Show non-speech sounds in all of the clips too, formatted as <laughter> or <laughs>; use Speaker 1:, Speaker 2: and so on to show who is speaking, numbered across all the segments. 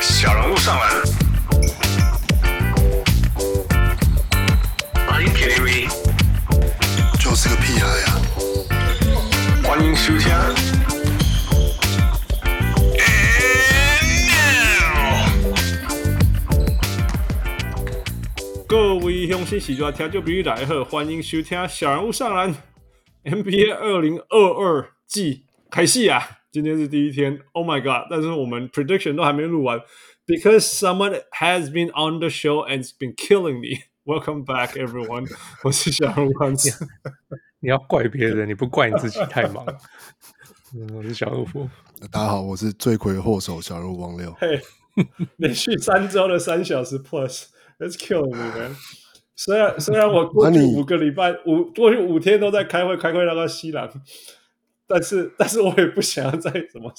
Speaker 1: 小人物上篮。Are you kidding me？
Speaker 2: 就是个屁孩啊呀、
Speaker 1: 欢迎收听。And now，
Speaker 3: 各位雄心喜剧听就必须来喝，欢迎收听小人物上篮 NBA 二零二二季开戏啊！今天是第一天，Oh my God！但是我们 prediction 都还没录完，because someone has been on the show and s been killing me。Welcome back, everyone！我是小人物汉斯，
Speaker 4: 你要怪别
Speaker 3: <laughs>
Speaker 4: 人，你不怪你自己太忙。嗯，我是小恶夫，
Speaker 2: 大家好，我是罪魁祸首小人物王六。
Speaker 3: 嘿，连续三周的三小时 plus，That's killing me, man！虽然虽然我过去
Speaker 2: 那你
Speaker 3: 五个礼拜五过去五天都在开会，开会那个西兰，但是但是我也不想要在什么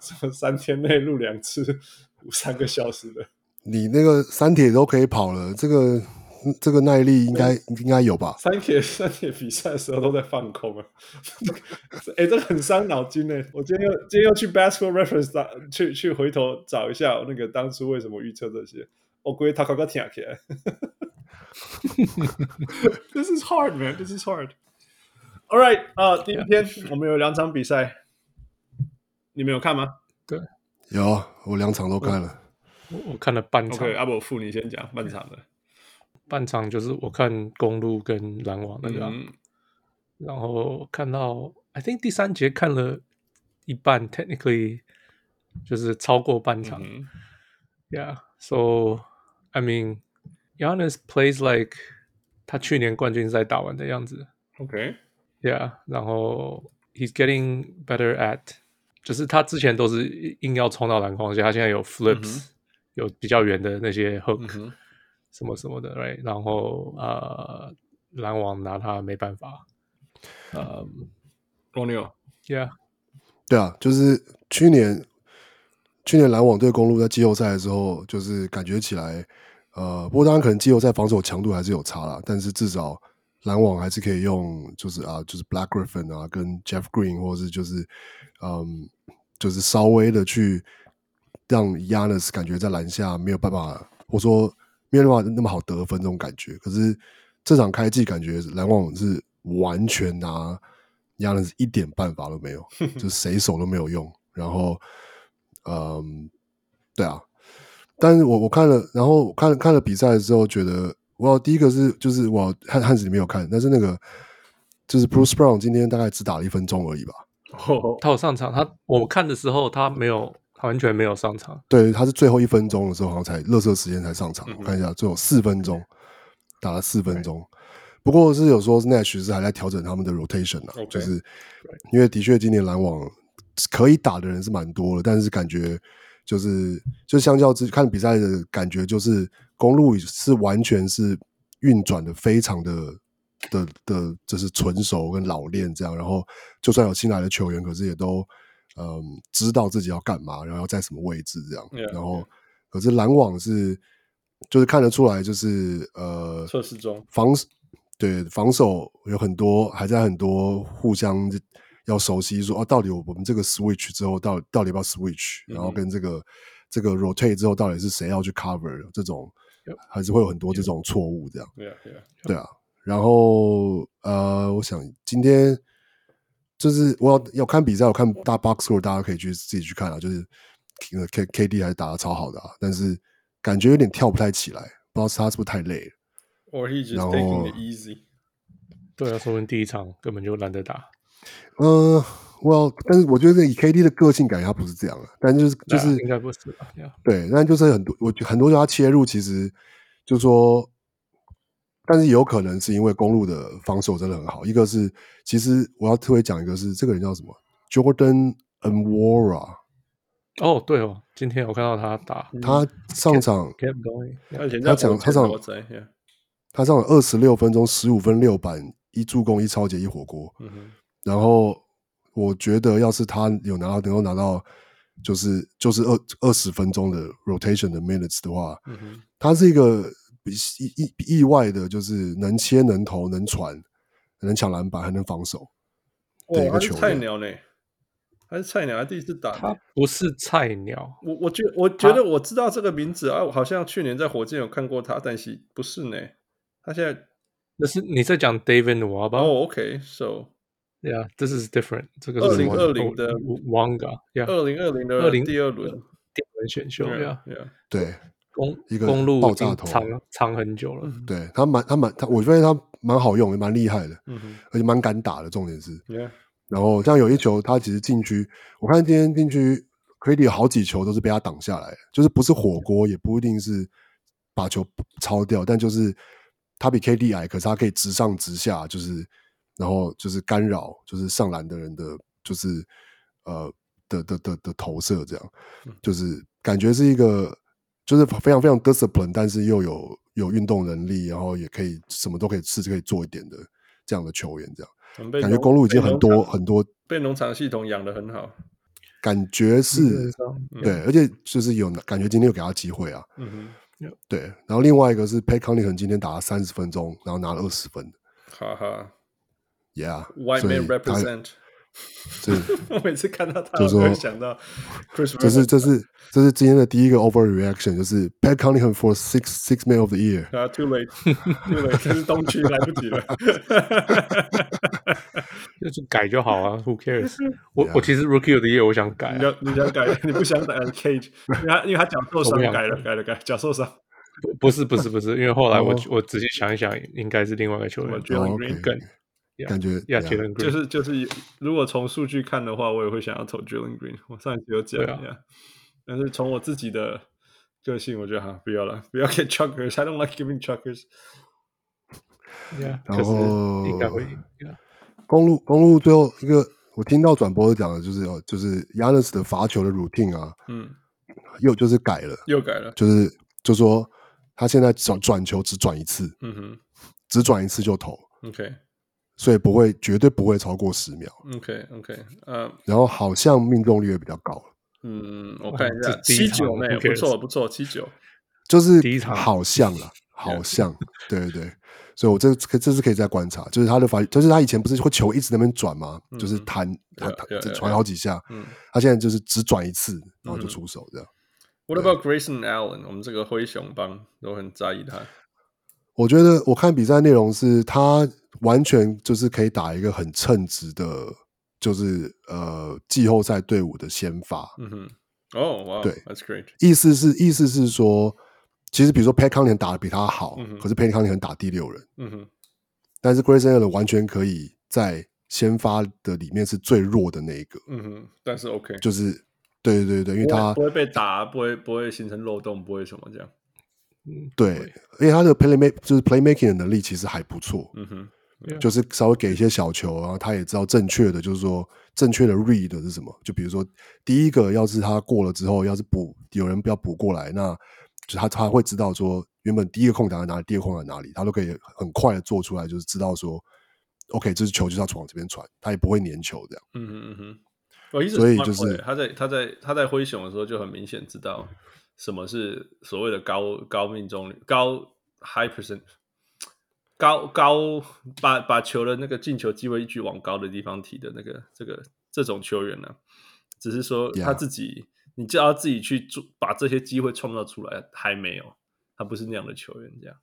Speaker 3: 什么三天内录两次五三个小时的，
Speaker 2: 你那个三铁都可以跑了，这个这个耐力应该应该有吧？
Speaker 3: 三铁三铁比赛的时候都在放空啊，哎、这个很伤脑筋呢、我今天又今天又去 Basketball Reference 打去去回头找一下那个当初为什么预测这些，我估计他刚刚听起来。This is hard, man. This is hard. All right，啊、第一天我们有两场比赛，你们有看吗
Speaker 2: 有，我两场都看了。
Speaker 4: 我我看了半场
Speaker 3: ？OK，阿伯啊付你先讲半场的。
Speaker 4: 半场就是我看公路跟篮网那个啊、
Speaker 3: 嗯
Speaker 4: 然后看到 I think 第三节看了一半，technically 就是超过半场。
Speaker 3: 嗯
Speaker 4: Yeah, so I mean, Giannis plays like 他去年冠军赛打完的样子。
Speaker 3: ，OK，
Speaker 4: Yeah，然后 he's getting better at，就是他之前都是硬硬要冲到篮筐下，他现在
Speaker 2: 嗯
Speaker 4: 有 flips，、有比较远的那些 hook，、
Speaker 3: 哼
Speaker 4: 什么什么的，right？然后呃，篮网拿他没办法。呃、
Speaker 2: 嗯
Speaker 3: 罗牛，
Speaker 4: y e a h
Speaker 2: 对啊，就是去年去年篮网对公路在季后赛的时候，就是感觉起来，呃，不过当然可能季后赛防守强度还是有差啦，但是至少篮网还是可以用，就是啊，就是 Black Griffin 啊，跟 Jeff Green 或者是就是嗯，就是稍微的去让 Yanis 感觉在篮下没有办法，或说没有办法那么好得分这种感觉。可是这场开季感觉篮网是完全拿 Yanis 一点办法都没有，就是谁手都没有用。然后，嗯，对啊，但是我我看了，然后我看了看了比赛之后，觉得哇，第一个是就是我汉汉子你没有看，但是那个就是 Bruce Brown 今天大概只打了一分钟而已吧。
Speaker 3: 哦
Speaker 4: 他有上场，他我看的时候他没有，他完全没有上场。
Speaker 2: 对，他是最后一分钟的时候，好像才热射时间才上场。我看一下，最后四分钟打了四分钟。不过是有说 Nash 是还在调整他们的 rotation 啊
Speaker 3: OK
Speaker 2: 就是因为的确今年篮网可以打的人是蛮多的，但是感觉就是就相较之看比赛的感觉，就是公路是完全是运转的非常的的的，就是纯熟跟老练这样。然后就算有新来的球员，可是也都嗯知道自己要干嘛，然后要在什么位置这样。
Speaker 3: Yeah，
Speaker 2: 然后可是篮网是就是看得出来，就是呃
Speaker 3: 测试中，
Speaker 2: 防对防守有很多，还在很多互相要熟悉说，哦，到底我们这个 switch 之后，到到底要不要 switch，
Speaker 3: 嗯哼
Speaker 2: 然后跟这个、这个 rotate 之后，到底是谁要去 cover 这种
Speaker 4: Yep，
Speaker 2: 还是会有很多这种错误这样。
Speaker 3: 对啊对啊，
Speaker 2: 对啊，然后呃，我想今天就是我要要看比赛，我看大 box score，大家可以去自己去看啊。就是呃 K K D 还是打的超好的啊，但是感觉有点跳不太起来，不知道是他是不是太累了。
Speaker 3: or he just
Speaker 2: 然后
Speaker 3: taking it easy。
Speaker 4: 对啊，说明第一场根本就懒得打。
Speaker 2: 嗯、well，但是我觉得以 K D 的个性感觉他不是这样啊，但就是就是、
Speaker 4: 应该不是吧？Yeah，
Speaker 2: 对，但就是很多，我觉得很多时候他切入，其实就说，但是有可能是因为公路的防守真的很好。一个是，其实我要特别讲一个是，这个人叫什么？Jordan Nwora，
Speaker 4: 哦，对哦，今天我看到他打
Speaker 2: 他上场
Speaker 4: Keep going，
Speaker 3: 他以前
Speaker 2: 他讲他讲
Speaker 3: 国贼，yeah，
Speaker 2: 他上了二十六分钟，十五分六板，一助攻，一超节，一火锅。
Speaker 3: 嗯哼，
Speaker 2: 然后我觉得，要是他有拿到能够拿到，就是就是二二十分钟的 rotation 的 minutes 的话，
Speaker 3: 嗯哼，
Speaker 2: 他是一个比意意意外的就是能切能投能传，能抢篮板还能防守。对一
Speaker 3: 哇，
Speaker 2: 个
Speaker 3: 他是
Speaker 2: 球
Speaker 3: 菜
Speaker 2: 队
Speaker 3: 鸟呢，他是菜鸟，他第一次打呢。
Speaker 4: 他不是菜鸟，
Speaker 3: 我我觉我觉得我知道这个名字啊，我好像去年在火箭有看过他，但是不是呢？他现在
Speaker 4: 那是你在讲 David n w a b a
Speaker 3: 哦，OK，so
Speaker 4: Yeah, this is different. 这个是哦
Speaker 3: 2020的
Speaker 4: Wanga，Yeah，
Speaker 3: 二零二零啊的
Speaker 4: 20
Speaker 3: 第二轮，
Speaker 4: 第二轮选秀，Yeah，
Speaker 3: yeah，
Speaker 2: 对
Speaker 4: 公
Speaker 2: 一个
Speaker 4: 公路
Speaker 2: 爆
Speaker 4: 已经
Speaker 2: 炸头
Speaker 4: 藏藏很久
Speaker 3: 嗯
Speaker 4: 了。
Speaker 2: 对，他蛮他蛮他，我觉得他蛮好用，也蛮厉害的，
Speaker 3: 嗯哼
Speaker 2: 而且蛮敢打的。重点是，
Speaker 3: ，yeah，
Speaker 2: 然后像有一球，他其实禁区，我看今天禁区 c r a d y 好几球都是被他挡下来的，就是不是火锅，也不一定是把球抄掉，但就是他比 KD 矮，可是他可以直上直下，就是然后就是干扰，就是上篮的人的，就是呃的的的的投射，这样就是感觉是一个就是非常非常 discipline，但是又有有运动能力，然后也可以什么都可以试，可以做一点的这样的球员，这样。
Speaker 3: 我们被
Speaker 2: 感觉
Speaker 3: 农
Speaker 2: 公路已经
Speaker 3: 被
Speaker 2: 很
Speaker 3: 农
Speaker 2: 多
Speaker 3: 场
Speaker 2: 很多，
Speaker 3: 被农场系统养的很好，
Speaker 2: 感觉是
Speaker 4: 基本上
Speaker 2: 对，嗯而且就是有感觉今天有给他机会啊，
Speaker 3: 嗯
Speaker 2: 对。然后另外一个是 Pay Conley 今天打了三十分钟，然后拿了二十分
Speaker 3: 哼，哈哈
Speaker 2: ，Yeah，
Speaker 3: <laughs> ，White
Speaker 2: 所
Speaker 3: man
Speaker 2: 以他
Speaker 3: represent。 <laughs>
Speaker 2: 这
Speaker 3: 我每次看到他，
Speaker 2: 就
Speaker 3: 我
Speaker 2: 说
Speaker 3: 都会想到
Speaker 2: <laughs>
Speaker 3: Chris，
Speaker 2: 这是这是这是今天的第一个 overreaction，就是 Pay Conley for six six man of the
Speaker 3: <laughs>
Speaker 2: year，
Speaker 3: 啊，too late，too late，这是东区来不及了。 <laughs>
Speaker 4: 就是改就好啊，Who
Speaker 3: <laughs>
Speaker 4: cares？我
Speaker 2: Yeah
Speaker 4: 我其实 Rookie of the Year 我想改
Speaker 3: 你
Speaker 4: 啊、
Speaker 3: 要你想改，你不想改 Cage，因为他因为他脚受伤
Speaker 4: 我不想
Speaker 3: 改了改了改了，脚受伤。
Speaker 4: 不不是不是不是，因为后来我、
Speaker 2: 哦
Speaker 4: 我仔细想一想，应该是另外一个球员
Speaker 3: 我觉得 Jalen
Speaker 2: 哦
Speaker 3: Green
Speaker 2: ，OK，
Speaker 4: 更
Speaker 2: 感觉
Speaker 4: Yeah
Speaker 2: yeah，
Speaker 4: Jalen Green，
Speaker 3: 就是就是，如果从数据看的话，我也会想要投 Jalen Green。我上一次有讲
Speaker 4: 对啊
Speaker 3: ，yeah 但是从我自己的个性，我觉得哈，不要了，不要给 Chuckers。I <laughs> don't like giving Chuckers。
Speaker 4: Yeah，
Speaker 2: 然
Speaker 4: 可是
Speaker 2: 后
Speaker 4: 应该会赢。Yeah
Speaker 2: 公路公路最后一个，我听到转播讲的就是哦，就是 Yanis 的罚球的 routine 啊，
Speaker 3: 嗯，
Speaker 2: 又就是改了，
Speaker 3: 又改了。
Speaker 2: 就是就说他现在转转球只转一次，
Speaker 3: 嗯
Speaker 2: 只转一次就投，
Speaker 3: 哼，OK
Speaker 2: 所以不会绝对不会超过十秒。
Speaker 3: OK OK，呃，
Speaker 2: 然后好像命中率也比较高，
Speaker 3: 嗯，我看一
Speaker 4: 哇
Speaker 3: 下，
Speaker 4: 这第一
Speaker 3: 七
Speaker 4: 场
Speaker 3: 九呢，
Speaker 4: who
Speaker 3: 不
Speaker 4: cares
Speaker 3: 错不错，七九。
Speaker 2: 就是
Speaker 4: 第一场
Speaker 2: 好像
Speaker 3: <laughs>
Speaker 2: 啦，好像对对对。所以我这这这是可以再观察，就是他的反，就是他以前不是会球一直在那边转吗？就是弹弹
Speaker 3: 嗯对啊
Speaker 2: 弹
Speaker 3: 对啊，
Speaker 2: 只
Speaker 3: 对啊
Speaker 2: 传好几下。
Speaker 3: 嗯
Speaker 2: 他现在就是只转一次，然后就
Speaker 3: 嗯
Speaker 2: 出手这样。
Speaker 3: ，What about Grayson Allen？我们这个灰熊帮都很在意他。
Speaker 2: 我觉得我看比赛内容是他完全就是可以打一个很称职的，就是呃季后赛队伍的先发。
Speaker 3: 嗯哼，哦哇，
Speaker 2: 对
Speaker 3: ，That's great。
Speaker 2: 意思是意思是说，其实比如说 Pat Conley 打的比他好，
Speaker 3: 嗯哼
Speaker 2: 可是 Pat Conley 打第六人，
Speaker 3: 嗯哼，
Speaker 2: 但是 Grayson Allen 完全可以在先发的里面是最弱的那一个，
Speaker 3: 嗯哼，但是 OK，
Speaker 2: 就是对对对对，因为
Speaker 3: 不会
Speaker 2: 他
Speaker 3: 不会被打，不会不会形成漏洞，不会什么这样。
Speaker 4: 嗯
Speaker 2: 对，而且他的 play make 就是 play making 的能力其实还不错，
Speaker 3: 嗯哼，
Speaker 2: 就是稍微给一些小球，然后他也知道正确的，就是说正确的 read 是什么。就比如说第一个，要是他过了之后，要是补有人不要补过来，那就他他会知道说原本第一个空档在哪里，第二个空档在哪里，他都可以很快的做出来，就是知道说 OK，这支球就是要往这边传，他也不会粘球这样。
Speaker 3: 嗯哼嗯哼，我一直
Speaker 2: 所以就是
Speaker 3: 他在他在他在灰熊的时候就很明显知道什么是所谓的高高命中率、高 high percent、高高把把球的那个进球机会一直往高的地方提的那个这个这种球员呢、只是说
Speaker 2: Yeah
Speaker 3: 他自己你就要自己去做，把这些机会创造出来，还没有，他不是那样的球员，这样。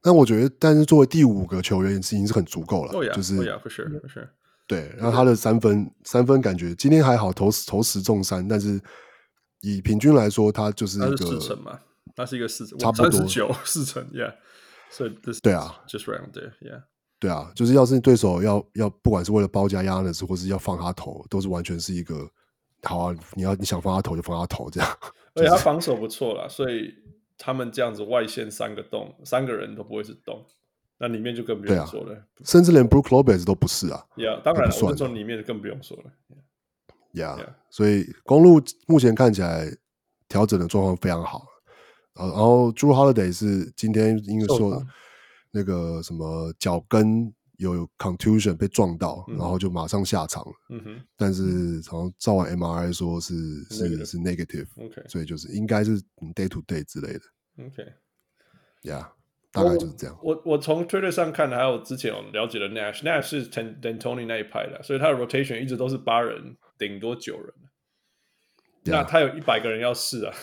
Speaker 2: 但我觉得，但是作为第五个球员，已经是很足够了，
Speaker 3: 哦呀，
Speaker 2: 就是、
Speaker 3: 哦呀，不是不是，
Speaker 2: 对，
Speaker 3: 啊
Speaker 2: 然后他的三分三分感觉今天还好投投十中三，但是以平均来说，他就是
Speaker 3: 他
Speaker 2: 一
Speaker 3: 是
Speaker 2: 个
Speaker 3: 四成嘛，他是一个四成，
Speaker 2: 差不多
Speaker 3: 三十九四成，Yeah。所以这
Speaker 2: 对啊
Speaker 3: ，just round there，Yeah。
Speaker 2: 对啊，就是要是对手要要，不管是为了包夹压的时候，或是要放他头，都是完全是一个好啊，你要你想放他头就放他头这样。 <laughs>
Speaker 3: 而且他防守不错啦，所以他们这样子外线三个洞，三个人都不会是洞，那里面就更不
Speaker 2: 对
Speaker 3: 用
Speaker 2: 啊
Speaker 3: 说了。
Speaker 2: 甚至连 Brook Lopez 都不是啊
Speaker 3: 呀，当
Speaker 2: 那
Speaker 3: 然了
Speaker 2: 不，算
Speaker 3: 我就说里面更不用说了。
Speaker 2: ，Yeah，,
Speaker 3: Yeah
Speaker 2: 所以公路目前看起来调整的状况非常好。呃，然后 Drew Holiday 是今天因为
Speaker 4: 受
Speaker 2: 说
Speaker 4: 伤
Speaker 2: 那个什么脚跟有 contusion 被撞到，然后就马上下场了，
Speaker 3: 嗯哼
Speaker 2: 但是好像照完 MRI 说是是
Speaker 3: Negative
Speaker 2: 嗯是 negative，
Speaker 3: ，OK
Speaker 2: 所以就是应该是嗯 day to day 之类的。
Speaker 3: OK。
Speaker 2: 呀、大概就是这样。
Speaker 3: 我我从 Twitter 上看的，还有之前我们了解的 Nash，Nash 是 Ten Ten Tony 那一派的，所以他的 rotation 一直都是八人，顶多九人。那
Speaker 2: Yeah
Speaker 3: 他有一百个人要
Speaker 2: <laughs>
Speaker 3: 试啊，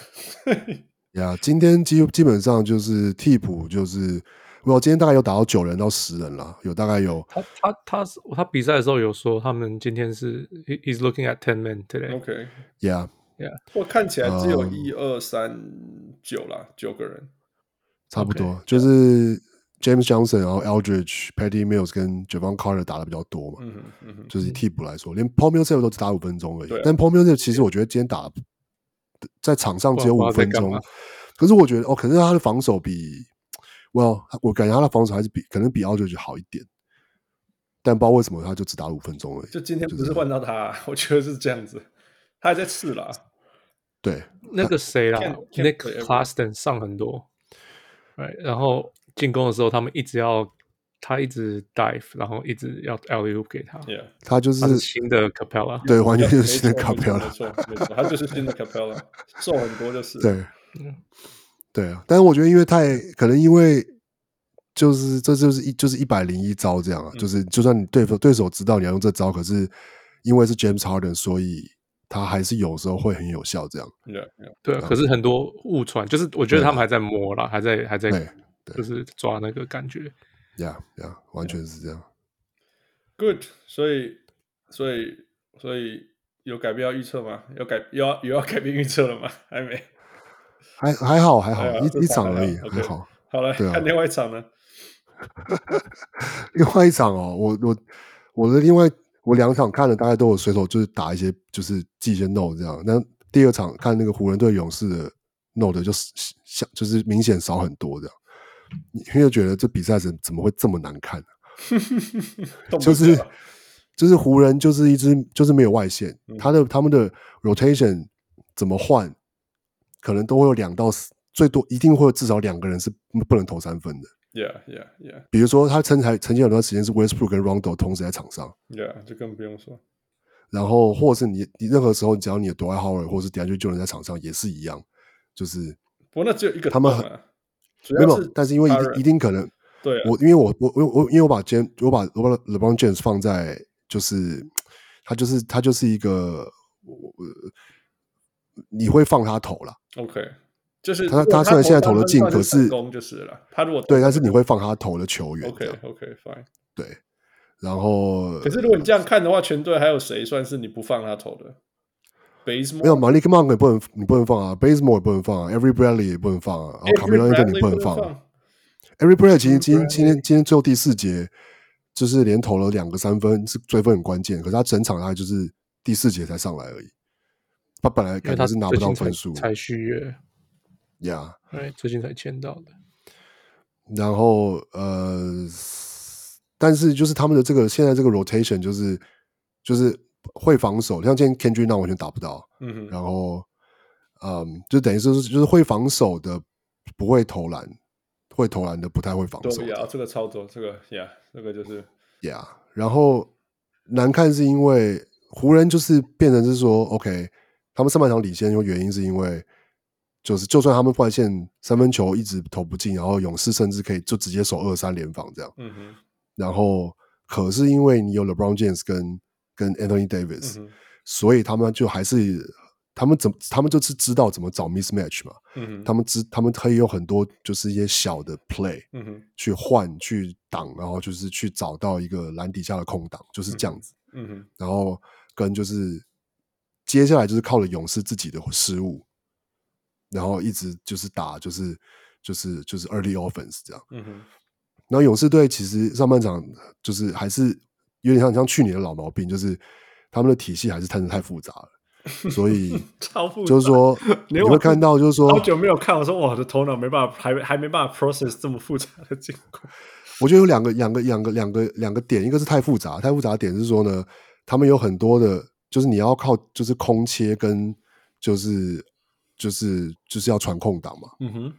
Speaker 2: 呀，今天基基本上就是替补，就是我今天大概有打到九人到十人了，有大概有
Speaker 4: 他他他是他比赛的时候有说，他们今天是 he he's looking at ten men today。
Speaker 3: OK，
Speaker 2: 呀
Speaker 3: 我看起来只有
Speaker 2: 嗯
Speaker 3: 一二三九啦，九个人。
Speaker 2: 差不多就是 James Johnson，然后 Eldridge、Patty Mills 跟 Javon Carter 打的比较多嘛，
Speaker 3: 嗯哼嗯哼，
Speaker 2: 就是以替补来说，连 Paul Millsap 都只打五分钟而已。
Speaker 3: 对啊
Speaker 2: 但 Paul Millsap 其实我觉得今天打在场上只有
Speaker 4: 不知
Speaker 2: 五
Speaker 4: 道在
Speaker 2: 分
Speaker 4: 干
Speaker 2: 钟
Speaker 4: 嘛，
Speaker 2: 可是我觉得哦，可是他的防守比，Well，我感觉他的防守还是比可能比 Eldridge 好一点，但不知道为什么他就只打五分钟而已。
Speaker 3: 就今天不是换到他啊、我觉得是这样子，他还在试啦。
Speaker 2: 对，
Speaker 4: 那个谁啦
Speaker 3: Can't- can't
Speaker 4: ，Nick
Speaker 3: play everyone.
Speaker 4: Claxton 上很多，right, 然后进攻的时候他们一直要他一直 dive，然后一直要 alley oop 给他，
Speaker 3: Yeah，
Speaker 2: 他就
Speaker 4: 他是
Speaker 2: 是
Speaker 4: 新的 Capella，
Speaker 2: 对，完全就是新的
Speaker 3: 没
Speaker 2: 卡
Speaker 3: 错
Speaker 2: 票
Speaker 3: 没
Speaker 2: 了。
Speaker 3: 错没错，他就是新的 Capella，瘦很多就
Speaker 2: <laughs>
Speaker 3: 是。
Speaker 2: 对，
Speaker 3: 嗯
Speaker 2: 对啊。但是我觉得，因为太可能因为就是这就是一就是一百零一招这样啊，
Speaker 3: 嗯
Speaker 2: 就是就算你对手对手知道你要用这招，可是因为是 James Harden，所以他还是有时候会很有效这样。
Speaker 3: Yeah, yeah.
Speaker 4: 对啊，可是很多误传，就是我觉
Speaker 2: 对
Speaker 4: 得
Speaker 2: 啊
Speaker 4: 他们还在摸啦，还在还在
Speaker 2: 对对
Speaker 4: 就是抓那个感觉。
Speaker 2: 呀呀，完全是这样。
Speaker 3: Good，所以所以所以有改变要预测吗？有改有要有要改变预测了吗？还没。
Speaker 2: 还还好还好
Speaker 3: 哎呀，
Speaker 2: 一
Speaker 3: 这
Speaker 2: 一
Speaker 3: 场
Speaker 2: 场
Speaker 3: 还
Speaker 2: 而已，还
Speaker 3: 好 OK
Speaker 2: 好。
Speaker 3: 好了，
Speaker 2: 对啊
Speaker 3: 看另外一场呢。
Speaker 2: 另外一场哦，我我我的另外我两场看了，大概都有随手就是打一些就是记一些 no 这样。那第二场看那个湖人对勇士的 no 的就是像就是明显少很多这样，因为觉得这比赛怎怎么会这么难看呢、
Speaker 3: 动不
Speaker 2: 就是
Speaker 3: 了
Speaker 2: 就是湖人就是一支就是没有外线，他的他们的 rotation 怎么换，可能都会有两到四，最多一定会有至少两个人是不能投三分的。
Speaker 3: Yeah, yeah, yeah,
Speaker 2: 比如说他曾才曾经有段时间是 Westbrook 跟 Rondo 同时在场上。
Speaker 3: yeah，就更不用说。
Speaker 2: 然后或者是你你任何时候，只要你有多爱好尔，或者是 d a n 就能在场上也是一样，就是
Speaker 3: 不过那只有一个
Speaker 2: 他们
Speaker 3: 洞啊，主
Speaker 2: 没
Speaker 3: 要
Speaker 2: 有
Speaker 3: 啊是，
Speaker 2: 但是因为一定
Speaker 3: Curry
Speaker 2: 一定可能，
Speaker 3: 对啊，
Speaker 2: 我因为我我我我因为我把 James 我把我把 LeBron James 放在就是他就是他就是一个我我我你会放他投了，
Speaker 3: OK，就是
Speaker 2: 他
Speaker 3: 如果
Speaker 2: 他虽然现在投得
Speaker 3: 得
Speaker 2: 进可是
Speaker 3: 攻就是了啦。他如果
Speaker 2: 对，但是你会放他投的球员这
Speaker 3: OK
Speaker 2: 样
Speaker 3: OK fine，
Speaker 2: 对，然后
Speaker 3: 可是如果你这样看的话，全队还有谁算是你不放他投的？Base
Speaker 2: 没有 Malik Monk 也不能你不能放啊，Bazemore 也不能放啊，Every Bradley 也不能放
Speaker 3: 哎
Speaker 2: 啊，然后 Carmelo Anthony 也不能放啊。Every Player 其实今天今天今天最后第四节就是连投了两个三分，是追分很关键。可是他整场他就是第四节才上来而已，他本来
Speaker 4: 因为
Speaker 2: 感
Speaker 4: 他
Speaker 2: 觉是拿不
Speaker 4: 最近
Speaker 2: 到
Speaker 4: 才
Speaker 2: 分数
Speaker 4: 才续约，
Speaker 2: 呀。
Speaker 4: 哎，最近才签到的。
Speaker 2: 然后呃，但是就是他们的这个现在这个 rotation 就是就是会防守，像今天 Kendrick 那完全打不到，
Speaker 3: 嗯哼
Speaker 2: 然后嗯，就等于是就是会防守的不会投篮，会投篮的不太会防守
Speaker 3: 对
Speaker 2: 这
Speaker 3: 呀
Speaker 2: 样。，
Speaker 3: 这个操作，这个呀，这个就是
Speaker 2: 呀然后难看是因为湖人就是变成是说，OK，他们上半场领先，因为原因是因为就是就算他们外线三分球一直投不进，然后勇士甚至可以就直接守二三连防这样。
Speaker 3: 嗯哼
Speaker 2: 然后可是因为你有 LeBron James 跟跟 Anthony Davis，、
Speaker 3: 嗯哼
Speaker 2: 所以他们就还是他们怎么他们就是知道怎么找 mismatch 嘛，
Speaker 3: 嗯哼
Speaker 2: 他们知他们可以有很多就是一些小的 play，
Speaker 3: 嗯哼
Speaker 2: 去换、去挡，然后就是去找到一个篮底下的空档，就是这样子。
Speaker 3: 嗯哼
Speaker 2: 然后跟就是接下来就是靠了勇士自己的失误，然后一直就是打就是就是就是 early offense 这样。
Speaker 3: 嗯哼
Speaker 2: 然后勇士队其实上半场就是还是有点像像去年的老毛病，就是他们的体系还是太太复杂了，所以
Speaker 3: 超 <laughs> 复杂
Speaker 2: 就是说你
Speaker 3: <laughs> 连我
Speaker 2: 会看到就是说
Speaker 3: 好久没有看，我说我的头脑没办法，还还没办法 process 这么复杂的进攻。
Speaker 2: 我觉得有两个、两个、两个、两个、两个点，一个是太复杂，太复杂的点是说呢，他们有很多的，就是你要靠就是空切跟就是就是就是要传空档嘛，
Speaker 3: 嗯哼，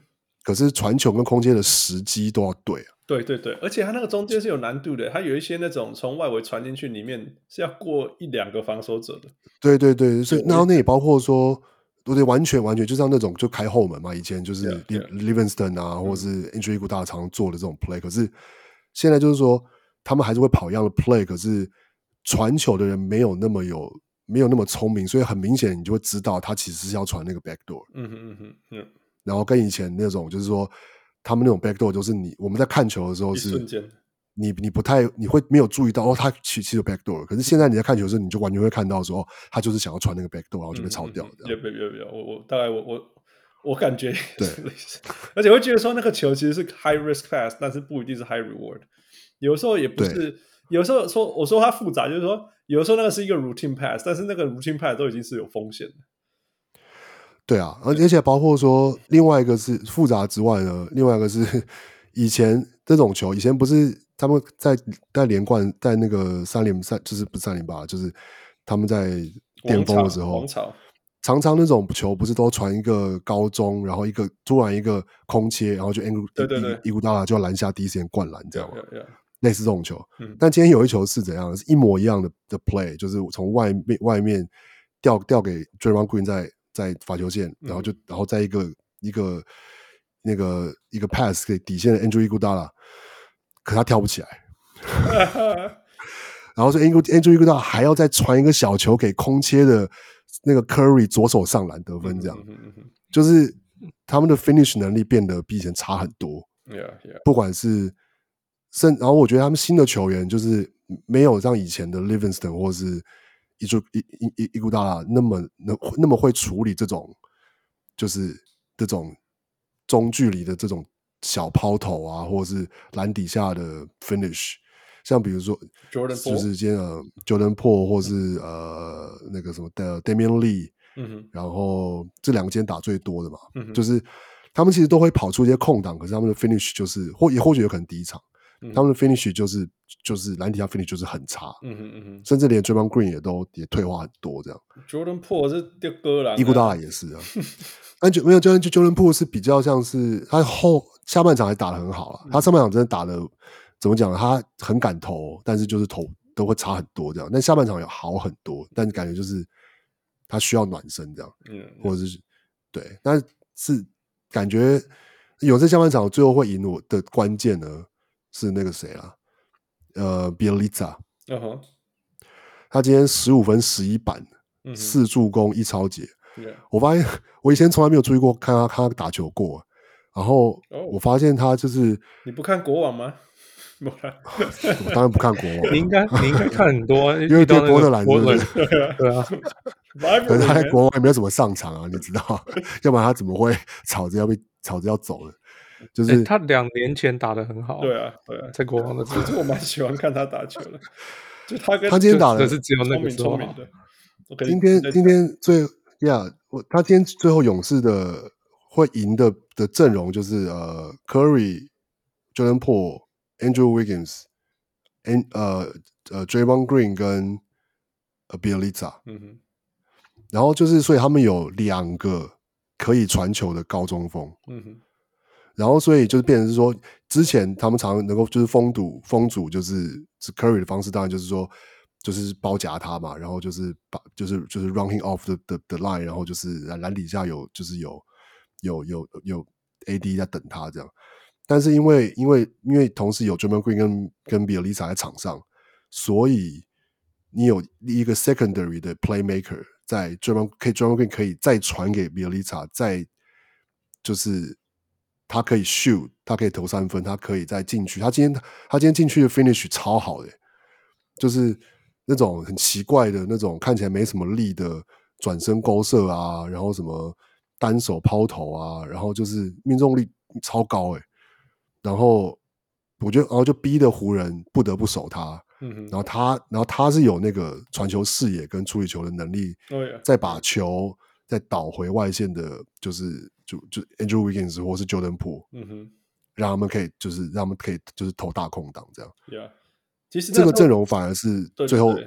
Speaker 2: 可是传球跟空切的时机都要对啊，
Speaker 3: 对对对，而且它那个中间是有难度的，它有一些那种从外围传进去，里面是要过一两个防守者的。
Speaker 2: 对对对，所以
Speaker 3: 对
Speaker 2: 然后那也包括说对对，完全完全就像那种就开后门嘛，以前就是
Speaker 3: Yeah, yeah.
Speaker 2: Li- Livingston 啊，或者是 i n t r i g u 大常做的这种 play，可是现在就是说他们还是会跑一样的 play，可是传球的人没有那么有没有那么聪明，所以很明显你就会知道他其实是要传那个 backdoor，
Speaker 3: 嗯哼嗯哼嗯，
Speaker 2: 然后跟以前那种就是说他们那种 backdoor 就是你我们在看球的时候
Speaker 3: 一
Speaker 2: 是
Speaker 3: 瞬间，
Speaker 2: 你你不太你会没有注意到哦，他其其实有 backdoor，了可是现在你在看球的时候，你就完全会看到说哦，他就是想要传那个 backdoor，然后就
Speaker 3: 嗯
Speaker 2: 被抄掉这
Speaker 3: 也
Speaker 2: 样。
Speaker 3: 别别别，我我大概我我我感觉
Speaker 2: 对
Speaker 3: 是类似，而且会觉得说那个球其实是 high risk pass，但是不一定是 high reward，有时候也不
Speaker 2: 对
Speaker 3: 是，有时候说我说它复杂，就是说有时候那个是一个 routine pass，但是那个 routine pass 都已经是有风险的。
Speaker 2: 对啊，而而且包括说另外一个是复杂之外呢，另外一个是以前这种球，以前不是他们在在连冠在那个三连三就是不是三连八，就是他们在巅峰的时候
Speaker 3: 王，朝，
Speaker 2: 常常那种球不是都传一个高中，然后一个突然一个空切，然后就 Ang
Speaker 3: 对对对
Speaker 2: 伊古达拉就要拦下第一时间灌篮这样吗？
Speaker 3: 对对，
Speaker 2: 类似这种球。
Speaker 3: 嗯
Speaker 2: 但今天有一球是怎样？是一模一样的的 play，就是从外面外面调调给 d r a m o n Green 在在罚球线，然后就然后在一个一个那个一个 pass 给底线的 Andrew Iguodala，可他跳不起来。然后是 Andrew Andrew Iguodala 还要再传一个小球给空切的那个 Curry 左手上篮得分，这样、
Speaker 3: 嗯哼嗯哼
Speaker 2: 就是他们的 finish 能力变得比以前差很多。
Speaker 3: ，Yeah Yeah，
Speaker 2: 不管是甚，然后我觉得他们新的球员就是没有像以前的 Livingston 或是伊朱伊伊伊伊古达拉那么那那么会处理这种就是这种中距离的这种小抛投啊，或者是篮底下的 finish。像比如说
Speaker 3: Jordan
Speaker 2: 就
Speaker 3: Poole
Speaker 2: 是今天呃 Jordan Poole 或是呃那个什么的 Damian Lee，
Speaker 3: 嗯哼
Speaker 2: 然后这两个今天打最多的嘛，
Speaker 3: 嗯哼，
Speaker 2: 就是他们其实都会跑出一些空档，可是他们的 finish 就是或也或许有可能第一场，
Speaker 3: 嗯
Speaker 2: 他们的 finish 就是就是篮底下 finish 就是很差，
Speaker 3: 嗯哼嗯
Speaker 2: 甚至连 d r a m o n Green 也都也退化很多这样。
Speaker 3: 哼，Jordan Poole 是丢哥篮啊，
Speaker 2: 伊古达拉也是啊，安久没有 Jordan Jordan p o 是比较像是他后下半场还打得很好啊，他上半场真的打的怎么讲呢？他很敢投，哦但是就是投都会差很多这样，但下半场有好很多，但感觉就是他需要暖身这样。
Speaker 3: 嗯，
Speaker 2: 或者是对，但是感觉勇士下半场最后会赢我的关键呢是那个谁啦，呃，Bielica，
Speaker 3: 嗯哼，
Speaker 2: 他今天十五分十一板，
Speaker 3: 嗯哼
Speaker 2: 四助攻一超节。
Speaker 3: ，Yeah，
Speaker 2: 我发现我以前从来没有注意过看他看他打球过，啊然后
Speaker 3: 哦
Speaker 2: 我发现他就是
Speaker 3: 你不看国网吗？没有啦
Speaker 2: 我当然不看国王
Speaker 4: 你应该你应该看很多啊，
Speaker 2: <laughs> 因为
Speaker 4: 遇到
Speaker 2: 对
Speaker 4: 那
Speaker 2: 波
Speaker 4: 个
Speaker 2: 特兰
Speaker 4: 波
Speaker 2: 是不
Speaker 4: 特
Speaker 2: 是
Speaker 4: 兰对啊，
Speaker 2: 可是他在
Speaker 3: Rivalry，man
Speaker 2: 国外没有什么上场啊，你知道， <laughs> 要不然他怎么会 <laughs> 吵着要被吵着要走呢？就
Speaker 4: 诶
Speaker 2: 是
Speaker 4: 他两年前打的很好，
Speaker 3: 对啊，对啊， <laughs>
Speaker 4: 在
Speaker 2: <laughs>
Speaker 4: 国王的时候
Speaker 3: 其实我蛮喜欢看他打球的，就他跟
Speaker 2: 他今天打的
Speaker 4: 就真的是只有那
Speaker 3: 聪
Speaker 4: 个
Speaker 3: 明
Speaker 4: 时候
Speaker 3: 聪明
Speaker 4: 好。
Speaker 3: 的，我可以
Speaker 2: 啊今天
Speaker 3: 再
Speaker 2: 今天最呀我他今天最后勇士的会赢的的阵容就是呃，Curry、Jordan Poole、Andrew Wiggins、An 呃呃 Draymond Green 跟呃 Bielica，
Speaker 3: 嗯哼
Speaker 2: 然后就是所以他们有两个可以传球的高中锋，
Speaker 3: 嗯哼
Speaker 2: 然后所以就是变成是说，之前他们常常能够就是封堵封阻，就是是 Curry 的方式，当然就是说就是包夹他嘛，然后就是把就是就是 running off the the, the line，然后就是篮篮底下有就是有有有有 AD 在等他这样。但是因为因为因为同时有 d r a m o n Green 跟跟 b i e l i s a 在场上，所以你有一个 secondary 的 playmaker 在 d r a m o n 可以 d r a m o n Green 可以再传给 b i e l i s a 再就是他可以 shoot，他可以投三分，他可以再进去。他今天他今天进去的 finish 超好的、就是那种很奇怪的那种看起来没什么力的转身勾射啊，然后什么单手抛投啊，然后就是命中率超高诶、然后我觉得，然后就逼得湖人不得不守他。
Speaker 3: 嗯
Speaker 2: 然
Speaker 3: 哼，
Speaker 2: 后他，然后他是有那个传球视野跟处理球的能力，
Speaker 3: 哦呀，
Speaker 2: 再把球再倒回外线的，就是就就 Andrew Wiggins 或是 Jordan p o
Speaker 3: 嗯哼
Speaker 2: 让他们可以就是让他们可以就是投大空档这样。
Speaker 3: ，Yeah，其实那
Speaker 2: 这个
Speaker 3: 时候
Speaker 2: 阵容反而是
Speaker 3: 对
Speaker 2: 最后
Speaker 3: 对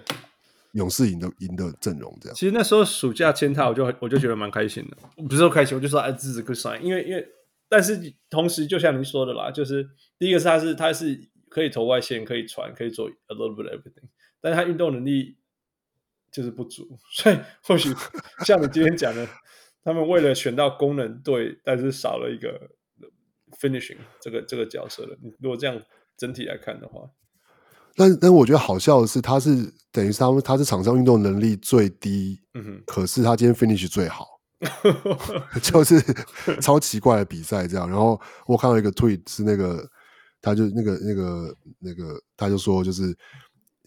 Speaker 2: 勇士赢的赢的阵容这样。
Speaker 3: 其实那时候暑假签他，我就我就觉得蛮开心的，我不是说开心，我就说哎，这是 good sign，因为因为但是同时就像您说的啦，就是第一个是他是他是可以投外线，可以传，可以做 a little bit of everything，但是他 <laughs> 运动能力就是不足，所以或许像你今天讲的，他们为了选到功能队，但是少了一个 finishing 这个这个角色了。你如果这样整体来看的话，
Speaker 2: 但但我觉得好笑的是，他是等于是他们他是场上运动能力最低，
Speaker 3: 嗯
Speaker 2: 可是他今天 finish 最好，
Speaker 3: 哼， <laughs>
Speaker 2: <laughs> 就是超奇怪的比赛这样。然后我看到一个 tweet 是那个，他就那个那个那个，他就说就是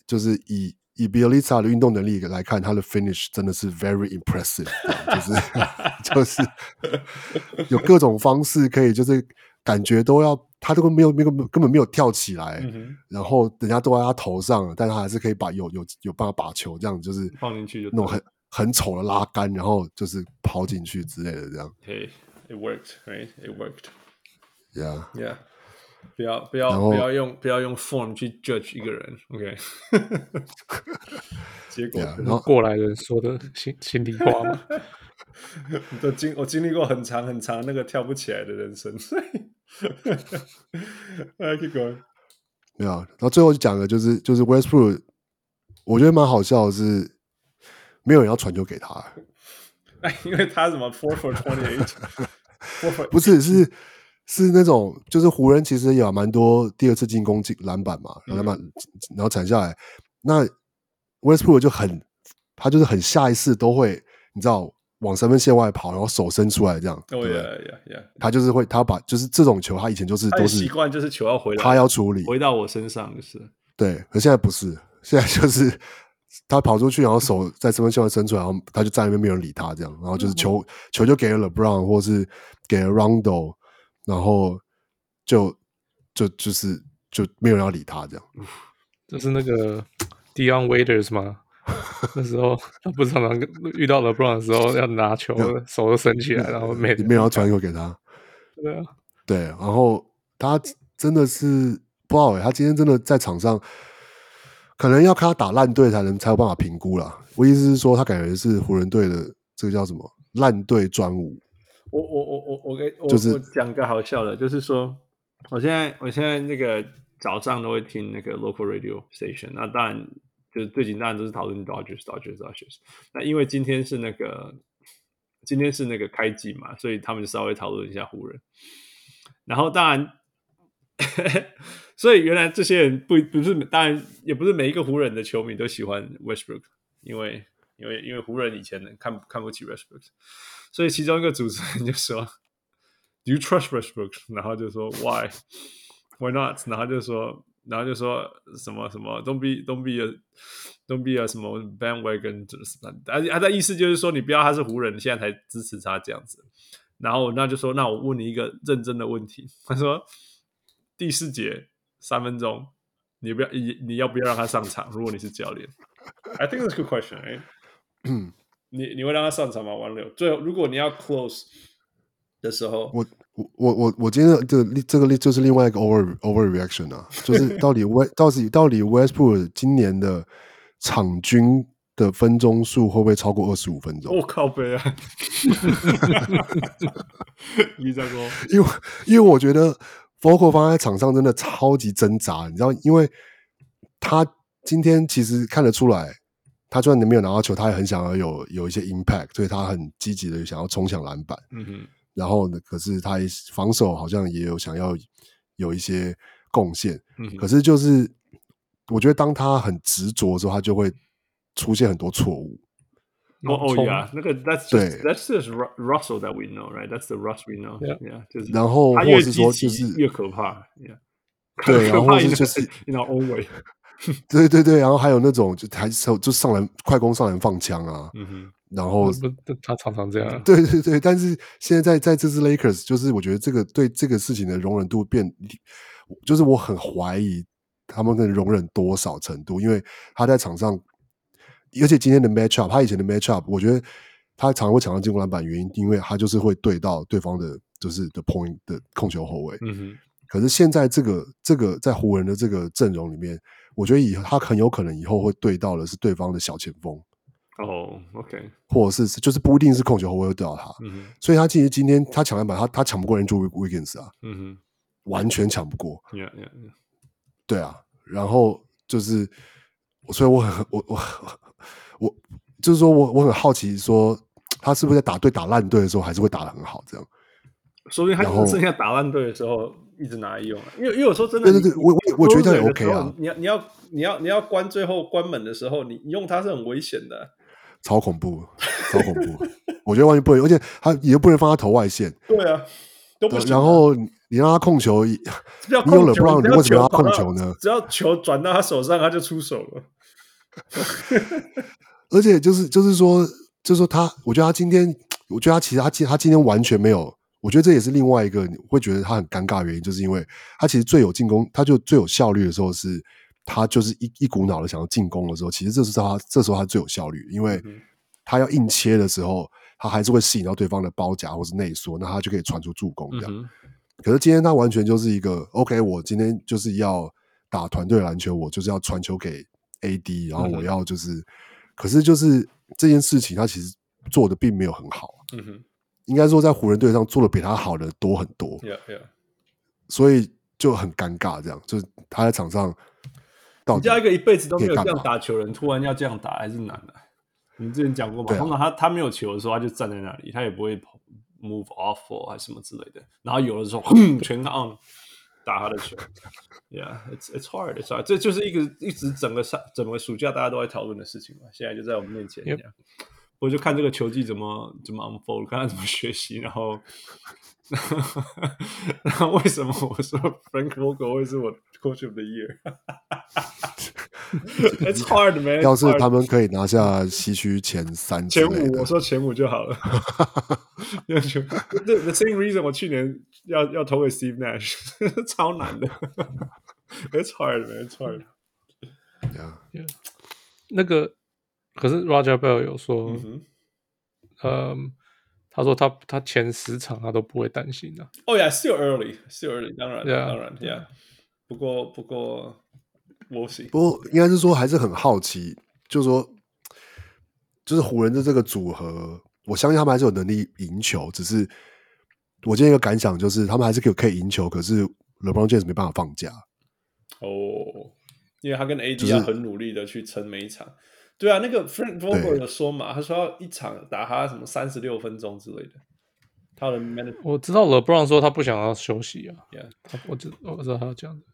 Speaker 2: 就是以以 Bielitsa 的运动能力来看，他的 finish 真的是 very impressive，就是 <laughs> 就是有各种方式可以，就是感觉都要他都没有没有根本没有跳起来，
Speaker 3: 嗯哼，
Speaker 2: 然后人家都在他头上了，但他还是可以把有有有办法把球这样就是
Speaker 3: 放进去就
Speaker 2: 那种
Speaker 3: 对
Speaker 2: 很很丑的拉杆，然后就是抛进去之类的这样。
Speaker 3: 嘿、i t worked，right？It worked。
Speaker 2: Yeah，
Speaker 3: Yeah，不要不要
Speaker 2: 然后
Speaker 3: 不要用不要用 form 去 judge 一个人，OK？结果
Speaker 2: yeah, 然后
Speaker 4: 过来人说的心心里话嘛。
Speaker 3: 都经我经历过很长很长那个跳不起来的人生， <laughs> 所以哎，keep going， <laughs>
Speaker 2: 对啊，然后最后就讲的就是就是 Westbrook，我觉得蛮好笑的是，没有人要传球给他，
Speaker 3: 哎，因为他什么 four for twenty eight，four for
Speaker 2: 不是是是那种就是湖人其实也有蛮多第二次进攻进篮板嘛，
Speaker 3: 嗯
Speaker 2: 篮板、然后铲下来，那 Westbrook 就很他就是很下意识都会你知道往三分线外跑，然后手伸出来这样对
Speaker 3: 哦
Speaker 2: 不对？
Speaker 3: 呀呀呀，
Speaker 2: 他就是会他把就是这种球他以前就是
Speaker 3: 他的
Speaker 2: 都
Speaker 3: 习
Speaker 2: 是
Speaker 3: 惯哦就是球要回来，
Speaker 2: 他要处理，
Speaker 3: 回到我身上就是，
Speaker 2: 对，可现在不是，现在就是 <laughs> 他跑出去，然后手在身分线外伸出来，然后他就站在那边没有人理他，这样，然后就是球、球就给了 LeBron 或是给了 Rondo，然后就就就是就没有人要理他这样。
Speaker 4: 就是
Speaker 2: <laughs>
Speaker 4: 那个 Dion Waiters 嘛，那时候他不是常常跟遇到 LeBron 的时候要拿球，手都伸起来，然后没
Speaker 2: 也没有人要传球给他，
Speaker 4: 对啊，
Speaker 2: 对，然后他真的是不好、欸，他今天真的在场上。可能要看他打烂队才能才有办法评估啦。我意思是说，他感觉是湖人队的这个叫什么烂队专武，
Speaker 3: 我我我我我给我
Speaker 2: 就是
Speaker 3: 我讲个好笑的，就是说，我现在我现在那个早上都会听那个 local radio station，那当然就是最近当然都是讨论 Dodgers Dodgers Dodgers，那因为今天是那个今天是那个开季嘛，所以他们稍微讨论一下湖人，然后当然。 <laughs> 所以原来这些人不不是当然也不是每一个湖人的球迷都喜欢 Westbrook，因为因为因为湖人以前看看不起 Westbrook，所以其中一个主持人就说，Do you trust Westbrook？然 <laughs> 后就说 Why? Why not？然后就说，然后就说什么什么 Don't be Don't be a Don't be a 什么 bandwagon，就是而且他的意思就是说，你不要他是湖人，现在才支持他这样子。然后那就说，那我问你一个认真的问题。他说，第四节三分钟，你不要你你要不要让他上场？如果你是教练，I think that's a good question，right? <coughs> 你你会让他上场吗？王六，最后如果你要 close 的时候，
Speaker 2: 我我我我我今天的这个这个就是另外一个 over overreaction 啊，就是到底 West 到底到底 Westbrook 今年的场均的分钟数会不会超过二十五分钟
Speaker 3: 我、？靠背啊！ <laughs> 你在说
Speaker 2: 因为因为我觉得 v o c a l 放在场上真的超级挣扎，你知道，因为他今天其实看得出来，他虽然没有拿到球，他也很想要有有一些 impact，所以他很积极的想要冲抢篮板。
Speaker 3: 嗯哼，
Speaker 2: 然后呢，可是他也防守好像也有想要有一些贡献，
Speaker 3: 嗯哼
Speaker 2: 可是就是我觉得当他很执着的时候，他就会出现很多错误。
Speaker 3: 哦哦
Speaker 4: 冲
Speaker 3: 呀，那个 that's
Speaker 2: 对
Speaker 3: just, that's just Ru- Russell that we know, right? That's the Russ we know.
Speaker 4: Yeah.
Speaker 3: Yeah，就是
Speaker 2: 然后
Speaker 3: 他
Speaker 2: 或
Speaker 3: 越
Speaker 2: 者是说
Speaker 3: 积
Speaker 2: 就
Speaker 3: 极
Speaker 2: 是
Speaker 3: 越可怕，Yeah，
Speaker 2: 对
Speaker 3: <laughs> 可
Speaker 2: 然
Speaker 3: 怕
Speaker 2: 后
Speaker 3: in
Speaker 2: 是
Speaker 3: a-
Speaker 2: 就是
Speaker 3: in our own way。
Speaker 2: 对对对，然后还有那种就还手就上篮快攻上篮放枪啊，
Speaker 3: 嗯哼，
Speaker 2: 然后
Speaker 4: 不不他常常这 <laughs> 样，
Speaker 2: 对对对，但是现在在这支 Lakers，就是我觉得这个对这个事情的容忍度变，就是我很怀疑他们能容忍多少程度，因为他在场上，而且今天的 matchup，他以前的 matchup，我觉得他常会抢到进攻篮板，原因因为他就是会对到对方的，就是的 point 的控球后卫。
Speaker 3: 嗯哼，
Speaker 2: 可是现在这个这个在湖人的这个阵容里面，我觉得以他很有可能以后会对到的是对方的小前锋，
Speaker 3: 哦，OK，
Speaker 2: 或者是就是不一定是控球后卫会对到他。
Speaker 3: 嗯哼，
Speaker 2: 所以他其实今天他抢篮板，他他抢不过 Andrew Wiggins 啊，
Speaker 3: 嗯
Speaker 2: 完全抢不过。
Speaker 3: 哼，Yeah，Yeah，
Speaker 2: 对啊，然后就是， <laughs> 所以我很我我我就是说我我很好奇说，他是不是在打对打烂队的时候还是会打得很好？这样，
Speaker 3: 说不定他
Speaker 2: 然后
Speaker 3: 只剩下打烂队的时候一直拿来用、啊，因为因为有时候真的
Speaker 2: 对
Speaker 3: 你，
Speaker 2: 对对，我我也我觉得这样也
Speaker 3: 有时
Speaker 2: OK
Speaker 3: 候
Speaker 2: 啊，
Speaker 3: 你要你要你要你要关最后关门的时候，你你用它是很危险的。
Speaker 2: 超恐怖，超恐怖， <laughs> 我觉得完全不能，而且他也不能放他投外线，
Speaker 3: 对啊，都不
Speaker 2: 对
Speaker 3: 行啊。
Speaker 2: 然后你你让他控
Speaker 3: <laughs>
Speaker 2: 球，你
Speaker 3: 只要
Speaker 2: 你有
Speaker 3: 控球，
Speaker 2: 了
Speaker 3: 只
Speaker 2: 不让，你
Speaker 3: 要
Speaker 2: 为什
Speaker 3: 球
Speaker 2: 么要
Speaker 3: 跑
Speaker 2: 控
Speaker 3: 到
Speaker 2: 球呢？
Speaker 3: 只要球转到他手上，他就出手了。
Speaker 2: 而且就是就是说，就是说他，我觉得他今天，我觉得他其实他今他今天完全没有，我觉得这也是另外一个你会觉得他很尴尬的原因，就是因为他其实最有进攻，他就最有效率的时候是，他就是一一股脑的想要进攻的时候，其实这是他这时候他最有效率，因为
Speaker 3: 嗯哼
Speaker 2: 他要硬切的时候，他还是会吸引到对方的包夹或是内缩，那他就可以传出助攻这样。
Speaker 3: 哼，
Speaker 2: 可是今天他完全就是一个 OK，我今天就是要打团队篮球，我就是要传球给 AD，然后
Speaker 3: 嗯哼
Speaker 2: 我要就是，可是就是这件事情他其实做的并没有很好，
Speaker 3: 嗯哼，
Speaker 2: 应该说在湖人队上做的比他好的多很多，
Speaker 3: 呀呀，
Speaker 2: 所以就很尴尬，这样就是他在场上到
Speaker 3: 你
Speaker 2: 底
Speaker 3: 叫一个一辈子都没
Speaker 2: 可
Speaker 3: 有
Speaker 2: 以
Speaker 3: 这
Speaker 2: 干嘛
Speaker 3: 样打球人，突然要这样打，还是难的、我们之前讲过嘛，
Speaker 2: 对啊
Speaker 3: 通常他他没有球的时候，他就站在那里，他也不会跑 move off or 还是什么之类的。然后有的时候，轰，全 on 打他的球。Yeah, it's it's hard, it's hard. 这就是一个一直整个上整个暑假大家都在讨论的事情嘛，现在就在我们面前。
Speaker 4: Yep.
Speaker 3: 这样我就看这个球技怎么怎么 unfold，看他怎么学习，然后， <laughs> 然后为什么我说 Frank Vogel 会是我 Coach of the Year？It's hard, man.
Speaker 2: 要是
Speaker 3: It's hard.
Speaker 2: 他们可以拿下西区前三之
Speaker 3: 前
Speaker 2: 类
Speaker 3: 五，
Speaker 2: 的
Speaker 3: 我，说前五就好了。 <laughs> 要求 the the same reason 我去年要要投给 Steve Nash，超 <laughs> 难的。It's hard, man. It's hard.
Speaker 2: 这样
Speaker 4: 那个可是 Roger Bell 有说，
Speaker 3: 嗯
Speaker 4: 嗯
Speaker 3: 哼。
Speaker 4: 他说他他前十场他都不会担心啊的、
Speaker 3: Oh yeah, still early, still early. 当然
Speaker 4: Yeah.
Speaker 3: 当然，Yeah. 不过不过，We'll see.
Speaker 2: 不过应该是说还是很好奇，就是说，就是湖人的这个组合，我相信他们还是有能力赢球，只是我今天一个感想就是，他们还是可以可以赢球，可是 LeBron James 没办法放假，
Speaker 3: 哦，因为他跟 AD
Speaker 2: 是
Speaker 3: 要很努力的去撑每一场。对啊，那个 Frank Vogel
Speaker 2: 对
Speaker 3: 有说嘛，他说要一场打他什么三十六分钟之类的，他
Speaker 4: <laughs>
Speaker 3: 的 manage
Speaker 4: 我知道 LeBron 说他不想要休息啊，
Speaker 3: Yeah.
Speaker 4: 他我知我知道他要这样子，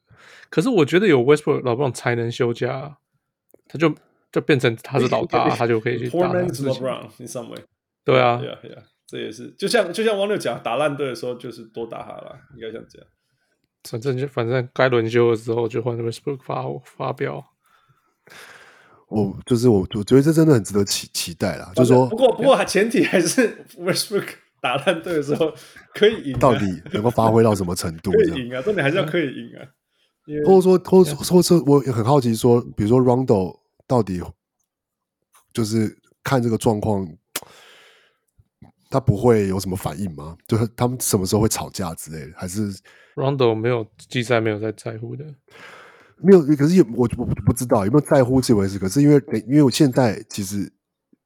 Speaker 4: 可是我觉得有 Westbrook LeBron 才能休假啊，他就就变成他是老大，他就可以去
Speaker 3: Poor
Speaker 4: 打他
Speaker 3: man's
Speaker 4: 自己。
Speaker 3: LeBron in some way.
Speaker 4: 对啊，
Speaker 3: Yeah, yeah. 这也是，就像就像王六讲，打烂队的时候就是多打他啦，应该像这样。
Speaker 4: 反正就反正该轮休的时候就换 Westbrook 发发飙。
Speaker 2: 我就是我我觉得这真的很值得期期待啦，就是说
Speaker 3: 不过不过前提还是 Westbrook 打烂队的时候可以赢、啊，
Speaker 2: 到底能够发挥到什么程
Speaker 3: <laughs>
Speaker 2: 度
Speaker 3: 可
Speaker 2: 这
Speaker 3: 以
Speaker 2: 样。
Speaker 3: 赢啊，重点还是要可以赢啊。因
Speaker 2: 或
Speaker 3: 为
Speaker 2: 者说，或者说，或者说，我也很好奇说，比如说 Rondo 到底就是看这个状况，他不会有什么反应吗？就是他们什么时候会吵架之类的，还是
Speaker 4: Rondo 没有季赛没有在在乎的，
Speaker 2: 没有？可是也我我我不知道有没有在乎这回事。可是因为因为我现在其实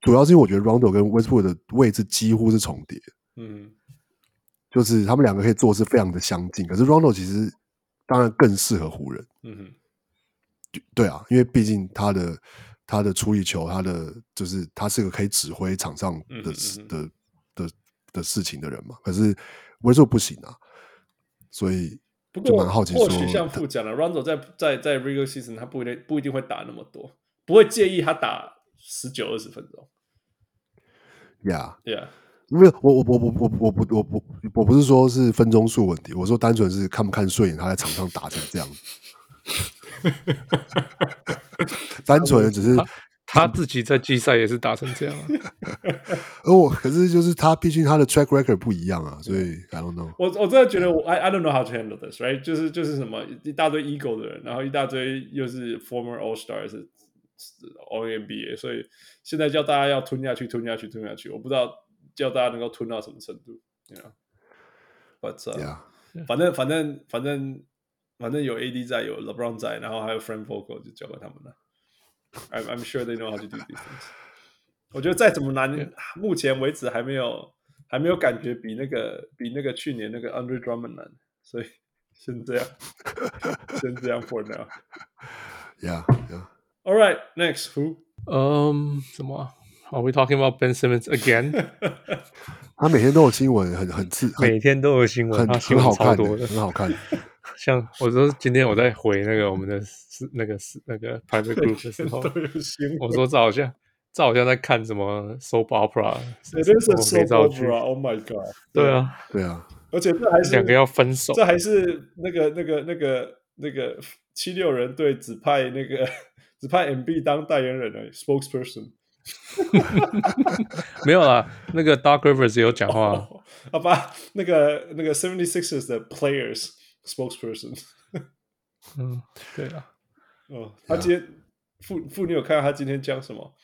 Speaker 2: 主要是因为我觉得 Rondo 跟 Westbrook 的位置几乎是重叠，
Speaker 3: 嗯，
Speaker 2: 就是他们两个可以做的是非常的相近。可是 Rondo 其实当然更适合湖人。
Speaker 3: 嗯哼，
Speaker 2: 对啊，因为毕竟他的他的处理球，他的就是他是个可以指挥场上
Speaker 3: 嗯
Speaker 2: 的
Speaker 3: 哼
Speaker 2: 事
Speaker 3: 嗯
Speaker 2: 的的的事情的人嘛。可是威少不行啊，所以
Speaker 3: 不
Speaker 2: 就
Speaker 3: 过
Speaker 2: 蛮好奇说
Speaker 3: 或许像
Speaker 2: 他，
Speaker 3: 副讲了，Rondo 在在在 regular season 他不一定不一定会打那么多，不会介意他打十九二十分钟。
Speaker 2: 呀、
Speaker 3: Yeah，
Speaker 2: yeah,，没有我我我我我我不我不我不是说是分钟数问题，我说单纯是看不看顺眼他在场上打成这样，单纯只是
Speaker 4: 他自己在季赛也是打成这样啊。
Speaker 2: 而我可是就是他毕竟他的 track record 不一样啊，所以 I don't know。
Speaker 3: 我我真的觉得我 I I don't know how to handle this right，就是就是什么一大堆 ego 的人，然后一大堆又是 former all star 是 all NBA，所以现在叫大家要吞下去，吞下去，吞下去，我不知道叫大家能够吞到什么程度，you know，but、uh,
Speaker 2: Yeah.
Speaker 3: 反正反正反正反正有 AD 在，有 LeBron 在，然后还有 Frank Vogel 就交给他们了。I'm I'm sure they know how to do these things。我觉得再怎么难
Speaker 4: Yeah.，
Speaker 3: 目前为止还没有还没有感觉比那个比那个去年那个 Andre Drummond 难，所以 <laughs> 先这样，先这样 for now。
Speaker 2: Yeah, yeah.
Speaker 3: All right, next who？
Speaker 4: 嗯，什么啊 Are we talking about Ben Simmons again？
Speaker 2: 他每天都有新闻，很很刺，很
Speaker 4: <laughs> 每天都有新闻，
Speaker 2: 很
Speaker 4: 他新
Speaker 2: 很
Speaker 4: 闻
Speaker 2: 好
Speaker 4: 超
Speaker 2: 看
Speaker 4: 多
Speaker 2: 的，
Speaker 4: 的。
Speaker 2: 很好
Speaker 4: <laughs>
Speaker 2: 看。
Speaker 4: 像我说今天我在回那个我们的私那个私那 <laughs> 个 private group 的时候，
Speaker 3: <laughs> 都有新闻。
Speaker 4: 我说这好像这好像在看什么 soap opera，
Speaker 3: 对，真是
Speaker 4: 肥
Speaker 3: so
Speaker 4: 皂剧。
Speaker 3: over，Oh Oh my god！
Speaker 4: 对，啊，
Speaker 2: 对啊，
Speaker 3: 而且这还是
Speaker 4: 两个要分手
Speaker 3: 这，还是那个那个那个那个七六人队只派那个只派 MB 当代言人而已，spokesperson。
Speaker 4: 没有啦。那个 Dark Rivers 也有讲话，啊
Speaker 3: 哦，好吧，那个那个 Seventy Sixers 的 players spokesperson。
Speaker 4: <laughs> 嗯，对啊，
Speaker 3: 哦，他今天父父，你有看到他今天讲什么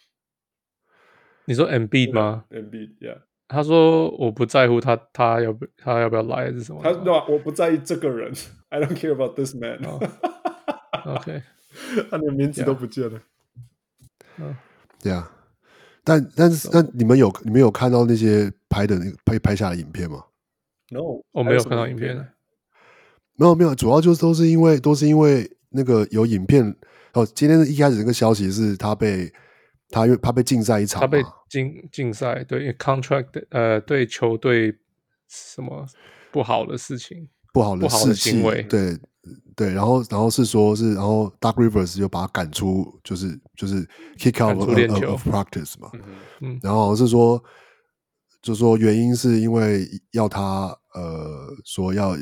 Speaker 4: 你说 M B 吗？
Speaker 3: ？MB，yeah，
Speaker 4: 他说我不在乎他他要不他要不要来还是什么
Speaker 3: 他
Speaker 4: 的吗
Speaker 3: 那我不在意这个人，I don't care about this man，
Speaker 4: <laughs> 哦？OK，
Speaker 3: 他连名字都不见了。
Speaker 2: 对啊。但但
Speaker 4: 啊
Speaker 2: 是但你们有你们有看到那些拍的那个拍拍下的影片吗？
Speaker 3: No，
Speaker 4: 我没有看到影片。
Speaker 2: 没有没有，主要就是都是因为都是因为那个有影片哦。今天一开始那个消息是他被他因为他被禁赛一场
Speaker 4: 他
Speaker 2: 嘛，
Speaker 4: 被禁禁赛，对因为 contract 呃对球队什么不好的事情，
Speaker 2: 不好
Speaker 4: 不
Speaker 2: 的
Speaker 4: 好的
Speaker 2: 士气
Speaker 4: 行为，
Speaker 2: 对对，然后然后是说是然后 Dark Rivers 就把他赶出，就是就是 kick out
Speaker 4: 赶
Speaker 2: of,
Speaker 4: 出练
Speaker 2: of,
Speaker 4: 球
Speaker 2: of practice 嘛，
Speaker 4: 嗯
Speaker 2: 然后好像是说就说原因是因为要他呃说要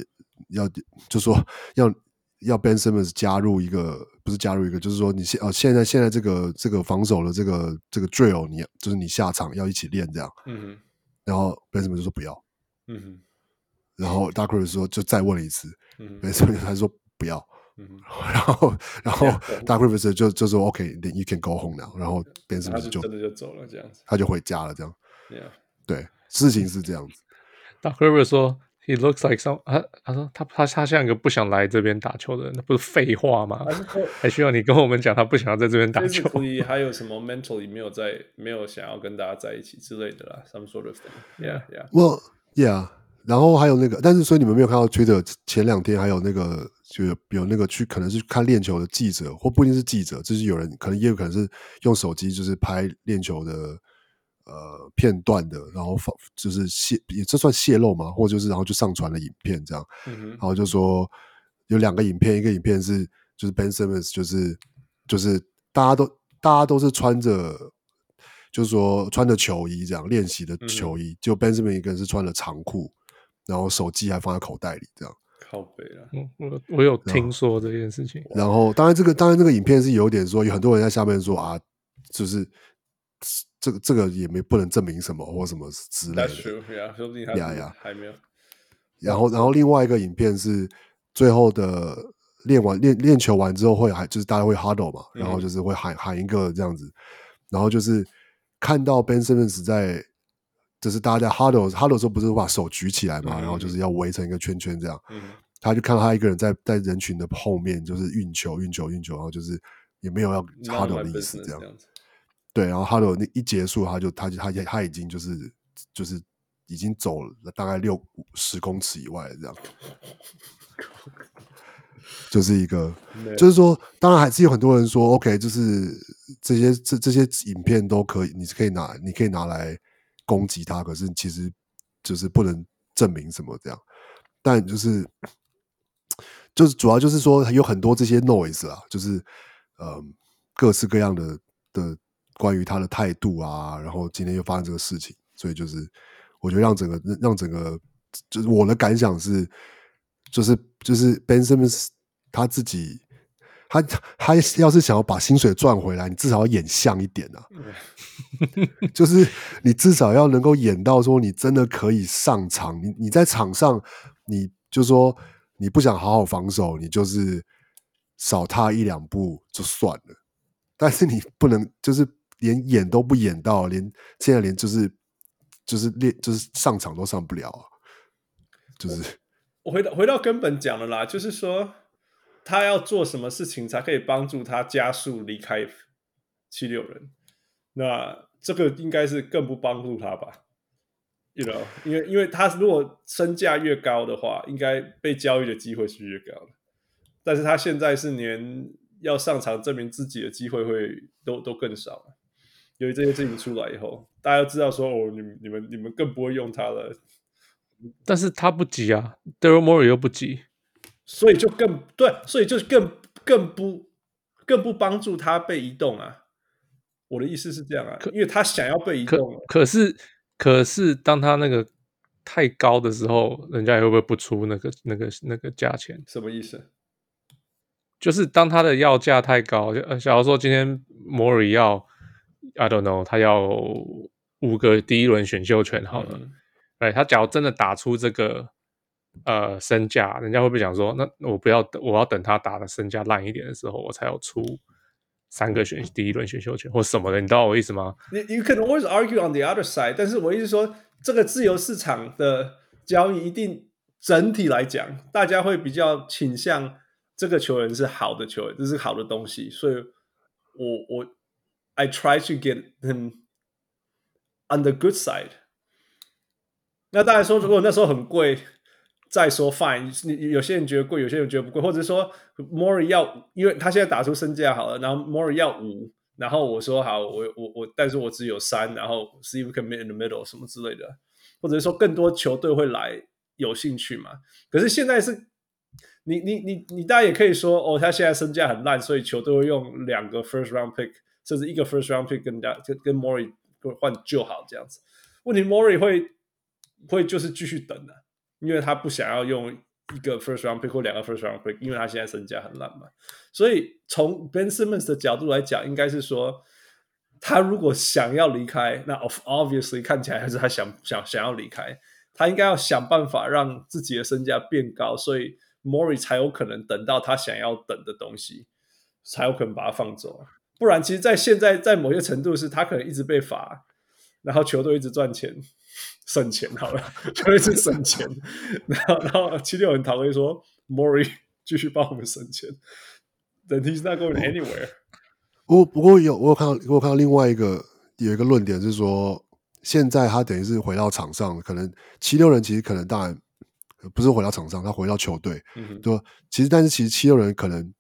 Speaker 2: 要就说要要 Ben Simmons 加入一个。不是加入一个，就是说你现哦，现在现在这个这个防守的这个这个 drill，你就是你下场要一起练这样。
Speaker 3: 嗯哼，
Speaker 2: 然后 Ben Simmons 就说不要，
Speaker 3: 嗯哼，
Speaker 2: 然后 Dark Rivers 说就再问了一次
Speaker 3: 嗯哼，
Speaker 2: ，Ben Simmons 还说不要， <laughs>
Speaker 3: 嗯哼。
Speaker 2: 然后然
Speaker 3: <laughs>
Speaker 2: 后 Dark Rivers 就就说 OK，then you can go home now，然后 Ben
Speaker 3: 他
Speaker 2: Simmons 就
Speaker 3: 就真的就走了这样子。
Speaker 2: 他就回家了，这样
Speaker 3: Yeah，
Speaker 2: 对，事情是这样子，
Speaker 4: ，Doc Rivers 说 he looks like some，他他说他他他像一个不想来这边打球的人，那不是废话吗
Speaker 3: 还？是说
Speaker 4: 还需要你跟我们讲他不想要在这边打球？
Speaker 3: physically 还有什么 mentally 没有在没有想要跟大家在一起之类的啦，some sort of thing。Yeah, yeah。
Speaker 2: well yeah，然后还有那个，但是所以你们没有看到 Twitter 前两天还有那个就有有那个去可能是看练球的记者，或不一定是记者，就是有人可能也有可能是用手机就是拍练球的。呃，片段的，然后放就是泄，也这算泄露吗？或就是然后就上传了影片这样，
Speaker 3: 嗯
Speaker 2: 然后就说有两个影片，一个影片是就是 Ben Simmons，就是就是大家都大家都是穿着，就是说穿着球衣这样练习的球衣，就 Ben Simmons 一个人是穿了长裤，然后手机还放在口袋里这样。
Speaker 3: 靠北啦。
Speaker 4: 嗯，我我有听说这件事情，
Speaker 2: 然后当然这个当然这个影片是有点说有很多人在下面说啊，就是这个这个也没不能证明什么或什么之类
Speaker 3: That's
Speaker 2: 的。
Speaker 3: true. Yeah，说不定他
Speaker 2: Yeah, yeah
Speaker 3: 还没有。
Speaker 2: 然后，然后另外一个影片是最后的练完练练球完之后会还就是大家会 huddle 嘛，然
Speaker 3: 嗯
Speaker 2: 后就是会喊喊一个这样子，然后就是看到 Ben Simmons 在就是大家在 huddle huddle 的时候不是会把手举起来嘛，
Speaker 3: 嗯
Speaker 2: 然后就是要围成一个圈圈这样，
Speaker 3: 嗯哼
Speaker 2: 他就看到他一个人在在人群的后面就是运球运球运球，然后就是也没有要
Speaker 3: None of
Speaker 2: huddle
Speaker 3: my
Speaker 2: 的意思
Speaker 3: business
Speaker 2: 这样
Speaker 3: 这，样子。
Speaker 2: 对，然后 Hello 那一结束，他就他就他也他已经就是就是已经走了大概六十公尺以外了这样，就是一个
Speaker 3: 没
Speaker 2: 就是说，当然还是有很多人说 OK，就是这些这这些影片都可以，你是可以拿你可以拿来攻击他，可是其实就是不能证明什么这样，但就是就是主要就是说有很多这些 noise 啊，就是呃各式各样的的关于他的态度啊，然后今天又发生这个事情，所以就是我觉得让整个让整个就是我的感想是，就是就是 Ben Simmons 他自己。他他要是想要把薪水赚回来，你至少要演像一点啊！ <laughs> 就是你至少要能够演到说你真的可以上场，你你在场上，你就说你不想好好防守，你就是少踏一两步就算了，但是你不能就是连演都不演到，连现在连就是就是练就是上场都上不了啊、就是
Speaker 3: 回到回到根本讲了啦，就是说他要做什么事情才可以帮助他加速离开七六人，那这个应该是更不帮助他吧？You know，因为因为他如果身价越高的话，应该被交易的机会是越高的，但是他现在是连要上场证明自己的机会会都都更少了。由于这些事情出来以后，大家都知道说哦，你们你们你们更不会用他了，
Speaker 4: 但是他不急啊 d a r y l Morey 又不急，
Speaker 3: 所以就更对，所以就更更不更不帮助他被移动啊。我的意思是这样啊，因为他想要被移
Speaker 4: 可
Speaker 3: 动了，
Speaker 4: 可是可是当他那个太高的时候，人家也会不会不出那个那个那个价钱？
Speaker 3: 什么意思？
Speaker 4: 就是当他的要价太高，就呃，假如说今天摩尔要，I don't know，他要五个第一轮选秀权好了，
Speaker 3: 嗯
Speaker 4: 哎、他假如真的打出这个呃身价，人家会不会想说，那我不要，我要等他打的身价烂一点的时候，我才有出三个选第一轮选秀权或什么的，你懂我意思吗？
Speaker 3: 你 you can always argue on the other side，但是我意思是说，这个自由市场的交易一定整体来讲，大家会比较倾向这个球员是好的球员，这是好的东西，所以我我 I try to get him on the good side。那当然说，如果那时候很贵，再说 fine。你有些人觉得贵，有些人觉得不贵，或者说 Mori 要，因为他现在打出身价好了，然后 Mori 要五，然后我说好，我我我，但是我只有三，然后 see if we can meet in the middle 什么之类的，或者是说更多球队会来有兴趣嘛？可是现在是。你你你你当然也可以说哦，他现在身价很烂，所以球队会用两个 first round pick，甚至一个 first round pick 跟人家跟跟 Mori 换就好这样子。问题 Mori 会会就是继续等的、啊因为他不想要用一个 first round pick 或两个 first round pick，因为他现在身价很烂嘛。所以从 Ben Simmons 的角度来讲，应该是说，他如果想要离开，那 of obviously 看起来还是他想想想要离开，他应该要想办法让自己的身价变高，所以 Mori 才有可能等到他想要等的东西，才有可能把他放走啊。不然，其实，在现在，在某些程度是他可能一直被罚，然后球队一直赚钱，省钱好了， <laughs> 球队一直省钱，然后然后七六人讨论说，Mori 继续帮我们省钱，then he's
Speaker 2: 哦
Speaker 3: not going anywhere。
Speaker 2: 我不过有我有看到，我有看到另外一个有一个论点是说，现在他等于是回到场上，可能七六人其实可能当然呃不是回到场上，他回到球队，
Speaker 3: 嗯哼，
Speaker 2: 对吧？其实但是其实七六人可能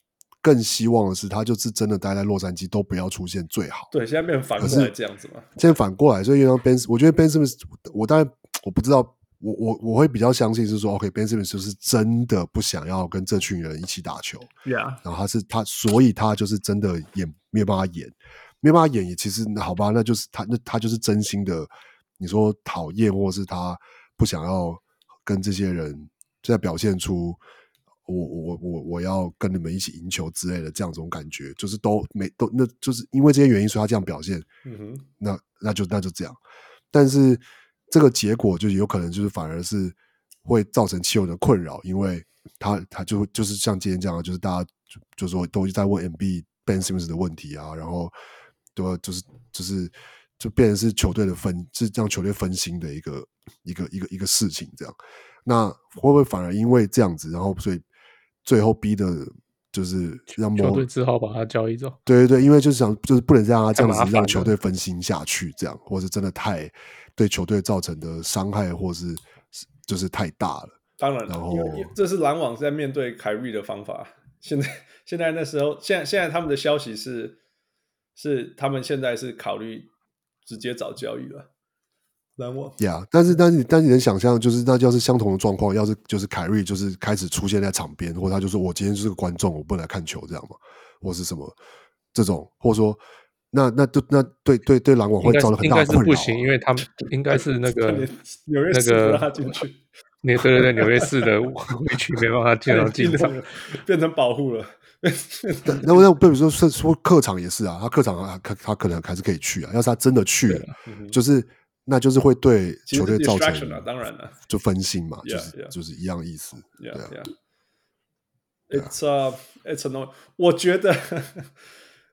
Speaker 2: 更希望的是，他就是真的待在洛杉矶都不要出现最好。
Speaker 3: 对，现在变成反
Speaker 2: 可
Speaker 3: 过来
Speaker 2: 是
Speaker 3: 这样子嘛，
Speaker 2: 现在反过来，所以又让 Ben，我觉得 Ben Simmons，我当然我不知道，我我我会比较相信是说，OK，Ben、Simmons 就是真的不想要跟这群人一起打球，
Speaker 3: ，Yeah，
Speaker 2: 然后他是他，所以他就是真的演没有办法演，没有办法演也其实好吧，那就是他那他就是真心的，你说讨厌或是他不想要跟这些人在表现出我我我我我要跟你们一起赢球之类的这样种感觉，就是都没都那就是因为这些原因，所以他这样表现，
Speaker 3: 嗯哼，
Speaker 2: 那那就那就这样。但是这个结果就有可能就是反而是会造成气候的困扰，因为他他就就是像今天这样，啊就是大家就就说都在问 MB Ben Simmons 的问题啊，然后对吧？就是就是就变成是球队的分，是让球队分心的一个一个一个一个事情这样。那会不会反而因为这样子，然后所以最后逼的，就是让
Speaker 4: 球
Speaker 2: 莫
Speaker 4: 队只好把他交易走。
Speaker 2: 对对对，因为就是想，就是不能让他这样
Speaker 4: 太
Speaker 2: 子
Speaker 4: 麻烦
Speaker 2: 让
Speaker 4: 了
Speaker 2: 球队分心下去，这样，或是真的太对球队造成的伤害，或是就是太大了。
Speaker 3: 当然了
Speaker 2: 然后
Speaker 3: 因为因为这是篮网在面对凯瑞的方法。现在现在那时候，现在现在他们的消息是是他们现在是考虑直接找交易了，篮网。
Speaker 2: 呀、但是但是但是你能想象，就是那要是相同的状况，要是就是凯瑞就是开始出现在场边，或者他就说我今天就是个观众，我不能来看球这样嘛，或是什么这种，或者说那那就那对对对篮网
Speaker 4: 应
Speaker 2: 会
Speaker 4: 该
Speaker 2: 造成很
Speaker 4: 应
Speaker 2: 大
Speaker 4: 该
Speaker 2: 的
Speaker 4: 是
Speaker 2: 困扰啊、
Speaker 4: 不行，因为他们应该
Speaker 2: <laughs>
Speaker 4: 是那个
Speaker 3: 差点纽约
Speaker 4: 那
Speaker 3: 市不
Speaker 4: 个
Speaker 3: 让他进去，
Speaker 4: 那对对对，纽约市的委曲没办法进到
Speaker 2: <laughs>
Speaker 4: 进场。
Speaker 3: 变成保护了。
Speaker 2: 但那那比如说是说客场也是啊，他客场他他他可能还是可以去啊，要是他真的去了，就是那就是会对
Speaker 3: 其实
Speaker 2: 球队造
Speaker 3: distraction 啊
Speaker 2: 成，
Speaker 3: 当然了
Speaker 2: 就分心嘛，就是
Speaker 3: Yeah, yeah.
Speaker 2: 就是一样意思。
Speaker 3: ，Yeah
Speaker 2: 啊
Speaker 3: Yeah。It's a it's a no。我觉得 <laughs>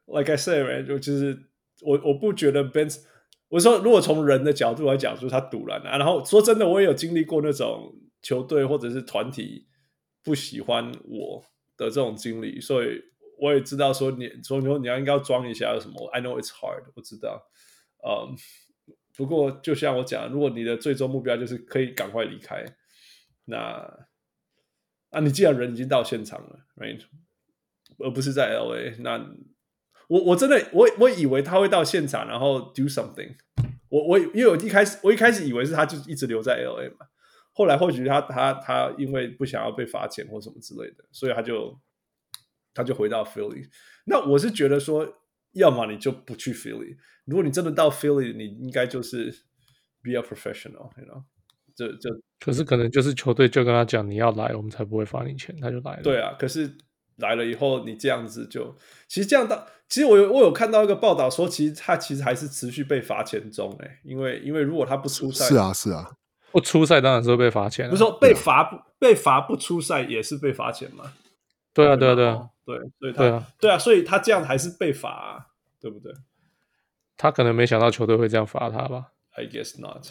Speaker 3: ，like I said，right，就就是我我不觉得 Ben，我说如果从人的角度来讲，就是他堵了、啊。然后说真的，我也有经历过那种球队或者是团体不喜欢我的这种经历，所以我也知道说你说你说你要应该要装一下什么。I know it's hard，我知道，嗯、不过就像我讲，如果你的最终目标就是可以赶快离开，那啊，你既然人已经到现场了，right，而不是在 L A，那我我真的我我以为他会到现场，然后 do something 我。我因为我一开始我一开始以为是他就一直留在 L A 嘛，后来或许他他他因为不想要被罚钱或什么之类的，所以他就他就回到 Philly。那我是觉得说，要么你就不去 Philly，如果你真的到 Philly，你应该就是 be a professional，you know，就就
Speaker 4: 可是可能就是球队就跟他讲你要来，我们才不会罚你钱，他就来了。
Speaker 3: 对啊，可是来了以后，你这样子就，其实这样到，其实我有我有看到一个报道说，其实他其实还是持续被罚钱中哎、因为因为如果他不出赛，
Speaker 2: 是，啊是啊，
Speaker 4: 不出赛当然是会被罚钱、啊。
Speaker 3: 不是说被罚不、被罚不出赛也是被罚钱嘛？
Speaker 4: 对啊，对啊，对啊，
Speaker 3: 对，所以他
Speaker 4: 对啊，
Speaker 3: 对啊，所以他这样还是被罚、啊，对不对
Speaker 4: 他可能没想到球队会这样罚他吧？
Speaker 3: ？I guess not,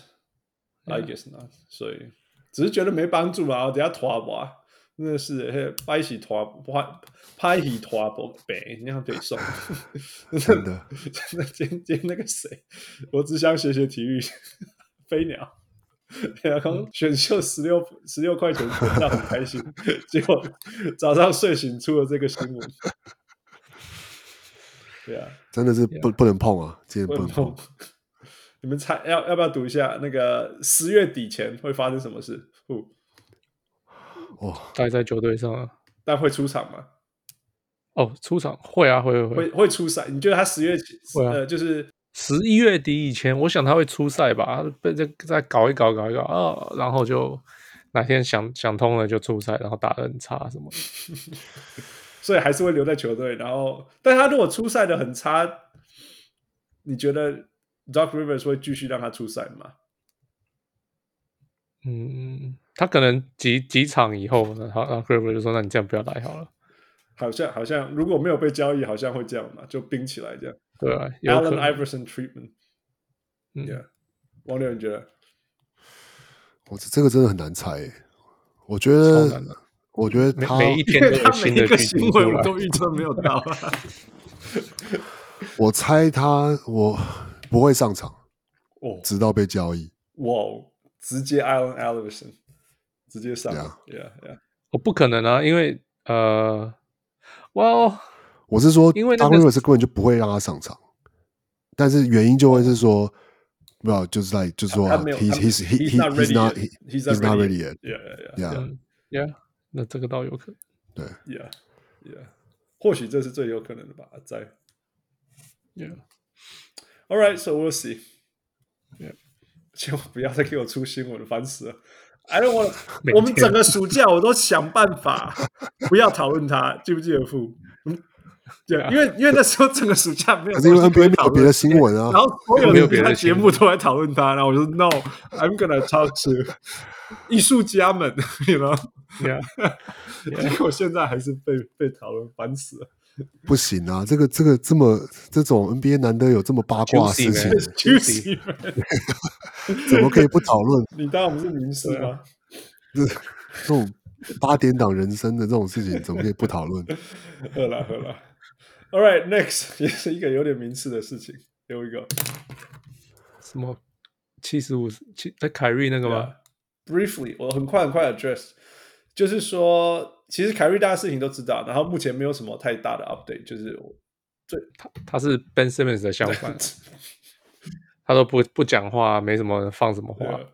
Speaker 3: I guess not，、所以只是觉得没帮助啊嘛，我等下拖吧。真的是嘿拍起拖拍拍起拖不北，你样可以送。
Speaker 2: 真的。
Speaker 3: 真的，今天今天那个谁，我只想学学体育，飞鸟，飞鸟刚选秀十六十六块钱选到很开心，结果早上睡醒出了这个新闻。对啊，
Speaker 2: 真的是不不能碰啊，这些不
Speaker 3: 问
Speaker 2: 能碰
Speaker 3: 痛。。 <laughs> 你们猜要要不要读一下那个十月底前会发生什么事？不，
Speaker 2: 哦，
Speaker 4: 待在球队上啊。
Speaker 3: 但会出场吗？
Speaker 4: 哦，出场会啊，会会
Speaker 3: 会
Speaker 4: 会。
Speaker 3: 会出赛？你觉得他十月起
Speaker 4: 会啊
Speaker 3: 呃，就是
Speaker 4: 十一月底以前，我想他会出赛吧，他被这再搞一搞，搞一搞啊、哦然后就哪天想想通了就出赛，然后打得很差什么的。
Speaker 3: 所以还是会留在球队。然后，但他如果出赛的很差，你觉得 Doc Rivers 会继续让他出赛吗？
Speaker 4: 嗯，他可能几几场以后呢，他他 g r i v e r 就说：“那你这样不要来好了。
Speaker 3: 好像好像如果没有被交易，好像会这样嘛，就冰起来这样。”
Speaker 4: 对啊，有可
Speaker 3: Allen
Speaker 4: 能。
Speaker 3: Iverson 啊 treatment，
Speaker 4: 嗯
Speaker 3: yeah. 王六，你觉得？
Speaker 2: 我这这个真的很难猜欸。我觉
Speaker 4: 超
Speaker 2: 得
Speaker 4: 难的，
Speaker 2: 我觉得
Speaker 4: 每
Speaker 2: 他，
Speaker 4: 每一天都有新的剧情出来。
Speaker 3: 预测没有
Speaker 4: <laughs>
Speaker 3: 到、
Speaker 2: 我猜他我不会上场，
Speaker 3: 哦，
Speaker 2: 直到被交易。
Speaker 3: 哇，哦直接 Allen Iverson 直接上
Speaker 4: 啊
Speaker 2: Yeah.
Speaker 3: ，Yeah Yeah，
Speaker 4: 我不可能啊，因为呃，Well，
Speaker 2: 我是说，
Speaker 4: 因为那
Speaker 2: Doc
Speaker 4: 个
Speaker 2: Rivers 根本就不会让他上场，但是原因就会是说，不知道，就是来，就是说
Speaker 3: 他
Speaker 2: 啊
Speaker 3: 没有
Speaker 2: ，he's
Speaker 3: 他
Speaker 2: he's he
Speaker 3: he's not
Speaker 2: he- he's
Speaker 3: ready
Speaker 2: not
Speaker 3: yet.
Speaker 2: he-
Speaker 3: He's not
Speaker 2: he's not
Speaker 3: ready 啊
Speaker 2: ready yet.
Speaker 3: Yeah Yeah Yeah
Speaker 2: Yeah，
Speaker 4: 嗯，Yeah，那这个倒有可能。
Speaker 3: Yeah Yeah，或许这是最有可能的吧，在。
Speaker 4: Yeah，
Speaker 3: All right, so we'll see.
Speaker 4: Yeah.
Speaker 3: <laughs> 千万不要再给我出新闻，烦死了。I
Speaker 2: <laughs>
Speaker 3: don't want
Speaker 4: 每。天
Speaker 3: 我们整个暑假我都想办法不要讨论它，记不记
Speaker 2: <laughs>
Speaker 3: 得傅？嗯对，因为因为那时候整个暑假没有
Speaker 2: 可
Speaker 3: 东
Speaker 2: 是
Speaker 3: 西
Speaker 2: 因
Speaker 3: 以
Speaker 2: 为
Speaker 3: 讨
Speaker 2: NBA 没有
Speaker 3: 论，
Speaker 2: 别的新闻啊
Speaker 3: 然，后所有
Speaker 4: 没
Speaker 3: 的
Speaker 4: 有
Speaker 3: 其
Speaker 4: 别
Speaker 3: 他
Speaker 4: 的
Speaker 3: 节
Speaker 4: 新闻
Speaker 3: 目都在讨论它，然后我就说 No，I'm gonna talk
Speaker 2: <laughs>
Speaker 3: to 艺术家们， <laughs> 你知道吗？
Speaker 4: Yeah，
Speaker 3: 结果现在还是被被讨论，烦死了。
Speaker 2: 不行啊，这个这个这么这种 NBA 难得有这么八卦的事
Speaker 4: Juicy
Speaker 2: 情
Speaker 4: man，
Speaker 3: Juicy，
Speaker 2: <laughs> 怎么可以不讨论
Speaker 3: 你当我们是民事
Speaker 4: 对
Speaker 3: 吗
Speaker 4: 啊？
Speaker 2: 这种八点档人生的这种事情？怎么可以不讨论？
Speaker 3: 喝了喝了。All right, next <laughs> 也是一个有点名次的事情。Here we go.
Speaker 4: <laughs> 什么七十五七？在凯瑞那个吗？
Speaker 3: 啊 Briefly，我很快很快 address，就是说，其实凯瑞大家事情都知道，然后目前没有什么太大的 update，就是我
Speaker 4: 他他是 Ben Simmons 的相 <laughs> 反，他都不不讲话，没什么放什么话。
Speaker 3: 呃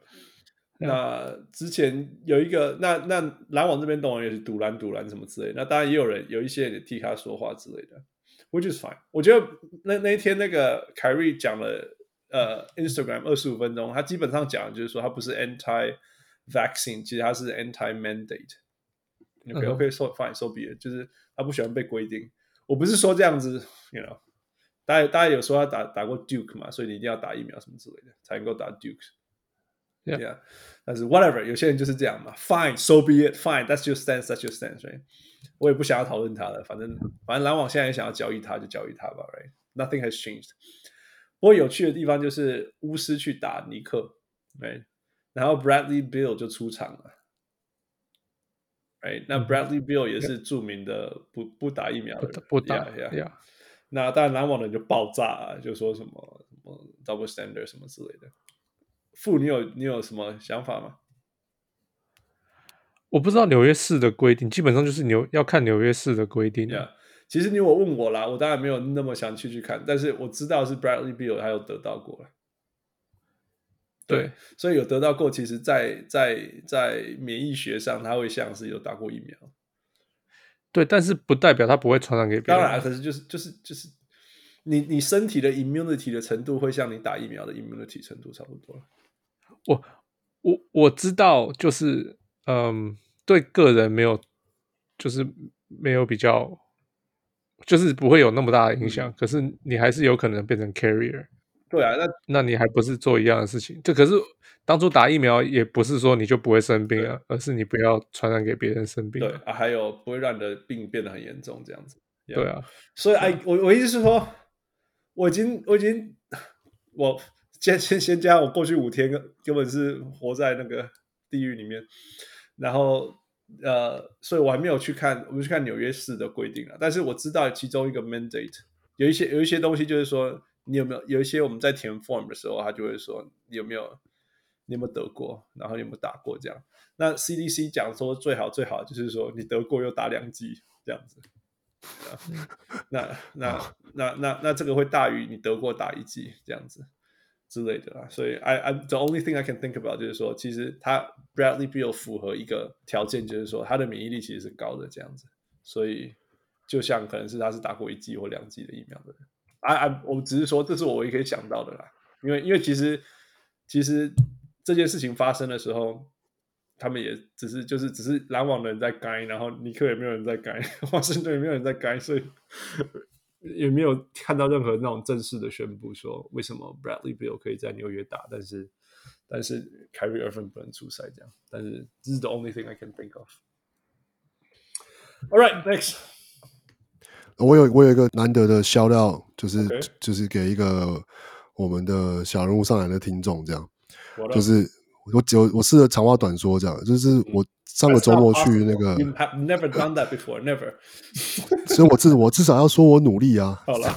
Speaker 3: 那之前有一个，那那篮网这边当然也是堵篮堵篮什么之类的，那当然也有人有一些人替他说话之类的，which is fine。我觉得那那一天那个凯瑞讲了呃 Instagram 二十五分钟，他基本上讲的就是说他不是 anti vaccine，其实他是 anti mandate。
Speaker 4: 嗯
Speaker 3: OK
Speaker 4: 哼
Speaker 3: OK，so、fine so be it，就是他不喜欢被规定。我不是说这样子，you know，大家大家有说要打打过 Duke 嘛，所以你一定要打疫苗什么之类的才能够打 Duke。
Speaker 4: Yeah.
Speaker 3: Yeah，但是 whatever，有些人就是这样嘛。Fine，so be it，fine，that's your stance，that's your stance，right？我也不想要讨论他了，反正反正篮网现在也想要交易他，就交易他吧，right？Nothing has changed。不过有趣的地方就是巫师去打尼克，right？然后 Bradley Bill 就出场了。right？那
Speaker 4: 嗯
Speaker 3: Bradley Bill 也是著名的不不打疫苗的
Speaker 4: 不
Speaker 3: 人，
Speaker 4: 不打
Speaker 3: yeah, yeah.
Speaker 4: ，Yeah，
Speaker 3: 那当然篮网人就爆炸、啊，就说什么什么 double standard 什么之类的。傅，你有你有什么想法吗？
Speaker 4: 我不知道纽约市的规定，基本上就是纽要看纽约市的规定啊。
Speaker 3: Yeah，其实你我问我啦，我当然没有那么想去去看，但是我知道是 Bradley Beal 他有得到过了，
Speaker 4: 对，
Speaker 3: 所以有得到过，其实在在在免疫学上，他会像是有打过疫苗。
Speaker 4: 对，但是不代表他不会传染给别
Speaker 3: 当
Speaker 4: 人。
Speaker 3: 然，啊可是就是就是就是，你你身体的 immunity 的程度会像你打疫苗的 immunity 程度差不多了。
Speaker 4: 我我我知道，就是嗯，对个人没有，就是没有比较，就是不会有那么大的影
Speaker 3: 嗯
Speaker 4: 响。可是你还是有可能变成 carrier，
Speaker 3: 对啊，那
Speaker 4: 那你还不是做一样的事情？这可是当初打疫苗也不是说你就不会生病啊，而是你不要传染给别人生病
Speaker 3: 对
Speaker 4: 啊。
Speaker 3: 啊，还有不会让你的病变得很严重这样子。Yeah
Speaker 4: 对啊，
Speaker 3: 所以哎，我我意思是说，我已经我已经 <laughs> 我先先先加我过去五天根本是活在那个地狱里面，然后呃，所以我还没有去看，我们去看纽约市的规定啊，但是我知道其中一个 mandate 有一些有一些东西就是说，你有没有有一些我们在填 form 的时候，他就会说你有没有你有没有得过，然后你有没有打过这样。那 CDC 讲说最好最好就是说你得过又打两剂这样子。那那那那那这个会大于你德国打一剂这样子之类的啦。所以 I I the only thing I can think about 就是说，其实他 Bradley Beal 符合一个条件，就是说他的免疫力其实是高的这样子。所以就像可能是他是打过一剂或两剂的疫苗的人。I I 我只是说这是我唯一可以想到的啦，因为因为其实其实这件事情发生的时候。他们也只是就是只是篮网的人在该，然后尼克也没有人在该， <laughs> 华盛顿也没有人在该，所以也没有看到任何那种正式的宣布说为什么 Bradley Beal 可以在纽约打，但是但是 Kyrie Irving 不能出赛这样。但是 this is the only thing I can think of. All right, next.
Speaker 2: 我有我有一个难得的笑料，就是
Speaker 3: OK
Speaker 2: 就是给一个我们的小人物上来的听众这样，
Speaker 3: What
Speaker 2: 就
Speaker 3: up?
Speaker 2: 是我只有我试着长话短说这样，
Speaker 3: 嗯
Speaker 2: 就是我上个
Speaker 3: That's
Speaker 2: 周
Speaker 3: not
Speaker 2: 末去那
Speaker 3: possible.
Speaker 2: 个，
Speaker 3: You have never done that before, never.
Speaker 2: <laughs> 所以我至我至少要说我努力啊，
Speaker 3: <laughs> 好了，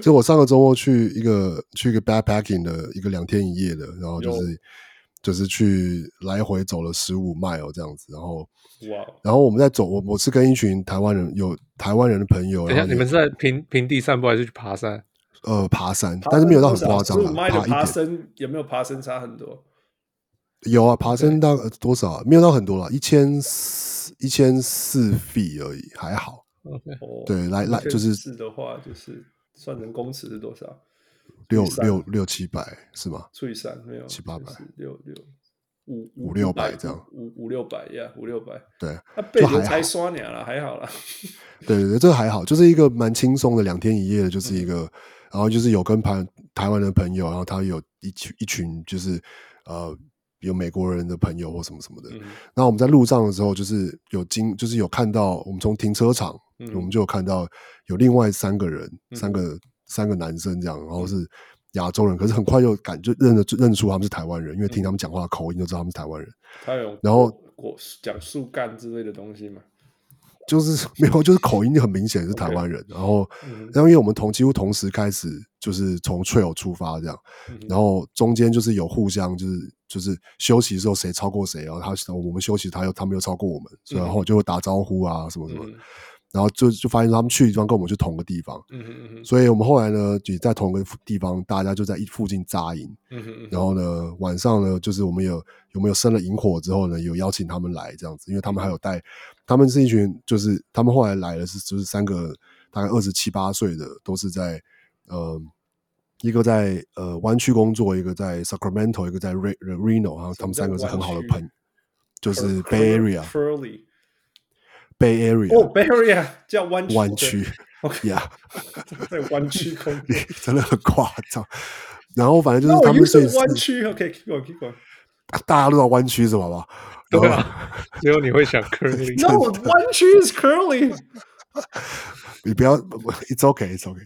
Speaker 2: 就我上个周末去一个去一个 backpacking 的一个两天一夜的，然后就是就是去来回走了十五 mile 这样子，然后
Speaker 3: 哇、wow.，
Speaker 2: 然后我们在走，我我是跟一群台湾人有台湾人的朋友，
Speaker 4: 等
Speaker 2: 然
Speaker 4: 一下，
Speaker 2: 后
Speaker 4: 你们是在平平地散步还是去爬山？
Speaker 2: 呃爬山， <laughs> 但是没有到很夸张
Speaker 3: 十五
Speaker 2: 啊，
Speaker 3: 迈的
Speaker 2: 爬一
Speaker 3: 爬
Speaker 2: 点。
Speaker 3: 升有没有爬升差很多？
Speaker 2: 有啊，爬升到多少、啊？没有到很多了，一千四一千四 feet 而已，还好。
Speaker 3: 哦，
Speaker 2: 对来来
Speaker 3: 一千
Speaker 2: 就是
Speaker 3: 四的话，就是算人工尺是多少？
Speaker 2: 六
Speaker 3: 三
Speaker 2: 六六七百是吗？
Speaker 3: 除以三没有
Speaker 2: 七八百，
Speaker 3: 就是六六五
Speaker 2: 五六百这样，
Speaker 3: 五五六百呀，五六百。
Speaker 2: 对
Speaker 3: 那背
Speaker 2: 还
Speaker 3: 着
Speaker 2: 好
Speaker 3: 才刷鸟了，还好啦。
Speaker 2: 对对对，这个还好，就是一个蛮轻松的两天一夜的，就是
Speaker 3: 嗯
Speaker 2: 一个，然后就是有跟台台湾的朋友，然后他有一群一群就是呃有美国人的朋友或什么什么的。
Speaker 3: 嗯
Speaker 2: 那我们在路上的时候，就是有经，就是有看到，我们从停车场，
Speaker 3: 嗯
Speaker 2: 我们就有看到有另外三个人，
Speaker 3: 嗯
Speaker 2: 三个三个男生这样，然后是亚洲人，可是很快就感就认得认出他们是台湾人，
Speaker 3: 嗯
Speaker 2: 因为听他们讲话的口音就知道他们是台湾人，
Speaker 3: 他有
Speaker 2: 然后
Speaker 3: 果讲树干之类的东西嘛？
Speaker 2: 就是没有，就是口音很明显是台湾人。然后，
Speaker 3: 嗯
Speaker 2: 然后因为我们同几乎同时开始，就是从 trail 出发这样，
Speaker 3: 嗯
Speaker 2: 然后中间就是有互相就是就是休息的时候谁超过谁，然后他我们休息，他又他们又超过我们，所以然后就会打招呼啊什么什么，
Speaker 3: 嗯
Speaker 2: 然后就就发现他们去的地方跟我们是同个地方，
Speaker 3: 嗯哼嗯哼
Speaker 2: 所以我们后来呢也在同个地方，大家就在一附近扎营，
Speaker 3: 嗯哼嗯哼
Speaker 2: 然后呢，晚上呢，就是我们有有没有生了萤火之后呢，有邀请他们来这样子，因为他们还有带，他们是一群，就是他们后来来的是就是三个大概二十七八岁的，都是在呃一个在呃湾区工作，一个在 Sacramento，一个在 Re- 呃 Reno，然后他们三个是很好的朋友，就是 Bay Area
Speaker 3: Curly
Speaker 2: Bay
Speaker 3: 哦
Speaker 2: Area
Speaker 3: Bay Area 叫湾区
Speaker 2: 湾区呀，。
Speaker 3: 在湾区工作
Speaker 2: <laughs> 真的很夸张。然后反正就
Speaker 3: 那
Speaker 2: 是他
Speaker 3: 我
Speaker 2: 们
Speaker 3: 又
Speaker 2: 所以
Speaker 3: 是
Speaker 2: 是
Speaker 3: 湾区，OK，keep on，keep
Speaker 2: <laughs>
Speaker 3: on。
Speaker 2: 大家都到湾区是吧？好吧，然后
Speaker 4: 对啊，只有你会想 curly。
Speaker 3: No，湾区
Speaker 2: <laughs>
Speaker 3: is curly。
Speaker 2: 你不要，it's <laughs> okay，it's okay。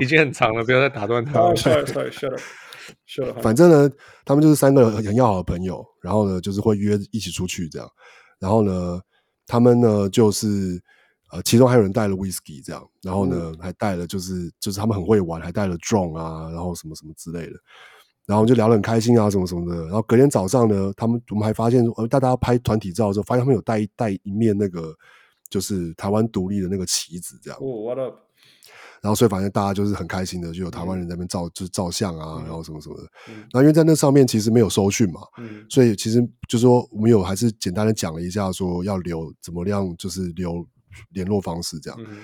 Speaker 4: 已经很长了，不要再打断他了
Speaker 3: 哦。，sorry，sorry，shut up，shut up。 <laughs>
Speaker 2: 反正呢，他们就是三个很很要好的朋友，然后呢，就是会约一起出去这样。然后呢，他们呢就是呃，其中还有人带了 whisky 这样，然后呢、还带了就是就是他们很会玩，还带了 drone 啊，然后什么什么之类的。然后我们就聊得很开心啊，什么什么的。然后隔天早上呢，他们我们还发现，呃，大家拍团体照的时候，发现他们有带一带一面那个就是台湾独立的那个旗子这样。
Speaker 3: 哦，What up？
Speaker 2: 然后所以反正大家就是很开心的，就有台湾人在那边照、就是照相啊，
Speaker 3: 嗯
Speaker 2: 然后什么什么的。
Speaker 3: 嗯
Speaker 2: 那因为在那上面其实没有收讯嘛，
Speaker 3: 嗯
Speaker 2: 所以其实就说我们有还是简单的讲了一下，说要留怎么样，就是留联络方式这样。
Speaker 3: 嗯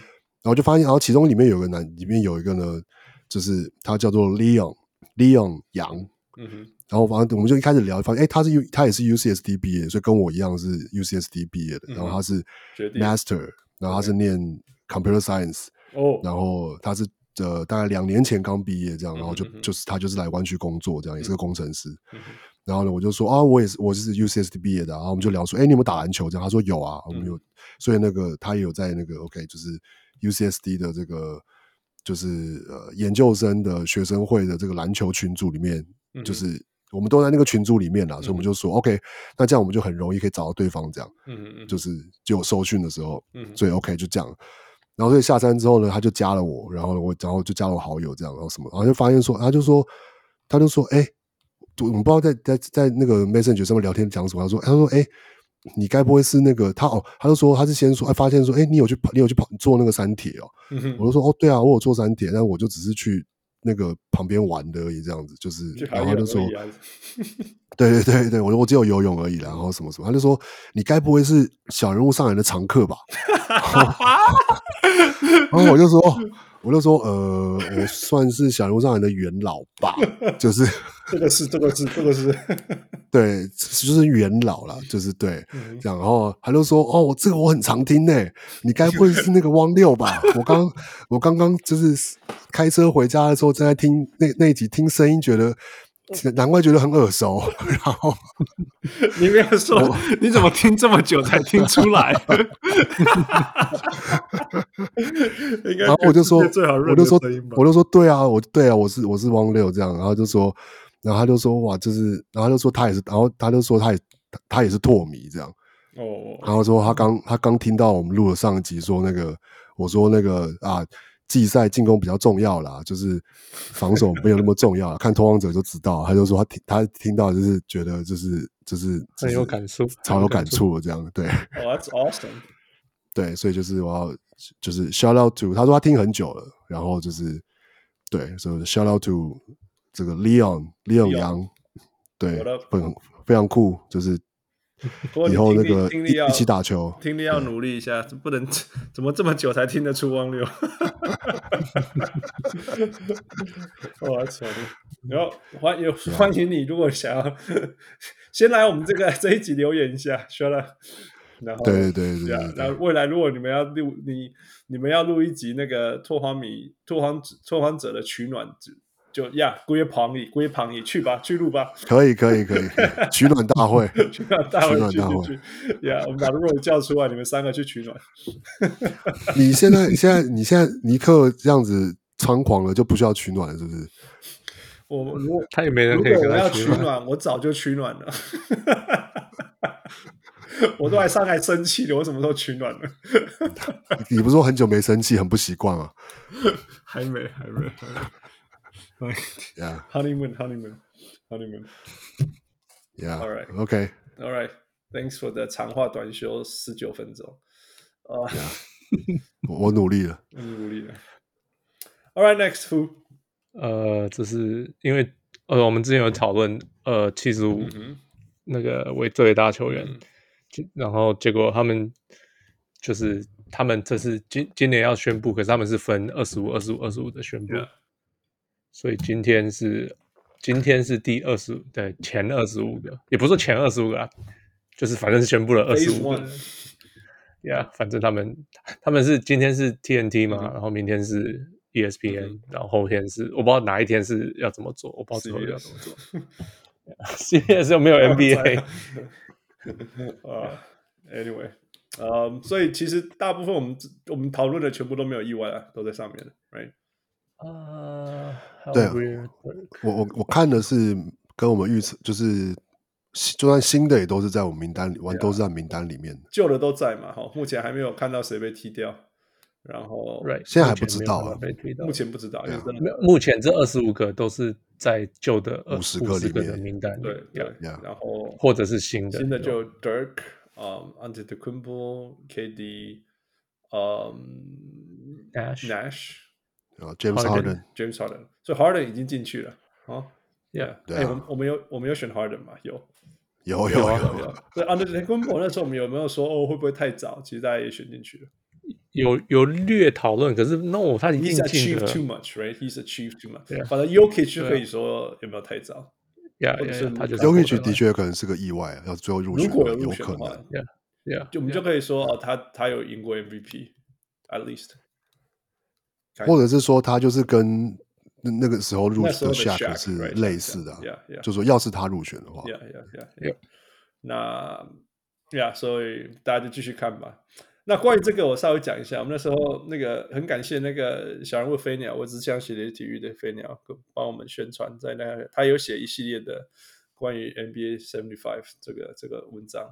Speaker 2: 然后就发现，然后其中里面有一个男，里面有一个呢，就是他叫做 Leon Leon 杨。
Speaker 3: 嗯哼
Speaker 2: 然后反正我们就一开始聊，发现哎，他是 U，他也是 UCSD 毕业，所以跟我一样是 UCSD 毕业的。
Speaker 3: 嗯哼
Speaker 2: 然后他是
Speaker 3: 学弟
Speaker 2: Master，然后他是念 Computer Science，
Speaker 3: 哦，
Speaker 2: 然后他是呃大概两年前刚毕业这样，然后就
Speaker 3: 嗯哼嗯哼
Speaker 2: 就是他就是来湾区工作这样，也是个工程师。
Speaker 3: 嗯哼
Speaker 2: 然后呢，我就说啊，我也是我是 UCSD 毕业的啊，然后我们就聊说，哎，你有没有打篮球？这样他说有啊，我
Speaker 3: 嗯
Speaker 2: 们有，所以那个他也有在那个 OK，就是 UCSD 的这个就是呃研究生的学生会的这个篮球群组里面，
Speaker 3: 嗯
Speaker 2: 就
Speaker 3: 哼
Speaker 2: 是我们都在那个群组里面啦，所以我们
Speaker 3: 嗯
Speaker 2: 就说 OK，那这样我们就很容易可以找到对方，这样
Speaker 3: 嗯 <laughs> 嗯，
Speaker 2: 就是就有收讯的时候，
Speaker 3: 嗯哼
Speaker 2: 所以 OK 就这样。然后所以下山之后呢，他就加了我，然后呢我然后就加了我好友这样，然后什么，然后就发现说，他就说，他就说，哎、我们不知道在在在那个 Messenger 上面聊天讲什么，他说，他说，哎、你该不会是那个他哦？他就说他是先说，哎，发现说，哎，你有去跑，你有去跑做那个山铁哦？
Speaker 3: 嗯
Speaker 2: 我
Speaker 3: 哼，
Speaker 2: 就说，哦，对啊，我有做山铁，但我就只是去那个旁边玩的而已，这样子就是，
Speaker 3: 去
Speaker 2: 然
Speaker 3: 海
Speaker 2: 后他
Speaker 3: 友
Speaker 2: 就说
Speaker 3: 而，已啊，
Speaker 2: 对对对对，我说我只有游泳而已啦，然后什么什么，他就说你该不会是小人物上来的常客吧？ <laughs> 然后我就说，我就说，呃，我算是小人物上来的元老吧，就是
Speaker 3: 这个是这个是这个是，
Speaker 2: 对，就是元老啦，就是对。
Speaker 3: 嗯
Speaker 2: 这样，然后他就说：“哦，我这个我很常听呢，你该不会是那个汪六吧？ <laughs> 我刚我刚刚就是开车回家的时候正在听那那一集，听声音觉得难怪觉得很耳熟，然后
Speaker 3: 你没有说，
Speaker 2: <laughs>
Speaker 3: 你怎么听这么久才听出 <laughs> 来？应该
Speaker 2: 然后我
Speaker 3: <laughs>
Speaker 2: 就说，
Speaker 3: 是最好认
Speaker 2: 我
Speaker 3: 的
Speaker 2: 就说
Speaker 3: 声音吧，
Speaker 2: 我就说对啊，我对啊，我是我是汪六这样，然后就说，然后他就说哇，就是，然后他就说他也是，然后他就说他也他他也是拓迷这样，
Speaker 3: 哦，
Speaker 2: 然后说他刚他刚听到我们录了上一集说那个，我说那个啊。季赛进攻比较重要啦，就是防守没有那么重要啦。看投望者就知道，他就说他听他听到就是觉得就是就是
Speaker 4: 很有感触
Speaker 2: 超有感触的这样。对，
Speaker 3: 哦，That's awesome，
Speaker 2: 对，所以就是我要就是 shout out to，他说他听很久了，然后就是对，所以 shout out to 这个 Leon Leon
Speaker 3: Leon
Speaker 2: 杨，对
Speaker 3: What，up？
Speaker 2: 非常非常酷，就是
Speaker 3: 不过
Speaker 2: 以
Speaker 3: 你
Speaker 2: 后那
Speaker 3: 听力
Speaker 2: 个
Speaker 3: 听
Speaker 2: 一
Speaker 3: 力要
Speaker 2: 一起打球， <laughs>
Speaker 3: 听力要努力一下，不能 <laughs> 怎么这么久才听得出汪六？ <laughs> 我操！然后欢有欢迎你，如果想要先来我们这个 <laughs> 这一集留言一下，说了，然后
Speaker 2: 对对对对
Speaker 3: 对
Speaker 2: 对
Speaker 3: 啊，
Speaker 2: 对
Speaker 3: 那未来如果你们要录你你们要录一集那个拓荒米拓荒者拓荒者的取暖就就呀，归旁里归旁里去吧，去录吧， <laughs>
Speaker 2: 可以可以可以，可以取暖大会，
Speaker 3: 去吧，大会
Speaker 2: 取暖
Speaker 3: 去
Speaker 2: 大会
Speaker 3: 去去呀，我们把 Roy 叫出来，你们三个去取暖。
Speaker 2: 你现在现在你现在尼克这样子猖狂了，就不需要取暖了，是不是？
Speaker 3: 我如果
Speaker 4: 他也没人
Speaker 3: 如
Speaker 4: 可以
Speaker 3: 果
Speaker 4: 跟
Speaker 3: 我
Speaker 4: 他
Speaker 3: 要
Speaker 4: 取
Speaker 3: 取
Speaker 4: 暖。
Speaker 3: 暖，我早就取暖了。 <laughs> 我都还上来生气了，我什么时候取暖了？ <laughs>
Speaker 2: 你不是说很久没生气，很不习惯吗？
Speaker 3: 还没，还没，还没。来 <laughs>
Speaker 2: 呀
Speaker 3: ，honeymoon，honeymoon，honeymoon。All
Speaker 2: 呀
Speaker 3: Alright
Speaker 2: ，OK，
Speaker 3: right，thanks for the 长话短说十九分钟。啊、
Speaker 2: 我我努力了。
Speaker 3: 我努力了。All right，next who？
Speaker 4: 呃，这是因为呃，我们之前有讨论呃，七十五
Speaker 3: 嗯
Speaker 4: 那个为最伟大球员，就然后结果他们就是他们这是今今年要宣布，可是他们是分二十五、二十五、二十五的宣布
Speaker 3: Yeah
Speaker 4: 所以今天是今天是第二十对前二十五个，也不是说前二十五个啊，就是反正是宣布了二十
Speaker 3: ，Phase
Speaker 4: 五个
Speaker 3: one。
Speaker 4: 呀反正他们他们是今天是 TNT
Speaker 3: 嗯
Speaker 4: 嘛，
Speaker 3: 哼
Speaker 4: 然后明天是 E ESPN，、然后后天是我不知道哪一天是要怎么做，我不知道之后要怎么做。CBS 又没有 NBA，
Speaker 3: <laughs> 啊、a n y w a y 呃、所以其实大部分我们我们讨论的全部都没有意外啊，都在上面，right？
Speaker 4: 呃，
Speaker 2: 对啊
Speaker 4: how weird
Speaker 2: 我我我看的是跟我们预测，就是就算新的也都是在我们名单里，完
Speaker 3: Yeah
Speaker 2: 都是在名单里面的。
Speaker 3: 旧的都在嘛，哈，目前还没有看到谁被踢掉，然后
Speaker 4: right，
Speaker 2: 哦现在还不知道啊
Speaker 4: 目前没有办法被推到
Speaker 3: 目前不知道，因为真的
Speaker 4: 没有目前这二十五个都是在旧的
Speaker 2: 50
Speaker 4: 五十
Speaker 2: 个
Speaker 4: 个
Speaker 2: 里面
Speaker 4: 的名单里，
Speaker 3: 对对
Speaker 2: Yeah
Speaker 3: 然后
Speaker 4: 或者是新的
Speaker 3: 新的就 Dirk，嗯、a n t e t o k u m p o KD，呃
Speaker 4: Nash
Speaker 3: Nash、
Speaker 2: 啊，James
Speaker 4: Harden
Speaker 2: Harden，
Speaker 3: 哦 James 嗯 Harden，所以 Harden 已经进去了啊。
Speaker 4: Yeah，
Speaker 2: 对
Speaker 3: 哎
Speaker 2: 啊
Speaker 3: 我们我们有我们有选 Harden 吗？有
Speaker 2: 有有
Speaker 4: 有啊
Speaker 2: 有，
Speaker 3: 有。对，Under t e g u m b o 那时候我们有没有说哦会不会太早？其实大家也选进去了。
Speaker 4: 有有略讨论，可是 no，他已
Speaker 3: He's
Speaker 4: 经进
Speaker 3: achieved
Speaker 4: 了
Speaker 3: too much, right? He's achieved too much.
Speaker 4: 对啊
Speaker 3: 反正 Yokic 就
Speaker 4: 对啊
Speaker 3: 可以说有没有太早？
Speaker 4: ，yeah，
Speaker 3: 或者
Speaker 4: yeah，
Speaker 3: 是
Speaker 4: yeah，他就
Speaker 2: y o k i
Speaker 4: 是
Speaker 2: c 的确可能是个意外，要最后入
Speaker 3: 啊如
Speaker 2: 选
Speaker 3: 果有
Speaker 2: 的
Speaker 3: 入选
Speaker 2: 可
Speaker 3: 的话
Speaker 2: 能。，
Speaker 4: yeah，
Speaker 3: 就我们就可以说哦，他他有赢过 MVP，at least。
Speaker 2: 或者是说他就是跟那那个时候入
Speaker 3: 那时
Speaker 2: 选
Speaker 3: 候
Speaker 2: 的 Shaq
Speaker 3: 的 Shaq
Speaker 2: 是类似的啊，
Speaker 3: Yeah, yeah,
Speaker 2: 就说要是他入选的话，
Speaker 3: yeah, yeah, yeah. yeah.
Speaker 4: Yep.
Speaker 3: 那 yeah，所以大家就继续看吧。那关于这个，我稍微讲一下。我们那时候那个很感谢那个小人物飞鸟，我只想写的体育的飞鸟，帮我们宣传，在那个他有写一系列的关于 NBA Seventy Five 这个这个文章。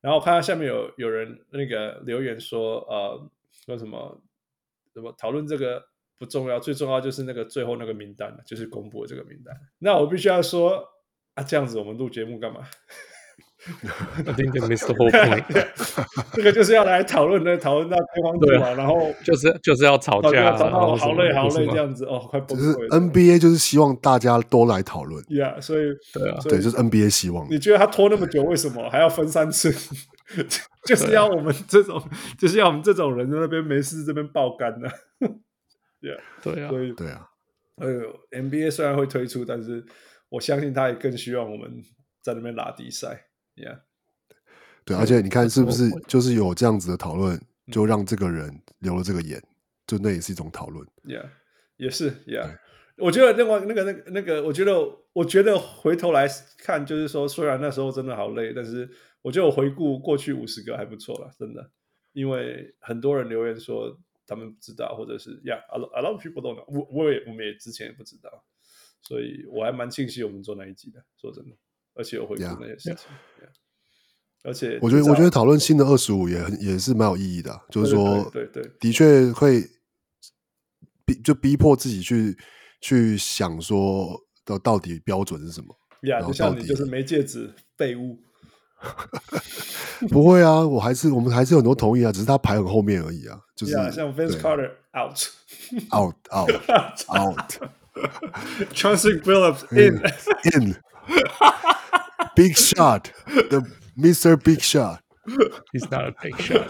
Speaker 3: 然后我看到下面有有人那个留言说，呃，说什么什么讨论这个不重要，最重要就是那个最后那个名单，就是公布的这个名单。那我必须要说啊，这样子我们录节目干嘛？ <laughs>
Speaker 4: I think they missed the whole point，
Speaker 3: 这个就是要来讨论的，讨论到天荒地
Speaker 4: 对啊
Speaker 3: 老，然后
Speaker 4: 就是就是要吵
Speaker 3: 吵架
Speaker 4: 架啊，
Speaker 3: 吵
Speaker 4: 然后
Speaker 3: 到
Speaker 4: 什
Speaker 3: 好
Speaker 4: 么
Speaker 3: 累好
Speaker 4: 不是
Speaker 3: 累
Speaker 4: 吗
Speaker 3: 这样子，哦，快崩
Speaker 2: 就是
Speaker 3: 溃了。
Speaker 2: NBA 就是希望大家都来讨论，
Speaker 3: Yeah，所以
Speaker 4: 对啊
Speaker 3: 所以
Speaker 2: 对，就是 NBA 希望
Speaker 3: 你觉得他拖那么久，为什么还要分三次？ <laughs> 就
Speaker 4: 啊
Speaker 3: 就是要我们这种， <laughs> 就是要我们这种人在那边没事这边爆肝呢、
Speaker 4: 对啊
Speaker 3: 所以
Speaker 2: 对啊，
Speaker 3: 哎呦，NBA 虽然会推出，但是我相信他也更希望我们在那边拉低赛。Yeah，
Speaker 2: 对，而且你看是不是
Speaker 4: 我
Speaker 2: 就是有这样子的讨论，
Speaker 3: 嗯
Speaker 2: 就让这个人留了这个眼，就那也是一种讨论。
Speaker 3: Yeah，也是 Yeah。我觉得另外那个那个那个，我觉得我觉得回头来看，就是说，虽然那时候真的好累，但是我觉得我回顾过去五十个还不错了，真的。因为很多人留言说他们不知道，或者是
Speaker 2: <laughs>
Speaker 3: 啊 Yeah，a lot a lot of people don't know 我。我也我们也之前也不知道，所以我还蛮庆幸我们做那一集的。说真的，而且有回顾
Speaker 2: Yeah
Speaker 3: 那些事情。Yeah 而且
Speaker 2: 我觉得
Speaker 3: 至少
Speaker 2: 我觉得讨论新的二十五也很也是蛮有意义的啊，就是
Speaker 3: 对
Speaker 2: 说，
Speaker 3: 对对对
Speaker 2: 的确会逼就逼迫自己去去想说到到底标准是什么。
Speaker 3: 呀
Speaker 2: 然
Speaker 3: 就
Speaker 2: 后
Speaker 3: 像
Speaker 2: 到
Speaker 3: 你
Speaker 2: 底
Speaker 3: 就是没戒指废物。
Speaker 2: 不会啊，我还是我们还是有很多同意啊，只是他排很后面而已啊，就是
Speaker 3: Yeah，像 Vince
Speaker 2: 对
Speaker 3: Carter out，
Speaker 2: out
Speaker 3: <laughs>
Speaker 2: out out <laughs>
Speaker 3: Chauncey Billups in，
Speaker 2: in <laughs> big shot the Mr Big Shot，
Speaker 4: ，He's not a
Speaker 3: <laughs>
Speaker 4: big shot，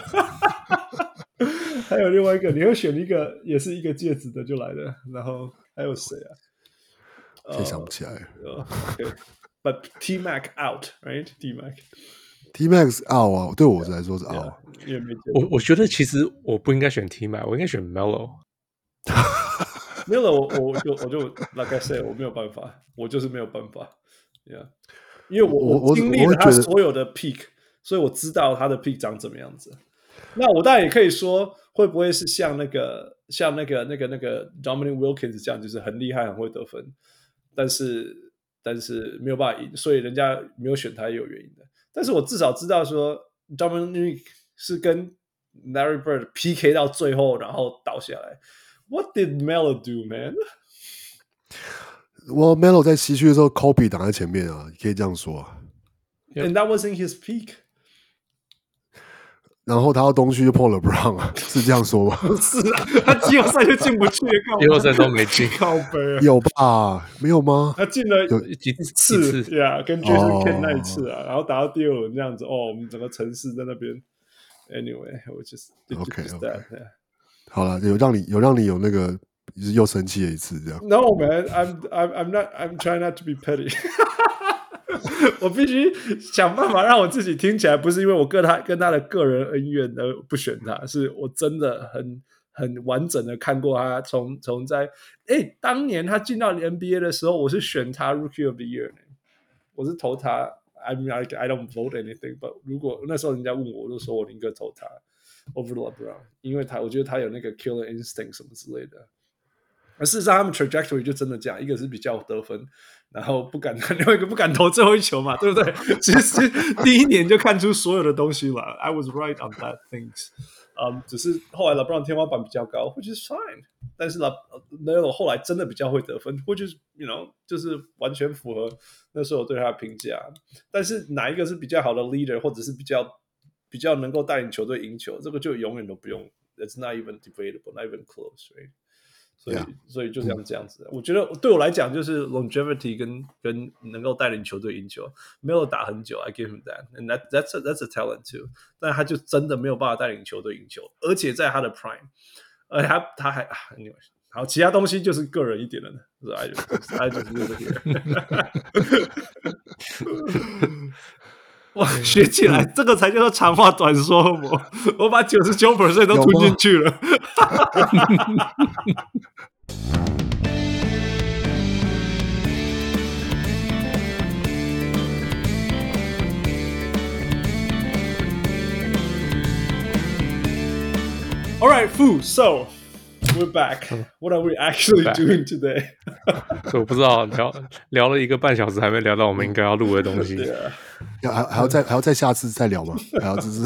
Speaker 3: <laughs> 还有另外一个，你会选一个也是一个戒指的就来的，然后还有谁啊？哦
Speaker 2: 谁想不起来
Speaker 3: 呃，OK But T Mac out，right？T Mac
Speaker 2: ？T Max out 啊，对我来说是 out，
Speaker 3: 也没戒指。
Speaker 4: 我我觉得其实我不应该选 T 麦，我应该选
Speaker 3: 哦 <laughs>
Speaker 4: Melo，
Speaker 3: 没有了，我我就我就 like I said，我没有办法，我就是没有办法，Yeah，因为我
Speaker 2: 我我
Speaker 3: 经历
Speaker 2: 我
Speaker 3: 了
Speaker 2: 会
Speaker 3: 他
Speaker 2: 觉得
Speaker 3: 所有的 peak，所以我知道他的 peak 长怎么样子。那我当然也可以说，会不会是像那个像那个那个那个 Dominic Wilkins 这样，就是很厉害，很会得分，但是但是没有办法赢，所以人家没有选他也有原因的。但是我至少知道说，Dominic 是跟 Larry Bird PK 到最后，然后倒下来。What did Melo do, man？
Speaker 2: 我 Melo 在西区的时候，Kobe 挡在前面啊，可以这样说啊。
Speaker 4: Yep.
Speaker 3: And that was in his peak 。
Speaker 2: 然后他到东区就碰了 Brown 啊， <laughs> 是这样说
Speaker 3: <laughs>
Speaker 2: 吗？
Speaker 3: 是啊，他季后赛就进不去，靠
Speaker 4: 季后赛 <laughs> 都
Speaker 3: <laughs>
Speaker 4: 没进
Speaker 3: 靠背啊。
Speaker 2: 有吧？没有吗？
Speaker 3: 他进了
Speaker 2: 有
Speaker 4: 几次
Speaker 3: 次 <laughs>
Speaker 4: 一次
Speaker 3: 呀，跟 Jason
Speaker 2: 哦
Speaker 3: Kidd 那一次啊，然后打到第二轮这样子，哦，我们整个城市在那边。Anyway，我 just did
Speaker 2: Okay,
Speaker 3: just
Speaker 2: okay.
Speaker 3: that. yeah.
Speaker 2: 好了，有让你有让你有那个就是又生气了一次，这样
Speaker 3: No man, I'm I'm I'm not I'm trying not to be petty. <laughs> 我必须想办法让我自己听起来不是因为我跟他跟他的个人恩怨而不选他，是我真的很很完整的看过他从从在哎当年他进到 NBA 的时候，我是选他 Rookie of the Year 呢我是投他。I mean I I don't vote anything, but 如果那时候人家问我，我就说我宁可投他 over LeBron，因为他我觉得他有那个 killer instinct 什么之类的。而事实上，他们 trajectory 就真的这样，一个是比较得分，然后不敢， <laughs> 另外一个不敢投最后一球嘛，对不对？ <laughs> 其实第一年就看出所有的东西了。I was right on that things，嗯、只是后来 LeBron 天花板比较高，which is fine。但是 Le Melo 后来真的比较会得分，which is you know 就是完全符合那时候我对他的评价。但是哪一个是比较好的 leader，或者是比较比较能够带领球队赢球，这个就永远都不用 it's not even debatable, not even close, right? 所以
Speaker 2: Yeah.
Speaker 3: 所以就像这样子，我觉得对我来讲就是 longevity 跟跟能够带领球队赢球，没有打很久，I give him that，and that that's a, that's a talent too。但他就真的没有办法带领球队赢球，而且在他的 prime，而且他他还啊，anyway，好，其他东西就是个人一点的了，so I just I just leave it here。哇，学起来，这个才叫做长话短说。我我把九十九 percent 都
Speaker 2: 有
Speaker 3: 吞
Speaker 2: 吗
Speaker 3: 进去了。All right, Fu. So we're back. What are we actually
Speaker 4: Back.
Speaker 3: doing today?
Speaker 4: 所以 <laughs> 我不知道聊聊了一个半小时，还没聊到我们应该要录的东
Speaker 3: <laughs>
Speaker 4: 西。
Speaker 3: Yeah.
Speaker 2: 要还还要再还要再下次再
Speaker 3: <laughs>
Speaker 2: 聊吗？还要就是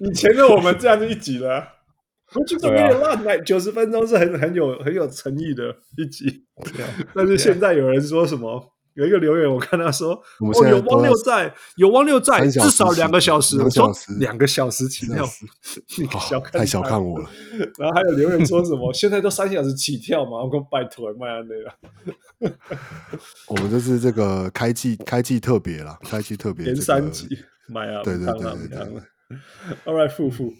Speaker 3: 以前的我们这样就一集了啊， <laughs> 我觉得没
Speaker 4: 对啊
Speaker 3: 有烂奶九十分钟是很很有很有诚意的一集。
Speaker 2: 啊
Speaker 3: 但是现在有人说什么？有一个留言，我看他说：“
Speaker 2: 我们
Speaker 3: 哦，
Speaker 2: 现在
Speaker 3: 有
Speaker 2: 都
Speaker 3: 汪六在，有汪六在，
Speaker 2: 三
Speaker 3: 至
Speaker 2: 小时
Speaker 3: 少
Speaker 2: 起
Speaker 3: 两个小时。”
Speaker 2: 两
Speaker 3: 我说
Speaker 2: 小时
Speaker 3: 两个小时起跳
Speaker 2: 两，
Speaker 3: <laughs> 你小
Speaker 2: 哦
Speaker 3: 看
Speaker 2: 太小
Speaker 3: 他
Speaker 2: 看我了。
Speaker 3: 然后还有留言说什么：“ <laughs> 现在都三小时起跳嘛？”我跟拜托啊麦安内了，
Speaker 2: 我们这是这个开季开季特别啦，开季特别
Speaker 3: 连
Speaker 2: 这个
Speaker 3: 三集，买啊！
Speaker 2: 对对
Speaker 3: 不当了
Speaker 2: 对对
Speaker 3: 不当了 All right，付付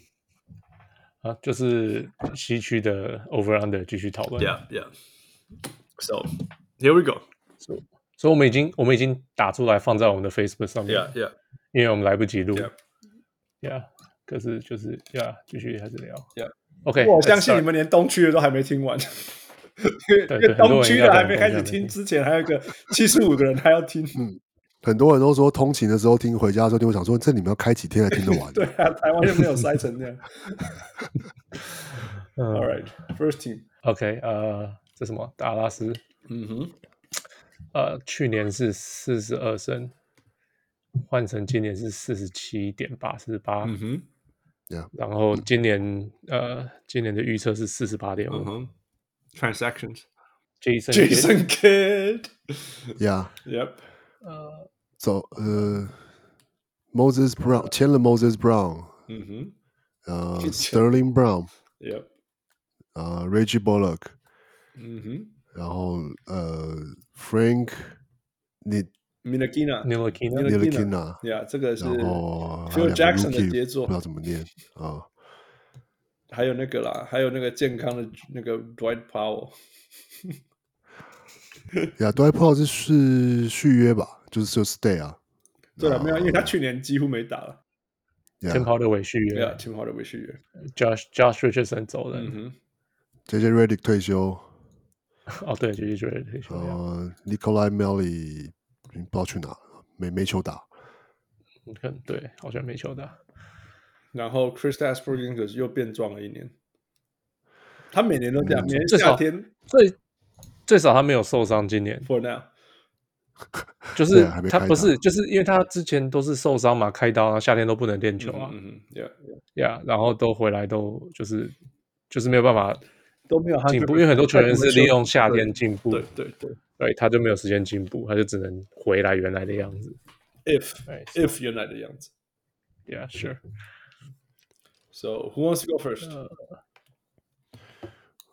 Speaker 4: 啊，就是西区的 over under 继续讨论。
Speaker 3: ，Yeah Yeah。So here we go.
Speaker 4: 所以我们已经我们已经打出来放在我们的 Facebook 上面
Speaker 3: Yeah Yeah
Speaker 4: 因为我们来不及录。
Speaker 3: Yeah
Speaker 4: Yeah，可是就是 Yeah，继续还是聊。
Speaker 3: Yeah
Speaker 4: OK，
Speaker 3: 我相信
Speaker 4: let's
Speaker 3: 你们连东区的都还没听完，因 <laughs> 为
Speaker 4: 对
Speaker 3: 因为
Speaker 4: 很多人
Speaker 3: 东区
Speaker 4: 应
Speaker 3: 的
Speaker 4: 该
Speaker 3: 还没开始
Speaker 4: 都没
Speaker 3: 听
Speaker 4: 听嗯
Speaker 3: 之前，还有一个七十五个人还要听。
Speaker 2: 很多人都说通勤的时候听，回家的时候听。我想说，这你们要开几天才听得完？
Speaker 3: <laughs> <laughs> 对啊，台湾就没有塞成
Speaker 4: <laughs>
Speaker 3: 那样。
Speaker 4: start
Speaker 3: All
Speaker 4: 嗯
Speaker 3: right, first team。
Speaker 4: OK，呃，这什么达拉斯？
Speaker 3: 嗯哼，
Speaker 4: 呃，去年是四十二胜，换成今年是四十七点八，四十八。
Speaker 3: 哼，
Speaker 4: 然后今年呃，今年的预测是四十八点五。
Speaker 3: 嗯哼。Transactions.
Speaker 4: Jason Kidd
Speaker 3: Jason Kidd.
Speaker 2: 呀，
Speaker 3: <laughs> Yep.
Speaker 2: 走呃，Moses Brown 签了 Moses Brown，
Speaker 3: 嗯哼
Speaker 2: 呃
Speaker 3: <laughs> 去签
Speaker 2: ，Sterling Brown，
Speaker 3: ，Yep.
Speaker 2: 呃，Reggie Bullock，
Speaker 3: 嗯哼
Speaker 2: 然后呃，Frank，你
Speaker 3: ，Minakina.
Speaker 4: n i l a k i n
Speaker 3: Ntilikina
Speaker 4: a
Speaker 2: n i l i k i n a
Speaker 3: Yeah，这个是
Speaker 2: 然后还
Speaker 3: Phil
Speaker 2: 有两个
Speaker 3: Jackson 的
Speaker 2: rookie，
Speaker 3: 杰作
Speaker 2: 不知道怎么念啊。
Speaker 3: 还有那个啦，还有那个健康的那个 Dwight Powell。
Speaker 2: 呀 d w y p o w 是续续约吧，就是就 stay 啊。
Speaker 3: 对了，没有，因为他去年几乎没打了。
Speaker 4: t i m
Speaker 2: Yeah，JJ
Speaker 4: h o d a w a 续约
Speaker 3: Yeah, Tim Hardaway 续约。
Speaker 4: ，Josh Josh Richardson 走了。
Speaker 3: 嗯哼
Speaker 2: Redick 退休，
Speaker 4: 哦，对，Josh
Speaker 3: 哦
Speaker 4: Richardson。
Speaker 2: 呃，Nikolai Melly 不知道去哪了，没没球打。
Speaker 4: 你看，对，好像没球打。
Speaker 3: 然后 Chris a s p e r g i n 可是又变壮了一年。他每年都这样，每年
Speaker 4: 至
Speaker 3: 夏
Speaker 4: 少
Speaker 3: 天
Speaker 4: 最最少他没有受伤，今年
Speaker 3: for now，
Speaker 4: 就是
Speaker 2: 对
Speaker 3: 啊
Speaker 2: 还没
Speaker 4: 他
Speaker 2: 开
Speaker 4: 不
Speaker 2: 刀
Speaker 4: 是，就是因为他之前都是受伤嘛，开刀，然后夏天都不能练球啊，
Speaker 3: 嗯嗯，yeah，
Speaker 4: 呀，然后都回来都就是就是没有办法
Speaker 3: 都没有他
Speaker 4: 进步，因为很多球员是利用夏天
Speaker 3: 对
Speaker 4: 进步，
Speaker 3: 对对对
Speaker 4: 对，他就没有时间进步，他就只能回来原来的样子。
Speaker 3: ，if
Speaker 4: Right, so-
Speaker 3: if 原来的样子。
Speaker 4: Yeah,
Speaker 3: 嗯
Speaker 4: sure.
Speaker 3: So who wants to go first？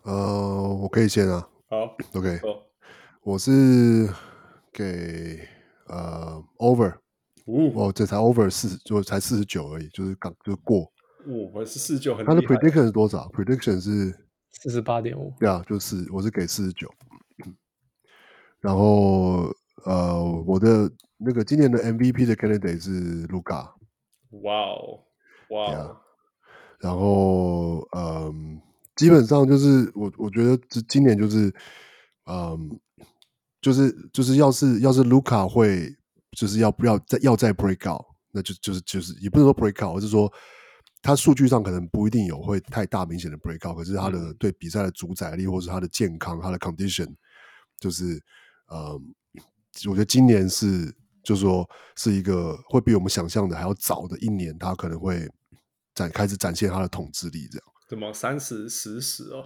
Speaker 2: 呃，我可以先啊
Speaker 3: 好，
Speaker 2: ，OK，
Speaker 3: 哦，
Speaker 2: 我是给呃 over，
Speaker 3: 五
Speaker 2: 哦，这才 over 四十，就才四十九而已，就是刚就过。
Speaker 3: 五，我是四就很
Speaker 2: 他的
Speaker 3: 厉害。
Speaker 2: prediction 是多少？prediction 是
Speaker 4: 四十八点五，
Speaker 2: 对啊，就是我是给四十九，嗯然后呃，我的那个今年的 MVP 的 candidate 是卢卡，
Speaker 3: 哇哦，哇哦，
Speaker 2: 然后嗯，基本上就是我我觉得这今年就是嗯，就是就是要是要是卢卡会就是要不要再要再 break out，那就就是就是也不是说 break out，而是说他数据上可能不一定有会太大明显的 break out，可是他的对比赛的主宰力或是他的健康、他的 condition，就是嗯，我觉得今年是。就是说，是一个会比我们想象的还要早的一年，他可能会展开始展现他的统治力，这样
Speaker 3: 怎么三十十十哦？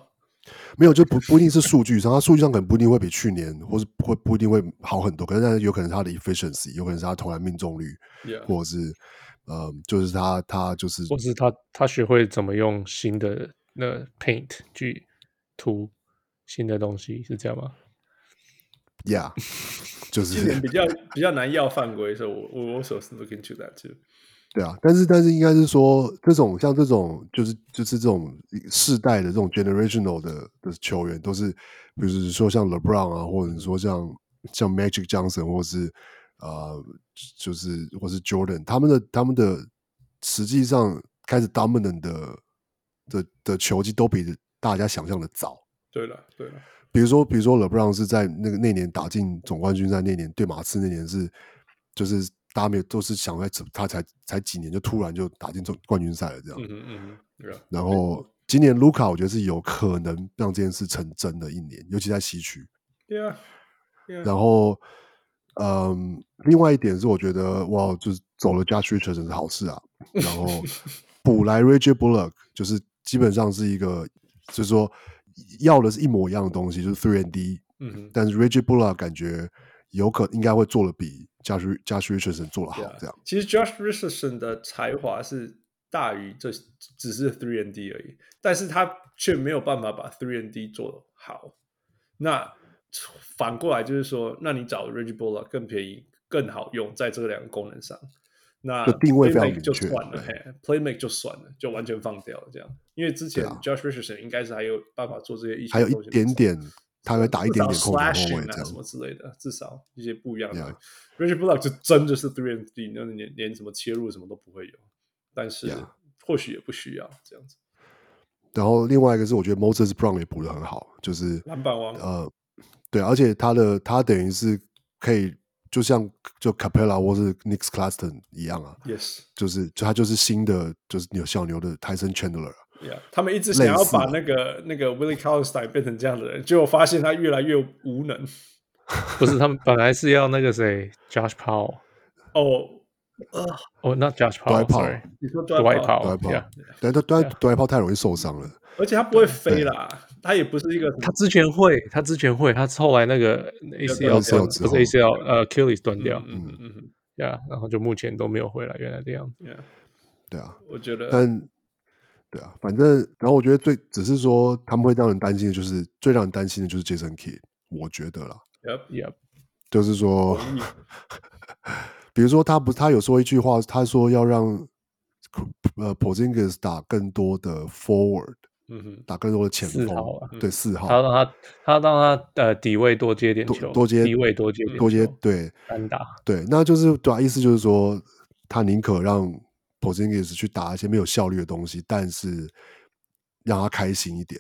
Speaker 2: 没有就不不一定是数据上，他数据上可能不一定会比去年，或是会不一定会好很多，可是但是有可能是他的 efficiency，有可能是他投篮命中率，
Speaker 3: Yeah，
Speaker 2: 或者是呃，就是他他就是
Speaker 4: 或是他他学会怎么用新的那 Paint 去涂新的东西，是这样吗？
Speaker 2: 呀，就
Speaker 3: 今年
Speaker 2: 是
Speaker 3: 比较比较难要犯规，所以我我 also looking to that too。
Speaker 2: 对啊。但是但是应该是说，这种像这种就是就是这种世代的这种 generational 的的球员，都是比如说像 LeBron 啊，或者说像像 Magic Johnson，或是呃，就是或是 Jordan，他们的他们的实际上开始 dominant 的的的球技都比大家想象的早。
Speaker 3: 对了，对了，
Speaker 2: 比如说，比如说 LeBron 是在那个那年打进总冠军赛那年，对马刺那年是，就是大家没有都是想在他才才几年就突然就打进总冠军赛了这样。
Speaker 3: 嗯哼嗯哼，yeah，
Speaker 2: 然后今年卢卡我觉得是有可能让这件事成真的一年，尤其在西区。
Speaker 3: yeah yeah，
Speaker 2: 然后，嗯，另外一点是我觉得哇，就是走了 Josh Richardson 是好事啊，然后补来 r a g e Bullock 就是基本上是一个，就是说要的是一模一样的东西，就是 Three and D，
Speaker 3: 嗯哼
Speaker 2: 但是 r a g e Bullock 感觉有可应该会做的比 Josh Josh Richardson 做的好
Speaker 3: yeah
Speaker 2: 这样。
Speaker 3: 其实 Josh Richardson 的才华是大于这只是 three and D 而已，但是他却没有办法把 three and D 做得好。那反过来就是说，那你找 Reggie Bullock 更便宜、更好用，在这两个功能上，那
Speaker 2: 就定位非常
Speaker 3: Playmake 就
Speaker 2: 明确
Speaker 3: 算了，嘿，Playmake 就算了，就完全放掉了这样。因为之前
Speaker 2: 对啊
Speaker 3: Josh Richardson 应该是还有办法做这些一些，
Speaker 2: 还有一点点，他会打一点点控球后卫
Speaker 3: 至少 slashing
Speaker 2: 这
Speaker 3: 啊什么
Speaker 2: 样。
Speaker 3: 之类的，至少一些不一样的
Speaker 2: Yeah.。
Speaker 3: Reggie Bullock 就真就是 three and D，那你连连什么切入什么都不会有，但是
Speaker 2: Yeah.
Speaker 3: 或许也不需要这样子。
Speaker 2: 然后另外一个是我觉得 Moses Brown 也补的很好，就是
Speaker 3: 篮板王，
Speaker 2: 呃，对，而且他的他等于是可以，就像就 Capella 或是 Nick Claxton 一样啊，
Speaker 3: yes，
Speaker 2: 就是就他就是新的就是牛小牛的 Tyson Chandler，啊
Speaker 3: Yeah, 他们一直想要
Speaker 2: 类似的
Speaker 3: 把那个那个 Willie Calstein 变成这样的人，结果发现他越来越无能。
Speaker 4: <laughs> 不是，他们本来是要那个谁，Josh Powell，
Speaker 3: 哦，
Speaker 4: 哦，那 Josh
Speaker 2: Dwight
Speaker 4: Powell，sorry，
Speaker 3: 你说
Speaker 4: 对外
Speaker 3: Dwight Powell，
Speaker 4: 炮，
Speaker 2: Dwight Powell
Speaker 4: yeah
Speaker 2: 但他
Speaker 3: 啊
Speaker 2: 端端炮太容易受伤了，
Speaker 3: 而且他不会飞啦，他也不是一个什么
Speaker 4: 他之前会，他之前会，他后来那个 ACL 断
Speaker 2: ACL 之
Speaker 4: 不是
Speaker 2: 后
Speaker 4: ACL，呃，Achilles 断掉，
Speaker 3: 嗯嗯嗯嗯
Speaker 4: 呀，然后就目前都没有回来原来的样子。
Speaker 3: 嗯，yeah,
Speaker 2: 对啊，
Speaker 3: 我觉得
Speaker 2: 但对啊，反正然后我觉得最只是说他们会让人担心的就是最让人担心的就是 Jason Kidd，我觉得啦，
Speaker 3: Yep,
Speaker 4: Yep，
Speaker 2: 就是
Speaker 4: 哦
Speaker 2: 说
Speaker 3: 同意，
Speaker 2: 比如说他不，他有说一句话，他说要让呃 Porzingis 打更多的 forward，
Speaker 3: 嗯哼，
Speaker 2: 打更多的前
Speaker 4: 四
Speaker 2: 锋
Speaker 4: 号啊，
Speaker 2: 对四号
Speaker 4: 他让他他让他呃底位多接点
Speaker 2: 多
Speaker 4: 球，
Speaker 2: 多接
Speaker 4: 低位多接点
Speaker 2: 多接
Speaker 4: 球
Speaker 2: 对
Speaker 4: 单打，
Speaker 2: 对，那就是对、啊，意思就是说他宁可让 Porzingis 去打一些没有效率的东西，但是让他开心一点，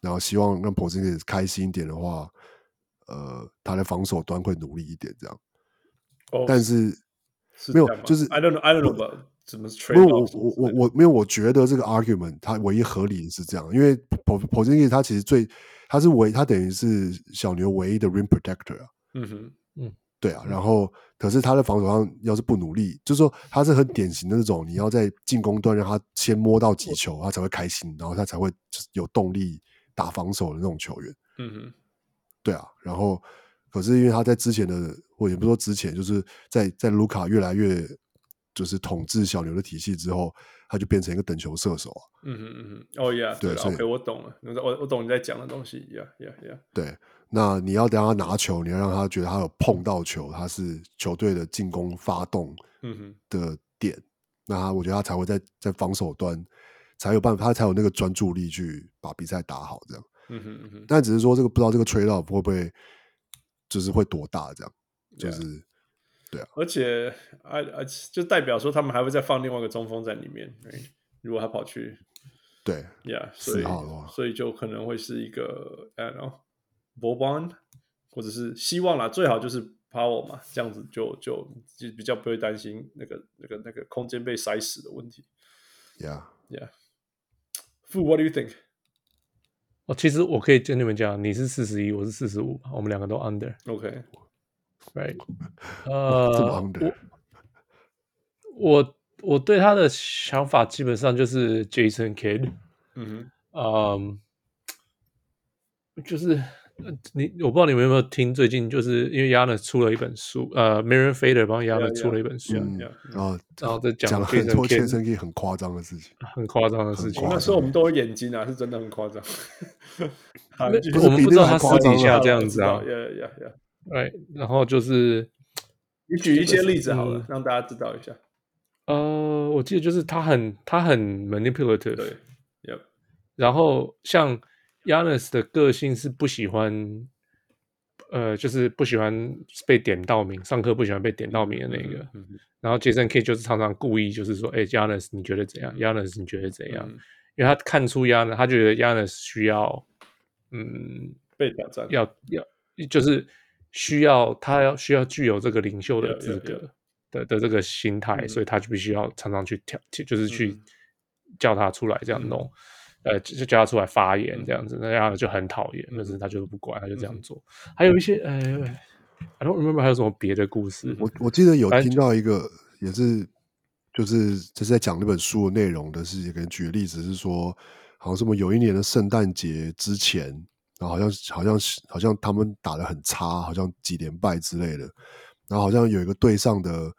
Speaker 2: 然后希望让 Porzingis 开心一点的话，呃，他在防守端会努力一点这样，
Speaker 3: 哦，
Speaker 2: 但是。
Speaker 3: 是
Speaker 2: 没有
Speaker 3: 这样吗
Speaker 2: 就是
Speaker 3: I don't know, I don't know about 怎么
Speaker 2: 不
Speaker 3: trade
Speaker 2: 是
Speaker 3: off
Speaker 2: 我我
Speaker 3: 什么之
Speaker 2: 我
Speaker 3: 类的
Speaker 2: 我没有，我觉得这个 argument 它唯一合理的是这样，因为 Po p o z i n g i 他其实最他是唯他等于是小牛唯一的 rim protector 啊，
Speaker 3: 嗯哼，
Speaker 2: 对啊，然后可是他在防守上要是不努力，就是说他是很典型的那种，你要在进攻端让他先摸到几球，他才会开心，然后他才会就是有动力打防守的那种球员。
Speaker 3: 嗯哼，
Speaker 2: 对啊，然后可是因为他在之前的，或也不说之前，就是在在卢卡越来越就是统治小牛的体系之后，他就变成一个等球射手啊。
Speaker 3: 嗯哼，嗯哼，哦 yeah，
Speaker 2: 对
Speaker 3: 了
Speaker 2: 所以
Speaker 3: ，OK，我懂了，我我我懂你在讲的东西，yeah yeah yeah，
Speaker 2: 对，那你要让他拿球，你要让他觉得他有碰到球，他是球队的进攻发动
Speaker 3: 嗯哼，
Speaker 2: 的点，那他我觉得他才会在在防守端才有办法，他才有那个专注力去把比赛打好这样。
Speaker 3: 嗯哼，嗯哼，
Speaker 2: 但只是说这个不知道这个 trade off 会不会就是会多大这样，就是。
Speaker 3: 而且啊啊，就代表说他们还会再放另外一个中锋在里面，right？如果他跑去
Speaker 2: 对，
Speaker 3: Yeah，
Speaker 2: 四
Speaker 3: 所以
Speaker 2: 号的话
Speaker 3: 所以就可能会是一个 I don't know Boban，或者是希望啦，最好就是 Power 嘛，这样子就就就比较不会担心那个那个那个空间被塞死的问题。
Speaker 2: 呀、
Speaker 3: Yeah，傅，What do you think？
Speaker 4: 哦，其实我可以跟你们讲，你是四十一，我是四十五，我们两个都
Speaker 3: OK，
Speaker 2: <laughs>
Speaker 4: under，right？
Speaker 2: 这么
Speaker 4: 呃，
Speaker 2: under，
Speaker 4: 我我对他的想法基本上就是
Speaker 3: Mm-hmm.
Speaker 4: Jason Kidd，
Speaker 3: 嗯哼，
Speaker 4: 嗯，就是你我不知道你们有没有听，最近就是因为 Yana 出了一本书，呃，Marion Fader 帮 Yana 出了一本书，
Speaker 2: 嗯
Speaker 3: yeah.
Speaker 2: 然后
Speaker 4: 然后再讲
Speaker 2: 讲了很
Speaker 4: Jason
Speaker 2: 多
Speaker 4: Kidd
Speaker 2: 健身 K 很夸张的事情，
Speaker 4: 很夸张的事情
Speaker 2: 很。
Speaker 3: 那时候我们都有眼睛啊，是真的很夸张。好
Speaker 4: <laughs> 那
Speaker 3: 继续
Speaker 4: 我们
Speaker 2: 比
Speaker 4: 不
Speaker 2: 那
Speaker 4: 知道
Speaker 2: 还
Speaker 4: 他
Speaker 2: 夸
Speaker 4: 私
Speaker 2: 张
Speaker 4: 底下
Speaker 2: 啊
Speaker 4: 这样子啊
Speaker 3: 我，知道呀呀呀！
Speaker 4: 对，然后就是
Speaker 3: 你举一些例子好了
Speaker 4: 嗯，
Speaker 3: 让大家知道一下。
Speaker 4: 呃，我记得就是他很他很 manipulative，
Speaker 3: 对，Yep，
Speaker 4: 然后像 Yanis 的个性是不喜欢，呃，就是不喜欢被点到名，上课不喜欢被点到名的那个。
Speaker 3: 嗯嗯
Speaker 4: 然后 Jason K 就是常常故意就是说，哎，Yanis 你觉得怎样？Yanis 你觉得怎样？
Speaker 3: 嗯
Speaker 4: 因为他看出 Yanis，他觉得 Yanis 需要，嗯，
Speaker 3: 被挑战。
Speaker 4: 要要就是需要他要需要具有这个领袖的
Speaker 3: 要
Speaker 4: 资
Speaker 3: 要
Speaker 4: 格的的这个心态，
Speaker 3: 嗯
Speaker 4: 所以他就必须要常常去挑，就是去
Speaker 3: 嗯
Speaker 4: 叫他出来这样弄，呃，就就叫他出来发言这样子，那样就很讨厌，
Speaker 3: 嗯
Speaker 4: 但是他就是不管，他就这样做。还有一些呃，I don't remember 还有什么别的故事，
Speaker 2: 我我记得有
Speaker 4: 反正
Speaker 2: 听到一个也是，就是这是在讲那本书的内容的是，也给人举个例子是说，好像什么有一年的圣诞节之前，然后好像是好像是好像他们打得很差，好像几连败之类的，然后好像有一个队上的，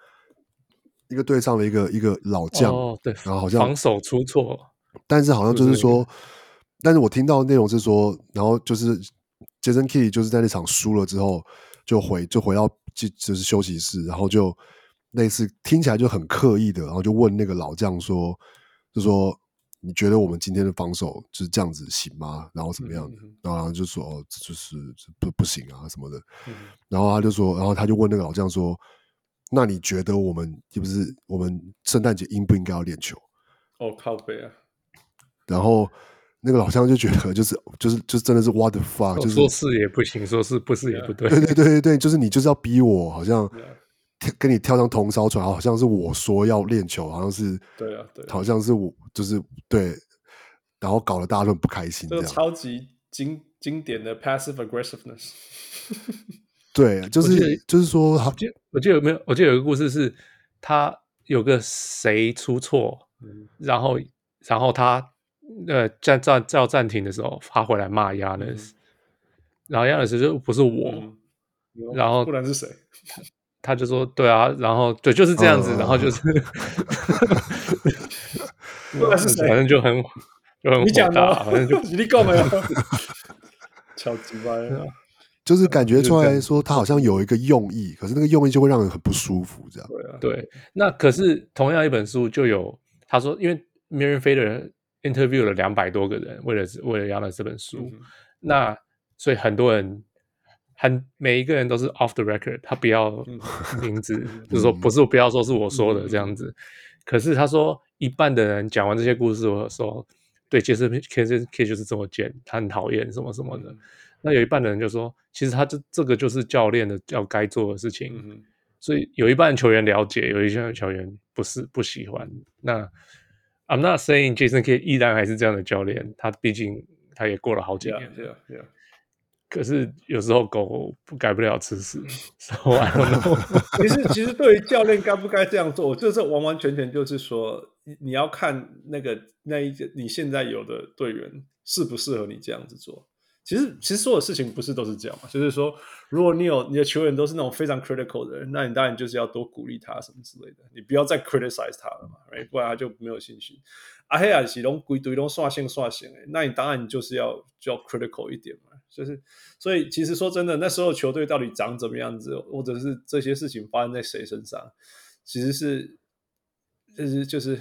Speaker 2: 一个队上的一个一个老将，
Speaker 4: 哦，对，
Speaker 2: 然后好像
Speaker 4: 防守出错，
Speaker 2: 但是好像
Speaker 4: 是
Speaker 2: 就
Speaker 4: 不
Speaker 2: 是
Speaker 4: 是那个
Speaker 2: 说，但是我听到的内容是说，然后就是杰森 Key 就是在那场输了之后，就回就回到就就是休息室，然后就类似听起来就很刻意的，然后就问那个老将说，就说你觉得我们今天的防守就是这样子行吗？然后怎么样的？
Speaker 3: 嗯嗯嗯
Speaker 2: 然后然后就说哦，这就是这不不行啊什么的。
Speaker 3: 嗯
Speaker 2: 然后他就说，然后他就问那个老将说，那你觉得我们是不是我们圣诞节应不应该要练球？
Speaker 3: 哦，靠背啊，
Speaker 2: 然后那个老乡就觉得就是就是就是真的是 what the
Speaker 3: 哦
Speaker 2: fuck，就是
Speaker 4: 哦说是也不行，说是不是也不
Speaker 3: 啊
Speaker 4: 对，
Speaker 2: 对对对对对，就是你就是要逼我，好像
Speaker 3: Yeah
Speaker 2: 跳跟你跳上同艘船，好像是我说要练球，好像是
Speaker 3: 对啊对啊
Speaker 2: 好像是我就是对，然后搞得大家都很不开心
Speaker 3: 这
Speaker 2: 这
Speaker 3: 个
Speaker 2: 样，
Speaker 3: 超级经经典的 passive aggressiveness。
Speaker 2: 对，就
Speaker 4: 我记得
Speaker 2: 是就是说好
Speaker 4: 我，记得我记得有没有？我记得有一个故事是，他有个谁出错，
Speaker 3: <laughs> 嗯
Speaker 4: 然后然后他呃站站叫暂停的时候，他回来骂 Yanis，、然后 Yanis 就不是我，
Speaker 3: 嗯
Speaker 4: 然后
Speaker 3: 不然是谁？
Speaker 4: 他就说对啊，然后对就是这样子，
Speaker 2: 嗯
Speaker 4: 然
Speaker 3: 哦
Speaker 4: 后就是
Speaker 3: 不然是谁
Speaker 4: <laughs> 反？正就很就很
Speaker 3: 你讲
Speaker 4: 火
Speaker 3: 的
Speaker 4: 大，
Speaker 3: 哦，
Speaker 4: 反正就
Speaker 3: <laughs> 你够没有？超级掰啊，
Speaker 2: 就是感觉出
Speaker 4: 就是这
Speaker 2: 来
Speaker 4: 样
Speaker 2: 说他好像有一个用意，可是那个用意就会让人很不舒服这样，
Speaker 3: 对啊，
Speaker 4: 对。那可是同样一本书就有他说，因为 Miriam Fader interview 了两百多个人，为了为了 Yanis 这本书。
Speaker 3: 嗯哼
Speaker 4: 那所以很多人，很每一个人都是 off the record，他不要
Speaker 3: 嗯
Speaker 4: <laughs> 名字，就是说不是不要说是我说的这样子。可是他说，一半的人讲完这些故事的时候，对杰森 K 森 K 就是这么贱，他很讨厌什么什么的。
Speaker 3: 嗯
Speaker 4: 那有一半的人就说，其实他这这个就是教练的要该做的事情。
Speaker 3: 嗯哼
Speaker 4: 所以有一半球员了解，有一些球员不是不喜欢。那 I'm not saying Jason K 依然还是这样的教练，他毕竟他也过了好几年
Speaker 3: ，Yeah。Yeah Yeah， <laughs>
Speaker 4: 可是有时候狗不改不了吃屎 <laughs> ，so I don't know
Speaker 3: 其实，其实对于教练该不该这样做，我这是完完全全就是说，你你要看那个那一个你现在有的队员适不适合你这样子做。其实，其实所有事情不是都是这样嘛，就是说，如果你有你的球员都是那种非常 critical 的人，那你当然就是要多鼓励他什么之类的，你不要再 criticize 他了嘛，right？不然他就没有兴趣。啊，黑啊是拢规堆拢刷线刷线诶，那你当然你就是要就要 critical 一点嘛，就是所以其实说真的，那时候球队到底长怎么样子，或者是这些事情发生在谁身上，其实是就是就是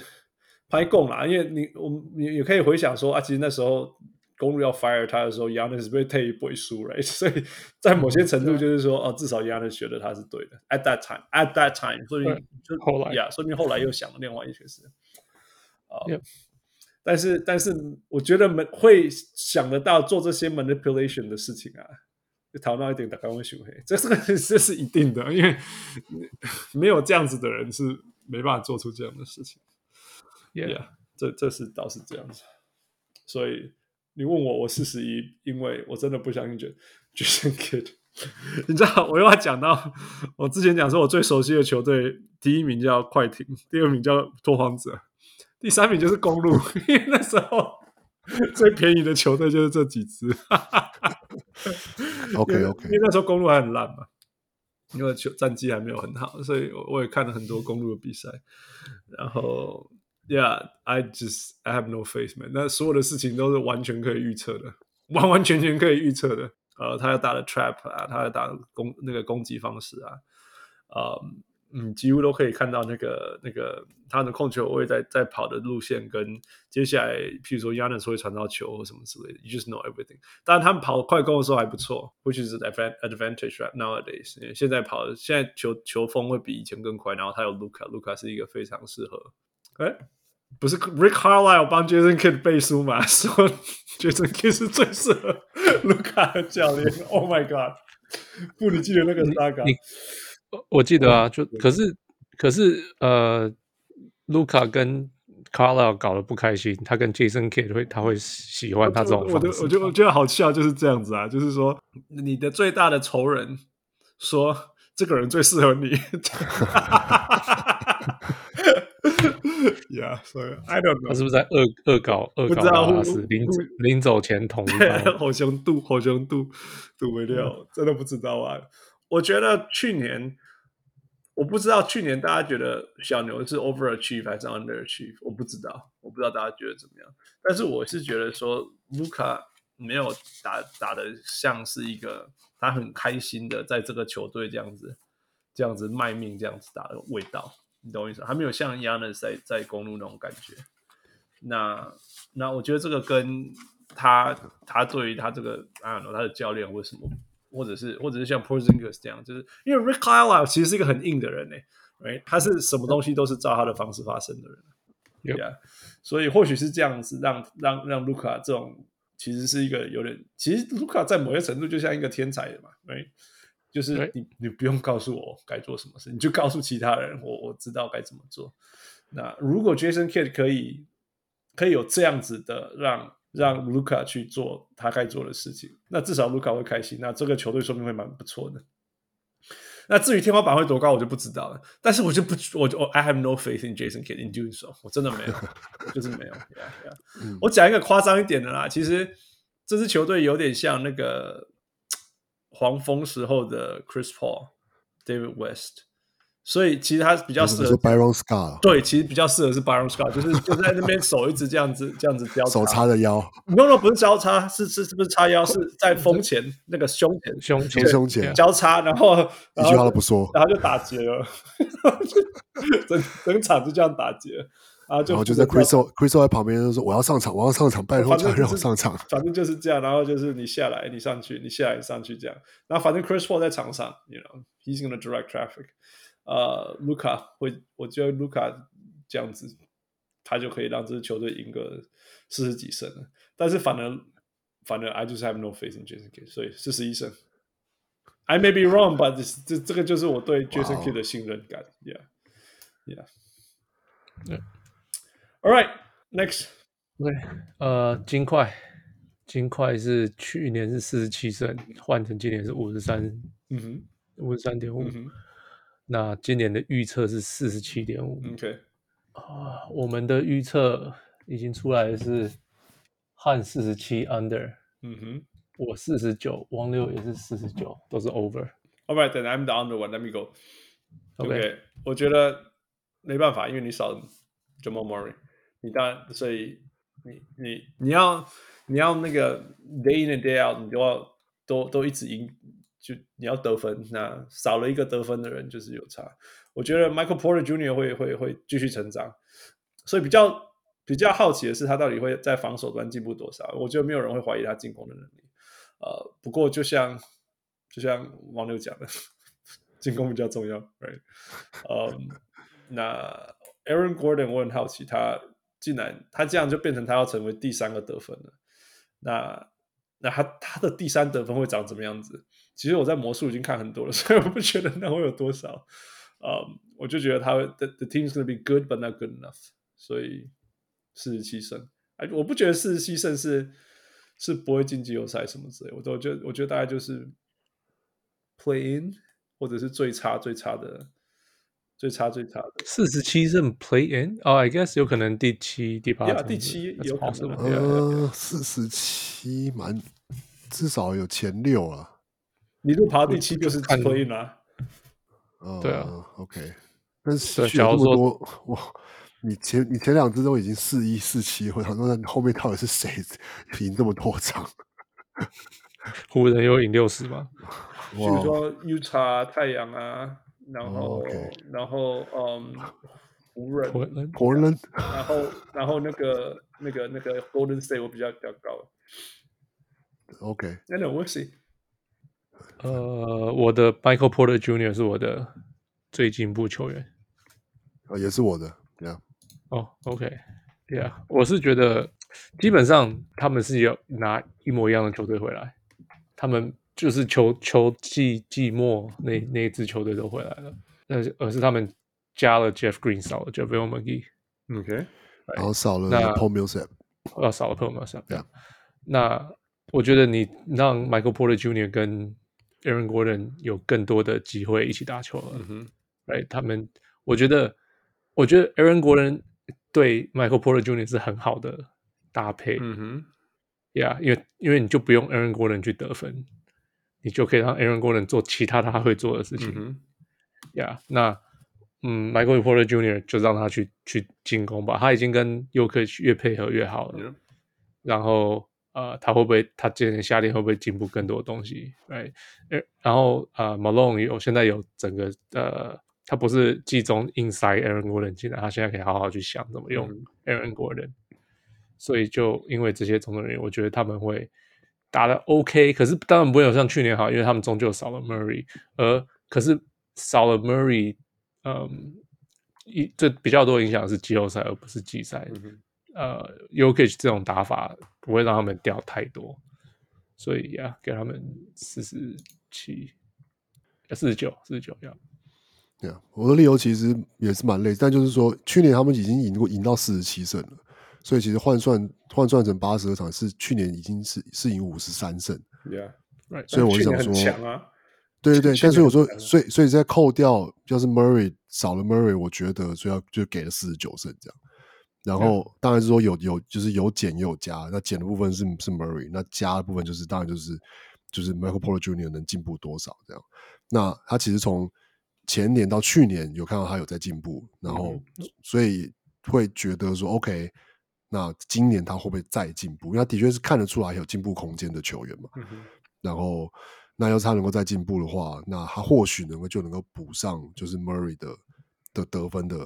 Speaker 3: 拍供啦，因为你我们你也可以回想说啊，其实那时候公路要 fire 他的时候，Yanis 被退一步输，right？所 <laughs> 以在某些程度
Speaker 4: 啊
Speaker 3: 就是说，哦、至少 Yanis 觉得他是对的。At that time, at that time，说明
Speaker 4: 对
Speaker 3: 就
Speaker 4: 后来
Speaker 3: 呀，yeah, 说明后来又想了另外一回事。啊、
Speaker 4: Yep
Speaker 3: 但是但是我觉得们会想得到做这些 manipulation 的事情啊，就讨论到一点打开会学黑，这是个这是一定的，因为没有这样子的人是没办法做出这样的事情。
Speaker 4: Yeah，
Speaker 3: <laughs> yeah, 这这是倒是这样子。所以你问我，我四十一，因为我真的不相信 J- Jason Kidd。你 <laughs> 知道，我又要讲到我之前讲说，我最熟悉的球队，第一名叫快艇，第二名叫拓荒者，第三名就是 <laughs> 公路，因为那时候最便宜的球队就是这几支。
Speaker 2: OK
Speaker 3: 因
Speaker 2: OK，
Speaker 3: 为那时候公路还很烂嘛，因为球战绩还没有很好，所以我我也看了很多公路的比赛。然后，Yeah，I just I have no faith man。那所有的事情都是完全可以预测的，完完全全可以预测的。呃，他要打的 trap 啊，他要打的攻那个攻击方式啊，呃，嗯，几乎都可以看到那个那个他的控球位在在跑的路线跟接下来，譬如说 Yanis 会传到球或什么之类的，You just know everything。当然他们跑快攻的时候还不错，which is an advan- advantage right nowadays。因为现在跑现在球球风会比以前更快，然后他有 Luca，Luca 是一个非常适合，哎、不是 Rick Carlisle 帮 Jason Kidd 背书嘛？ <laughs> 说 Jason Kidd 是最适合 Luca 的教练。Oh my god！不，你记得那个 Saga？
Speaker 4: 你我我记得啊，就可是可是呃，卢卡跟 Carlisle 搞得不开心，他跟 Jason Kidd 会他会喜欢他这种
Speaker 3: 我
Speaker 4: 方
Speaker 3: 的
Speaker 4: 式
Speaker 3: 我觉得我觉得好笑就是这样子啊，就是说你的最大的仇人说这个人最适合
Speaker 4: <laughs>
Speaker 3: 你。yeah, so I don't
Speaker 4: 他
Speaker 3: know.
Speaker 4: 是不是在恶恶搞恶
Speaker 3: 不
Speaker 4: 搞
Speaker 3: 知道
Speaker 4: 拉
Speaker 3: 我
Speaker 4: 斯临
Speaker 3: 我
Speaker 4: 走临走前捅一刀？
Speaker 3: 好像度，好像度，度没了，真的不知道啊。我觉得去年，我不知道去年大家觉得小牛是 overachieve 还是 underachieve，我不知道，我不知道大家觉得怎么样。但是我是觉得说，卢卡没有打打的像是一个他很开心的在这个球队这样子，这样子卖命这样子打的味道，你懂我意思？还没有像 Yanis 在在公路那种感觉。那那我觉得这个跟他他对于他这个啊他的教练为什么，或者是或者是像 Porzingis 这样，就是因为 Rick Carlisle 其实是一个很硬的人呢、right? 欸他是什么东西都是照他的方式发生的人，对
Speaker 4: Yep.
Speaker 3: 呀、所以或许是这样子让让让卢卡这种其实是一个有点，其实卢卡在某些程度就像一个天才的嘛，right？就是
Speaker 4: 对
Speaker 3: 你你不用告诉我该做什么事，你就告诉其他人，我我知道该怎么做。那如果 Jason Kidd 可以可以有这样子的让让卢卡去做他该做的事情，那至少卢卡会开心，那这个球队说不定会蛮不错的。那至于天花板会多高，我就不知道了。但是我就不，我就我 I have no faith in Jason Kidd in doing so，我真的没有，我就是没有。
Speaker 2: <laughs>
Speaker 3: Yeah, yeah.
Speaker 2: 嗯
Speaker 3: 我讲一个夸张一点的啦，其实这支球队有点像那个黄蜂时候的 Chris Paul、David West，所以其实他比较
Speaker 2: 就
Speaker 3: 适
Speaker 2: 是
Speaker 3: 合
Speaker 2: 说 Byron Scar
Speaker 3: 对，其实比较适合是 Byron Scott，就是就是在那边手一直这样子这样子交
Speaker 2: 手叉着腰，
Speaker 3: ，no no 不是交叉，是是是不是叉腰？是在胸前那个胸前
Speaker 4: 胸前
Speaker 2: 捶胸前，
Speaker 3: 交叉，然后
Speaker 2: 一
Speaker 3: 然后
Speaker 2: 句话都不说，
Speaker 3: 然后就打结了， <laughs> 整整场就这样打结，然后就
Speaker 2: 然后就在 Chris o Chris o 在旁边就说我要上场，我要上场，拜托
Speaker 3: 反正
Speaker 2: 教练让我
Speaker 3: 就是
Speaker 2: 上场。
Speaker 3: 反正就是这样，然后就是你下来，你上去，你下来，你上去这样。然后反正 Chris Paul 在场上，you know，he's gonna direct traffic。呃，Luca 会，我觉得 Luca 这样子，他就可以让这支球队赢个四十几胜了。但是反而，反而 I just have no faith in Jason Kidd，所以四十一胜。I may be wrong，but 这这个就是我对 Jason
Speaker 2: 哇哦
Speaker 3: Kidd 的信任感。Yeah，yeah。
Speaker 4: Yeah.
Speaker 3: All right, next.
Speaker 4: 对，呃，金块，金块是去年是四十七胜，换成今年是五十三，
Speaker 3: 嗯哼，
Speaker 4: 五十三点五
Speaker 3: 嗯。哼
Speaker 4: 那今年的预测是四十七点五
Speaker 3: 嗯，OK，
Speaker 4: 啊，我们的预测已经出来的是汉四十七 under，
Speaker 3: 嗯哼。
Speaker 4: 我四十九，王六也是四十九，都是 over。
Speaker 3: All right, then I'm the under one. Let me go.
Speaker 4: OK，,
Speaker 3: 我觉得没办法，因为你少 Jamal Murray，你当然，所以你你你要你要那个 day in and day out，你都要都都一直赢，就你要得分。那少了一个得分的人就是有差。我觉得 Michael Porter Jr. 会会会继续成长，所以比较比较好奇的是他到底会在防守端进步多少。我觉得没有人会怀疑他进攻的能力。呃，不过就像就像王六讲的， <laughs> 进攻比较重要，right？呃、那 Aaron Gordon 我很好奇，他竟然他这样就变成他要成为第三个得分了，那那他他的第三得分会长怎么样子？其实我在魔术已经看很多了， <laughs> 所以我不觉得那会有多少。呃、我就觉得他会 the the team's gonna be good but not good enough，所以四十七胜。哎，我不觉得四十七胜是是不会进季后赛什么之类，我都我觉得我觉得大概就是 play in 或者是最差最差的最差最差的，
Speaker 4: 四十七胜 play in，哦、i guess 有可能第七、第八
Speaker 3: Yeah，
Speaker 4: 这样
Speaker 3: 第
Speaker 4: 子
Speaker 3: 七
Speaker 4: That's
Speaker 3: 有可能对啊
Speaker 4: possible
Speaker 3: 对啊对
Speaker 2: 呃呃，四十七蛮至少有前六啊。
Speaker 3: 你如果爬到第七就是
Speaker 4: 看
Speaker 3: play 啊啦。
Speaker 2: 嗯
Speaker 4: 对啊
Speaker 2: ，OK。但是
Speaker 4: 对
Speaker 2: 去了
Speaker 4: 假
Speaker 2: 这
Speaker 4: 如
Speaker 2: 么
Speaker 4: 说
Speaker 2: 多， <laughs> 哇！你前你前两支都已经四一四七，我想说，那你后面到底是谁赢这么多场？
Speaker 4: 湖人有赢六十嘛，
Speaker 2: 哦
Speaker 3: 比如说 Utah 太阳啊，然后、
Speaker 2: OK
Speaker 3: 然后嗯湖人，
Speaker 4: 湖人
Speaker 2: 活人
Speaker 3: 然后然后那个那个那个 Golden State 我比较比较高。
Speaker 2: OK，
Speaker 3: 那那我 l see。
Speaker 4: 呃，我的 Michael Porter Jr. 是我的最进步球员。
Speaker 2: 啊，也是我的，对啊，
Speaker 4: 哦，OK，Yeah，我是觉得基本上他们是有拿一模一样的球队回来，他们就是球球季季末那那一支球队都回来了，但是而是他们加了 Jeff Green 少了 JaVale McGee，
Speaker 3: OK，
Speaker 2: 然后少了
Speaker 4: 那
Speaker 2: Paul Millsap，
Speaker 4: 呃，少了 p e r m a s
Speaker 2: Yeah
Speaker 4: 那我觉得你让 Michael Porter Jr. 跟 Aaron Gordon 有更多的机会一起打球了，
Speaker 3: 嗯哼，
Speaker 4: right？他们，我觉得，我觉得 Aaron Gordon 对 Michael Porter Jr. 是很好的搭配、
Speaker 3: 嗯哼，
Speaker 4: y e a h 因为因为你就不用 Aaron Gordon 去得分，你就可以让 Aaron Gordon 做其他他会做的事情、
Speaker 3: 嗯哼，
Speaker 4: y e a h 那嗯，Michael Porter Jr. 就让他去去进攻吧，他已经跟尤克越配合越好了。然后呃，他会不会他今年夏天会不会进步更多东西？Right？呃然后呃，Malone 有现在有整个呃，他不是季中硬塞 Aaron Gordon 进来，他现在可以好好去想怎么用
Speaker 3: 嗯
Speaker 4: Aaron Gordon。所以就因为这些种种原因，我觉得他们会打的 OK，可是当然不会有像去年好，因为他们终究少了 Murray，而可是少了 Murray，嗯，一这比较多影响的是季后赛而不是季赛，
Speaker 3: 嗯哼
Speaker 4: 呃 u k i 这种打法不会让他们掉太多，所以呀、给他们四十七、呃四十九、四十九要。
Speaker 2: 对啊，我的理由其实也是蛮类似，但就是说，去年他们已经赢过赢到四十七胜了，所以其实换算换算成八十二场是去年已经是是赢五十三胜，
Speaker 3: ，Yeah，
Speaker 4: Right，
Speaker 2: 所以我
Speaker 3: 去
Speaker 2: 就
Speaker 3: 年
Speaker 2: 想
Speaker 3: 很
Speaker 2: 说，
Speaker 3: 强啊，
Speaker 2: 对对对，
Speaker 3: 去
Speaker 2: 但是
Speaker 3: 年
Speaker 2: 我说
Speaker 3: 很强，啊
Speaker 2: 所以所以在扣掉要是 Murray 少了 Murray，我觉得所以要就给了四十九胜这样。然后当然是说有有就是有减也有加，那减的部分是是 Murray，那加的部分就是当然就是就是 Michael Porter Jr. 能进步多少这样。那他其实从前年到去年有看到他有在进步，然后
Speaker 3: 嗯
Speaker 2: 所以会觉得说 OK，那今年他会不会再进步？因为他的确是看得出来有进步空间的球员嘛。
Speaker 3: 嗯哼，
Speaker 2: 然后那要是他能够再进步的话，那他或许能够就能够补上就是 Murray 的的得分的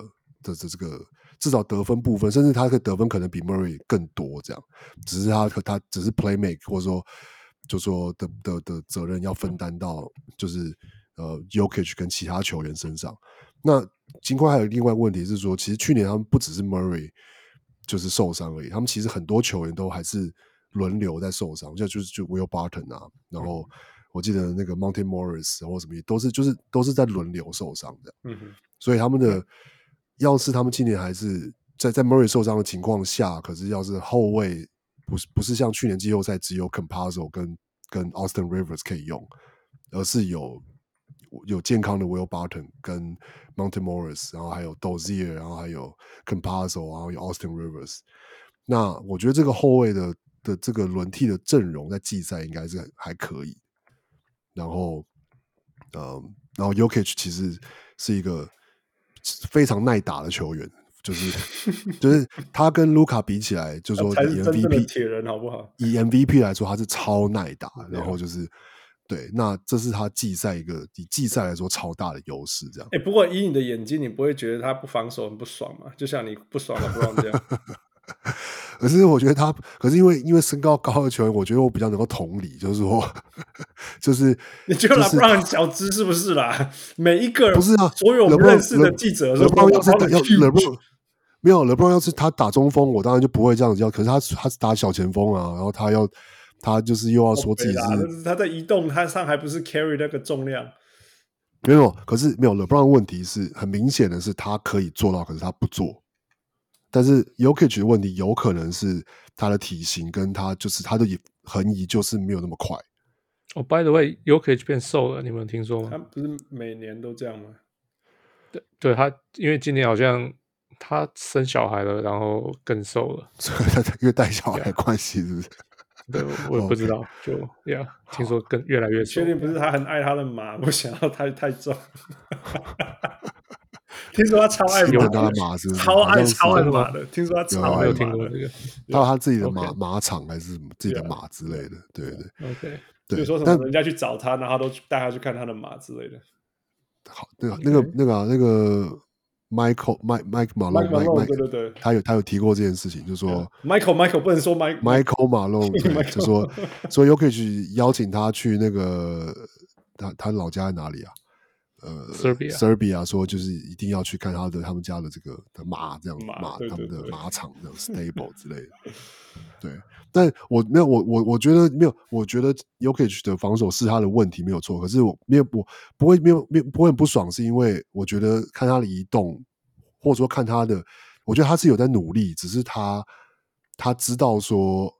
Speaker 2: 的这这个至少得分部分，甚至他的得分可能比 Murray 更多这样，只是他可他只是 play make 或者说就说的的的责任要分担到就是呃 Yokich 跟其他球员身上。那金块还有另外一个问题是说，其实去年他们不只是 Murray 就是受伤而已，他们其实很多球员都还是轮流在受伤，就就是就 Will Barton 啊，然后我记得那个 Monte Morris 啊或什么也都是就是都是在轮流受伤的，
Speaker 3: 嗯哼，
Speaker 2: 所以他们的要是他们今年还是在在 Murray 受伤的情况下，可是要是后卫不是不是像去年季后赛只有 Compazzo 跟跟 Austin Rivers 可以用，而是有有健康的 Will Barton 跟 Monte Morris，然后还有 Dozier，然后还有 Compazzo，然后有 Austin Rivers。那我觉得这个后卫的的这个轮替的阵容在季赛应该是还可以。然后，嗯，然后 Yokich 其实是一个非常耐打的球员，就是就是他跟卢卡比起来，就说
Speaker 3: 才
Speaker 2: 以
Speaker 3: 是真正的
Speaker 2: MVP
Speaker 3: 铁人，好不好？
Speaker 2: 以 MVP 来说，他是超耐打，
Speaker 3: 对啊
Speaker 2: 然后就是对，那这是他季赛一个以季赛来说超大的优势，这样。
Speaker 3: 哎、不过以你的眼睛，你不会觉得他不防守很不爽吗？就像你不爽老布朗这
Speaker 2: <laughs>
Speaker 3: 样，
Speaker 2: 可是我觉得他，可是因为因为身高高的球员，我觉得我比较能够同理，就是说， <laughs> 就是
Speaker 3: 你觉得
Speaker 2: 就
Speaker 3: 老
Speaker 2: 是
Speaker 3: 布朗很小只是不是啦？每一个
Speaker 2: 不是啊，
Speaker 3: 所有我
Speaker 2: 勒
Speaker 3: 们
Speaker 2: 布朗
Speaker 3: 认识的记者
Speaker 2: 勒
Speaker 3: 说，
Speaker 2: 布朗要是打
Speaker 3: 呃他
Speaker 2: 要勒布朗没有勒布朗要是他打中锋，我当然就不会这样子要。可是他他是打小前锋啊，然后他要他就是又要说自己
Speaker 3: 哦啦，但
Speaker 2: 是
Speaker 3: 是他在移动，他上还不是 carry 那个重量？
Speaker 2: 没有，可是没有勒布朗问题是很明显的是他可以做到，可是他不做。但是 Yokich 的问题有可能是他的体型跟他就是他的横移就是没有那么快。 <laughs>
Speaker 4: 哦、b y the way，Yokich 变瘦了，你们有听说吗
Speaker 3: 他？不是每年都这样吗？
Speaker 4: 对，对他，因为今年好像他生小孩了，然后更瘦了。
Speaker 3: <laughs>
Speaker 2: 所以他因为带小孩的关系，是不是？
Speaker 4: 对，我也不知道，就呀，听说更越来越
Speaker 3: 确
Speaker 4: 熟。
Speaker 3: 定不是他很爱他的马，不想要太太重。听说他超爱
Speaker 2: 喜
Speaker 3: 马
Speaker 2: 欢他的马是不是
Speaker 3: 超
Speaker 2: 好
Speaker 3: 爱
Speaker 2: 像是
Speaker 3: 超爱马的。听说他
Speaker 2: 有
Speaker 3: 超
Speaker 2: 啊
Speaker 4: 我
Speaker 3: 爱
Speaker 4: 有
Speaker 3: 马
Speaker 4: 听过
Speaker 3: 的
Speaker 4: 这，个
Speaker 2: 他有他自己的
Speaker 4: OK
Speaker 2: 马马场还是什么自己的马之类的，对对
Speaker 4: ，OK，
Speaker 2: 对。
Speaker 3: 就说什
Speaker 2: 但
Speaker 3: 么人家去找他，然后都去带他去看他的马之类的。
Speaker 2: 好，那个那个那个啊那个 Michael Mike Mike 马龙
Speaker 3: Mike Malone，对
Speaker 2: Mike
Speaker 3: 对对
Speaker 2: 他有他有提过这件事情，就说
Speaker 3: Michael Michael 不能说 Mike
Speaker 2: Michael 马
Speaker 3: <laughs>
Speaker 2: 龙
Speaker 3: Michael
Speaker 2: 就说说 y o k i c 邀请他去那个他他老家在哪里啊？呃
Speaker 4: Serbia
Speaker 2: Serbia 说就是一定要去看他的他们家的这个的马这样
Speaker 3: 马
Speaker 2: 马
Speaker 3: 对
Speaker 2: 他们
Speaker 3: 对
Speaker 2: 的
Speaker 3: 对
Speaker 2: 马场
Speaker 3: <laughs>
Speaker 2: 这样 stable 之类的。对，但我没有，我我我觉得没有，我觉得 y o k i c 的防守是他的问题没有错，可是我没有我不会没有没有不会很不爽，是因为我觉得看他的移动，或者说看他的，我觉得他是有在努力，只是他他知道说，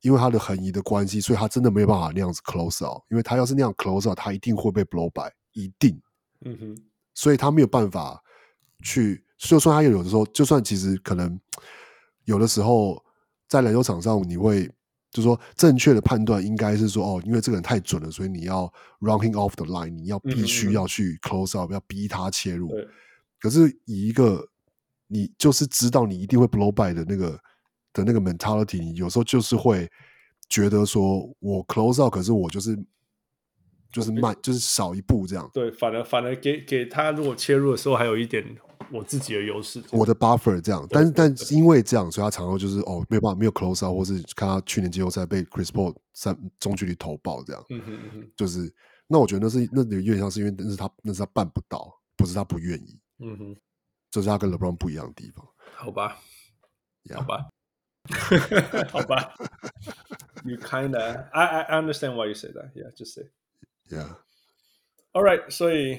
Speaker 2: 因为他的横移的关系，所以他真的没有办法那样子 close out，因为他要是那样 close out，他一定会被 blow by，一定。
Speaker 3: 嗯哼，
Speaker 2: 所以他没有办法去，就算他有的时候，就算其实可能有的时候在篮球场上，你会就说正确的判断应该是说，哦，因为这个人太准了，所以你要 running off the line，你要
Speaker 3: 嗯
Speaker 2: 必
Speaker 3: 嗯嗯
Speaker 2: 须要去 close up，要逼他切入。
Speaker 3: 对，
Speaker 2: 可是以一个你就是知道你一定会 blow by 的那个的那个 mentality，你有时候就是会觉得说我 close out，可是我就是就是慢，就是少一步这样。
Speaker 3: 对，反而反而给给他如果切入的时候，还有一点我自己的优势。
Speaker 2: 我的 buffer 这样，但是但是因为这样，所以他常常就是哦没有办法没有 close out，或是看他去年季后赛被 Chris Paul 三中距离投爆这样，
Speaker 3: 嗯哼嗯哼
Speaker 2: 就是那我觉得那是那有点像是因为那是他那是他办不到，不是他不愿意，
Speaker 3: 嗯哼，
Speaker 2: 这、是他跟 LeBron 不一样的地方。
Speaker 3: 好吧，
Speaker 2: Yeah.
Speaker 3: 好吧， <laughs> 好吧。You kinda, I I understand why you say that. Yeah, just say.
Speaker 2: Yeah，
Speaker 3: All right，所以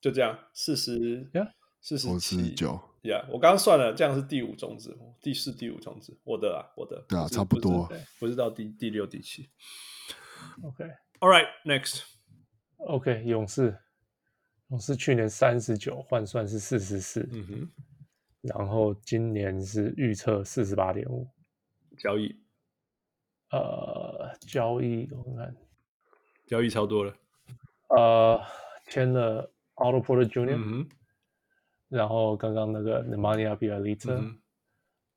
Speaker 3: 就这样，四十
Speaker 4: Yeah，
Speaker 3: 四十
Speaker 2: 我是
Speaker 3: 七
Speaker 2: 九，
Speaker 3: ，Yeah，我刚刚算了，这样是第五种子，第四、第五种子，我的啊，我的，
Speaker 2: 对啊
Speaker 3: 是
Speaker 2: 差不
Speaker 3: 是
Speaker 2: 多
Speaker 3: 对不是到第第六、第七。
Speaker 4: OK
Speaker 3: All right，next，
Speaker 4: OK，勇士，勇士去年三十九，换算是四十四，
Speaker 3: 嗯哼，
Speaker 4: 然后今年是预测四十八点五。
Speaker 3: 交易
Speaker 4: 呃，交易我看看，
Speaker 3: 交易超多了，
Speaker 4: 呃，签了 Auto Porter Junior，、
Speaker 3: 嗯哼，
Speaker 4: 然后刚刚那个 Nemanja b i a l i c a
Speaker 3: 嗯哼，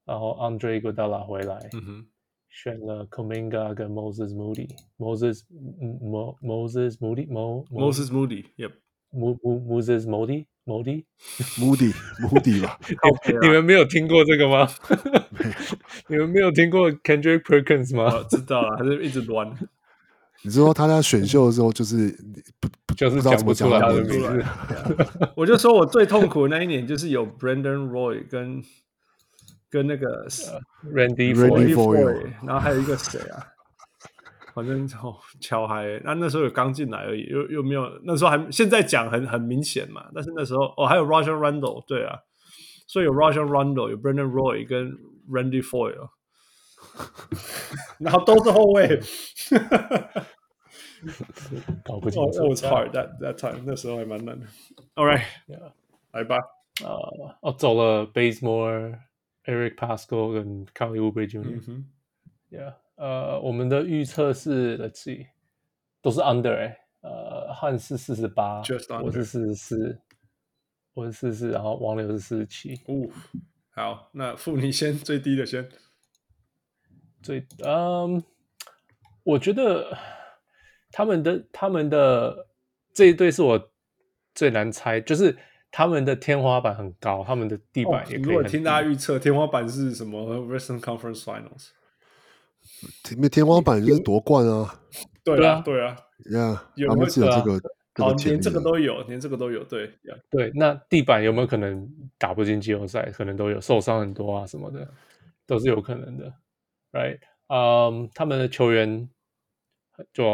Speaker 4: 然后 Andre Iguodala 回来，
Speaker 3: 嗯哼，
Speaker 4: 选了 Kuminga 跟 Moses Moody，Moses 嗯 Mo Moses Moody Mo
Speaker 3: Moses <laughs> Moody，Yep，
Speaker 4: Mo Mo- Moses Moody Moody，
Speaker 2: Moody <laughs> Moody 吧，
Speaker 4: 你们没有听过这
Speaker 2: <laughs>
Speaker 4: 个吗？你们没有听过 Kendrick Perkins 吗？
Speaker 3: 我知道了，还是一直乱，
Speaker 2: 你是说他在选秀的时候就是不不
Speaker 4: 就是
Speaker 2: 不知道
Speaker 4: 讲
Speaker 2: 怎
Speaker 4: 不
Speaker 2: 么
Speaker 4: 出
Speaker 2: 讲啊
Speaker 4: 来
Speaker 2: 他
Speaker 4: 他
Speaker 2: 的
Speaker 4: 的
Speaker 2: 名
Speaker 4: 名
Speaker 2: 字？
Speaker 4: 字。
Speaker 3: 我就说我最痛苦的那一年就是有 Brandon Roy 跟跟那 <laughs> 个
Speaker 4: Randy
Speaker 2: Randy Foy
Speaker 4: Foy
Speaker 3: Foy，
Speaker 2: Foyle
Speaker 3: 然后还有一个谁 <laughs> 啊？反正哦，乔嗨、那那时候也刚进来而已，又又没有那时候还现在讲很很明显嘛，但是那时候哦，还有 Roger Randall，对啊，所以有 Roger Randall，有 Brandon Roy 跟 Randy <laughs> Foyle，然后都是后 <laughs> 卫。哦
Speaker 4: 搞不清
Speaker 3: 哦，
Speaker 4: 楚。
Speaker 3: 那 was hard that that time，那时候还蛮难的。All right，
Speaker 4: Yeah
Speaker 3: 来吧，
Speaker 4: 呃，哦，走了 Bazemore、Eric Pascal 跟 c o n l e y Oubre
Speaker 3: 嗯
Speaker 4: Jr.。
Speaker 3: 哼，
Speaker 4: Yeah，呃，我们的预测是，Let's see，都是 under 哎、呃，汉是四十八
Speaker 3: Just，
Speaker 4: 我
Speaker 3: under
Speaker 4: 是四十四，我是四十四，然后王流是四十七，
Speaker 3: 哦，好，那付你先最低的先，
Speaker 4: 最嗯，我觉得他们的他们的这一对是我最难猜，就是他们的天花板很高，他们的地
Speaker 3: 哦
Speaker 4: 板也可以很低、
Speaker 3: 如果听大家预测，天花板是什么？Western Conference Finals。
Speaker 2: 天天花板就是夺冠啊
Speaker 3: 对
Speaker 4: 对
Speaker 3: 啊
Speaker 4: 啊，
Speaker 3: 对啊，
Speaker 2: ，Yeah，
Speaker 3: 有
Speaker 2: 他们是有
Speaker 4: 对
Speaker 2: 这
Speaker 4: 啊
Speaker 2: 个这
Speaker 3: 好，
Speaker 2: 个潜
Speaker 3: 连
Speaker 2: 力啊
Speaker 3: 这个
Speaker 2: 的。
Speaker 3: 都有，连这个都有，对，yeah，
Speaker 4: 对，那地板有没有可能打不进季后赛？可能都有受伤很多啊什么的，都是有可能的，right？嗯、他们的球员就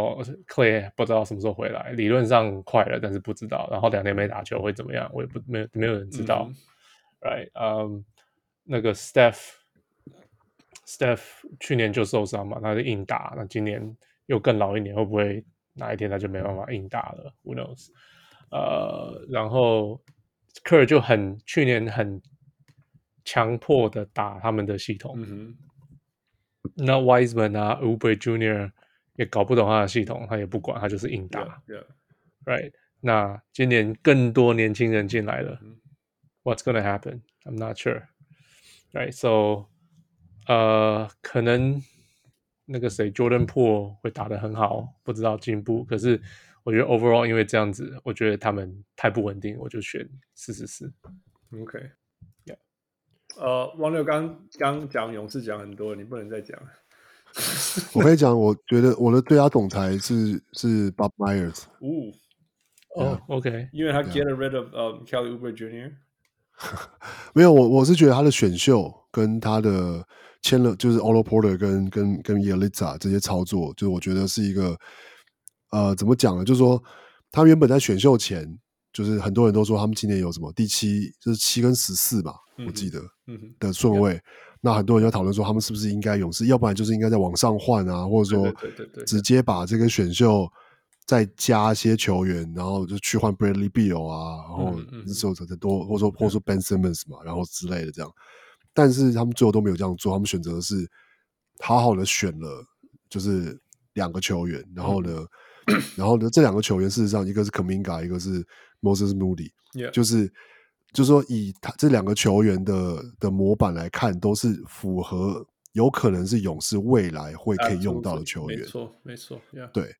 Speaker 4: Clay 不知道什么时候回来，理论上快了，但是不知道。然后两年没打球会怎么样，我也不没有没有人知道、
Speaker 3: 嗯
Speaker 4: r i g h t 嗯、那个 Steph Steph 去年就受伤嘛，他就硬打，那今年又更老一年，会不会哪一天他就没办法硬打了？Who knows？呃，然后科尔就很
Speaker 3: 嗯
Speaker 4: 去年很强迫的打他们的系统，
Speaker 3: 嗯哼，
Speaker 4: 那 Wiseman 啊，Uber Junior 也搞不懂他的系统，他也不管，他就是硬打。
Speaker 3: Yeah,
Speaker 4: right？那今年更多年轻人进来了、
Speaker 3: 嗯
Speaker 4: w h a t s gonna happen? I'm not sure. Right? So，呃，可能那个谁 Jordan p o o 会打得很好，不知道进步。可是我觉得 overall 因为这样子，我觉得他们太不稳定，我就选四十四。
Speaker 3: yeah. OK，
Speaker 4: Yeah
Speaker 3: 呃，王六刚刚讲勇士讲很多，你不能再讲了。
Speaker 2: 我跟你讲，我觉得我的最佳总裁是是 Bob Myers，
Speaker 3: 呜、
Speaker 4: 哦、o k
Speaker 3: 因为
Speaker 2: 啊
Speaker 3: 他 get rid of 呃、Kelly Uber Jr.
Speaker 2: 没有我我是觉得他的选秀跟他的签了就是 Olo Porter 跟跟跟 Yelitza 这些操作，就是我觉得是一个呃怎么讲呢？就是说他原本在选秀前，就是很多人都说他们今年有什么第七就是七跟十四嘛，我记得。
Speaker 3: 嗯哼，
Speaker 2: 的顺位。那很多人就讨论说，他们是不是应该勇士，要不然就是应该在往上换啊，或者说
Speaker 3: 对对对对对
Speaker 2: 直接把这个选秀再加一些球员，然后就去换 Bradley Beal 啊，然后
Speaker 3: 嗯嗯嗯
Speaker 2: 那时候很多，或者说或者说 Ben Simmons 嘛，然后之类的这样。但是他们最后都没有这样做，他们选择的是好好的选了，就是两个球员，然后呢，
Speaker 3: 嗯
Speaker 2: 然后呢，这两个球员事实上一个是 Kaminga，一个是 Moses Moody，
Speaker 3: Yeah，
Speaker 2: 就是就是说以他这两个球员的的模板来看，都是符合有可能是勇士未来会可以用到的
Speaker 3: Absolutely，
Speaker 2: 球
Speaker 3: 啊没
Speaker 2: 员。
Speaker 3: 错没错，Yeah，
Speaker 2: 对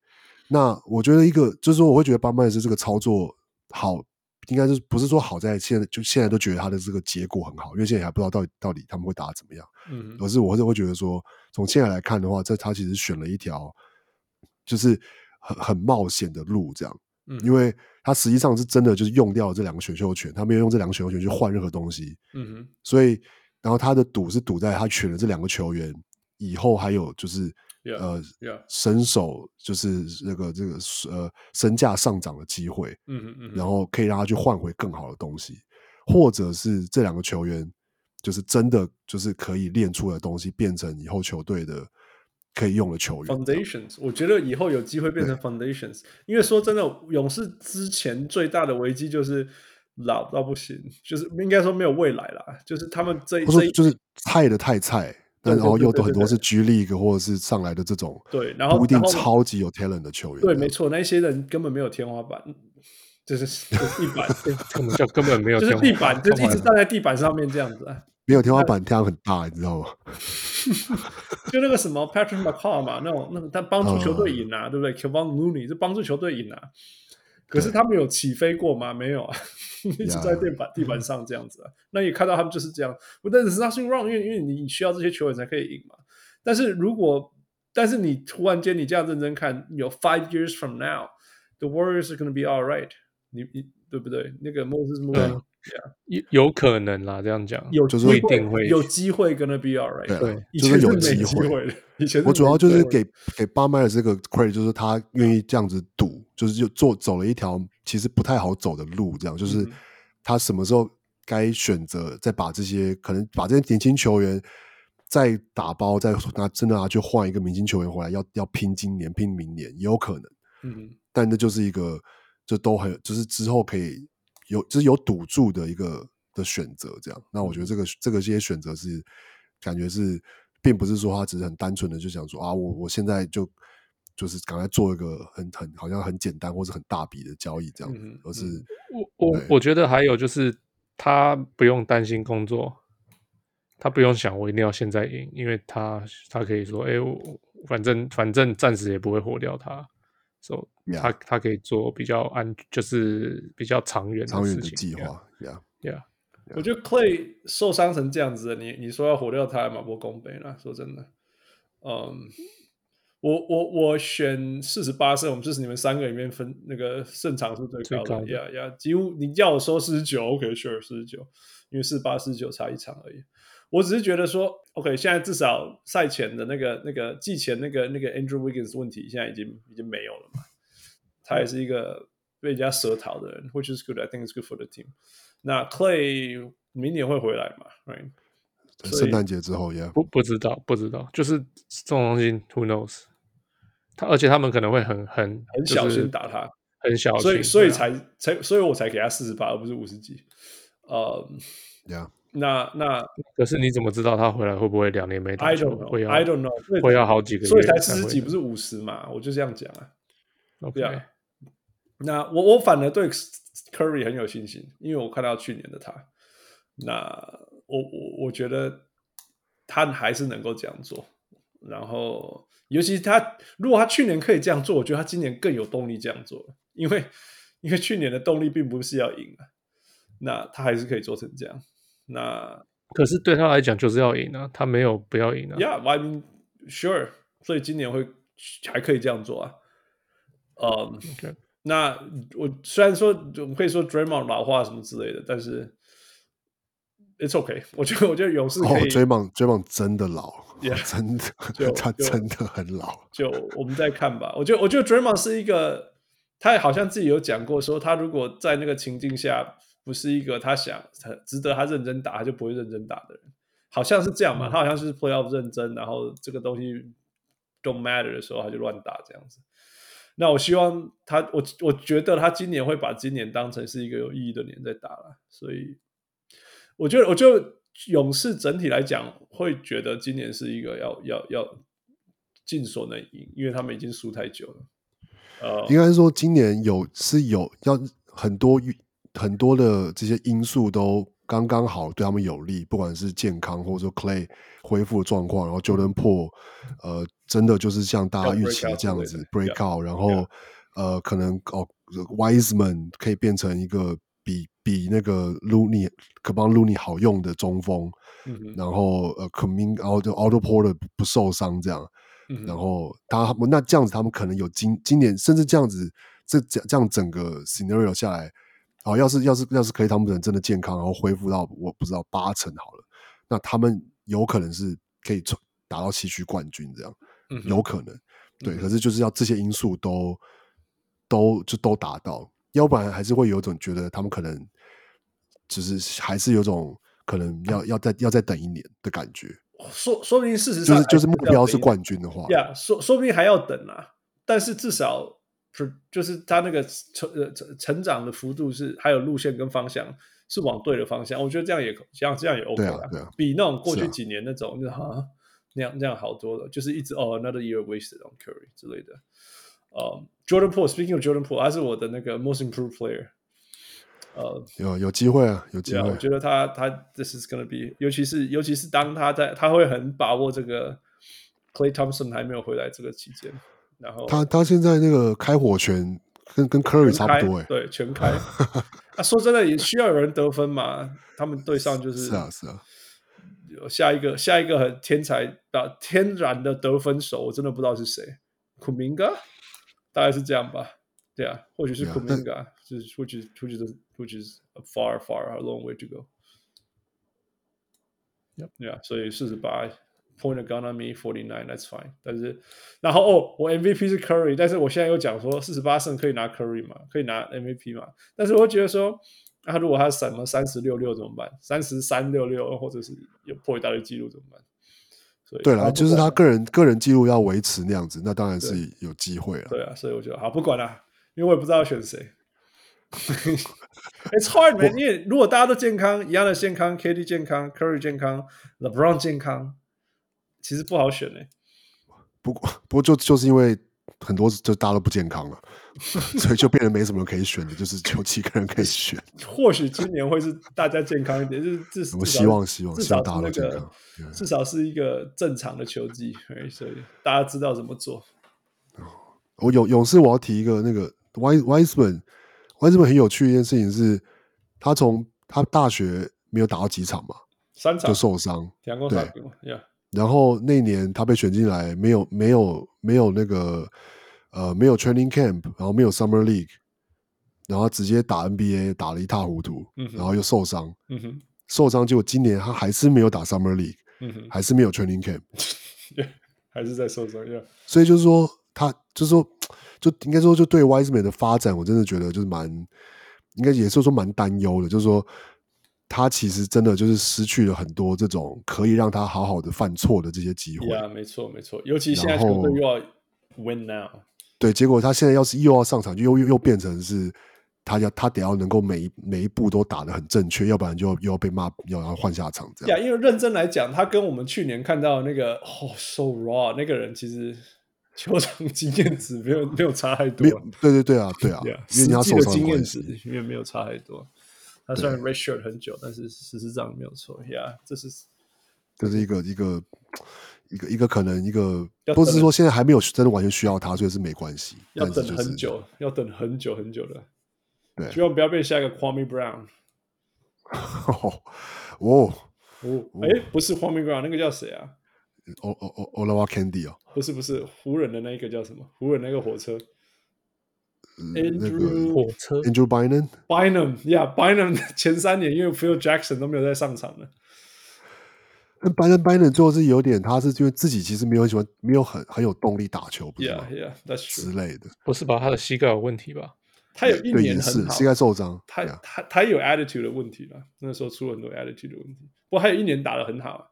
Speaker 2: 那我觉得一个就是说，我会觉得巴麦斯这个操作好，应该就是不是说好在现在就现在都觉得他的这个结果很好，因为现在也还不知道到底到底他们会打得怎么样。
Speaker 3: 嗯哼
Speaker 2: 可是我是会觉得说，从现在来看的话，这他其实选了一条就是很很冒险的路，这样。
Speaker 3: 嗯哼，
Speaker 2: 因为他实际上是真的就是用掉了这两个选秀权，他没有用这两个选秀权去换任何东西，
Speaker 3: 嗯哼
Speaker 2: 所以然后他的赌是赌在他选了这两个球员以后还有就是
Speaker 3: ，Yeah，
Speaker 2: 呃
Speaker 3: Yeah，
Speaker 2: 身手就是那个这个呃身价上涨的机会，
Speaker 3: 嗯哼嗯哼，
Speaker 2: 然后可以让他去换回更好的东西，或者是这两个球员就是真的就是可以练出来的东西变成以后球队的可以用的球员。
Speaker 3: Foundations，我觉得以后有机会变成 Foundations，因为说真的，勇士之前最大的危机就是老到不行，就是应该说没有未来啦，就是他们这
Speaker 2: 或
Speaker 3: 这
Speaker 2: 者
Speaker 3: 一
Speaker 2: 就是菜的太菜，但
Speaker 3: 对
Speaker 2: 然后
Speaker 3: 对
Speaker 2: 又
Speaker 3: 对
Speaker 2: 都很多
Speaker 3: 对
Speaker 2: 是 G League 或者是上来的这种，
Speaker 3: 对然后
Speaker 2: 不一定
Speaker 3: 然后
Speaker 2: 超级有 talent 的球员。
Speaker 3: 对，没错，那些人根本没有天花板，就是就是地板，
Speaker 4: 根本就根本没有
Speaker 3: 就是
Speaker 4: 天花
Speaker 3: 地板，就是一直
Speaker 4: 板
Speaker 3: 站在地板上面这样子啊。
Speaker 2: 没有天花板，太阳很大，你知
Speaker 3: <laughs>
Speaker 2: 道吗？
Speaker 3: 就那个什么 Patrick McCall 嘛，那种那种他帮助球
Speaker 2: 哦
Speaker 3: 队赢啊，对不对？Kevon Looney 是帮助球队赢啊，可是他们有起飞过吗？没有啊， <laughs> 一直在地板地板上这样子啊。那也看到他们就是这样，我但是 nothing wrong，因为因为你需要这些球员才可以赢嘛。但是如果但是你突然间你这样认真看，有 five years from now，the Warriors are going to be all right，你你对不对？那个 Moses m o o n
Speaker 4: 有有可能啦，这样讲
Speaker 3: 有
Speaker 2: 就
Speaker 3: 机
Speaker 2: 是
Speaker 3: 会
Speaker 4: 不一定会
Speaker 3: 有机会 gonna be all right，
Speaker 2: 对
Speaker 4: 对
Speaker 3: 以
Speaker 2: 就
Speaker 3: 前
Speaker 2: 是有
Speaker 3: 没
Speaker 2: 机
Speaker 3: 机
Speaker 2: 会
Speaker 3: 的，以前
Speaker 2: 我主要就是
Speaker 3: 没机会
Speaker 2: 给给巴麦的这个 credit，就是他愿意这样子赌，就是就做走了一条其实不太好走的路，这样就是
Speaker 3: 嗯
Speaker 2: 他什么时候该选择再把这些可能把这些年轻球员再打包，再拿真的拿去换一个明星球员回来，要要拼今年拼明年也有可能，
Speaker 3: 嗯哼。
Speaker 2: 但那就是一个就都很就是之后可以有就是有赌注的一个的选择，这样。那我觉得这
Speaker 3: 嗯
Speaker 2: 个这个这些选择是感觉是，并不是说他只是很单纯的就想说啊，我我现在就就是赶快做一个很很好像很简单或是很大笔的交易这样，
Speaker 3: 嗯哼
Speaker 2: 而是
Speaker 3: 嗯
Speaker 4: 我我
Speaker 2: 对
Speaker 4: 我觉得还有就是，他不用担心工作，他不用想我一定要现在赢，因为他他可以说，哎、我我反正反正暂时也不会火掉他，所、
Speaker 3: 嗯
Speaker 4: 以
Speaker 2: Yeah
Speaker 4: 他他可以做比较安，就是比较长远
Speaker 2: 长远
Speaker 4: 事
Speaker 2: 的
Speaker 4: 情
Speaker 2: 计划呀。
Speaker 4: ，Yeah，
Speaker 3: 我觉得 Clay 受伤成这样子，你你说要火掉他，马不公平啦。说真的，嗯，我我我选四十八胜，我们这是你们三个里面分那个胜场数最高
Speaker 4: 最高
Speaker 3: 的，
Speaker 4: 的
Speaker 3: 呀呀，几乎你叫我说四十九，OK sure 四十九，因为四十八四十九差一场而已。我只是觉得说，OK，现在至少赛前的那个那个季前那个那个 Andrew Wiggins 问题，现在已经已经没有了嘛。他也是一个被人家舌讨的人，which is good. I think it's good for the team. 那 Clay 明年会回来嘛？Right？所以
Speaker 2: 圣诞节之后呀，
Speaker 4: 不不知道不知道，就是这种东西，Who knows？他而且他们可能会很很
Speaker 3: 很小心打他，
Speaker 4: 很小心，
Speaker 3: 所以所以
Speaker 4: 对啊
Speaker 3: 才才所以我才给他四十八，而不是五十几。呃、
Speaker 2: 呀，
Speaker 3: 那那
Speaker 4: 可是你怎么知道他回来会不会两年没打
Speaker 3: I
Speaker 4: 球
Speaker 3: don't？
Speaker 4: 会要
Speaker 3: know，I don't know，所以
Speaker 4: 会要好几个月
Speaker 3: 所以才
Speaker 4: 才
Speaker 3: 四十
Speaker 4: 会
Speaker 3: 几，不是五十嘛？我就这样讲啊。
Speaker 4: OK，
Speaker 3: 对啊那我我反而对 Curry 很有信心，因为我看到去年的他，那我我我觉得他还是能够这样做。然后，尤其是他如果他去年可以这样做，我觉得他今年更有动力这样做，因为因为去年的动力并不是要赢啊，那他还是可以做成这样。那
Speaker 4: 可是对他来讲就是要赢啊，他没有不要赢啊。
Speaker 3: Yeah, I mean, sure. 所以今年会还可以这样做啊。嗯、
Speaker 4: OK
Speaker 3: 那我虽然说我们可以说 Draymond 老化什么之类的，但是 It's okay <laughs> 我觉得我觉得勇士
Speaker 2: 哦
Speaker 3: 可以、
Speaker 2: 追梦追梦真的老
Speaker 3: Yeah，
Speaker 2: <laughs> 真
Speaker 3: 就
Speaker 2: 的，他
Speaker 3: 就
Speaker 2: 真的很老。
Speaker 3: 就我们再看吧。我觉得我觉得 Draymond 是一个，他好像自己有讲过说，他如果在那个情境下不是一个他想他值得他认真打，他就不会认真打的人，好像是这样嘛。
Speaker 2: 嗯
Speaker 3: 他好像是 playoff 认真，然后这个东西 don't matter 的时候，他就乱打这样子。那我希望他，我我觉得他今年会把今年当成是一个有意义的年在打了，所以我觉得，我觉得勇士整体来讲会觉得今年是一个要要要尽所能赢，因为他们已经输太久了。呃，
Speaker 2: 应该是说今年有是有要很多很多的这些因素都刚刚好对他们有利，不管是健康或者说 Clay 恢复的状况，然后 Jordan Po 呃真的就是像大家
Speaker 3: 要
Speaker 2: 预期
Speaker 3: break
Speaker 2: 的
Speaker 3: out
Speaker 2: 这样
Speaker 3: 之
Speaker 2: 子
Speaker 3: 类的
Speaker 2: break out，然后呃可能哦 Wiseman 可以变成一个比比那个 Looney 可帮 Looney 好用的中锋，
Speaker 3: 嗯哼
Speaker 2: 然后呃 Comin 然后就 Auto Porter 不不受伤这样。
Speaker 3: 嗯哼
Speaker 2: 然后他们那这样子，他们可能有今今年甚至这样子，这这这样整个 scenario 下来，好，要是要是要是可以，他们人真的健康，然后恢复到我不知道八成好了，那他们有可能是可以冲打到西区冠军这样，
Speaker 3: 嗯哼
Speaker 2: 有可能。对，
Speaker 3: 嗯哼
Speaker 2: 可是就是要这些因素都都就都达到，要不然还是会有一种觉得他们可能就是还是有种可
Speaker 3: 啊
Speaker 2: 能要要再要再等一年的感觉，
Speaker 3: 说说不定事实
Speaker 2: 就
Speaker 3: 上
Speaker 2: 是就是目标是
Speaker 3: 冠。
Speaker 2: 冠军的话，
Speaker 3: 呀说说不定还要等啊，但是至少就就是他那个成呃成成长的幅度是还有路线跟方向是往对的方向，我觉得这样也这样这样也 OK
Speaker 2: 对啊
Speaker 3: 啦
Speaker 2: 对啊
Speaker 3: 比那种过去
Speaker 2: 是啊
Speaker 3: 几年那种、就好像那样那样好多了，就是一直哦 another year wasted on Curry 之类的。呃、j o r d a n Poole，speaking of Jordan Poole，他是我的那个 most improved player。呃，
Speaker 2: 有有机会啊，有机
Speaker 3: 对啊，
Speaker 2: 会
Speaker 3: 我。觉得他他 this is gonna be，尤其是尤其是当他在他会很把握这个 Clay Thompson 还没有回来这个期间，然后
Speaker 2: 他他现在那个开火权跟跟 Curry
Speaker 3: 全
Speaker 2: 差
Speaker 3: 开
Speaker 2: 不多哎、
Speaker 3: 对，
Speaker 2: <laughs>
Speaker 3: 全开。啊，说真的，也需要有人得分嘛。他们对上就是
Speaker 2: 是啊是啊，
Speaker 3: 有下一个下一个很天才啊，天然的得分手，我真的不知道是谁，库明嘎，大概是这样吧。对啊，或许是
Speaker 2: Yeah，
Speaker 3: 库
Speaker 2: 但
Speaker 3: 明嘎，就是 which is which is which is a far far a long way to go。Yeah，所以四十八 point a gun on me forty nine，that's fine。但是，然后哦，我 MVP 是 Curry，但是我现在又讲说四十八胜可以拿 Curry 嘛，可以拿 MVP 嘛，但是我会觉得说，那、如果他什么三十六六怎么办？三十三六六，或者是有破一大堆记录怎么办？所以
Speaker 2: 对
Speaker 3: 好
Speaker 2: 了，
Speaker 3: 不
Speaker 2: 就是
Speaker 3: 管
Speaker 2: 他个人个人记录要维持那样子，那当然是有机会了。
Speaker 3: 对啊，所以我觉得好不管啦、因为我也不知道要选谁。It's hard man，因为如果大家都健康，一样的健康，KD 健康，Curry 健康，LeBron 健康，其实不好选呢、
Speaker 2: 不过不过就就是因为很多就大家都不健康
Speaker 3: <laughs>
Speaker 2: 了，所以就变得没什么人可以选的，就是只有七个人可以
Speaker 3: <laughs>
Speaker 2: 选。
Speaker 3: 或许今年会是大家健康一点，就是至少
Speaker 2: 我希望希望
Speaker 3: 至
Speaker 2: 希
Speaker 3: 少
Speaker 2: 望
Speaker 3: 是
Speaker 2: 大家
Speaker 3: 那
Speaker 2: 都健
Speaker 3: 个
Speaker 2: 康。对
Speaker 3: 至少是一个正常的球季，哎所以大家知道怎么做。
Speaker 2: 我勇勇士，我要提一个那个 Wise Wiseman Wiseman 很有趣的一件事情是，他从他大学没有打到几场嘛，
Speaker 3: 三场
Speaker 2: 就受伤，
Speaker 3: 两攻三平嘛，Yeah，
Speaker 2: 然后那年他被选进来，没有没有没有那个呃没有 training camp，然后没有 summer league，然后直接打 NBA 打得一塌糊涂
Speaker 3: 嗯，哼
Speaker 2: 然后又受伤，
Speaker 3: 嗯哼，
Speaker 2: 受伤结果今年他还是没有打 summer league，
Speaker 3: 嗯哼
Speaker 2: 还是没有 training camp，
Speaker 3: ，Yeah，还是在受伤，Yeah，
Speaker 2: 所以就是说他就是说就应该说就对 Wiseman 的发展，我真的觉得就是蛮应该也是说蛮担忧的，就是说。他其实真的就是失去了很多这种可以让他好好的犯错的这些机会。
Speaker 3: 呀，没错没错，尤其现在
Speaker 2: 然后
Speaker 3: 球队又要 win now，
Speaker 2: 对，结果他现在要是又要上场，就又又又变成是他要他得要能够每一每一步都打得很正确，要不然就要又要被骂，要要换下场这
Speaker 3: 呀
Speaker 2: 样。
Speaker 3: 因为认真来讲，他跟我们去年看到那个哦 so raw 那个人，其实球场经验值没有没有差太多
Speaker 2: 没，有，对对对啊，对
Speaker 3: <laughs>
Speaker 2: 啊
Speaker 3: Yeah，，
Speaker 2: 因为
Speaker 3: 实
Speaker 2: 你他
Speaker 3: 际
Speaker 2: 受
Speaker 3: 的
Speaker 2: 伤的
Speaker 3: 经验
Speaker 2: 关
Speaker 3: 值
Speaker 2: 系，
Speaker 3: 也没有差太多。他虽然 red shirt 很久，但是事实上没有错呀。这是
Speaker 2: 这是一个一个一个一个可能一个
Speaker 3: 要，
Speaker 2: 不是
Speaker 3: 等
Speaker 2: 说现在还没有真的完全需要他，所以是没关系，
Speaker 3: 要
Speaker 2: 但是
Speaker 3: 等
Speaker 2: 就是
Speaker 3: 很久，要等很久很久的。
Speaker 2: 对
Speaker 3: 希望不要被下一个 Kwame Brown。
Speaker 2: <laughs> 哦，哦
Speaker 3: 哦，哎，不是 Kwame Brown，那个叫谁啊？
Speaker 2: 哦哦哦 l a Candy 哦，
Speaker 3: 不是不是，湖人的那一个叫什么？湖人那个火车
Speaker 2: 嗯那个
Speaker 4: 火
Speaker 3: ，Andrew
Speaker 4: 车
Speaker 2: Andrew Bynum，
Speaker 3: Bynum，Yeah，Bynum <laughs> 前三年因为 Phil Jackson 都没有再上场了。
Speaker 2: 但 Bynum Bynum 最后是有点，他是因为自己其实没有很喜欢，没有很很有动力打球，不是吗
Speaker 3: Yeah，Yeah，That's
Speaker 2: 之
Speaker 3: true。
Speaker 2: 类的，
Speaker 4: 不是吧？他的膝盖有问题吧？
Speaker 3: 他有一
Speaker 2: 对
Speaker 3: 年
Speaker 2: 也
Speaker 3: 很
Speaker 2: 是
Speaker 3: 好，
Speaker 2: 膝盖受伤，
Speaker 3: 他
Speaker 2: 对啊
Speaker 3: 他他有 attitude 的问题啦，那时候出了很多 attitude 的问题。不过还有一年打得很好啊，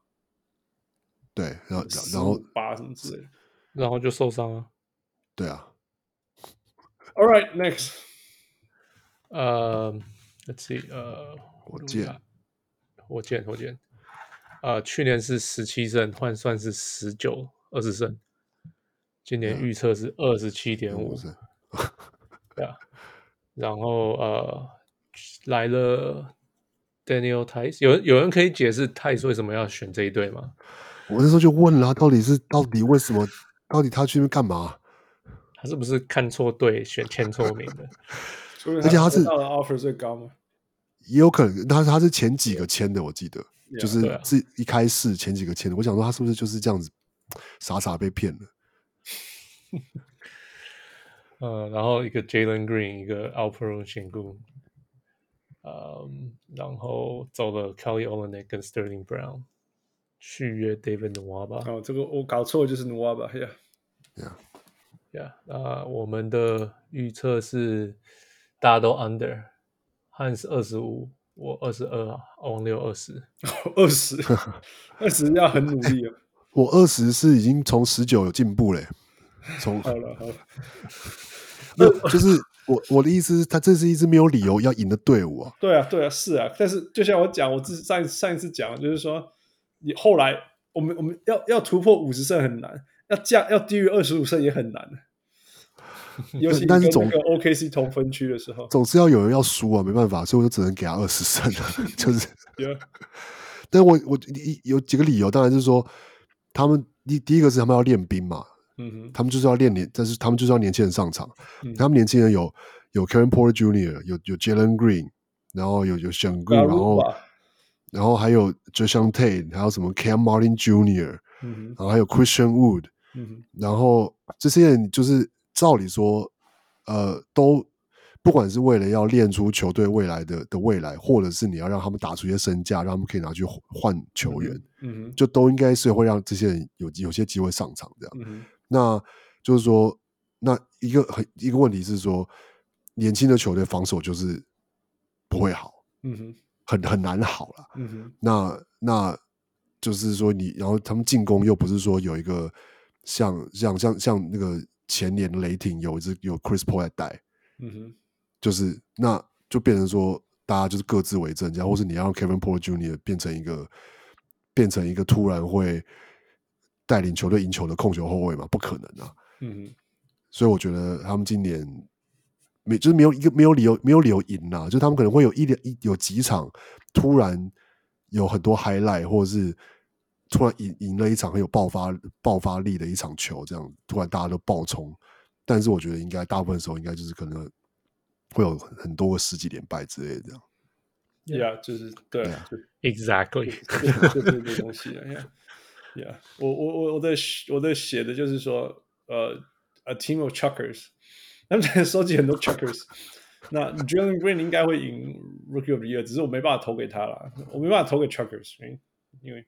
Speaker 2: 对，然后然后
Speaker 3: 八什么之类的。
Speaker 4: 然后就受伤了。
Speaker 2: 对啊，
Speaker 3: All right, next， <laughs>
Speaker 4: 呃，Let's see，呃，
Speaker 2: 火箭
Speaker 4: 我看，火箭，火箭，呃，去年是十七胜，换算是十九二十胜，今年预测是二十七点
Speaker 2: 我
Speaker 4: 五，
Speaker 2: 是
Speaker 4: 对啊，然后呃，来了 Daniel Tice，有人有人可以解释 Tice 为什么要选这一队吗？
Speaker 2: 我那时候就问了，到底是到底为什么，到底他去那边干嘛？
Speaker 4: 他是不是看错队，选签错名的？
Speaker 3: 而
Speaker 2: 而且他是
Speaker 3: 到了 offer 最高嘛，
Speaker 2: 也有可能，他他是前几个签的，我记得
Speaker 3: Yeah，
Speaker 2: 就是
Speaker 4: 对啊
Speaker 2: 是一开始前几个签的。我想说他是不是就是这样子傻傻被骗了？
Speaker 4: 呃，然后一个 Jalen Green，一个 Alperu 选股，呃，然后走了 Kelly Olynyk 跟 Sterling Brown，续约 David Nwaba。
Speaker 3: 哦，这个我搞错就是 Nua 吧，Yeah， <laughs>
Speaker 4: Yeah，那我们的预测是大家都 under，汉是二十五，我二十二，王六二十。
Speaker 3: 二十二十要很努力哦。
Speaker 2: 我二十是已经从十九有进步嘞，从
Speaker 3: 好了好了，
Speaker 2: 没有就是我我的意思是，他这是一支没有理由要赢的队伍啊。
Speaker 3: 对啊对啊是啊，但是就像我讲，我自上一上一次讲，就是说你后来我们我们要要突破五十胜很难，要降要低于二十五胜也很难，啊
Speaker 2: <laughs>
Speaker 3: 尤其你
Speaker 2: 但
Speaker 3: 跟
Speaker 2: 是总
Speaker 3: 那个 OKC 同分区的时候，
Speaker 2: 总是要有人要输啊，没办法，所以我就只能给他二十胜了。 <laughs> 就是，
Speaker 3: Yeah
Speaker 2: 但我我一有几个理由，当然是说他们第第一个是他们要练兵嘛，
Speaker 3: 嗯哼。
Speaker 2: 他们就是要练年，但是他们就是要年轻人上场。
Speaker 3: 嗯
Speaker 2: 他们年轻人有有 Karen Porter Jr.，有有 Jalen Green，然后有有 s h a n g u 然后然后还有 j a s h a n t a y 还有什么 Cam Martin Jr.，然
Speaker 3: 嗯哼，
Speaker 2: 后还有 Christian Wood，
Speaker 3: 嗯哼，
Speaker 2: 然后这些人就是照理说，呃，都不管是为了要练出球队未来的的未来，或者是你要让他们打出一些身价，让他们可以拿去换换球员，
Speaker 3: 嗯哼，
Speaker 2: 就都应该是会让这些人有有些机会上场这样。
Speaker 3: 嗯哼，
Speaker 2: 那就是说，那一个很一个问题是说，年轻的球队防守就是不会好，
Speaker 3: 嗯哼，
Speaker 2: 很很难好了。
Speaker 3: 嗯哼，
Speaker 2: 那那就是说你，然后他们进攻又不是说有一个像像像像那个前年雷霆有一支有 Chris Paul 在带，
Speaker 3: 嗯哼，
Speaker 2: 就是那就变成说大家就是各自为政，这样，或是你要让 Kevin Porter Jr. 变成一个变成一个突然会带领球队赢球的控球后卫嘛？不可能啊！
Speaker 3: 嗯哼，
Speaker 2: 所以我觉得他们今年没就是没有一个没有理由没有理由赢啦、就他们可能会有一两一有几场突然有很多 highlight，或者是突然赢赢了一场很有爆发爆发力的一场球，这样突然大家都爆冲。但是我觉得应该大部分时候应该就是可能会有很多个十几连败之类的这样。
Speaker 3: 呀，就是对，
Speaker 4: Exactly，
Speaker 3: 就是这个东西呀，呀，我我我我在我在写的就是说，呃，a team of chuckers，他 <laughs> 们在收集很多 chuckers。那 Jalen Green 应该会赢 Rookie of the Year，只是我没办法投给他啦，我没办法投给 Chuckers，因为因为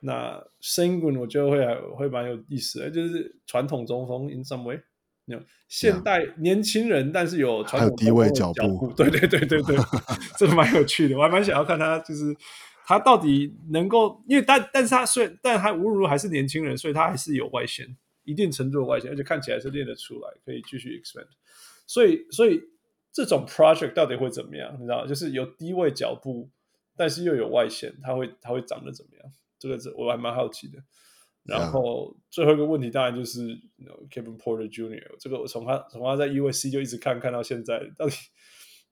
Speaker 3: 那 s i n g u n 我觉得会还会蛮有意思的，就是传统中锋 in some way，有现代年轻人，但是有传
Speaker 2: 啊还有
Speaker 3: 统
Speaker 2: 低
Speaker 3: 中
Speaker 2: 位
Speaker 3: 锋的
Speaker 2: 脚
Speaker 3: 脚
Speaker 2: 步
Speaker 3: 对对对对
Speaker 2: <laughs>
Speaker 3: 对，这个蛮有趣的，我还蛮想要看他就是他到底能够，因为但但是他虽然但他无论如何还是年轻人，所以他还是有外线，一定程度的外线，而且看起来是练得出来，可以继续 expand。所以所以这种 project 到底会怎么样？你知道吗，就是有低位脚步，但是又有外线，它会它会长得怎么样？这个是我还蛮好奇的。然
Speaker 2: Yeah.
Speaker 3: 后最后一个问题当然就是，you know, Kevin Porter Jr. 这个我从他从他在 USC 就一直看看到现在，到底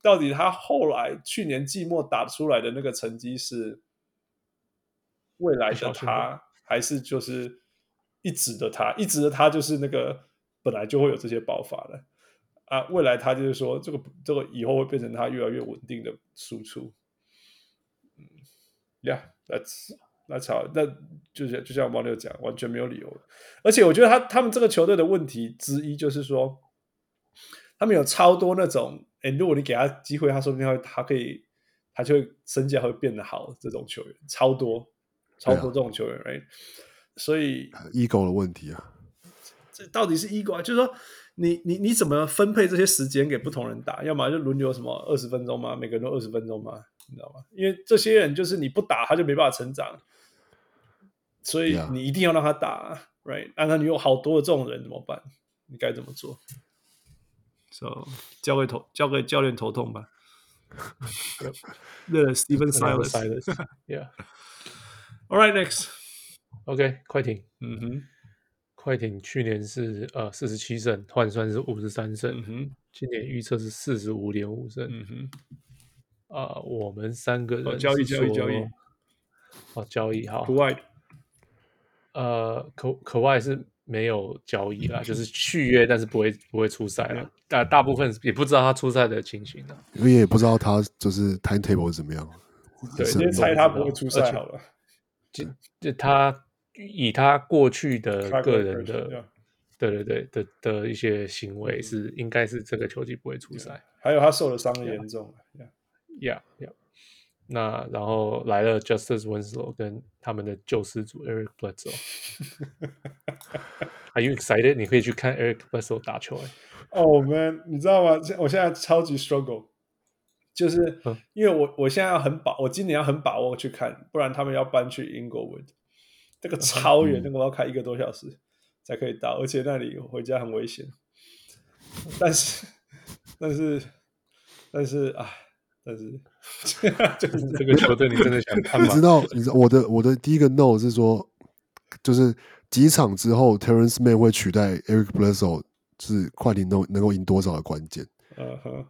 Speaker 3: 到底他后来去年季末打出来的那个成绩是未来的
Speaker 4: 小心
Speaker 3: 他，还是就是一直的他？一直的他就是那个本来就会有这些爆发的啊，未来他就是说这个这个以后会变成他越来越稳定的输出。嗯，Yeah，that's。那吵，那就像就像王六讲，完全没有理由。而且我觉得他他们这个球队的问题之一就是说，他们有超多那种，哎，如果你给他机会，他说不定他会他可以，他就会身价会变得好，这种球员超多，超多
Speaker 2: 对啊
Speaker 3: 这种球员、r i g h t 所以
Speaker 2: ego 的问题啊，
Speaker 3: 这到底是 ego 啊？就是说你你你怎么分配这些时间给不同人打？要么就轮流什么二十分钟嘛，每个人都二十分钟嘛，你知道吗？因为这些人就是你不打他就没办法成长，所以
Speaker 2: Yeah.
Speaker 3: 你一定要让他打，right？那、啊、那你有好多的这种人怎么办？你该怎么做？So 交给头交给教练头痛吧。 <laughs> 那 Steven Silas。
Speaker 4: Yeah. <laughs>
Speaker 3: All right, next。
Speaker 4: OK，快艇，
Speaker 3: 嗯哼，
Speaker 4: 快艇去年是呃四十七胜，换算是五十三胜
Speaker 3: 嗯，哼，
Speaker 4: 今年预测是四十五点五胜。
Speaker 3: 嗯哼，
Speaker 4: 啊、我们三个人、
Speaker 3: 哦交易交易交易，
Speaker 4: 哦，交易好
Speaker 3: 国，外
Speaker 4: 呃，可可外是没有交易啦，就是续约，但是不会不会出赛了。大大部分也不知道他出赛的情形啊。
Speaker 2: 因为也不知道他就是 timetable 是怎么样。
Speaker 4: 对，
Speaker 2: 是
Speaker 3: 直接
Speaker 2: 很
Speaker 3: 猜他不会出
Speaker 4: 而
Speaker 3: 赛
Speaker 4: 且
Speaker 3: 好了。
Speaker 4: 就他以他过去的
Speaker 3: Track
Speaker 4: 个人
Speaker 3: record，yeah
Speaker 4: 的，对对对的的一些行
Speaker 3: 嗯
Speaker 4: 为是，应该是这个球季不会出赛。
Speaker 3: 还有他受的伤的严重啊 yeah.
Speaker 4: Yeah, yeah. 那然后来了 Justice Winslow 跟他们的救世主 Eric
Speaker 3: <laughs>
Speaker 4: Bledsoe。Are you excited？你可以去看 Eric Bledsoe 打球、欸。
Speaker 3: Oh man，你知道吗？现我现在超级 struggle，就是
Speaker 4: 嗯
Speaker 3: 因为我我现在要很把，我今年要很把握去看，不然他们要搬去英国 d 这个超远，那个我要开一个多小时才可以到，而且那里回家很危险。但是，但是，但是，哎，但是， <laughs> 就是 <laughs>
Speaker 4: 这个球队你真的想看
Speaker 2: 你
Speaker 4: 吗？
Speaker 2: 知道，你知道我的我的第一个 no 是说，就是几场之后，Terrence Mann 会取代 Eric Bledsoe 是快艇能能够赢多少的关键。
Speaker 3: 嗯哼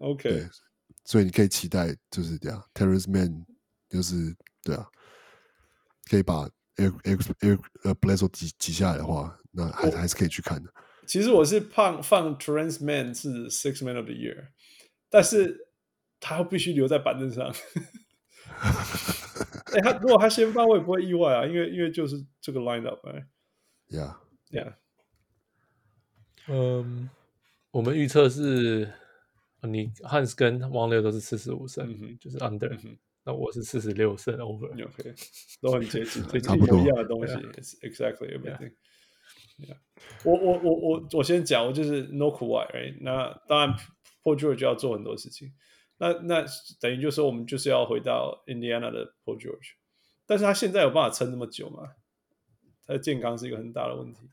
Speaker 3: ，OK，
Speaker 2: 对所以你可以期待就是这样，Terrence Mann 就是对啊，可以把 Eric Eric Eric 呃 Bledsoe 挤挤下来的话，那还还是可以去看的。
Speaker 3: 其实我是放放 Trans Man 是 Six Man of the Year，但是他必须留在板凳上。 <laughs> 哎、他如果他先放，我也不会意外啊，因为因为就是这个 lineup 哎、
Speaker 2: Yeah，
Speaker 3: yeah，
Speaker 4: 嗯，我们预测是呃你汉斯跟汪六都是四十五胜，
Speaker 3: 嗯哼
Speaker 4: 就是 under、
Speaker 3: 哼
Speaker 4: 那我是四十六胜 over。
Speaker 3: 你 OK，都 <laughs> 很接
Speaker 2: <laughs>
Speaker 3: 近，接
Speaker 2: 差
Speaker 3: 近
Speaker 2: 不多啊
Speaker 3: 一样的东西，it's，exactly everything。Yeah. 我我我我我先讲，我就是 no Kawhi，right？那当然，Paul George 要做很多事情。那那等于就是说，我们就是要回到 Indiana 的 Paul George，但是他现在有办法撑那么久吗？他的健康是一个很大的问题。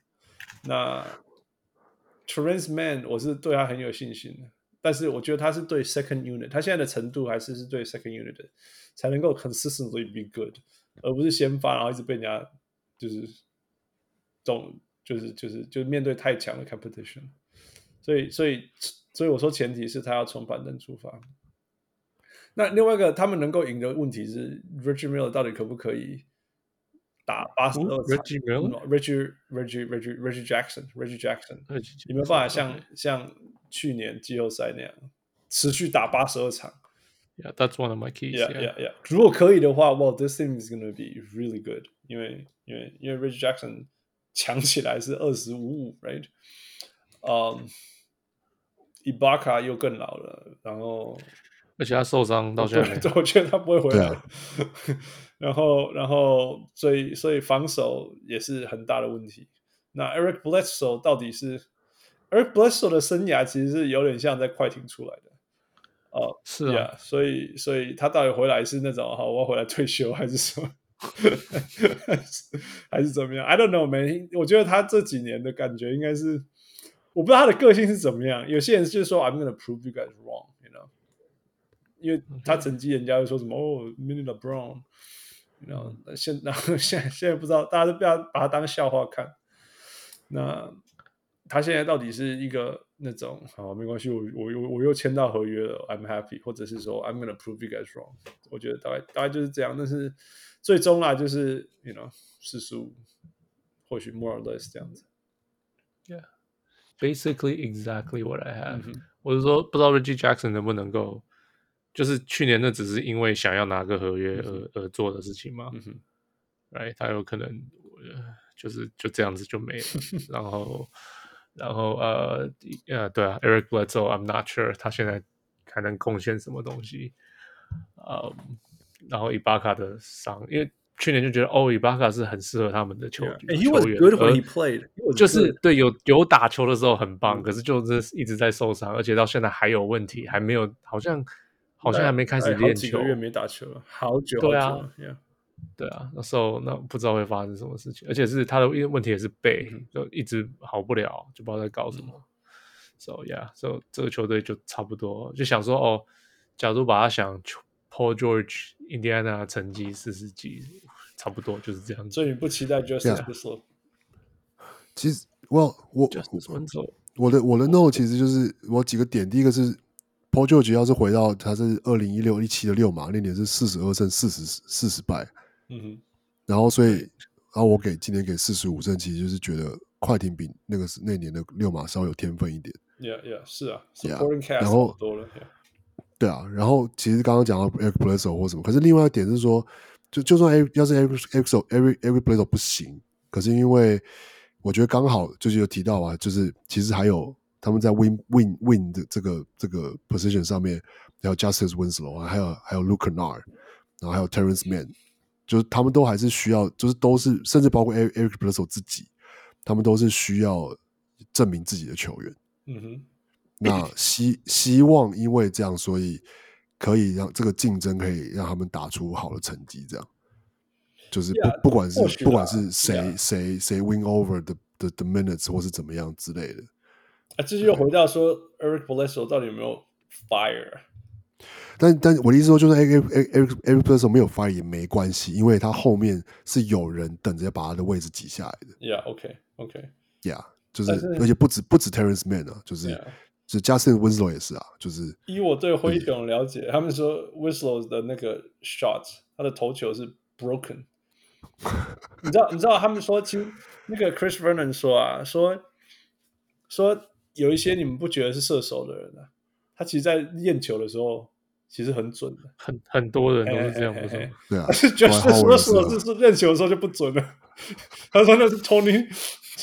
Speaker 3: 那 Terrence Man，我是对他很有信心的，但是我觉得他是对 second unit，他现在的程度还是是对 second unit 的，才能够 consistently be good，而不是先发然后一直被人家就是总就是就是就是面对太强的 competition，所以所以所以我说前提是他要从板凳出发。那另外一个他们能够赢的问题是 Richard Miller 到底可不可以打八十
Speaker 4: 哦
Speaker 3: 二场
Speaker 4: ，Reggie Miller？
Speaker 3: Richard Richard Richard Richard Jackson Richard Jackson
Speaker 4: 呃
Speaker 3: 有没有办法像像去年季后赛那样持续打八十二场？
Speaker 4: ？Yeah, that's one of my keys.
Speaker 3: Yeah, yeah, yeah. 如果可以的话，Well, this team is gonna be really good. 因为因为因为 Rich Jackson 强起来是二十五五，right？嗯、i b a k a 又更老了，然后
Speaker 4: 而且他受伤到现在
Speaker 3: <laughs>
Speaker 4: 没
Speaker 3: 对，我觉得他不会回
Speaker 2: 对
Speaker 3: 来。
Speaker 2: 啊
Speaker 3: <laughs> 然后，然后，所以，所以防守也是很大的问题。那 Eric Bledsoe 到底是 Eric Bledsoe 的生涯其实是有点像在快艇出来的，呃
Speaker 4: 是
Speaker 3: 对
Speaker 4: 啊，
Speaker 3: yeah, 所以所以他到底回来是那种哈，哦我要回来退休还是什么，还是还是怎么样？I don't know man。我觉得他这几年的感觉应该是我不知道他的个性是怎么样。有些人就是说 I'm gonna prove you guys wrong，you know，因为
Speaker 4: 嗯
Speaker 3: 他成绩人家会说什么哦，mini LeBron，然后
Speaker 4: 嗯
Speaker 3: 现然后现在现在不知道，大家都不要把他当笑话看。那他现在到底是一个那种好没关系，我我又我又签到合约了，I'm happy，或者是说 I'm gonna prove you guys wrong，我觉得大概大概就是这样。但是最终啦，就是 you know 世俗或许 more or less 这样子。
Speaker 4: basically exactly what I have、
Speaker 3: 嗯哼
Speaker 4: 我是说，不知道 Reggie Jackson 能不能够，就是去年那只是因为想要拿个合约而、而做的事情嘛。
Speaker 3: 嗯哼，
Speaker 4: 哎，他有可能呃就是就这样子
Speaker 3: <laughs>
Speaker 4: 就没了。然后，然后呃呃，对啊，Eric Bledsoe，I'm not sure 他现在还能贡献什么东西。呃，然后伊巴卡的伤，因为去年就觉得哦，伊巴卡是很适合他们的球
Speaker 3: Yeah. And
Speaker 4: 球员。
Speaker 3: he was good
Speaker 4: 而
Speaker 3: when he played. He was
Speaker 4: 就是
Speaker 3: good.
Speaker 4: 对有有打球的时候很
Speaker 3: 嗯
Speaker 4: 棒，可是就是一直在受伤，而且到现在还有问题，还没有好像好像还没开始
Speaker 3: 哎好
Speaker 4: 练
Speaker 3: 几
Speaker 4: 球
Speaker 3: 个。月没打球了，好久。
Speaker 4: 对啊
Speaker 3: 好久了，yeah，
Speaker 4: 对啊，那时候那不知道会发生什么事情，而且是他的问题也是背，
Speaker 3: 嗯
Speaker 4: 就一直好不了，就不知道在搞什么。So yeah，so 这个球队就差不多就想说哦，假如把他想 Paul George 印第安纳成绩四十几，差不多就是这样子。
Speaker 3: 所以你不期待 Justice
Speaker 2: Yeah.
Speaker 3: w i s l e
Speaker 2: 其实，Well，我
Speaker 4: 就 s
Speaker 2: 我
Speaker 4: w 走。
Speaker 2: 我的我的 no 其实就是我几个点，第一个是 Paul George 要是回到他是二零一六一七的六嘛，那年是四十二胜四十四十败，
Speaker 3: 嗯哼，
Speaker 2: 然后所以，然后我给今年给四十五胜，其实就是觉得快艇比那个是那年的六马稍微有天分一点。
Speaker 3: Yeah, yeah，是啊
Speaker 2: Yeah，
Speaker 3: ，supporting cast
Speaker 2: 然后
Speaker 3: 好多了，yeah，
Speaker 2: 对啊，然后其实刚刚讲到 Eric Bledsoe 或什么，可是另外一点是说，就就算 Eric 要是 Eric Eric Eric Eric Bledsoe 不行，可是因为我觉得刚好就是有提到啊，就是其实还有他们在 Win Win Win 的这个这个 position 上面，还有 Justice Winslow，啊还有还有 Luke Kennard，然后还有 Terrence Mann，就是他们都还是需要，就是都是甚至包括 Eric Eric Bledsoe 自己，他们都是需要证明自己的球员。
Speaker 3: 嗯哼， <laughs>
Speaker 2: 那希希望因为这样，所以可以让这个竞争可以让他们打出好的成绩，这样就是不
Speaker 3: Yeah，
Speaker 2: 不管
Speaker 3: 或
Speaker 2: 是
Speaker 3: 许
Speaker 2: 不管
Speaker 3: 啦
Speaker 2: 是谁
Speaker 3: yeah
Speaker 2: 谁谁 win over 的的的 minutes 或是怎么样之类的，
Speaker 3: 啊，这就又回到说 Eric Bledsoe 到底有没有 fire？
Speaker 2: 但但我的意思说，就是 Eric Eric Eric Eric p e r s o n 没有 fire 也没关系，因为他后面是有人等着把他的位置挤下来的
Speaker 3: Yeah, OK, OK.
Speaker 2: 呀。Yeah，就是
Speaker 3: 但是
Speaker 2: 而且不止不止 Terrence Mann 啊，就是
Speaker 3: Yeah.
Speaker 2: 就 Justin Winslow 也是啊，就是
Speaker 3: 以我对灰熊了解，他们说 Whistler 的那个 shot，他的头球是 broken。你知道？你知道他们说，其实那个 Chris Vernon 说啊，说说有一些你们不觉得是射手的人啊，他其实在练球的时候其实很准的。
Speaker 4: 很很多人都是这样，
Speaker 3: 嘿
Speaker 4: 不
Speaker 3: 嘿
Speaker 4: 是
Speaker 3: 嘿
Speaker 4: 吗
Speaker 3: 嘿？
Speaker 2: 对啊
Speaker 3: 但 <laughs> 是 j u s t i
Speaker 2: ，Dwight
Speaker 3: c
Speaker 2: Howard 也
Speaker 3: Russell
Speaker 2: 是
Speaker 3: 就
Speaker 2: 啊
Speaker 3: 是练球的时候就不准了。他说那是 Tony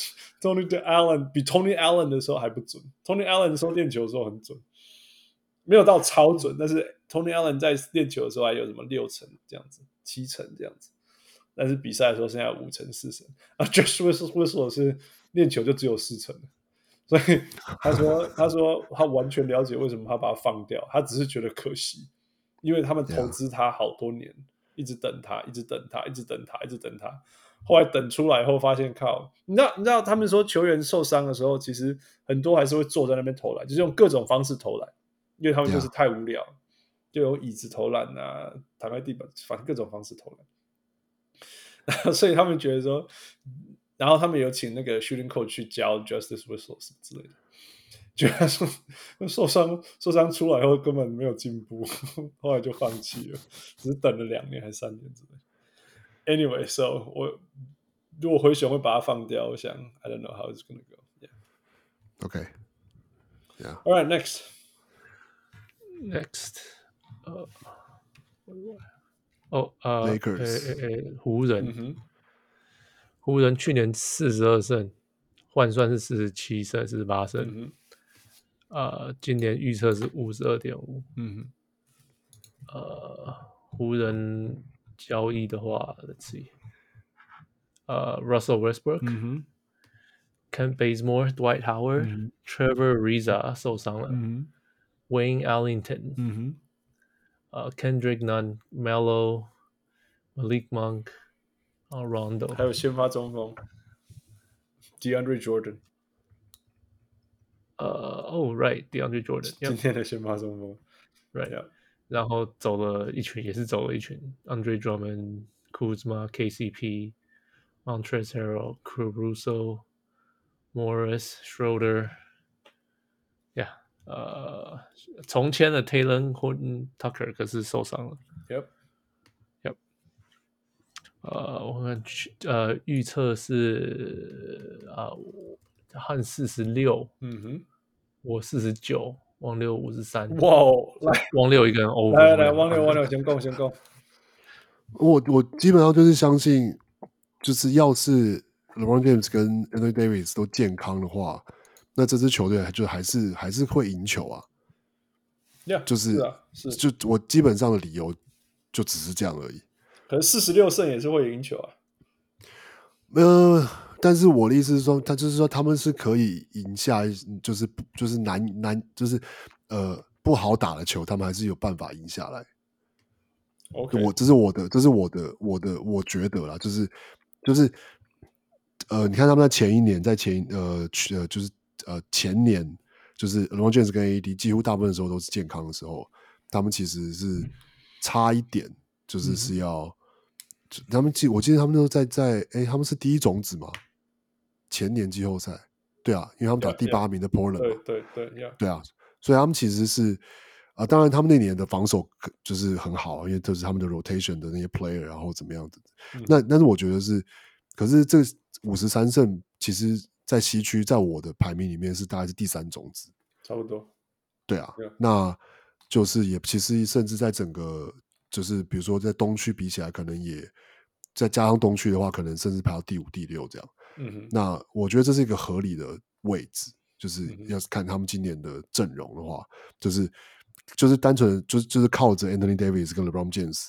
Speaker 3: <laughs> Tony De Allen 比 Tony Allen 的时候还不准。Tony Allen 的时候练球的时候很准，没有到超准，但是 Tony Allen 在练球的时候还有什么六成这样子、七成这样子，但是比赛的时候剩下五成、四成。啊 j u s t i c Russell 是练球就只有四成。所以他说，他说他完全了解为什么他把他放掉，他只是觉得可惜，因为他们投资他好多年，一直等他，一直等他，一直等他，一直等他。后来等出来后，发现靠，你知道，你知道他们说球员受伤的时候，其实很多还是会坐在那边投篮，就是用各种方式投篮，因为他们就是
Speaker 2: Yeah.
Speaker 3: 太无聊就用椅子投篮啊，躺在地板，反正各种方式投篮。 <laughs> 所以他们觉得说，然后他们有请那个 shooting coach 去教 Justice Whistle 什么之类的，觉得说 <laughs> 受伤受伤出来后根本没有进步， <laughs> 后来就放弃了，只是等了两年还是三年之类。Anyway，so 我如果灰熊会把它放掉，我想 I don't know how it's gonna go。Yeah.
Speaker 2: OK。
Speaker 3: All right, next.
Speaker 4: Next，呃，哦，呃
Speaker 2: Lakers
Speaker 4: 诶诶诶 eh, 湖人
Speaker 3: 嗯，哼，
Speaker 4: 湖人去年四十二胜，换算是四十七胜、四十八
Speaker 3: 嗯
Speaker 4: 胜，
Speaker 3: 哼，
Speaker 4: 呃，今年预测是五十二点五。
Speaker 3: 嗯哼，
Speaker 4: 呃，湖人交易的话，Let's see，呃，Russell Westbrook、
Speaker 3: 嗯哼，
Speaker 4: Ken Bazemore、Dwight Howard、Trevor
Speaker 3: Mm-hmm.
Speaker 4: Ariza 受伤了、
Speaker 3: 嗯
Speaker 4: w a y n e Ellington、
Speaker 3: 嗯哼，
Speaker 4: 呃，Kendrick uh, Nunn、Melo、Malik Monk、啊，Rondo，
Speaker 3: 还有先发中锋 DeAndre Jordan。
Speaker 4: ，Oh right，DeAndre Jordan，
Speaker 3: 今天的先发中锋
Speaker 4: right，
Speaker 3: yeah
Speaker 4: 然后走了一群，也是走了一群，Andre Drummond、Kuzma、KCP、Montrezl Harrell、Caruso、Morris、Schroeder，呀、yeah,，呃，从签了 Taylor Horton Tucker，可是受伤了。
Speaker 3: ，Yep，
Speaker 4: 呃，我看去呃预测是啊、我汉四十六，
Speaker 3: 嗯哼，
Speaker 4: 我四十九，汪六五十三，
Speaker 3: 哇哦，来
Speaker 4: 汪六一个人 over，
Speaker 3: 来来，
Speaker 4: 我
Speaker 3: 汪
Speaker 4: 两个
Speaker 3: 六汪六先攻先攻，
Speaker 2: 我我基本上就是相信，就是要是 LeBron James 跟 Anthony Davis 都健康的话，那这支球队就还是还是会赢球啊。
Speaker 3: Yeah，
Speaker 2: 就是
Speaker 3: 啊是，
Speaker 2: 就我基本上的理由就只是这样而已。
Speaker 3: 可是四十六胜也是会赢球啊，
Speaker 2: 呃，但是我的意思是说，他就是说他们是可以赢下一，就是不就是难难就是呃不好打的球，他们还是有办法赢下来。
Speaker 3: OK，
Speaker 2: 我这是我的，这是我的，我的，我觉得啦，就是就是呃，你看他们在前一年，在前呃去呃就是呃前年，就是 LeBron James 跟 AD 几乎大部分的时候都是健康的时候，他们其实
Speaker 3: 嗯
Speaker 2: 是差一点，就是是要、就他们记，我记得他们都在在哎，他们是第一种子嘛，前年季后赛，对啊，因为他们打
Speaker 3: 对啊
Speaker 2: 第
Speaker 3: 对啊
Speaker 2: 八名的 Portland 嘛，
Speaker 3: 对对对，Yeah，
Speaker 2: 对啊，所以他们其实是啊、当然他们那年的防守可就是很好，因为这是他们的 rotation 的那些 player，然后怎么样子。
Speaker 3: 嗯
Speaker 2: 那但是我觉得是，可是这五十三胜，其实在西区，在我的排名里面是大概是第三种子。
Speaker 3: 差不多，
Speaker 2: 对啊，
Speaker 3: 对啊
Speaker 2: 那就是也其实甚至在整个就是比如说在东区比起来，可能也再加上东区的话，可能甚至排到第五、第六这样。
Speaker 3: 嗯哼，
Speaker 2: 那我觉得这是一个合理的位置，就是
Speaker 3: 嗯哼
Speaker 2: 要是看他们今年的阵容的话，就是就是单纯的就是就是靠着 Anthony Davis 跟 LeBron James，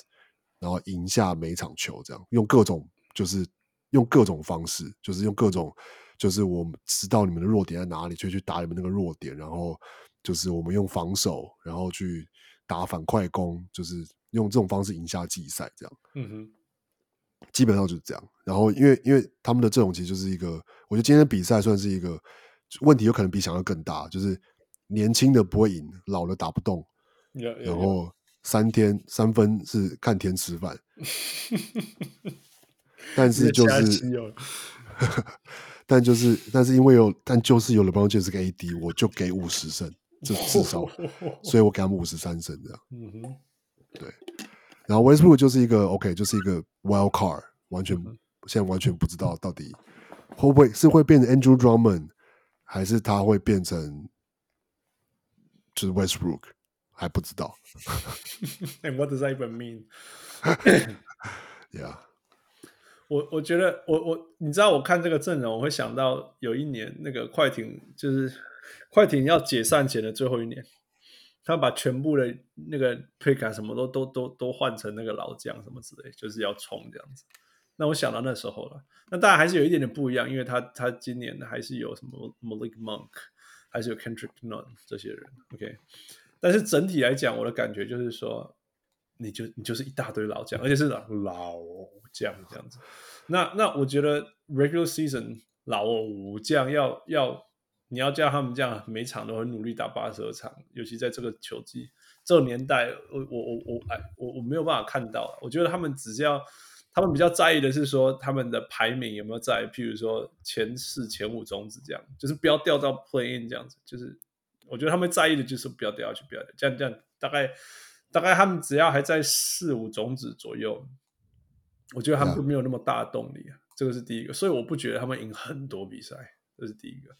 Speaker 2: 然后赢下每一场球，这样用各种就是用各种方式，就是用各种就是我们知道你们的弱点在哪里，就去打你们那个弱点，然后就是我们用防守，然后去打反快攻，就是用这种方式赢下季赛这样。
Speaker 3: 嗯哼，
Speaker 2: 基本上就是这样。然后因为因为他们的阵容其实就是一个，我觉得今天的比赛算是一个问题，有可能比想象更大，就是年轻的不会赢，老的打不动，
Speaker 3: Yeah，
Speaker 2: 然后三天三分是看天吃饭，但是就是但就是但是因为有但就是有 LeBron James 跟 AD，我就给五十胜，这至
Speaker 3: 哦
Speaker 2: 少，所以我给他们五十三胜这样。
Speaker 3: 嗯哼，
Speaker 2: 然后 Westbrook 就是一个 OK，就是一个 wild card，完
Speaker 3: 嗯
Speaker 2: 全现在完全不知道到底会不会是会变成 Andrew Drummond，还是他会变成就是 Westbrook，还不知道。
Speaker 3: And what does that even mean？
Speaker 2: Yeah，
Speaker 3: 我我觉得我我你知道我看这个阵容，我会想到有一年那个快艇就是快艇要解散前的最后一年，他把全部的那个 pick 啊什么都都都都换成那个老将什么之类，就是要冲这样子。那我想到那时候了，那当然还是有一点点不一样，因为他他今年还是有什么 Malik Monk，还是有 Kendrick Nunn 这些人，OK。但是整体来讲，我的感觉就是说，你就你就是一大堆老将，而且是老老将这样子。那那我觉得 regular season 老五将要要你要叫他们这样每场都很努力打八十二场，尤其在这个球季这个年代，我我我我哎我我没有办法看到，啊我觉得他们只是要。他们比较在意的是说他们的排名有没有在，譬如说前四、前五种子这样，就是不要掉到 play in 这样子。就是我觉得他们在意的就是不要掉下去，不要掉这样这样。大概大概他们只要还在四五种子左右，我觉得他们
Speaker 2: 嗯
Speaker 3: 就没有那么大的动力啊。这个是第一个，所以我不觉得他们赢很多比赛，这是第一个。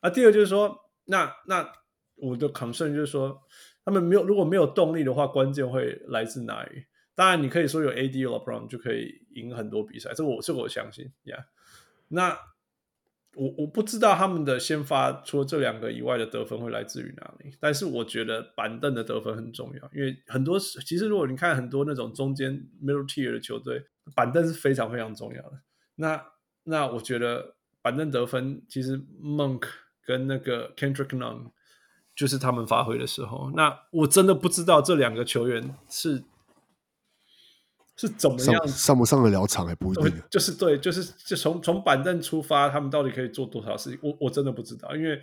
Speaker 3: 啊，第二个就是说，那那我的 concern 就是说，他们没有如果没有动力的话，关键会来自哪里？当然，你可以说有 AD 有 LeBron 就可以赢很多比赛，这个我这个我相信，Yeah。那我我不知道他们的先发除了这两个以外的得分会来自于哪里，但是我觉得板凳的得分很重要，因为很多时其实如果你看很多那种中间 middle tier 的球队，板凳是非常非常重要的。那那我觉得板凳得分其实 Monk 跟那个 Kendrick Nunn 就是他们发挥的时候，那我真的不知道这两个球员是是怎么样
Speaker 2: 上上不上得了场还不一
Speaker 3: 我
Speaker 2: 定。
Speaker 3: <laughs> 就是对，就是就从从板凳出发，他们到底可以做多少事情，我我真的不知道，因为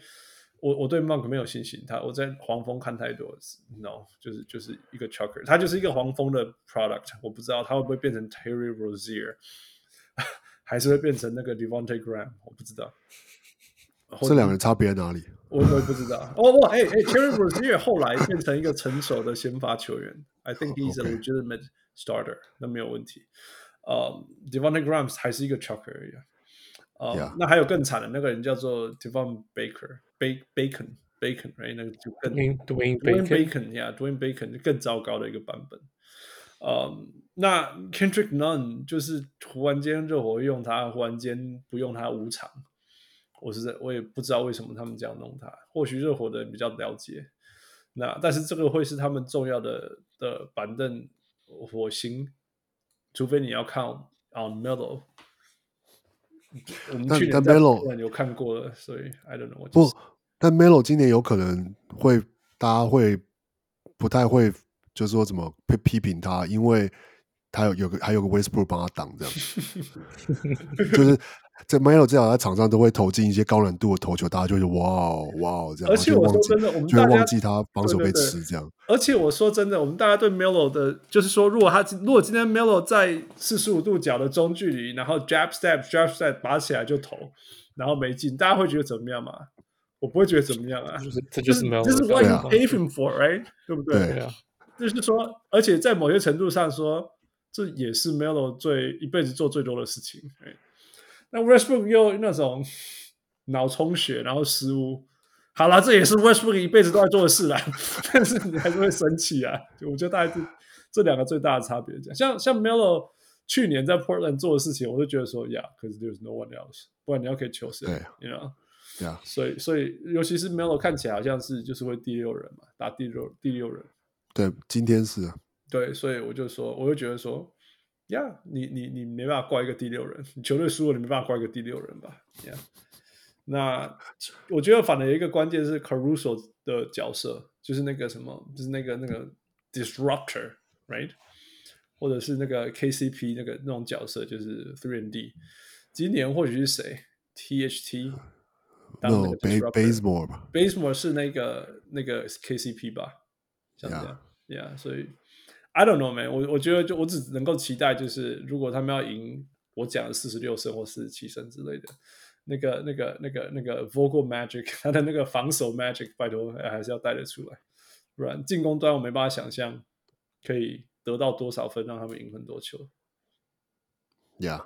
Speaker 3: 我我对 Monk 没有信心，他我在黄蜂看太多，no，就是就是一个 chucker，他就是一个黄蜂的 product，我不知道他会不会变成 Terry Rozier，还是会变成那个 Devonte Graham，我不知道。
Speaker 2: 这两个人差别在哪里？
Speaker 3: 我我也不知道。哦哇，哎哎，Terry Rozier 后来变成一个成熟的先发球员，I think he's a
Speaker 2: OK
Speaker 3: legitimate starter，那没有问题。呃、d e v o n t e Graham 还是一个 chucker 而已啊。哦
Speaker 2: Yeah.
Speaker 3: 那还有更惨的那个人叫做 Devon Baker Ba- Bacon Bacon right 那个就更
Speaker 4: Dwayne Dwayne
Speaker 3: Dwayne
Speaker 4: Bacon
Speaker 3: Bacon 呀、d w a y n e Bacon 就更糟糕的一个版本。嗯，那 Kendrick Nunn 就是突然间热火用他，忽然间不用他五场，我是在我也不知道为什么他们这样弄他。或许热火的人比较了解，那但是这个会是他们重要的的板凳火星，除非你要看 on Melo。我们
Speaker 2: 但
Speaker 3: 去年
Speaker 2: 但
Speaker 3: 在
Speaker 2: Melo-
Speaker 3: 湖人有看过了，所以 I don't know。
Speaker 2: 不，但 Melo 今年有可能会，大家会不太会，就是说怎么批批评他，因为他有有个还有个 Westbrook 帮他挡，这样
Speaker 3: <laughs>
Speaker 2: 就是这 Melo 至少在场上都会投进一些高难度的投球，大家就会哇哦哇哦这样，
Speaker 3: 而且
Speaker 2: 然后
Speaker 3: 我
Speaker 2: 就忘
Speaker 3: 说
Speaker 2: 记
Speaker 3: 真的，我们
Speaker 2: 就会
Speaker 3: 大家
Speaker 2: 忘记他防守
Speaker 3: 对
Speaker 2: 被
Speaker 3: 对对
Speaker 2: 吃这样。
Speaker 3: 而且我说真的，我们大家对 Melo 的，就是说，如果他如果今天 Melo 在四十五度角的中距离，然后 jab step jab step 拔起来就投，然后没进，大家会觉得怎么样嘛？我不会觉得怎么样啊，
Speaker 4: 就是这就是没有
Speaker 3: 这是
Speaker 4: 我
Speaker 3: what
Speaker 4: 的
Speaker 2: you
Speaker 4: 想
Speaker 3: you
Speaker 4: 法
Speaker 3: pay him for，right？对不对？
Speaker 4: 对啊，
Speaker 3: 就是说，而且在某些程度上说，这也是 Melo 最一辈子做最多的事情。right？那 Westbrook 又那种脑充血，然后失误，好啦，这也是 Westbrook 一辈子都在做的事啦。但是你还是会生气啊。就我觉得大概是这两个最大的差别。这样像像 Melo 去年在 Portland 做的事情，我就觉得说，Yeah，可是 there's no one else，不然你要可以求谁
Speaker 2: 对
Speaker 3: ？You know。
Speaker 2: 对啊，
Speaker 3: 所以，所以，尤其是 Melo 看起来好像是就是会第六人嘛，打第六第六人，
Speaker 2: 对，今天是啊
Speaker 3: 对，所以我就说，我就觉得说，呀，你你你没办法怪一个第六人， <laughs> 你球队输了，你没办法怪一个第六人吧？呀，那我觉得反而有一个关键是 Caruso 的角色，就是那个什么，就是那个那个 disruptor，right？或者是那个 KCP 那个那种角色，就是 Three and D。今年或许是谁 THT 当那
Speaker 2: ，No
Speaker 3: 个
Speaker 2: Bay
Speaker 3: disruptor
Speaker 2: Baseball 吧，
Speaker 3: Basemore 是那个那个 KCP 吧，像这
Speaker 2: Yeah.
Speaker 3: 样，Yeah，所以 I don't know man，我我觉得就我只能够期待，就是如果他们要赢我讲的四十六胜或四十七胜之类的，那个那个那个那个 Vocal Magic，他 <laughs> 的那个防守 Magic，拜托呃还是要带得出来，不然进攻端我没办法想象可以得到多少分，让他们赢很多球。
Speaker 2: ，Yeah，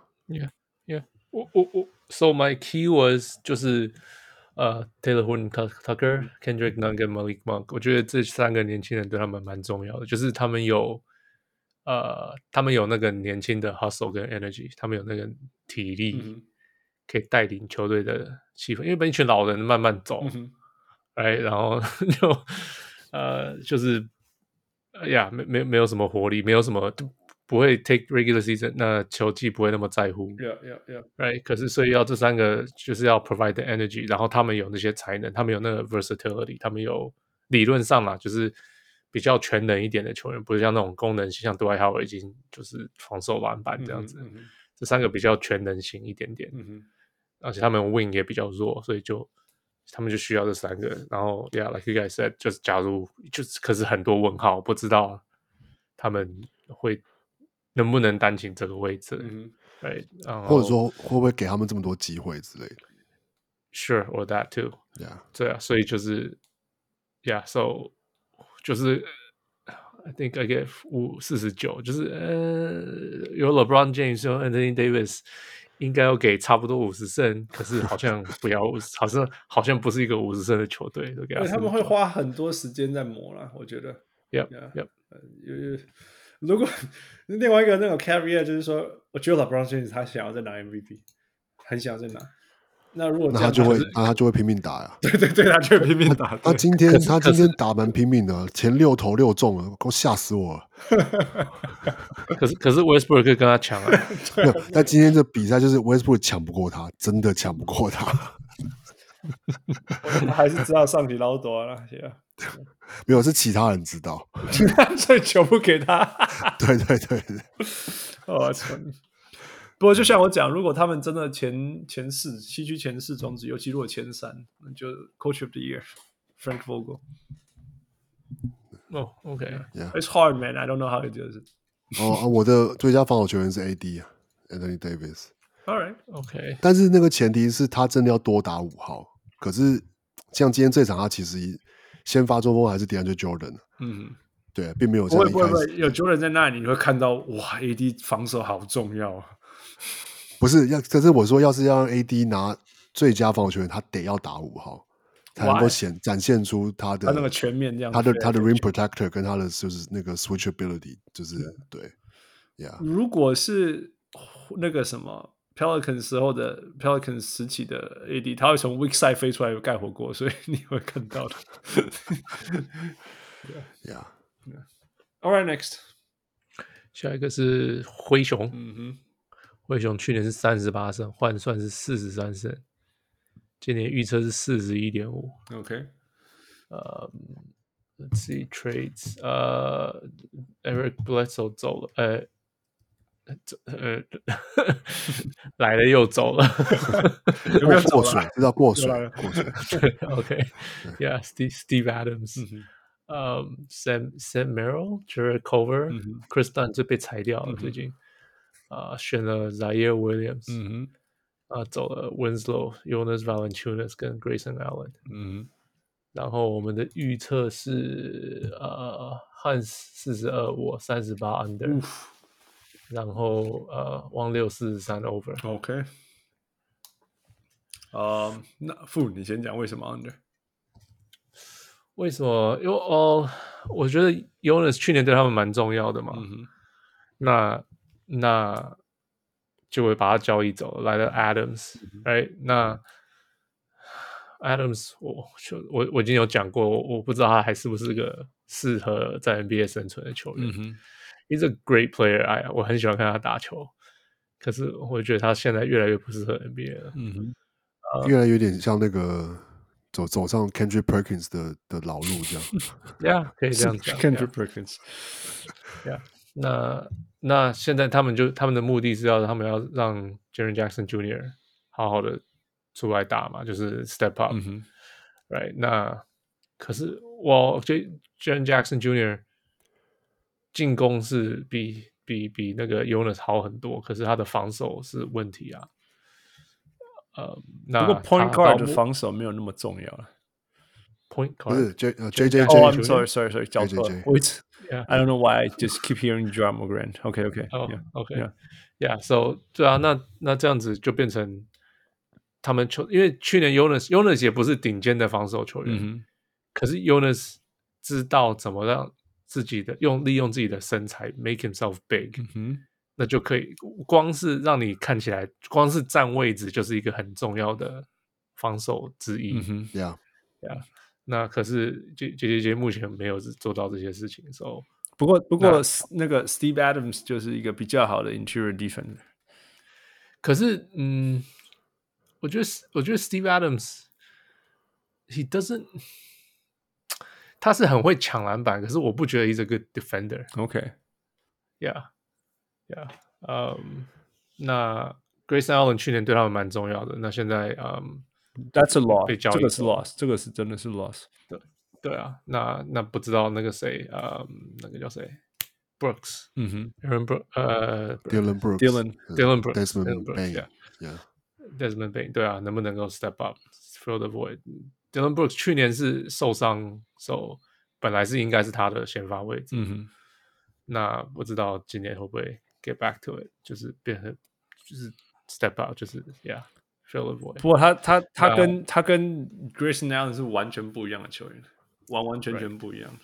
Speaker 4: 我我我，so my keywords 就是呃，Taylor Horn、Tucker、Kendrick Nunn 跟 Malik Monk，我觉得这三个年轻人对他们蛮重要的，就是他们有呃，他们有那个年轻的 hustle 跟 energy，他们有那个体力、
Speaker 3: 嗯
Speaker 4: 可以带领球队的气氛，因为被一群老人慢慢走，
Speaker 3: 哼，嗯哼，
Speaker 4: 哎，然后 <laughs> 就呃，就是哎呀，没没没有什么活力，没有什么就不会 take regular season，那球季不会那么在乎，
Speaker 3: 要要要，
Speaker 4: right？可是所以要这三个就是要 provide the energy，然后他们有那些才能，他们有那个 versatility，他们有理论上啦，就是比较全能一点的球员，不是像那种功能性，像杜兰特已经就是防守篮板这样子。
Speaker 3: 嗯哼
Speaker 4: 这三个比较全能型一点点，
Speaker 3: 嗯哼，
Speaker 4: 而且他们 win 也比较弱，所以就他们就需要这三个。然后，yeah，like you guys said，就是假如就是可是很多问号，不知道他们会能不能担起这个位置，
Speaker 3: 嗯哼，
Speaker 4: 对，然后
Speaker 2: 或
Speaker 3: 哦
Speaker 2: 者说会不会给他们这么多机会之类的
Speaker 4: sure or that too，
Speaker 2: ？Yeah，
Speaker 4: 对啊，所以就是，yeah，so 就是呃 I think I get 五四十九，就是呃，有 LeBron James 有 Anthony Davis，应该要给差不多五十胜，可是好像不要50，好像好像不是一个五十胜的球队，都给
Speaker 3: 对，
Speaker 4: 他
Speaker 3: 他们会
Speaker 4: 49
Speaker 3: 花很多时间在磨啦，我觉得。
Speaker 4: ，yep
Speaker 3: Yeah.
Speaker 4: yep，
Speaker 3: 有有，如果 <laughs> 另外一个那种 caveat 就是说，我觉得 LeBron James 他想要再拿 MVP，很想要再拿。那如果
Speaker 2: 那
Speaker 3: 这
Speaker 2: 他
Speaker 3: 样
Speaker 2: 就会
Speaker 3: 是
Speaker 2: 那他就会拼命打呀。
Speaker 3: 对对对，他就会 <laughs> 拼命打。
Speaker 2: 他
Speaker 3: 对
Speaker 2: 今天他
Speaker 4: 可
Speaker 2: 今
Speaker 4: 是
Speaker 2: 天打蛮拼命的，前六投六中了，给我吓死我了。
Speaker 4: 可是可是 Westbrook 跟他
Speaker 3: <laughs>
Speaker 4: 抢啊，
Speaker 2: 没有，但今天这比赛就是 Westbrook 抢不过他，真的抢不过他。 <laughs>
Speaker 3: 他还是知道上体捞多啊了，yeah <laughs>
Speaker 2: 没有，是其他人知道。
Speaker 3: 所以球不给他。
Speaker 2: 对对对对
Speaker 3: 哦，我操！不过就像我讲，如果他们真的前前四西区前四
Speaker 2: 嗯
Speaker 3: 种子，尤其如果前三，那就 Coach of the Year Frank Vogel。
Speaker 4: 哦，OK，
Speaker 3: It's hard, man. I don't know how he does it.
Speaker 2: 哦，啊我的最佳防守球员是 AD 啊，Anthony Davis。
Speaker 3: All right.
Speaker 4: OK，
Speaker 2: 但是那个前提是他真的要多打五号。可是像今天这场，他其实先发中锋还是 DeAndre Jordan，
Speaker 3: 嗯，
Speaker 2: 对，并没有
Speaker 3: 不
Speaker 2: 像
Speaker 3: 会
Speaker 2: 一
Speaker 3: 不会
Speaker 2: 开
Speaker 3: 不会
Speaker 2: 始，嗯
Speaker 3: 有 Jordan 在那里，你会看到哇，AD 防守好重要啊。
Speaker 2: 不是要。可是我说，要是要让 AD 拿最佳防守球员，他得要打五号，才能够
Speaker 3: Why？
Speaker 2: 显展现出他的
Speaker 3: 他那个全面这样，
Speaker 2: 他的他的 rim protector 跟他的就是那个 switchability，就是
Speaker 3: 嗯
Speaker 2: 对，yeah，
Speaker 3: 如果是那个什么 Pelican 时候的 Pelican 时期的 AD，他会从 weak side 飞出来盖火锅，所以你会看到的。 <laughs>
Speaker 2: yeah。
Speaker 3: All right, next。
Speaker 4: 下一个是灰熊，
Speaker 3: 嗯哼，
Speaker 4: 灰熊去年是三十八胜，换算是四十三胜，今年预测是四十一点五。
Speaker 3: OK，
Speaker 4: 呃，Let's see trades，呃，Eric Bledsoe uh, 走了，呃，走呃， <laughs> 来了又走 <laughs> 了。
Speaker 3: 有没有
Speaker 2: 过
Speaker 3: 走
Speaker 2: 水
Speaker 3: 了？，
Speaker 2: 这叫过水
Speaker 3: 有啦有，啦
Speaker 2: 过水。
Speaker 4: OK，Yeah，Steve Steve Adams，
Speaker 3: 哼
Speaker 4: 嗯，Sam Sam Merrill，Jared Culver，Chris
Speaker 3: 嗯
Speaker 4: Dunn 就被裁掉了，最近啊选了 Zaire Uh, Williams，
Speaker 3: 嗯
Speaker 4: uh,
Speaker 3: 哼，
Speaker 4: 啊走了 Winslow，Jonas Valanciunas 跟 Grayson Allen。
Speaker 3: 嗯
Speaker 4: 然后我们的预测是呃汉四十二，我三十八 under，、然后呃汪六四十三 over。
Speaker 3: 哼，OK。呃，那傅，你先讲为什么 under？
Speaker 2: 啊
Speaker 4: 为什么？因为哦，我觉得 Jonas 去年对他们蛮重要的嘛，
Speaker 3: 嗯哼，
Speaker 4: 那那就会把他交易走了，来了 Adams，哎、
Speaker 3: 嗯
Speaker 4: 那 Adams 我就我我已经有讲过，我我不知道他还是不是个适合在 NBA 生存的球员。
Speaker 3: 嗯哼，
Speaker 4: He's a great player，哎，我很喜欢看他打球，可是我觉得他现在越来越不适合 NBA 了。
Speaker 3: 嗯哼。
Speaker 2: 越来有点像那个走走上 Kendrick Perkins 的的老路这
Speaker 3: <laughs>
Speaker 2: 样。
Speaker 4: Yeah，可以这样讲。
Speaker 3: Kendrick Perkins。
Speaker 4: Yeah，那那现在他们就他们的目的是要他们要让 Jaren Jackson Jr. 好好的出来打嘛，就是 step up、
Speaker 3: 嗯哼，
Speaker 4: right？那可是我 J Jaren Jackson Jr. 进攻是比比比那个 Jonas 好很多，可是他的防守是问题啊。呃，那
Speaker 3: 不过 point
Speaker 4: 他到
Speaker 3: guard 的
Speaker 4: 目
Speaker 3: 防守没有那么重要了。
Speaker 4: point
Speaker 2: 不
Speaker 4: guard
Speaker 2: 是 J 呃 J J
Speaker 3: 哦、oh,，I'm
Speaker 2: J，
Speaker 3: Oh, sorry, sorry, sorry，讲错了
Speaker 2: JJJ。
Speaker 3: 我一直
Speaker 4: Yeah.
Speaker 3: I don't know why I just keep hearing drum o grand. OK, OK.
Speaker 4: 哦
Speaker 3: yeah.
Speaker 4: ，OK，Yeah，So、对啊，那那这样子就变成他们球，因为去年 Jonas Jonas 也不是顶尖的防守球员，
Speaker 3: 嗯
Speaker 4: 可是 Jonas 知道怎么让自己的用利用自己的身材 make himself big，、
Speaker 3: 哼，嗯
Speaker 4: 那就可以光是让你看起来，光是占位置就是一个很重要的防守之一。
Speaker 3: 哼，嗯哼，
Speaker 2: 呀，
Speaker 4: 那可是杰杰杰杰目前没有做到这些事情，所、以。
Speaker 3: 不过不过
Speaker 4: 那
Speaker 3: 那个 Steve Adams 就是一个比较好的 interior defender。
Speaker 4: 可是，嗯，我觉得，我觉得 Steve Adams，he doesn't，他是很会抢篮板，可是我不觉得 he's a good defender。
Speaker 3: OK，
Speaker 4: Yeah, yeah. 嗯、那 Grayson Allen 去年对他们蛮重要的，那现在，嗯，
Speaker 3: That's a
Speaker 4: 被
Speaker 3: loss，
Speaker 4: 交易
Speaker 3: 这个是 loss，这个是真的是 loss。
Speaker 4: 对啊，那那不知道那个谁，呃、那个叫谁，Brooks，Aaron
Speaker 3: 嗯哼
Speaker 4: Brook，呃
Speaker 2: Dylan Brooks。
Speaker 3: ，Dylan，
Speaker 4: ，Dylan Brooks，Dylan
Speaker 2: Desmond
Speaker 4: Brooks，yeah。
Speaker 2: Bain。Yeah，
Speaker 4: Desmond Bain，对啊，能不能够 step up fill the void？Dylan Brooks 去年是受伤，so 本来是应该是他的先发位置，
Speaker 3: 嗯哼，
Speaker 4: 那不知道今年会不会 get back to it，就是变成就是 step up，就是 yeah fill the void。
Speaker 3: 不过他他他跟他跟 Grayson Allen 是完全不一样的球员，完完全全不一样。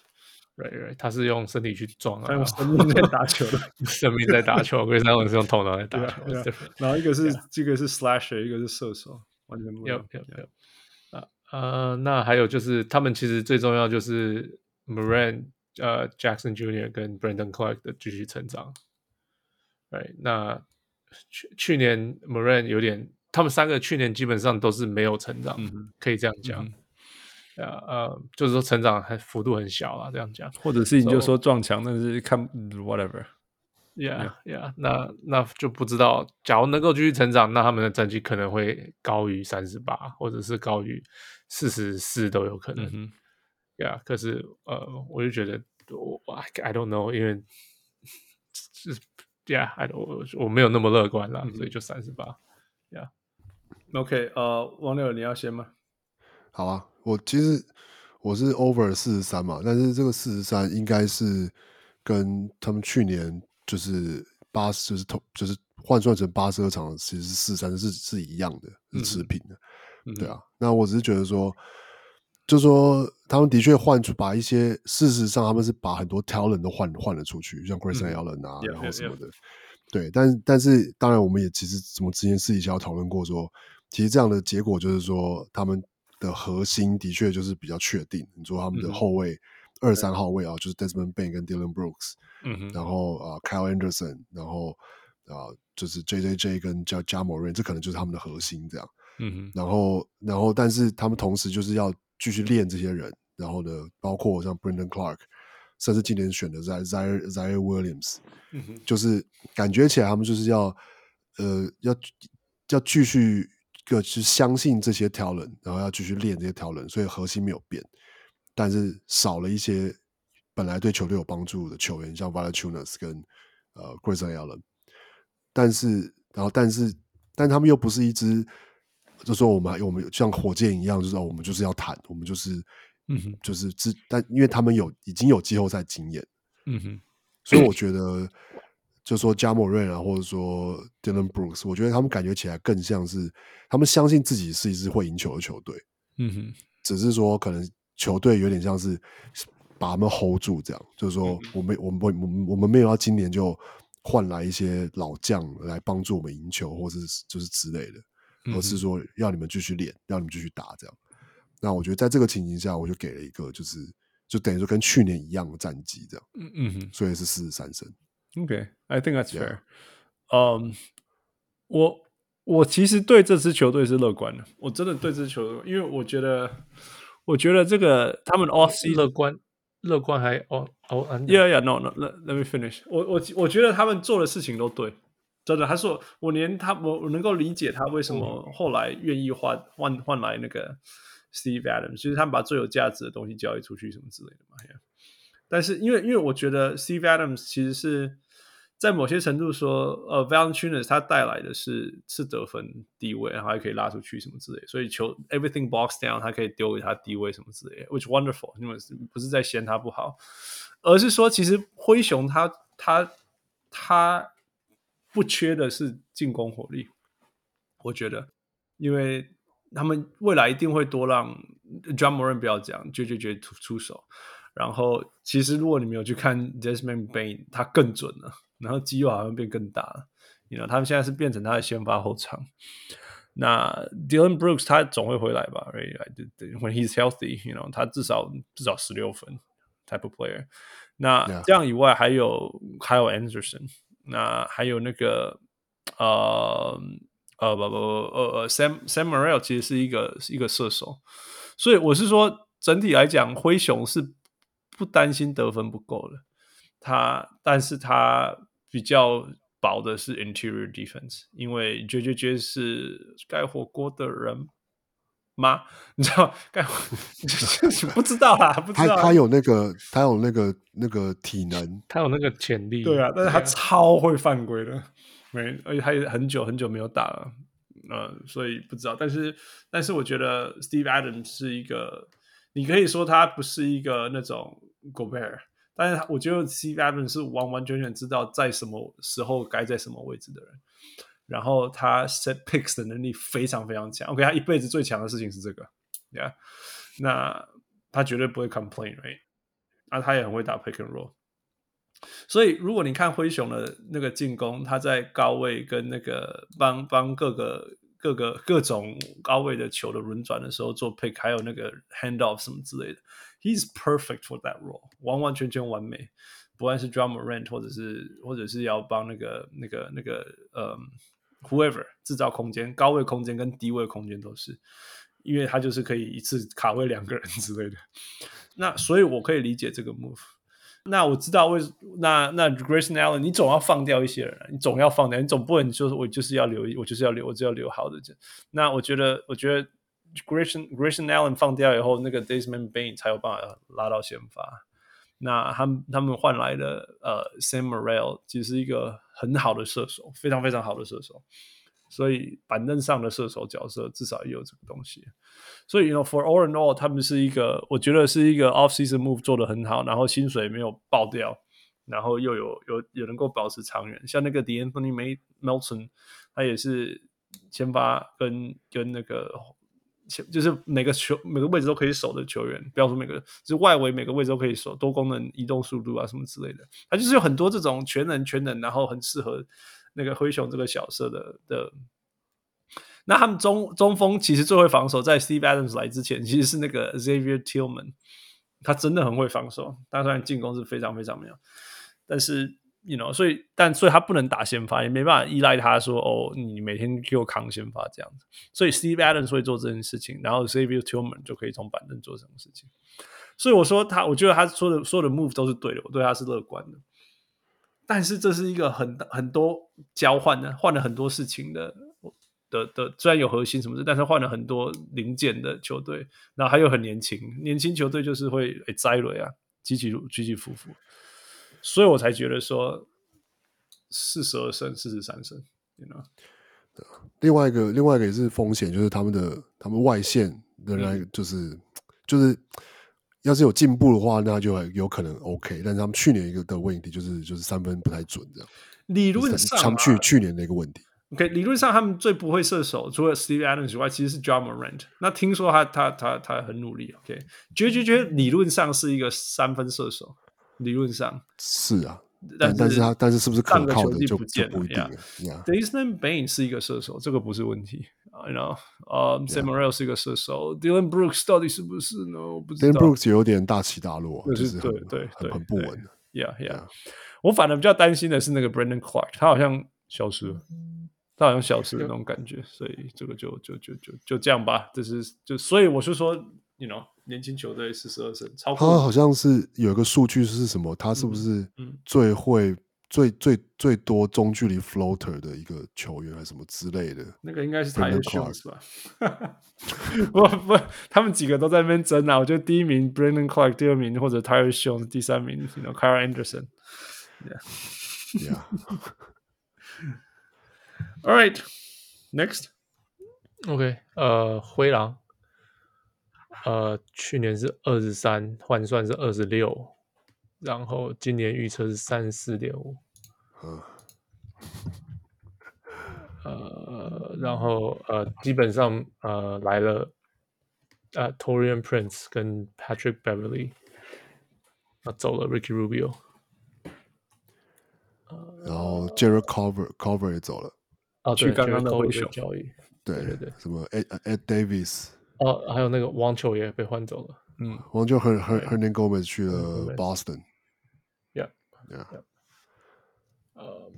Speaker 4: right right，他是用身体去撞
Speaker 3: 他
Speaker 4: 啊
Speaker 3: 用，生命在打球的。
Speaker 4: <laughs> 生命在
Speaker 3: <laughs>
Speaker 4: 打球，龟山文是用头脑在打
Speaker 3: 对
Speaker 4: 球
Speaker 3: 啊，
Speaker 4: it's
Speaker 3: 对啊
Speaker 4: different。
Speaker 3: 然后一个是这个是 slasher，一个是射手，完全不一
Speaker 4: 有
Speaker 3: 样。
Speaker 4: 有有，啊呃，那还有就是他们其实最重要就是 Moran 呃 Jackson Jr. 跟 Brandon Clark 的继续成长。对，那去去年 Moran 有点，他们三个去年基本上都是没有成长，
Speaker 3: 嗯
Speaker 4: 可以这样讲。呃呃，就是说成长还幅度很小啊，这样讲。
Speaker 3: 或者是你就
Speaker 4: So-
Speaker 3: 说撞墙，但是看 whatever。
Speaker 4: Yeah, yeah，那那就不知道，假如能够继续成长，那他们的战绩可能会高于三十八，或者是高于四十四都有可能。
Speaker 5: 嗯哼，
Speaker 4: Yeah，可是呃，我就觉得我 I I don't know，因为是 Yeah，I 我我没有那么乐观
Speaker 3: 嗯
Speaker 4: 啦，所以就三十八。
Speaker 3: OK，呃，王六你要先吗？
Speaker 2: 好啊，我其实我是 over 四十三嘛，但是这个四十三应该是跟他们去年就是八十就是投就是换算成八十二场，其实是四三是是一样的，是持平的。
Speaker 5: 嗯
Speaker 2: 对
Speaker 3: 嗯
Speaker 2: 啊，那我只是觉得说，就说他们的确换出把一些，事实上他们是把很多 talent 都换换了出去，像 Grayson Allen 啊，
Speaker 3: Yeah,
Speaker 2: 然后
Speaker 3: yeah,
Speaker 2: 什么的。对，但但是当然，我们也其实我们之前私底下有讨论过说，其实这样的结果就是说，他们的核心的确就是比较确定。你说他们的
Speaker 4: 嗯哼
Speaker 2: 后卫二三号位啊，就是 Desmond Bain 跟 Dylan Brooks，
Speaker 5: 嗯哼，
Speaker 2: 然后啊、呃、，Kyle Anderson，然后啊、呃就是 J J J 跟叫 j a m o r a n 这可能就是他们的核心这样。
Speaker 5: 嗯哼，
Speaker 2: 然后，然后，但是他们同时就是要继续练这些人，然后呢，包括像 Brendan Clark，甚至今年选的 Zaire Zaire Zaire Williams，、就是
Speaker 3: 嗯
Speaker 2: 感觉起来他们就是要呃要要继续个去相信这些条人，然后要继续练这些条人，所以核心没有变，但是少了一些本来对球队有帮助的球员，像 Valachunas 跟呃 Grayson Allen，但是然后但是但他们又不是一支，就说我们我们像火箭一样，就是、哦、我们就是要谈，我们就是
Speaker 5: 嗯哼，
Speaker 2: 就是自但因为他们有已经有季后赛经验，
Speaker 5: 嗯哼，
Speaker 2: 所以我觉得，就说加莫瑞啊，或者说 Dylan Brooks，我觉得他们感觉起来更像是他们相信自己是一支会赢球的球队，
Speaker 5: 嗯哼，
Speaker 2: 只是说可能球队有点像是把他们 hold 住这样，就是说我们我们我们我们没有要今年就换来一些老将来帮助我们赢球，或是就是之类的，而是说要你们继续练，让你们继续打这样。那我觉得在这个情形下，我就给了一个就是就等于说跟去年一样的战绩这样，
Speaker 5: 嗯嗯哼。
Speaker 2: 所以是四十三胜。
Speaker 3: Okay, I think that's
Speaker 2: Yeah.
Speaker 3: fair. 嗯、我我其实对这支球队是乐观的，我真的对这支球队，因为我觉得，我觉得这个他们 off season
Speaker 4: 乐观，乐观还哦哦，安德
Speaker 3: Yeah, yeah, no, no. Let let me finish. 我我我觉得他们做的事情都对，真的。他说我连他我我能够理解他为什么后来愿意换换换来那个 Steve Adams，就是他们把最有价值的东西交易出去什么之类的嘛。Yeah. 但是因为因为我觉得 Steve Adams 其实是在某些程度说，呃 v a l e n t i n a s 他带来的是是得分低位，然后还可以拉出去什么之类，所以球 everything box down，他可以丢给他低位什么之类，which wonderful，因为不是在嫌他不好，而是说其实灰熊他他他不缺的是进攻火力，我觉得，因为他们未来一定会多让 John m o r a n 不要这样，绝绝绝出出手。然后其实如果你没有去看 Desmond Bain，他更准了，然后肌肉好像变更大了。你知道他们现在是变成他的先发后场。那 Dylan Brooks 他总会回来吧？Right, I did- when he's healthy, you know，他至少至少十六分 type of player。那
Speaker 2: Yeah.
Speaker 3: 这样以外，还有还有 Anderson，那还有那个呃呃不不不呃呃 Sam Sam m o r e l 其实是一个是一个射手，所以我是说整体来讲，灰熊是不担心得分不够的，他但是他比较薄的是 interior defense，因为 J J J 是盖火锅的人吗？ <laughs> 你知道盖火 <laughs> 不知道啦，不知
Speaker 2: 他
Speaker 3: 道啦
Speaker 2: 他有那个他有那个那个体能，
Speaker 4: 他有那个潜力。
Speaker 3: 对啊，但是他
Speaker 4: 对
Speaker 3: 超会犯规的，没，而且他也很久很久没有打了，呃，所以不知道。但是，但是我觉得 Steve Adams 是一个，你可以说他不是一个那种 Gobert，但是他我觉得 Steve Adams 是完完全全知道在什么时候该在什么位置的人。然后他 set picks 的能力非常非常强。OK，他一辈子最强的事情是这个，Yeah，那他绝对不会 complain，right？啊，他也很会打 pick and roll。所以，如果你看灰熊的那个进攻，他在高位跟那个帮帮各个各个各种高位的球的轮转的时候做 pick，还有那个 handoff 什么之类的，he's perfect for that role，完完全全完美。不管是 drum rent 或者是或者是要帮那个那个那个呃 whoever 制造空间，高位空间跟低位空间都是，因为他就是可以一次卡位两个人之类的。那所以我可以理解这个 move。那我知道为那那 Grayson Allen，你总要放掉一些人啊，你总要放掉，你总不能就是我就是要留，我就是要留，我就要留好的这。那我觉得，我觉得 Grayson Grayson Allen 放掉以后，那个 Desmond Bain 才有办法拉到先发。那他们他们换来的呃 Sam Morril 其实是一个很好的射手，非常非常好的射手。所以板凳上的射手角色至少也有这个东西。所以，you know for all and all，他们是一个，我觉得是一个 off season move 做的很好，然后薪水没有爆掉，然后又有有有能够保持长远。像那个 d a n t h o n y May Melton，他也是先发跟跟那个前就是每个球每个位置都可以守的球员，不要说每个，就是外围每个位置都可以守，多功能移动速度啊什么之类的。他就是有很多这种全能全能，然后很适合那个灰熊这个角色的的那他们中中锋其实最会防守，在 Steve Adams 来之前，其实是那个 Xavier Tillman，他真的很会防守。他虽然进攻是非常非常没有，但是 you know，所以但所以他不能打先发，也没办法依赖他说哦，你每天给我扛先发这样子。所以 Steve Adams 会做这件事情，然后 Xavier Tillman 就可以从板凳做这种事情。所以我说他，我觉得他说的所有的 move 都是对的，我对他是乐观的。但是这是一个很很多交换的，换了很多事情的的的，虽然有核心什么的，但是换了很多零件的球队，然后还有很年轻，年轻球队就是会诶栽雷啊，起起起起伏伏，所以我才觉得说四十二胜、四十三胜，you know，
Speaker 2: 另外一个另外一个也是风险，就是他们的他们外线仍
Speaker 3: 嗯
Speaker 2: 然就是、就是要是有进步的话，那就还有可能 OK。但是他们去年一个的问题就是就是三分不太准这样，
Speaker 3: 理
Speaker 2: 就
Speaker 3: 论
Speaker 2: 是
Speaker 3: 上、啊、
Speaker 2: 他们去去年的一个问题。
Speaker 3: OK，理论上他们最不会射手，除了 Steve Adams 以外，其实是 John Morant。那听说他他他他很努力，OK，绝绝绝理论上是一个三分射手，理论上。
Speaker 2: 是啊，但
Speaker 3: 但是
Speaker 2: 但是他但是是不是可
Speaker 3: 上个
Speaker 2: 靠
Speaker 3: 球
Speaker 2: 的
Speaker 3: 季
Speaker 2: 就
Speaker 3: 不
Speaker 2: 就
Speaker 3: 见
Speaker 2: 不
Speaker 3: 了
Speaker 2: 一定
Speaker 3: 呀
Speaker 2: 了。Yeah
Speaker 3: Jason Bain 是一个射手，这个不是问题。You know，呃、s a m u r e l 是一个射手，Dylan Brooks 到底是不是呢？我不知
Speaker 2: Dan
Speaker 3: 道。
Speaker 2: Brooks 有点大起大落啊，
Speaker 3: 对
Speaker 2: 就是是很
Speaker 3: 对对
Speaker 2: 很
Speaker 3: 对
Speaker 2: 很不
Speaker 3: 对
Speaker 2: 稳。
Speaker 3: Yeah, yeah.
Speaker 2: Yeah.
Speaker 3: 我反而比较担心的是那个 Brandon Clark，他好像消失了，他好像消失了那种感觉，所以这个就就就就就这样吧。这是就所以我是说，you know，年轻球队四十二胜，
Speaker 4: 哦
Speaker 3: 超
Speaker 2: 他
Speaker 3: 过
Speaker 2: 好像是有一个数据是什么？他是不是
Speaker 3: 嗯
Speaker 2: 最会、最最最多中距离 floater 的一个球员，还是什么之类
Speaker 4: <laughs>
Speaker 2: 的？
Speaker 3: 那个应该是台
Speaker 2: Brandon
Speaker 3: 球是吧？ <laughs> 不不，他们几个都在那边争啊。我觉得第一名 Brandon Clark，第二名或者 Tyler s h o n 第三名 you know, Kyle Anderson。
Speaker 2: Yeah，
Speaker 3: All right, next.
Speaker 4: OK，呃，灰狼，呃，去年是二十三，换算是二十六，然后今年预测是三十四点五。
Speaker 2: 嗯
Speaker 4: 呃，然后呃，基本上呃来了，呃，Torian Prince 跟 Patrick Beverly，啊走了 Ricky Rubio，
Speaker 2: 然后 Jared Cover Cover 也走了，
Speaker 4: 哦，
Speaker 3: 去
Speaker 4: 对
Speaker 3: 刚
Speaker 4: Jared
Speaker 3: 刚的
Speaker 4: Culver
Speaker 3: 灰
Speaker 4: 被
Speaker 3: 熊
Speaker 4: 交易，
Speaker 2: 对
Speaker 4: 对对
Speaker 2: 什么 Ed Ed Davis，
Speaker 4: 哦，还有那个网球也被换走了
Speaker 2: 王就很很 Hernan Gomez 去了
Speaker 4: Hernan Gomez
Speaker 2: Boston。
Speaker 4: ，Yeah，
Speaker 2: Yeah
Speaker 4: 呃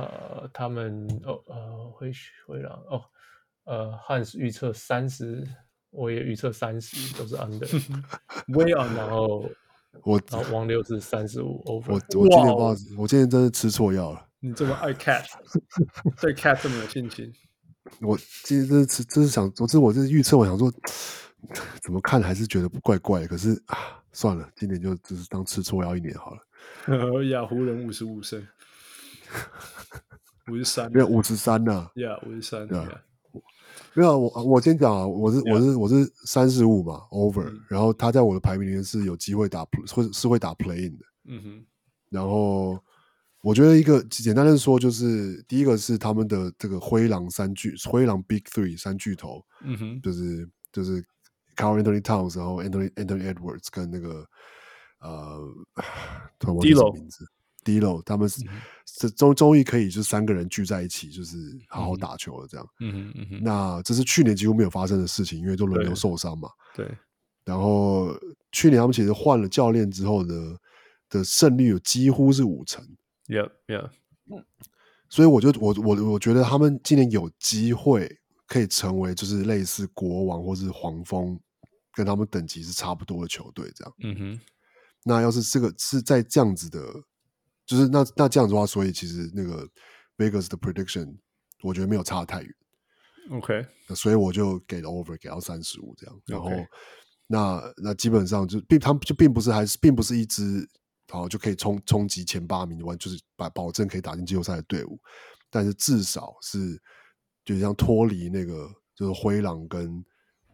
Speaker 4: 呃，他们哦呃灰灰狼哦，呃汉斯预测三十，我也预测三十，都是
Speaker 3: <laughs>
Speaker 4: under，
Speaker 3: Way on
Speaker 4: 然
Speaker 3: now.
Speaker 4: 后
Speaker 2: 我
Speaker 4: 然后王六是三十五
Speaker 2: 我
Speaker 4: over，
Speaker 2: 我今年
Speaker 3: 哇
Speaker 2: 不
Speaker 3: 哦
Speaker 2: 知道，我今年真的吃错药了。
Speaker 3: 你这么爱
Speaker 2: <laughs>
Speaker 3: Cat，对 Cat 这么有信心。 <laughs>
Speaker 2: 我今天真是吃真是想，总之我是预测，我想说 <laughs> 怎么看还是觉得怪怪的，可是啊算了，今年就就是当吃错药一年好了。
Speaker 3: 呀，湖人五十五胜，五十三
Speaker 2: 没。有五十三呐，
Speaker 3: 呀，五十三。
Speaker 2: Yeah.
Speaker 3: yeah
Speaker 2: 没有啊，我我先讲啊，我是我是我是三十五嘛，over，、然后他在我的排名里面是有机会打 pl- 会是会打 play in 的，
Speaker 3: 嗯哼，
Speaker 2: 然后我觉得一个简单的说就是第一个是他们的这个灰狼三巨灰狼 big three 三巨头，
Speaker 3: 嗯哼，
Speaker 2: 就是就是 Carl Anthony Towns，然后 Anthony Anthony Edwards 跟那个呃，突然忘记什么
Speaker 3: D'Lo
Speaker 2: 名字，Dilo，他们是这终终于可以就三个人聚在一起，就是好好打球了这样。
Speaker 3: 嗯哼，嗯哼，
Speaker 2: 那这是去年几乎没有发生的事情，因为都轮流
Speaker 3: 对
Speaker 2: 受伤嘛。
Speaker 3: 对，
Speaker 2: 然后去年他们其实换了教练之后呢，的胜率有几乎是五成，
Speaker 3: 呀呀，
Speaker 2: 所以我就我我我觉得他们今年有机会可以成为就是类似国王或是黄蜂跟他们等级是差不多的球队这样。
Speaker 3: 嗯哼，
Speaker 2: 那要是这个是在这样子的，就是那那这样子的话，所以其实那个 Vegas 的 prediction 我觉得没有差得太远。
Speaker 3: OK，
Speaker 2: 那所以我就给了 over 给到三十五这样，然后
Speaker 3: OK
Speaker 2: 那那基本上就并他们就并不是还是并不是一支好就可以冲冲击前八名，完就是把保证可以打进季后赛的队伍，但是至少是就像脱离那个就是灰狼跟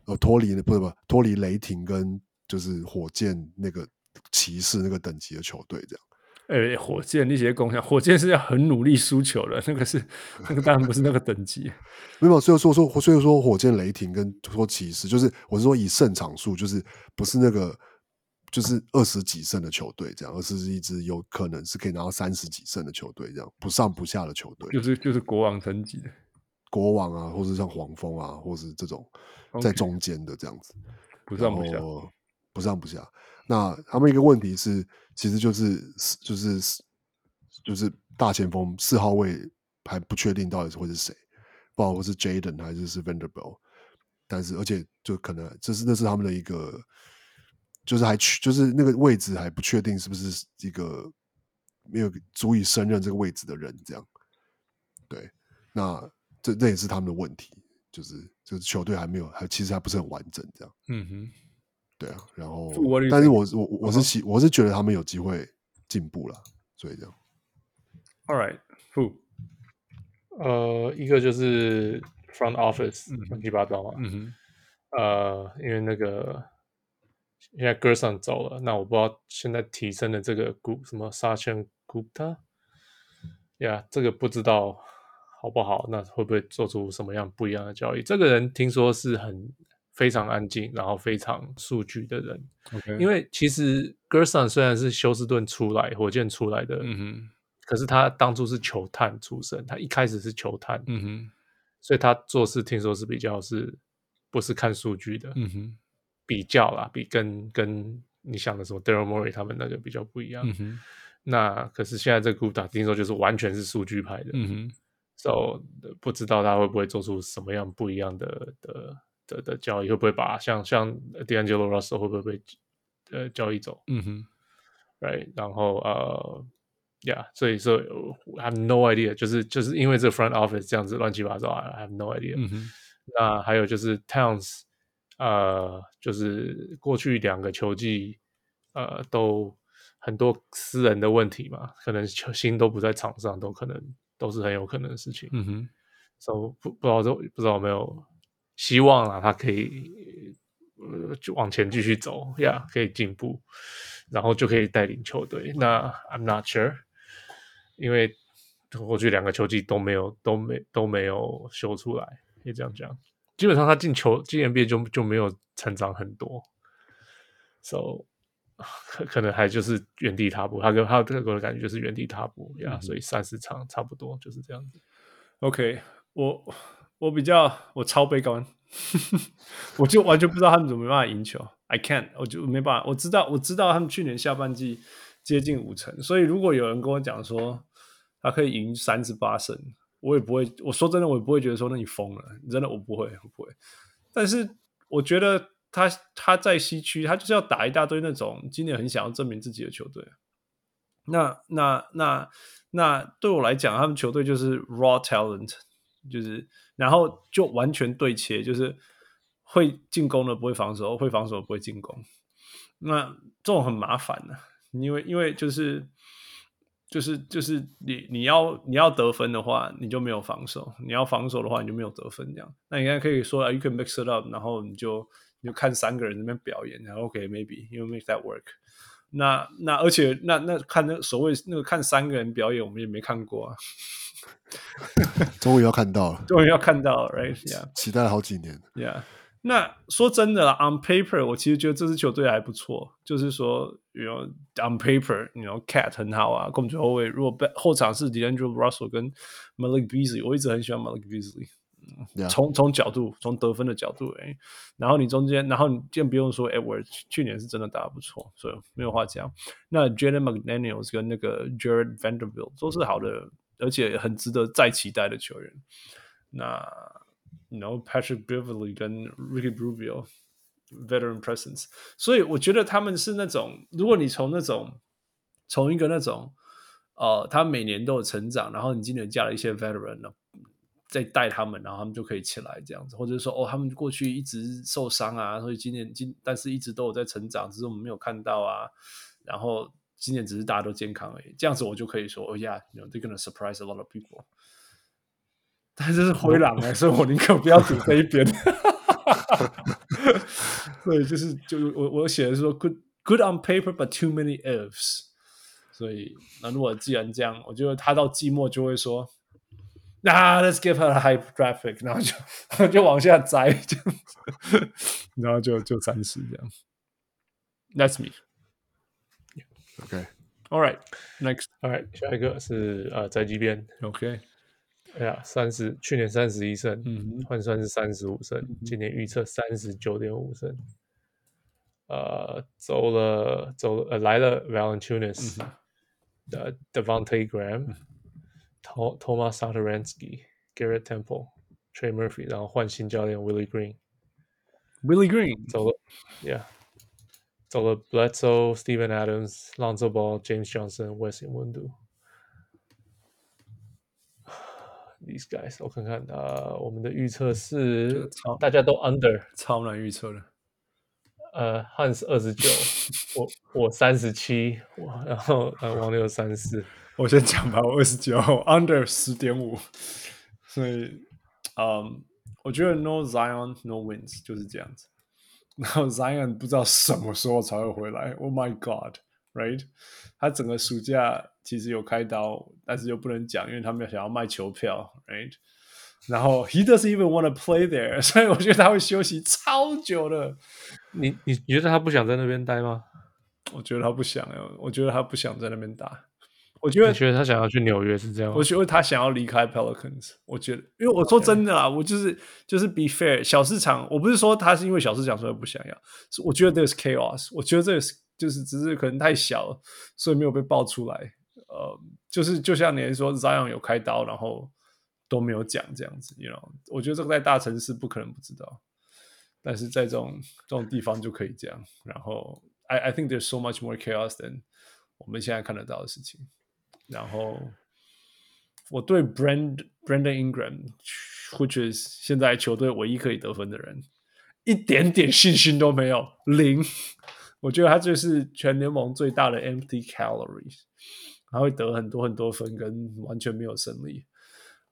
Speaker 2: 呃脱离不是不脱离雷霆跟就是火箭那个骑士那个等级的球队这样。
Speaker 3: 哎、火箭那些贡献，火箭是要很努力输球的，那个是那个当然不是那个等级。
Speaker 2: 没有，所以说说，所以说火箭、雷霆跟说骑士，就是我是说以胜场数，就是不是那个就是二十几胜的球队这样，而是一支有可能是可以拿到三十几胜的球队这样，不上不下的球队，
Speaker 3: 就是就是国王层级的。
Speaker 2: 国王啊，或是像黄蜂啊，或是这种
Speaker 3: OK
Speaker 2: 在中哦间的这样子，
Speaker 3: 不
Speaker 2: 然
Speaker 3: 上
Speaker 2: 后
Speaker 3: 不下。
Speaker 2: 不上不下。那他们一个问题是，其实就是就是就是大前锋四号位还不确定到底是会是谁，不好或是 Jaden 还是是 Vanderbilt，但是而且就可能这是那是他们的一个，就是还去就是那个位置还不确定是不是一个没有足以胜任这个位置的人这样。对，那这这也是他们的问题，就是就是球队还没有还其实还不是很完整这样。
Speaker 3: 嗯哼，
Speaker 2: 对啊，然后
Speaker 3: what do，you
Speaker 2: 但是
Speaker 3: think？
Speaker 2: 我是我我
Speaker 3: 嗯
Speaker 2: 我是希我是觉得他们有机会进步了，所以这样。
Speaker 3: All right, who？
Speaker 4: 呃，一个就是 front office
Speaker 3: 嗯哼
Speaker 4: 乱七八糟嘛，
Speaker 3: 嗯哼，
Speaker 4: 呃，因为那个现在 Gerson 走了，那我不知道现在提升的这个 Gu 什么 Sachin Gupta，呀，这个不知道好不好，那会不会做出什么样不一样的交易？这个人听说是很非常安静，然后非常数据的人，
Speaker 3: OK，
Speaker 4: 因为其实 Gerson 虽然是休斯顿出来、火箭出来的，
Speaker 3: 嗯哼，
Speaker 4: 可是他当初是球探出身，他一开始是球探，
Speaker 3: 嗯哼，
Speaker 4: 所以他做事听说是比较是不是看数据的，
Speaker 3: 嗯哼，
Speaker 4: 比较啦，比跟跟你想的什么 Daryl Morey 他们那个比较不一样。
Speaker 3: 嗯哼，
Speaker 4: 那可是现在这个 Gupta 听说就是完全是数据派的，
Speaker 3: 嗯哼，
Speaker 4: so 呃不知道他会不会做出什么样不一样的的的的交易，会不会把像像 D'Angelo Russell 会不会被呃交易走
Speaker 3: 嗯哼，
Speaker 4: ，right？然后呃。Yeah，所以说呃 I have no idea，就是就是因为这 front office 这样子乱七八糟，I 啊 have no idea。
Speaker 3: 嗯哼，
Speaker 4: 那还有就是 Towns，呃，就是过去两个球季，呃，都很多私人的问题嘛，可能球星都不在场上，都可能都是很有可能的事情。
Speaker 3: 嗯哼，
Speaker 4: 所以不不知道这不知道有没有希望啊，他可以呃就往前继续走呀可以进步，然后就可以带领球队。那 I'm not sure，因为过去两个球季都没有都没都没有修出来，可以这样讲。基本上他进球进 NBA 就就没有成长很多，so 可可能还就是原地踏步，他跟他这个感觉就是原地踏步呀
Speaker 3: 嗯哼
Speaker 4: 所以三十场差不多就是这样子。
Speaker 3: OK，我我比较我超悲观， <laughs> 我就完全不知道他们怎么办法赢球。I can't，我就没办法。我知道我知道他们去年下半季接近五成，所以如果有人跟我讲说他可以赢三十八胜，我也不会。我说真的，我也不会觉得说那你疯了，真的我不会，我不会。但是我觉得他他在西区，他就是要打一大堆那种今年很想要证明自己的球队。那那那那对我来讲，他们球队就是 raw talent，就是然后就完全对切，就是会进攻的不会防守，会防守的不会进攻。那这种很麻烦的、因为因为就是就是就是你你要你要得分的话，你就没有防守；你要防守的话，你就没有得分。这样，那你应该可以说啊，you can mix it up，然后你就你就看三个人在那边表演，然后 OK，maybe、you make that work。那那而且那那看那所谓那个看三个人表演，我们也没看过啊， <laughs>
Speaker 2: 终于要看到了，
Speaker 3: 终于要看到了，right？Yeah。
Speaker 2: 期待了好几年。
Speaker 3: Yeah，那说真的啦，on paper，我其实觉得这支球队还不错，就是说，you know，on paper，you know，cat 很好啊，控球后卫。如果被后场是 DeAndre Russell 跟 Malik Beasley，我一直很喜欢 Malik Beasley。
Speaker 2: 对啊，
Speaker 3: 从从角度，从得分的角度，哎、然后你中间，然后你更不用说，哎、我去年是真的打得不错，所以没有话讲。那 Jalen McDaniels 跟那个 Jared Vanderbilt 都是好的，而且很值得再期待的球员。那然后 Patrick Beverly 跟 Ricky Rubio veteran presence，所以我觉得他们是那种，如果你从那种从一个那种呃，他每年都有成长，然后你今年加了一些 veteran 呢，再带他们，然后他们就可以起来这样子，或者是说哦，他们过去一直受伤啊，所以今年今但是一直都有在成长，只是我们没有看到啊，然后今年只是大家都健康而已，这样子我就可以说，哦呀，you know they're gonna surprise a lot of people。但这是灰狼 <laughs> 哎、所以我宁可不要赌这一边。 <laughs> 对，就是就我我写的是说 good good on paper but too many ifs，所以那如果既然这样，我觉得他到季末就会说，那、let's give her a high draft pick，然后就 <laughs> 就往下摘这样子，然后就就三十这样。That's me.
Speaker 2: OK，
Speaker 3: All right, next.
Speaker 4: 哎，下一个是呃宅急便，
Speaker 3: OK，
Speaker 4: 哎呀，三十去年三十一胜，
Speaker 3: 嗯哼
Speaker 4: 换算是三十五胜，今年预测三十九点五胜。呃，走了走了呃来了 Valentunas，、呃 Devonte Graham、Tho- Thomas Satoransky、Garrett Temple、Trey Murphy，然后换新教练 Willie Green，
Speaker 3: Willie Green.
Speaker 4: 走了，Yeah，走了 Bledsoe、Steven Adams、Lonzo Ball、James Johnson、Wes Iwundu。These guys，我看 Oh, 看，呃，Uh, 我们的预测
Speaker 3: 这个
Speaker 4: 是
Speaker 3: 超
Speaker 4: 大家都 under，
Speaker 3: 超难预测的。
Speaker 4: 呃，Hans 二 <laughs> 十九，我我三十七，我然后 <laughs> 呃王六三四，
Speaker 3: 我先讲吧，我二十九，under 十点五，所以，嗯，我觉得 no Zion no wins 就是这样子。然后 Zion 不知道什么时候才会回来，Oh my God，right？他整个暑假其实有开刀，但是又不能讲，因为他们想要卖球票，right？然后 he doesn't even want to play there，所以我觉得他会休息超久的。
Speaker 4: 你你你觉得他不想在那边待吗？
Speaker 3: 我觉得他不想，我觉得他不想在那边打。我觉得
Speaker 4: 你觉得他想要去纽约是这样吗
Speaker 3: 我？觉得他想要离开 Pelicans，我觉得，因为我说真的啦，我就是就是 be fair，小市场，我不是说他是因为小市场所以不想要，是我觉得这个是 chaos，我觉得这个是就是只是可能太小了，所以没有被爆出来。呃，就是就像你说 Zion 有开刀，然后都没有讲这样子，you know，我觉得这个在大城市不可能不知道，但是在这种这种地方就可以这样。然后 I I think there's so much more chaos than 我们现在看得到的事情。然后我对 Brand Brandon Ingram，which is 现在球队唯一可以得分的人，一点点信心都没有，零。我觉得他就是全联盟最大的 empty calories，他会得很多很多分，跟完全没有胜利。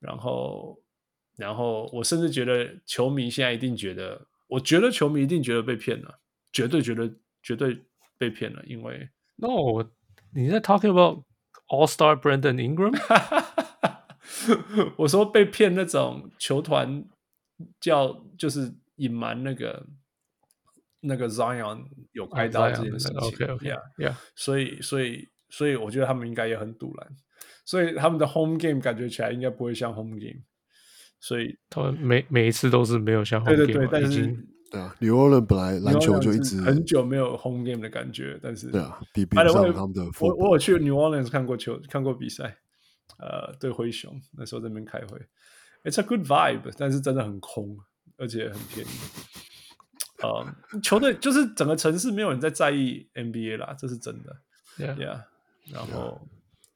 Speaker 3: 然后，然后我甚至觉得球迷现在一定觉得，我觉得球迷一定觉得被骗了，绝对觉得绝对被骗了，因为
Speaker 4: No，我你在 talking about All Star Brandon <laughs> Ingram？
Speaker 3: <laughs> 我说被骗那种球团叫就是隐瞒那个那个 Zion 有开刀这件事情、
Speaker 4: OK OK
Speaker 3: yeah.
Speaker 4: Yeah，
Speaker 3: 所以所以所以我觉得他们应该也很堵然，所以他们的 home game 感觉起来应该不会像 home game，所以
Speaker 4: 他们每每一次都是没有像
Speaker 3: 对
Speaker 4: home
Speaker 3: 对对，
Speaker 4: game，嘛
Speaker 3: 但
Speaker 4: 已
Speaker 3: 是
Speaker 4: 经
Speaker 2: 对啊，纽奥人本来篮球就一直
Speaker 3: 很久没有 home game 的感觉，但是
Speaker 2: 对啊，比比
Speaker 3: By
Speaker 2: 不
Speaker 3: the
Speaker 2: 上
Speaker 3: way，
Speaker 2: 他们的
Speaker 3: 哎我
Speaker 2: football。
Speaker 3: 我有去 New Orleans 看过球，看过比赛，呃，对灰熊那时候在那边开会，It's a good vibe，但是真的很空，而且很便宜。呃，球队就是整个城市没有人在在意 NBA 啦，这是真的
Speaker 4: Yeah，
Speaker 3: ，Yeah。然后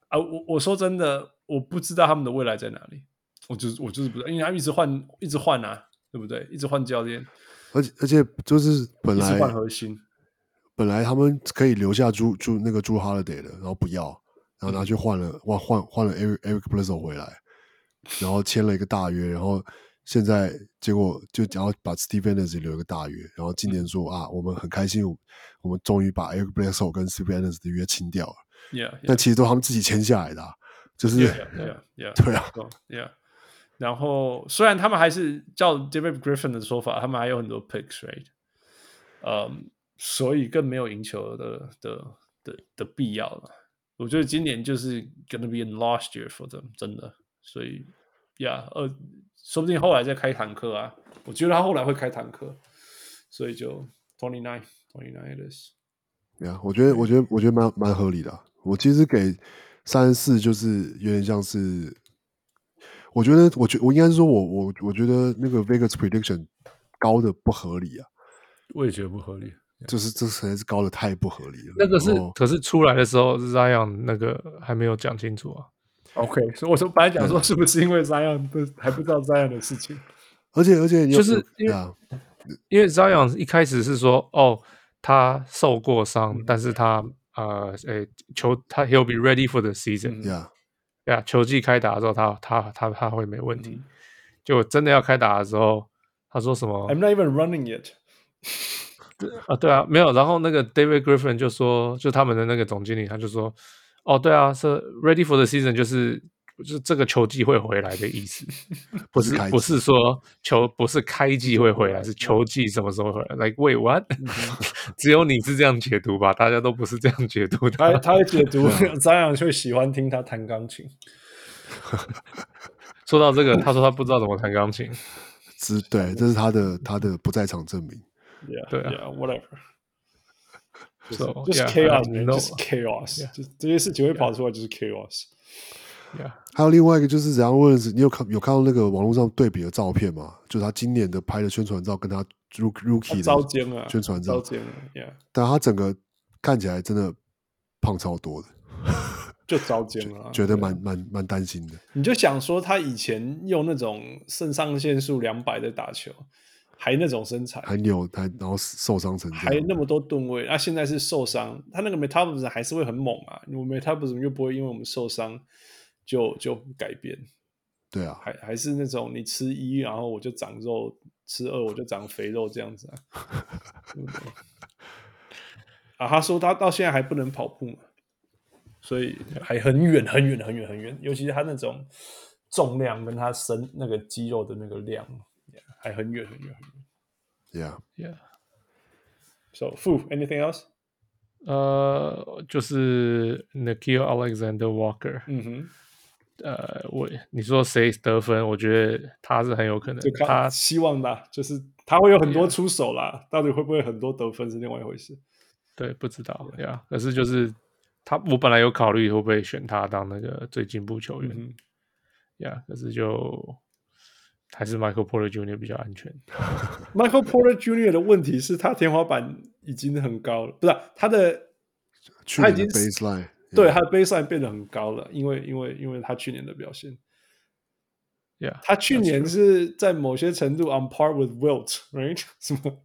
Speaker 3: 啊，我我说真的，我不知道他们的未来在哪里，我就是我就是不知道，因为他们一直换，一直换啊，对不对？一直换教练，
Speaker 2: 而且而且就是本
Speaker 3: 一直
Speaker 2: 来
Speaker 3: 换核心。
Speaker 2: 本来他们可以留下朱朱那个朱哈勒德的，然后不要，然后拿去换了换换换了 Eric Eric p l a z o 回来，然后签了一个大约，然后现在结果就然后把 Steven Adams 留一个大约，然后今年说、啊，我们很开心，我们终于把 Eric p l a z o 跟 Steven Adams 的约清掉了，
Speaker 3: Yeah，, yeah
Speaker 2: 但其实都他们自己签下来的啊、就是
Speaker 3: ，Yeah Yeah，
Speaker 2: <laughs> 对啊，
Speaker 3: 哦，Yeah。然后虽然他们还是照 David Griffin 的说法，他们还有很多 picks，right？嗯，所以更没有赢球的的的的必要了。我觉得今年就是 gonna be a lost year for them，真的。所以，Yeah，呃，说不定后来再开坦克啊，我觉得他后来会开坦克，所以就 twenty nine twenty nine it is。
Speaker 2: 对啊，我觉得，我觉得，我觉得蛮蛮合理的啊、我其实给三十四，就是有点像是，我觉得，我觉我应该是说我我我觉得那个 Vegas prediction 高的不合理啊，
Speaker 3: 我也觉得不合理。
Speaker 2: 就是这实在是高的太不合理了。
Speaker 4: 啊那个是
Speaker 2: 然后，
Speaker 4: 可是出来的时候，Zion 那个还没有讲清楚啊。
Speaker 3: OK，所以我说本来讲说是不是因为 Zion 不还不知道 Zion 的事 <laughs> 情，
Speaker 2: 而且而且你有
Speaker 4: 就是因为
Speaker 2: 啊，
Speaker 4: 因为 Zion 一开始是说，哦，他受过伤，
Speaker 3: 嗯
Speaker 4: 但是他呃，诶，球他 he'll be ready for the season，
Speaker 3: 嗯
Speaker 2: 呀，
Speaker 4: 呀、球季开打的时候，他他他他会没问题
Speaker 3: 嗯。
Speaker 4: 结果真的要开打的时候，他说什么
Speaker 3: I'm not even running yet。
Speaker 4: 啊？对啊，没有。然后那个 David Griffin 就说，就他们的那个总经理，他就说，哦，对啊，是 ready for the season，就是就是这个球季会回来的意思。
Speaker 2: 不
Speaker 4: 不是
Speaker 2: 开
Speaker 4: 不是说球不是开季会回来，是球季什么时候回来？Like wait what？只有你是这样解读吧？大家都不是这样解读的
Speaker 3: 他
Speaker 4: 啊。
Speaker 3: 他会解读 <laughs> Zion 就喜欢听他弹钢琴，
Speaker 4: 说到这个，他说他不知道怎么弹钢
Speaker 3: <laughs>
Speaker 4: 琴。
Speaker 2: 之对，这是他的他的不在场证明。
Speaker 3: Yeah，
Speaker 4: 对啊
Speaker 3: y e a h w h a t e v e r
Speaker 4: So
Speaker 3: just
Speaker 4: yeah,
Speaker 3: chaos,
Speaker 4: I
Speaker 3: man.
Speaker 4: know.
Speaker 3: Just chaos. 就这些事情会跑出来，就是 chaos。
Speaker 4: Yeah.
Speaker 2: 还有另外一个就是怎样问是，你有看有看到那个网络上对比的照片吗？就是他今年的拍的宣传照跟他 Rook-
Speaker 3: 他
Speaker 2: Rookie
Speaker 3: 遭
Speaker 2: 的，
Speaker 3: 奸了，
Speaker 2: 宣传照
Speaker 3: 遭奸了，Yeah，
Speaker 2: 但他整个看起来真的胖超多的，
Speaker 3: 就遭奸了啊。
Speaker 2: 觉得蛮蛮蛮担心的。
Speaker 3: 你就想说，他以前用那种肾上腺素两百的打球，还那种身材，
Speaker 2: 还扭还然后受伤成这
Speaker 3: 还
Speaker 2: 样，
Speaker 3: 那么多吨位，那、现在是受伤，他那个 metabolism 还是会很猛啊。我们 metabolism 又不会因为我们受伤就就改变，
Speaker 2: 对啊，
Speaker 3: 还还是那种你吃一，然后我就长肉；吃二我就长肥肉这样子啊。对不对啊，他说他到现在还不能跑步嘛，所以还很远很远很远很远，尤其是他那种重量跟他身那个肌肉的那个量，yeah，还很远很远很远。
Speaker 2: ，Yeah，
Speaker 4: Yeah.
Speaker 3: So, Fu, anything else?
Speaker 4: 呃，就是 Nikhil Alexander Walker，
Speaker 3: 嗯哼，
Speaker 4: 呃，我你说谁得分？我觉得他是很有可能
Speaker 3: 就，
Speaker 4: 他
Speaker 3: 看希望啦，就是他会有很多出手啦，到底会不会很多得分是另外一回事。
Speaker 4: 对，不知道呀。可是就是他，我本来有考虑会不会选他当那个最进步球员
Speaker 3: 嗯
Speaker 4: 呀，可是就还是 Michael Porter Jr. 比较安全。
Speaker 3: 哼，Michael Porter Jr. 的问题是他天花板已经很高了，不是啊、他的
Speaker 2: 去年的
Speaker 3: 已经
Speaker 2: baseline，
Speaker 3: 对
Speaker 2: yeah，
Speaker 3: 他的 baseline 变得很高了，因为因为因为他去年的表现，
Speaker 4: Yeah，
Speaker 3: 他去年是在某些程度 on par with Wilt，right？什 <laughs> 么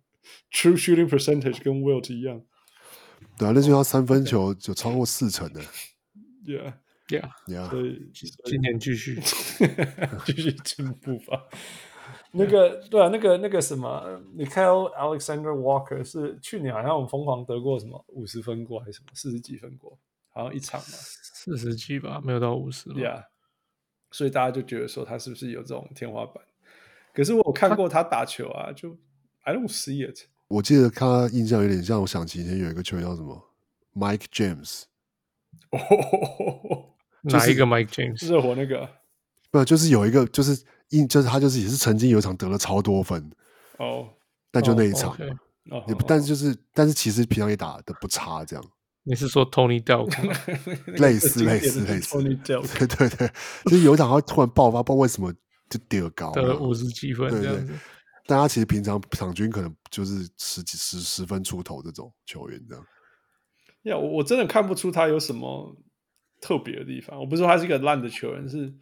Speaker 3: true shooting percentage 跟 Wilt 一样
Speaker 2: 对啊，那就要三分球有超过四成的
Speaker 3: ，yeah，
Speaker 4: Yeah，
Speaker 2: ，Yeah，
Speaker 3: 所以所以
Speaker 4: <laughs> 今年继续
Speaker 3: 继续进步吧。那个对啊，那个那个什么，Michael Alexander Walker 是去年好像我们疯狂得过什么五十分过还是什么四十几分过，好像一场嘛
Speaker 4: 四十几吧，没有到五十嘛。
Speaker 3: ，Yeah，所以大家就觉得说他是不是有这种天花板？可是我有看过他打球啊，就 I don't see it。 <laughs>
Speaker 2: 我记得看他印象有点像，我想起以前有一个球员叫什么 Mike James，
Speaker 4: 哪一个 Mike James？
Speaker 3: 热火那个
Speaker 2: 不就是有一个就是印就是他就是也是曾经有一场得了超多分，
Speaker 3: 哦
Speaker 2: 但就那一
Speaker 4: 哦
Speaker 2: 场，
Speaker 4: ，OK
Speaker 3: 哦
Speaker 2: 也不，但是就是但是其实平常也打的不差这样。 <laughs>
Speaker 4: 你是说 Tony d e l
Speaker 3: 哦
Speaker 4: k
Speaker 2: 类似类似类似
Speaker 3: Tony d e l
Speaker 2: 对对对，就是有一场他突然爆发，不知道为什么就得高
Speaker 4: 得
Speaker 2: 了。
Speaker 4: 五十几分
Speaker 2: 哦对
Speaker 4: 这
Speaker 2: 对
Speaker 4: 样子？，
Speaker 2: 但他其实平常场均可能就是十几十十分出头这种球员这样。
Speaker 3: 呀我我真的看不出他有什么特别的地方。我不是说他是一个烂的球员，是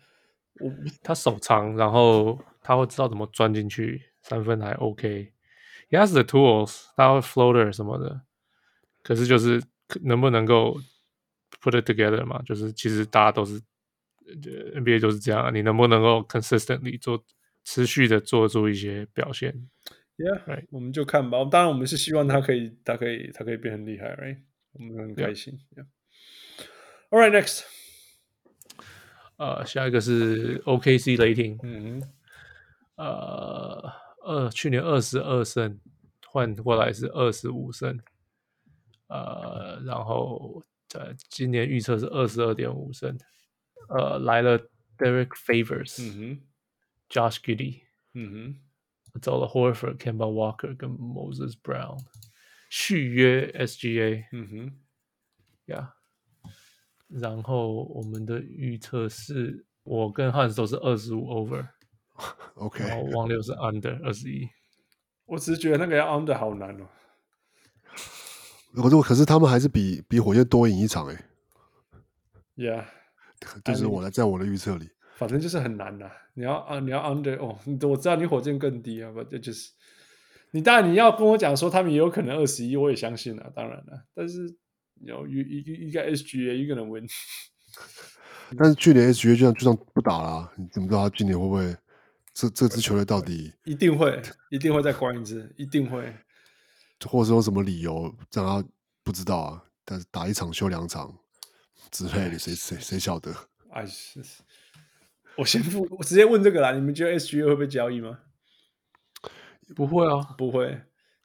Speaker 3: 我
Speaker 4: 他手长，然后他会知道怎么钻进去，三分还 OK。He has the tools，他会 floater 什么的，可是就是可能不能够 put it together 嘛？就是其实大家都是呃 NBA 就是这样，你能不能够 consistently 做持续的做出一些表现？
Speaker 3: ，Yeah，、
Speaker 4: Right
Speaker 3: 我们就看吧。当然，我们是希望他可以，他可以，他可以变很厉害，Right？我们很开心。Yeah. All right, next。
Speaker 4: 呃，下一个是 OKC 雷霆，
Speaker 3: 嗯哼，
Speaker 4: 呃，二去年二十二胜，换过来是二十五胜，呃，然后呃，今年预测是二十二点五胜，呃，来了 Derek Favors、
Speaker 3: 嗯哼，
Speaker 4: Josh Giddy，
Speaker 3: 嗯哼，
Speaker 4: 走了 Horford、Kemba Walker 跟 Moses Brown，续约 SGA
Speaker 3: 嗯哼，
Speaker 4: 呀、然后我们的预测是我跟汉斯都是二十五 over，
Speaker 2: OK，
Speaker 4: 然后汪六是 under 二十一。
Speaker 3: 我只是觉得那个要 under 好难哦。
Speaker 2: 可是可是他们还是比比火箭多赢一场哎、
Speaker 3: Yeah，
Speaker 2: 就是我来在我的预测里，
Speaker 3: 反正就是很难呐、你要啊，你要 under 哦，你我知道你火箭更低啊，不这就是你当然你要跟我讲说他们也有可能二十一，我也相信啊，当然了、但是你要一一一个 SGA 一个人 win， <laughs>
Speaker 2: 但是去年 H G 就算就算不打啦、你怎么知道他今年会不会这这支球队到底
Speaker 3: 一定会一定会再关一次，一定会。
Speaker 2: 或者是有什么理由让他不知道啊？但是打一场休两场之类的，谁谁谁晓得？
Speaker 3: 哎，是是我先不，我直接问这个啦，你们觉得 SGA 会被交易吗？
Speaker 4: 不会啊，
Speaker 3: 不会，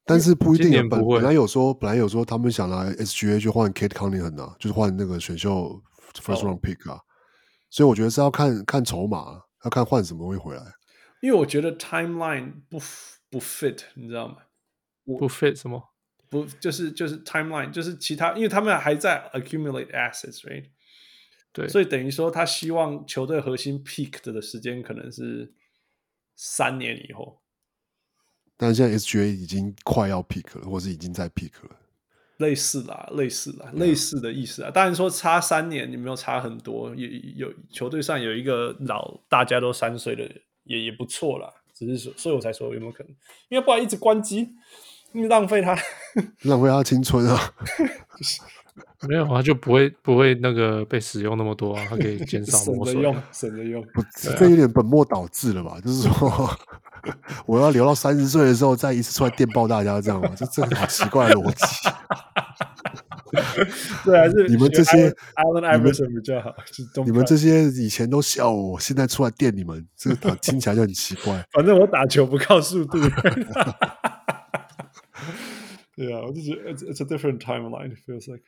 Speaker 2: 但是不一
Speaker 4: 今
Speaker 2: 定啊，
Speaker 4: 年
Speaker 2: 本
Speaker 4: 不会
Speaker 2: 本来有说，本来有说他们想拿 SGA 去换 Kate Cunningham 啊，就是换那个选秀 first
Speaker 3: 哦
Speaker 2: round pick 啊，所以我觉得是要看看筹码啊，要看换什么会回来。
Speaker 3: 因为我觉得 timeline 不 f- 不 fit，你知道吗？
Speaker 4: 不 fit 什么？
Speaker 3: 不就是就是 timeline，就是其他，因为他们还在 accumulate assets，right？
Speaker 4: 对，
Speaker 3: 所
Speaker 4: 以
Speaker 3: 以等于说他希望球队核心 peak 的时间可能是三年以后，
Speaker 2: 但是现在 SGA 已经快要 peak 了，或是已经在 peak 了。
Speaker 3: 类似啦，类似
Speaker 2: 嗯
Speaker 3: 啦，类似的意思啊。当然说差三年，你没有差很多，也有球队上有一个老大家都三岁的，也也不错啦。只是说，所以我才说有没有可能，因为不然一直关机，因为浪费他。
Speaker 2: 浪费他青春
Speaker 4: <laughs>
Speaker 2: 啊！
Speaker 4: 没有啊，就不会不会那个被使用那么多啊，它可以减 <laughs> 少
Speaker 3: <laughs> 省
Speaker 4: 磨
Speaker 3: 着
Speaker 4: 损啊。
Speaker 3: 用，省
Speaker 2: <laughs>
Speaker 3: 着用。
Speaker 2: 不，
Speaker 4: 啊
Speaker 2: 这有点本末倒置了吧？就是说， <laughs> 我要留到三十岁的时候再一次出来电报大家，这样吗？这这好奇怪的逻
Speaker 4: <laughs>
Speaker 2: 辑。
Speaker 3: 对，啊还是
Speaker 2: 你们这些
Speaker 3: Allen Iverson 比较好。就都
Speaker 2: 你
Speaker 3: 不
Speaker 2: 们
Speaker 3: 要
Speaker 2: 这些以前都笑我，现在出来电你们，这个打听起来就很奇怪。
Speaker 3: 反正我打球不靠速 <laughs> 度。对啊，我就觉得 it's it's a different timeline. It feels like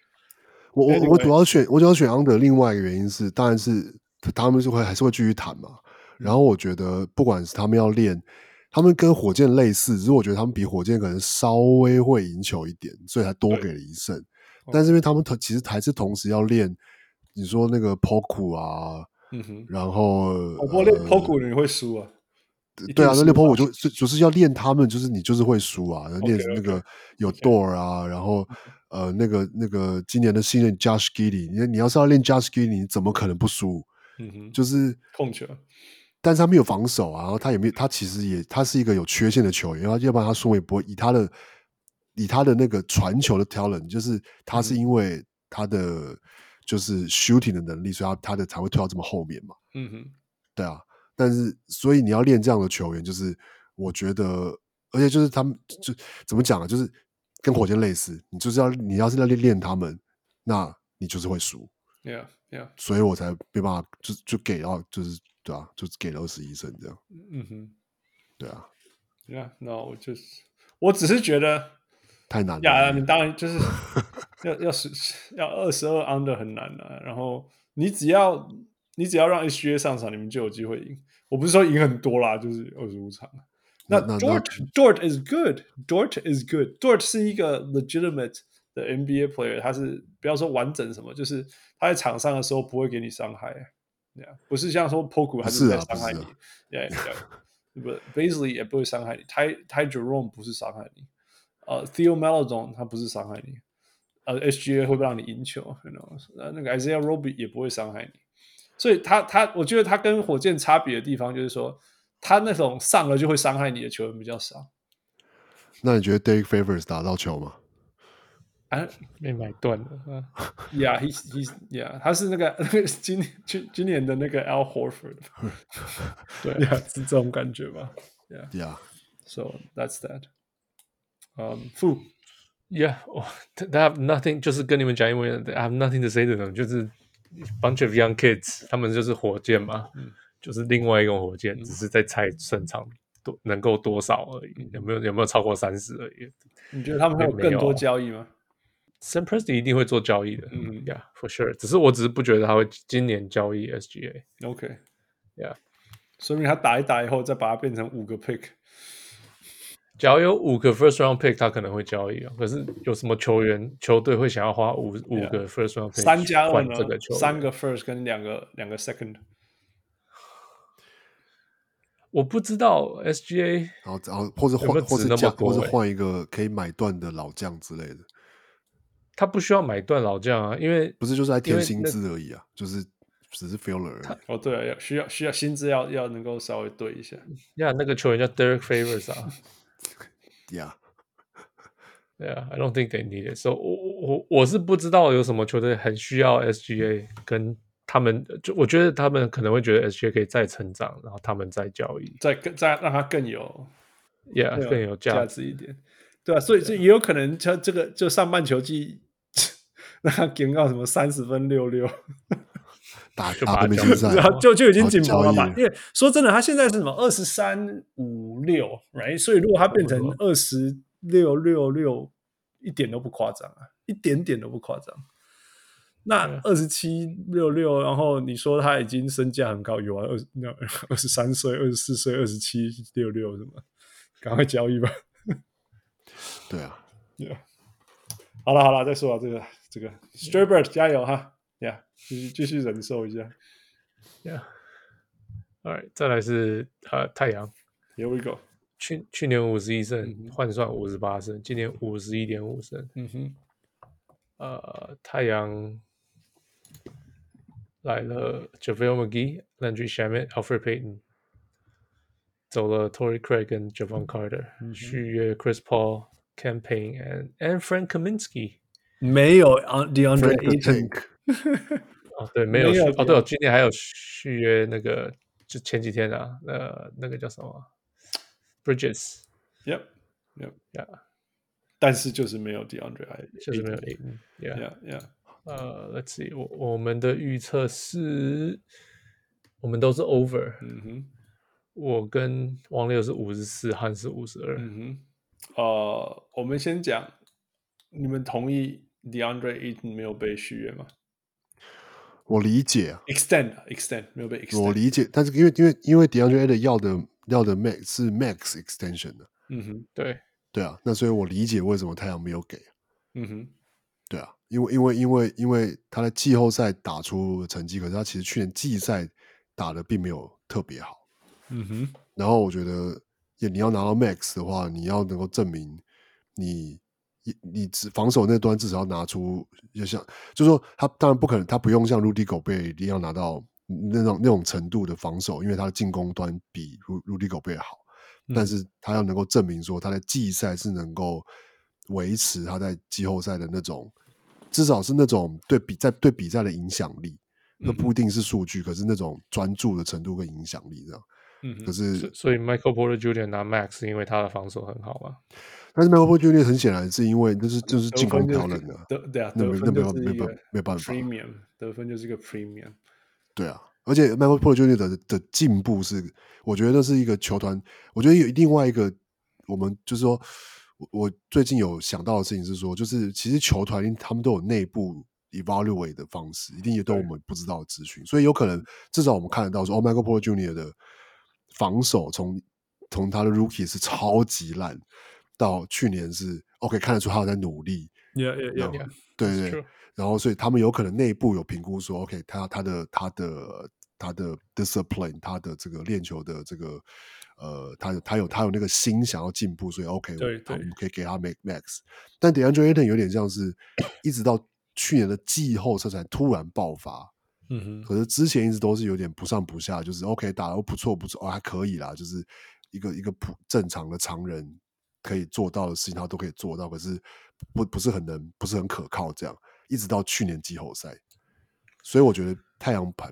Speaker 2: 我我我
Speaker 3: Anyway
Speaker 2: 主要选我主要选 under，另外一个原因是，当然是他们是会还是会继续谈嘛。然后我觉得，不管是他们要练，他们跟火箭类似，只是我觉得他们比火箭可能稍微会赢球一点，所以才多给了一胜。但是因为他们同其实还是同时要练，你说那个 p o k 啊，
Speaker 3: 嗯哼，
Speaker 2: 然后
Speaker 3: 我不过练
Speaker 2: 呃
Speaker 3: p o k 你会输啊。一
Speaker 2: 对啊，
Speaker 3: 定
Speaker 2: 那
Speaker 3: 输
Speaker 2: 练跑
Speaker 3: 吧
Speaker 2: 我就就就是要练他们，就是你就是会输啊，练那个有 door 啊，然
Speaker 3: 嗯
Speaker 2: 后呃那个那个今年的新人 Josh Giddy，你你要是要练 Josh Giddy，你怎么可能不输？
Speaker 3: 嗯哼，
Speaker 2: 就是，
Speaker 3: 控球。
Speaker 2: 但是他没有防守啊，然后他也没有，他其实也他是一个有缺陷的球员，然后要不然他顺位不会以他的以他的那个传球的 talent，就是
Speaker 3: 嗯
Speaker 2: 他是因为他的就是 shooting 的能力，所以他他的才会推到这么后面嘛。
Speaker 3: 嗯哼，
Speaker 2: 对啊，但是所以你要练这样的球员，就是我觉得，而且就是他们就怎么讲啊，就是跟火箭类似，你就是要你要是要练练他们，那你就是会输，
Speaker 3: Yeah, yeah.
Speaker 2: 所以我才没办法就就给到就是对啊，就是给了二十一胜这样，
Speaker 3: 嗯哼
Speaker 2: 对啊，
Speaker 3: ，Yeah. No，我就是，我只是觉得，
Speaker 2: 太难了。
Speaker 3: 呀，你当然就是要要是要二十二 under 很难啊。然后你只要你只要让 HGA 上场，你们就有机会赢。我不是说赢很多啦，就是二十五场。啊那
Speaker 2: 那那
Speaker 3: Dort Dort is good. Dort is good. Dort 是一个 legitimate 的 NBA player，他是不要说完整什么，就是他在场上的时候不会给你伤害。Yeah，不是像说 Poku 还
Speaker 2: 不是
Speaker 3: 在
Speaker 2: 啊
Speaker 3: 伤害
Speaker 2: 不
Speaker 3: 你
Speaker 2: 是啊
Speaker 3: ，Yeah，不
Speaker 2: <laughs>
Speaker 3: Basically 也不会伤害你。Ty Ty Jerome 不是伤害你，呃，Theo Melodon 他不是伤害你，呃，SGA 会不会让你赢球，you know，呃，那个 Isaiah Roby 也不会伤害你，所以他他，我觉得他跟火箭差别的地方就是说，他那种上了就会伤害你的球员比较少。
Speaker 2: 那你觉得 Derek Favors 打到球吗？
Speaker 3: 啊
Speaker 4: 被买断了啊！
Speaker 3: ，Yeah，he's he's yeah，他是那个 <laughs> 那个今年今今年的那个 Al <laughs> Horford，
Speaker 4: 对啊
Speaker 3: yeah，是这种感觉吧
Speaker 2: 对啊，
Speaker 3: ？Yeah，so that's that。嗯，负
Speaker 4: Yeah, well, th- they have nothing，就是跟你们讲英文，I have nothing to say to them，就是 bunch of young kids，他们就是火箭嘛，就是另外一个火箭，只是在猜胜场多能够多少而已，有没有有没有超过三十而已。
Speaker 3: 你觉得他们会有
Speaker 4: 也没
Speaker 3: 更多
Speaker 4: 有
Speaker 3: 交易吗？
Speaker 4: Sam Presti 一定会做交易的，
Speaker 3: 嗯
Speaker 4: ，Yeah for sure，只是我只是不觉得他会今年交易 SGA。
Speaker 3: OK，
Speaker 4: Yeah
Speaker 3: 说明他打一打以后，再把它变成五个 pick。
Speaker 4: 假如有五个 first round pick，他可能会交易啊。可是有什么球员球队会想要花五五个 first round pick
Speaker 3: 三加二
Speaker 4: 换
Speaker 3: 呢
Speaker 4: 这个球？员？
Speaker 3: 三个 first 跟两个两个 second。
Speaker 4: 我不知道 SGA
Speaker 2: 然后然后或者
Speaker 4: 有没
Speaker 2: 换
Speaker 4: 有
Speaker 2: 或
Speaker 4: 值
Speaker 2: 是
Speaker 4: 那么
Speaker 2: 将
Speaker 4: 多
Speaker 2: 或
Speaker 4: 欸
Speaker 2: 是换一个可以买断的老将之类的，
Speaker 4: 他不需要买断老将啊，因为
Speaker 2: 不是就是在
Speaker 4: 因
Speaker 2: 填
Speaker 4: 为
Speaker 2: 薪
Speaker 4: 那
Speaker 2: 资而已啊，就是只是 filler 而已。
Speaker 3: 哦，对啊，要需要需要薪资要要能够稍微对一下。
Speaker 4: 呀那个球员叫 Derek Favors 啊。 <laughs>
Speaker 2: 呀，
Speaker 4: 对啊，I don't think they need it。So 我我我我是不知道有什么球队很需要 SGA，跟他们就我觉得他们可能会觉得 SGA 可以再成长，然后他们再交易
Speaker 3: 再更再让它更有
Speaker 4: ，Yeah 啊更有价
Speaker 3: 啊价
Speaker 4: 值。
Speaker 3: 值一点，对啊，所以这也有可能，像这个就上半球季， <laughs> 让他给到什么三十分六六，
Speaker 2: 打
Speaker 4: 就把
Speaker 2: 打
Speaker 4: 它
Speaker 2: 个明
Speaker 4: 交
Speaker 2: 星
Speaker 4: 易
Speaker 2: 赛，
Speaker 3: 然后就就已经紧绷了
Speaker 2: 啊好
Speaker 3: 嘛
Speaker 2: 交。易
Speaker 3: 因为说真的，他现在是什么二十三五六，right？所以如果他变成
Speaker 4: 差不
Speaker 3: 二十六六六，一点都不夸张啊，一点点都不夸张。
Speaker 4: 啊
Speaker 3: 那二十七六六，然后你说他已经身价很高，有啊，二那二十三岁、二十四岁、二十七六六什么，赶快交易吧。
Speaker 2: 对啊，
Speaker 3: Yeah. 好了好了，再说吧，啊这个这个 Strabert 加油哈，Yeah，继续继续忍受一下。
Speaker 4: Yeah。Alright，再来是呃太阳，
Speaker 3: Here we go。
Speaker 4: 去去年五十一胜
Speaker 3: 嗯，
Speaker 4: 换算五十八胜，今年五十一点五胜。
Speaker 3: 嗯哼，
Speaker 4: 呃，太阳来了 JaVale McGee、Landry Shamet、Alfred Payton，走了 Torrey Craig 跟 Javon Carter，、续
Speaker 3: 嗯
Speaker 4: 约 Chris Paul、Campaign and and Frank Kaminsky。
Speaker 3: 没有 DeAndre
Speaker 2: Frank the Tank
Speaker 4: 哦，对，没有
Speaker 3: 没
Speaker 4: 续
Speaker 3: 有
Speaker 4: 哦，对，我今天还有续约那个，就前几天啊，呃，那个叫什么 Bridges，
Speaker 3: Yep Yep，
Speaker 4: Yeah
Speaker 3: 但是就是没有 DeAndre，Ayton
Speaker 4: 就是没有 Ayton，yeah。
Speaker 3: Yeah Yeah，
Speaker 4: 呃，Let's see，我我们的预测是，我们都是 over，
Speaker 3: 嗯哼
Speaker 4: 我跟王六是五十四，汉是五十二。
Speaker 3: 嗯哼，呃，我们先讲，你们同意 DeAndre Ayton 没有被续约吗
Speaker 2: 我理解啊，
Speaker 3: ？Extend Extend 没有被
Speaker 2: 我
Speaker 3: extend，
Speaker 2: 理解，但是因为因为因为 DeAndre Ayton 要的要的 max 是 max extension 的，
Speaker 3: 嗯哼
Speaker 4: 对，
Speaker 2: 对啊，那所以我理解为什么太阳没有给，
Speaker 3: 嗯哼
Speaker 2: 对啊，因为因为因为因为他在季后赛打出成绩，可是他其实去年季赛打的并没有特别好，
Speaker 3: 嗯哼，
Speaker 2: 然后我觉得，也你要拿到 max 的话，你要能够证明你你你只防守那端至少要拿出，就像就说他当然不可能，他不用像 Rudy 狗贝一定要拿到那种那种程度的防守，因为他的进攻端比 Ru- Rudy 狗贝好，
Speaker 3: 嗯
Speaker 2: 但是他要能够证明说他在季赛是能够维持他在季后赛的那种，至少是那种对比在对比赛的影响力。那不一定是数据，可是那种专注的程度跟影响力这样。
Speaker 3: 嗯哼
Speaker 2: 可是
Speaker 4: 所所以 Michael Porter Jr. 拿 Max 是因为他的防守很好嘛？
Speaker 2: 但是 m i c h a e Junior 很显然是因为就是就是
Speaker 3: 得
Speaker 2: 进攻
Speaker 3: 分就
Speaker 2: 飘
Speaker 3: 是
Speaker 2: 人的，
Speaker 3: 得对啊，
Speaker 2: 那
Speaker 3: 得
Speaker 2: 没
Speaker 3: 分
Speaker 2: 那没
Speaker 3: 就
Speaker 2: 有
Speaker 3: 是
Speaker 2: 没
Speaker 3: 一
Speaker 2: 办
Speaker 3: 个
Speaker 2: 没办法
Speaker 3: premium，得分就是一个 premium。
Speaker 2: 对啊。而且 m i c h a e Junior 的的进步是，我觉得是一个球团，我觉得有另外一个，我们就是说，我我最近有想到的事情是说，就是其实球团他们都有内部 evaluate 的方式，一定也都有我们不知道的资讯，所以有可能至少我们看得到说，哦 m i c h a e Junior 的防守从从他的 rookie 是超级烂，到去年是 OK 看得出他有在努力，
Speaker 3: Yeah, yeah, yeah.
Speaker 2: 有对对
Speaker 4: It's true
Speaker 2: 然后所以他们有可能内部有评估说，OK，他他的他的他的 discipline，他的这个练球的这个呃，他有他有他有那个心想要进步，所以 OK，
Speaker 3: 对
Speaker 2: 我
Speaker 3: 对
Speaker 2: 们可以给他 make max。但 DeAndre Ayton 有点像是一直到去年的季后赛才突然爆发，
Speaker 3: 嗯哼，
Speaker 2: 可是之前一直都是有点不上不下，就是 OK 打得不错不错，哦还可以啦，就是一个一个普正常的常人可以做到的事情，他都可以做到，可是不不是很能不是很可靠，这样一直到去年季后赛，所以我觉得太阳盘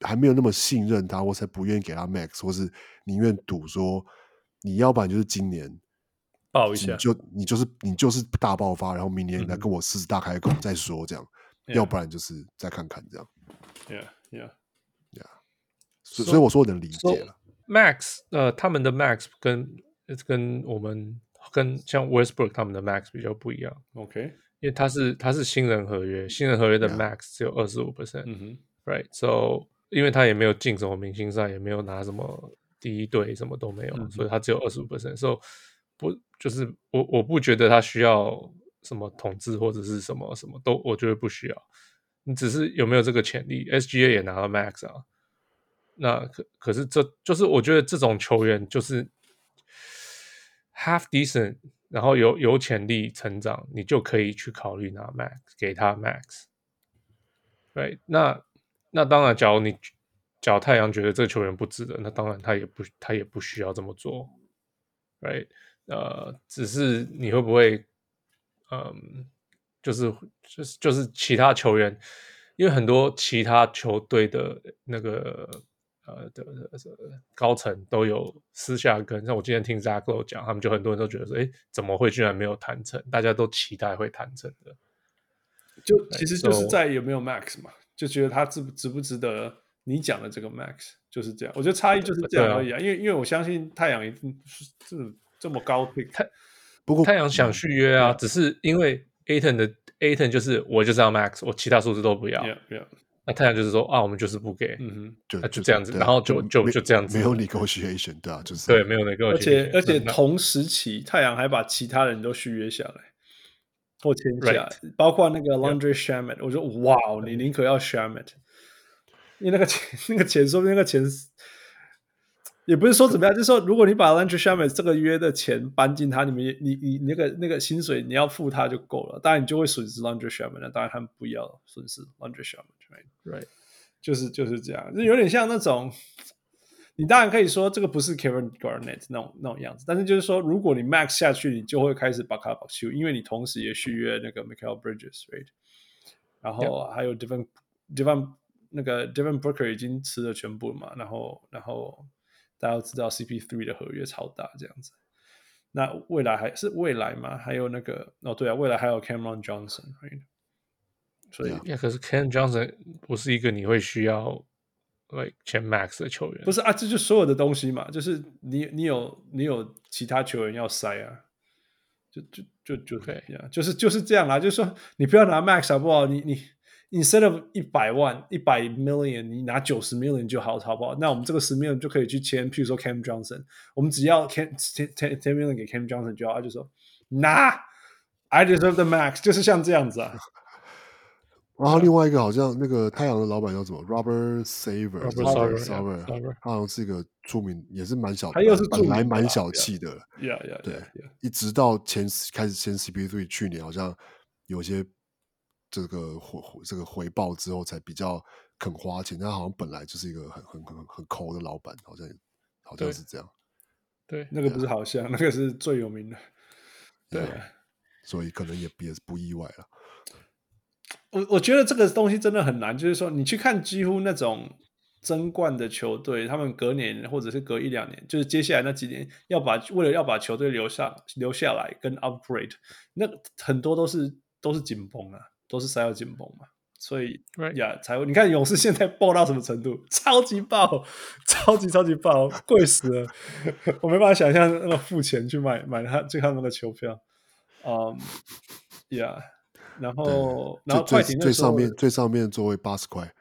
Speaker 2: 还没有那么信任他，或才不愿意给他 max，或是宁愿赌说你要不然就是今年
Speaker 3: 抱一
Speaker 2: 你
Speaker 3: 下，
Speaker 2: 就你就是你就是大爆发，然后明年你来
Speaker 3: 嗯哼啊
Speaker 2: 跟我狮子大开口再说这样，要不然就是再看看这样。
Speaker 3: Yeah, yeah.
Speaker 2: 所以
Speaker 4: So-
Speaker 2: 所以我说我能理
Speaker 4: 所以
Speaker 2: 解了。
Speaker 4: Max，呃，他们的 Max 跟呃跟我们跟像 Westbrook 他们的 Max 比较不一样，
Speaker 3: OK，
Speaker 4: 因为他是他是新人合约，新人合约的
Speaker 2: Yeah
Speaker 4: Max 只有二十五 percent。
Speaker 3: 嗯哼，
Speaker 4: Right，so 因为他也没有进什么明星赛，也没有拿什么第一队，什么都没有，
Speaker 3: 嗯哼
Speaker 4: 所以他只有二十五 percent，so 不就是我我不觉得他需要什么统治或者是什么什么都，我觉得不需要。你只是有没有这个潜力？SGA 也拿了 max 啊，那可可是这就是我觉得这种球员就是 half decent，然后有有潜力成长，你就可以去考虑拿 max 给他 max。对，那那当然，假如你假如太阳觉得这个球员不值得，那当然他也不他也不需要这么做。right？呃，只是你会不会，嗯，就是就是就是其他球员，因为很多其他球队的那个呃的的的高层都有私下跟，像我今天听 Zach Lowe 讲，他们就很多人都觉得说，哎，怎么会居然没有谈成？大家都期待会谈成的，
Speaker 3: 就其实就是
Speaker 4: so-
Speaker 3: 在有没有 max 嘛，就觉得他值不值不值得你讲的这个 max 就是这样。我觉得差异就是这
Speaker 4: 对
Speaker 3: 样
Speaker 4: 啊
Speaker 3: 而已啊，因为因为我相信太阳一定是这这么高 p
Speaker 2: 不过嗯
Speaker 4: 太阳
Speaker 3: 嗯
Speaker 4: 想续约啊，只是因为 Aton 的 Aton 就是我就是要 Max，我其他数字都不要。
Speaker 3: yeah yeah，
Speaker 4: 那太阳就是说啊，我们就是不给，
Speaker 3: 嗯哼。
Speaker 2: 就
Speaker 4: 啊就这样子
Speaker 2: 对啊
Speaker 4: 然后就就
Speaker 2: 没
Speaker 4: 就这样子
Speaker 2: 没有 negotiation，对啊，就是
Speaker 4: 对，没有那个
Speaker 3: 而且而且
Speaker 4: 那
Speaker 3: 同时期，太阳还把其他人都续约下来或签下来包括那个 Laundry Shamet，、我说哇哦，你宁可要 Shamet，因为那个钱那个钱，说不定那个钱是也不是说怎么样，就是说如果你把 Laundry Shamet 这个约的钱搬进他里面，你你你那个那个薪水你要付他就够了，当然你就会损失 Laundry Shamet，那当然他们不要损失 Laundry Shamet，right？
Speaker 4: Right
Speaker 3: 就是就是这样，就有点像那种，你当然可以说这个不是 Kevin Garnett 那种那种样子，但是就是说，如果你 max 下去，你就会开始把卡保修，因为你同时也续约那个 Michael Bridges，right？然后还有 Devon Devon 那个 Devon Booker 已经吃了全部嘛，然后然后大家都知道 CP3 的合约超大这样子。那未来还是未来嘛？还有那个哦，对啊，未来还有 Cameron Johnson，right？所以
Speaker 2: Yeah.
Speaker 4: 呀，可是 Ken Johnson 不是一个你会需要 like 签 max 的球员，
Speaker 3: 不是
Speaker 4: 是
Speaker 3: 啊，这就所有的东西嘛，就是你你有你有其他球员要塞啊，就就就就
Speaker 4: OK
Speaker 3: 呀就是就是这样啊，就是说你不要拿 max 好不好？你你 instead of 一百万一百 million，你拿九十 million 就好，好不好？那我们这个十 million 就可以去签，譬如说 Cam Johnson，我们只要 Cam ten ten ten million 给 Cam Johnson 就好，他就说拿，I deserve the max，就是像这样子啊，
Speaker 2: 然后另外一个好像那个太阳的老板叫什么 Robert Saver，
Speaker 4: Robert
Speaker 2: Robert
Speaker 4: Sarver，yeah，
Speaker 2: Sarver，
Speaker 4: Sarver
Speaker 2: 他好像是一个出名，也是蛮小，
Speaker 3: 他又是
Speaker 2: 本
Speaker 3: 著
Speaker 2: 来
Speaker 3: 名的
Speaker 2: 蛮
Speaker 3: 啦
Speaker 2: 小
Speaker 3: 对啊
Speaker 2: 气的了，
Speaker 3: 呀呀，
Speaker 2: 对
Speaker 3: <laughs> yeah.
Speaker 2: 一直到前开始签 CP3，去年好像有些这个回这个回报之后才比较肯花钱，他好像本来就是一个很很很很抠的老板，好像好像
Speaker 4: 对
Speaker 2: 是这样，
Speaker 4: 对
Speaker 3: 那个不是好像，那个是最有名的，对啊。
Speaker 2: 所以可能也也不意外了。
Speaker 3: 我我觉得这个东西真的很难，就是说你去看几乎那种争冠的球队，他们隔年或者是隔一两年，就是接下来那几年要把为了要把球队留下留下来跟 upgrade，那很多都是都是紧绷啊，都是塞到紧绷嘛，所以
Speaker 4: Right
Speaker 3: 呀、才会你看勇士现在爆到什么程度，超级爆，超级超级爆，贵死了，我没办法想象那个付钱去买买他去看那个球票，嗯、呀、然后然后
Speaker 2: 最
Speaker 3: 快
Speaker 2: 最
Speaker 3: 艇
Speaker 2: 最
Speaker 3: 那时候
Speaker 2: 上面最上面座位八十块，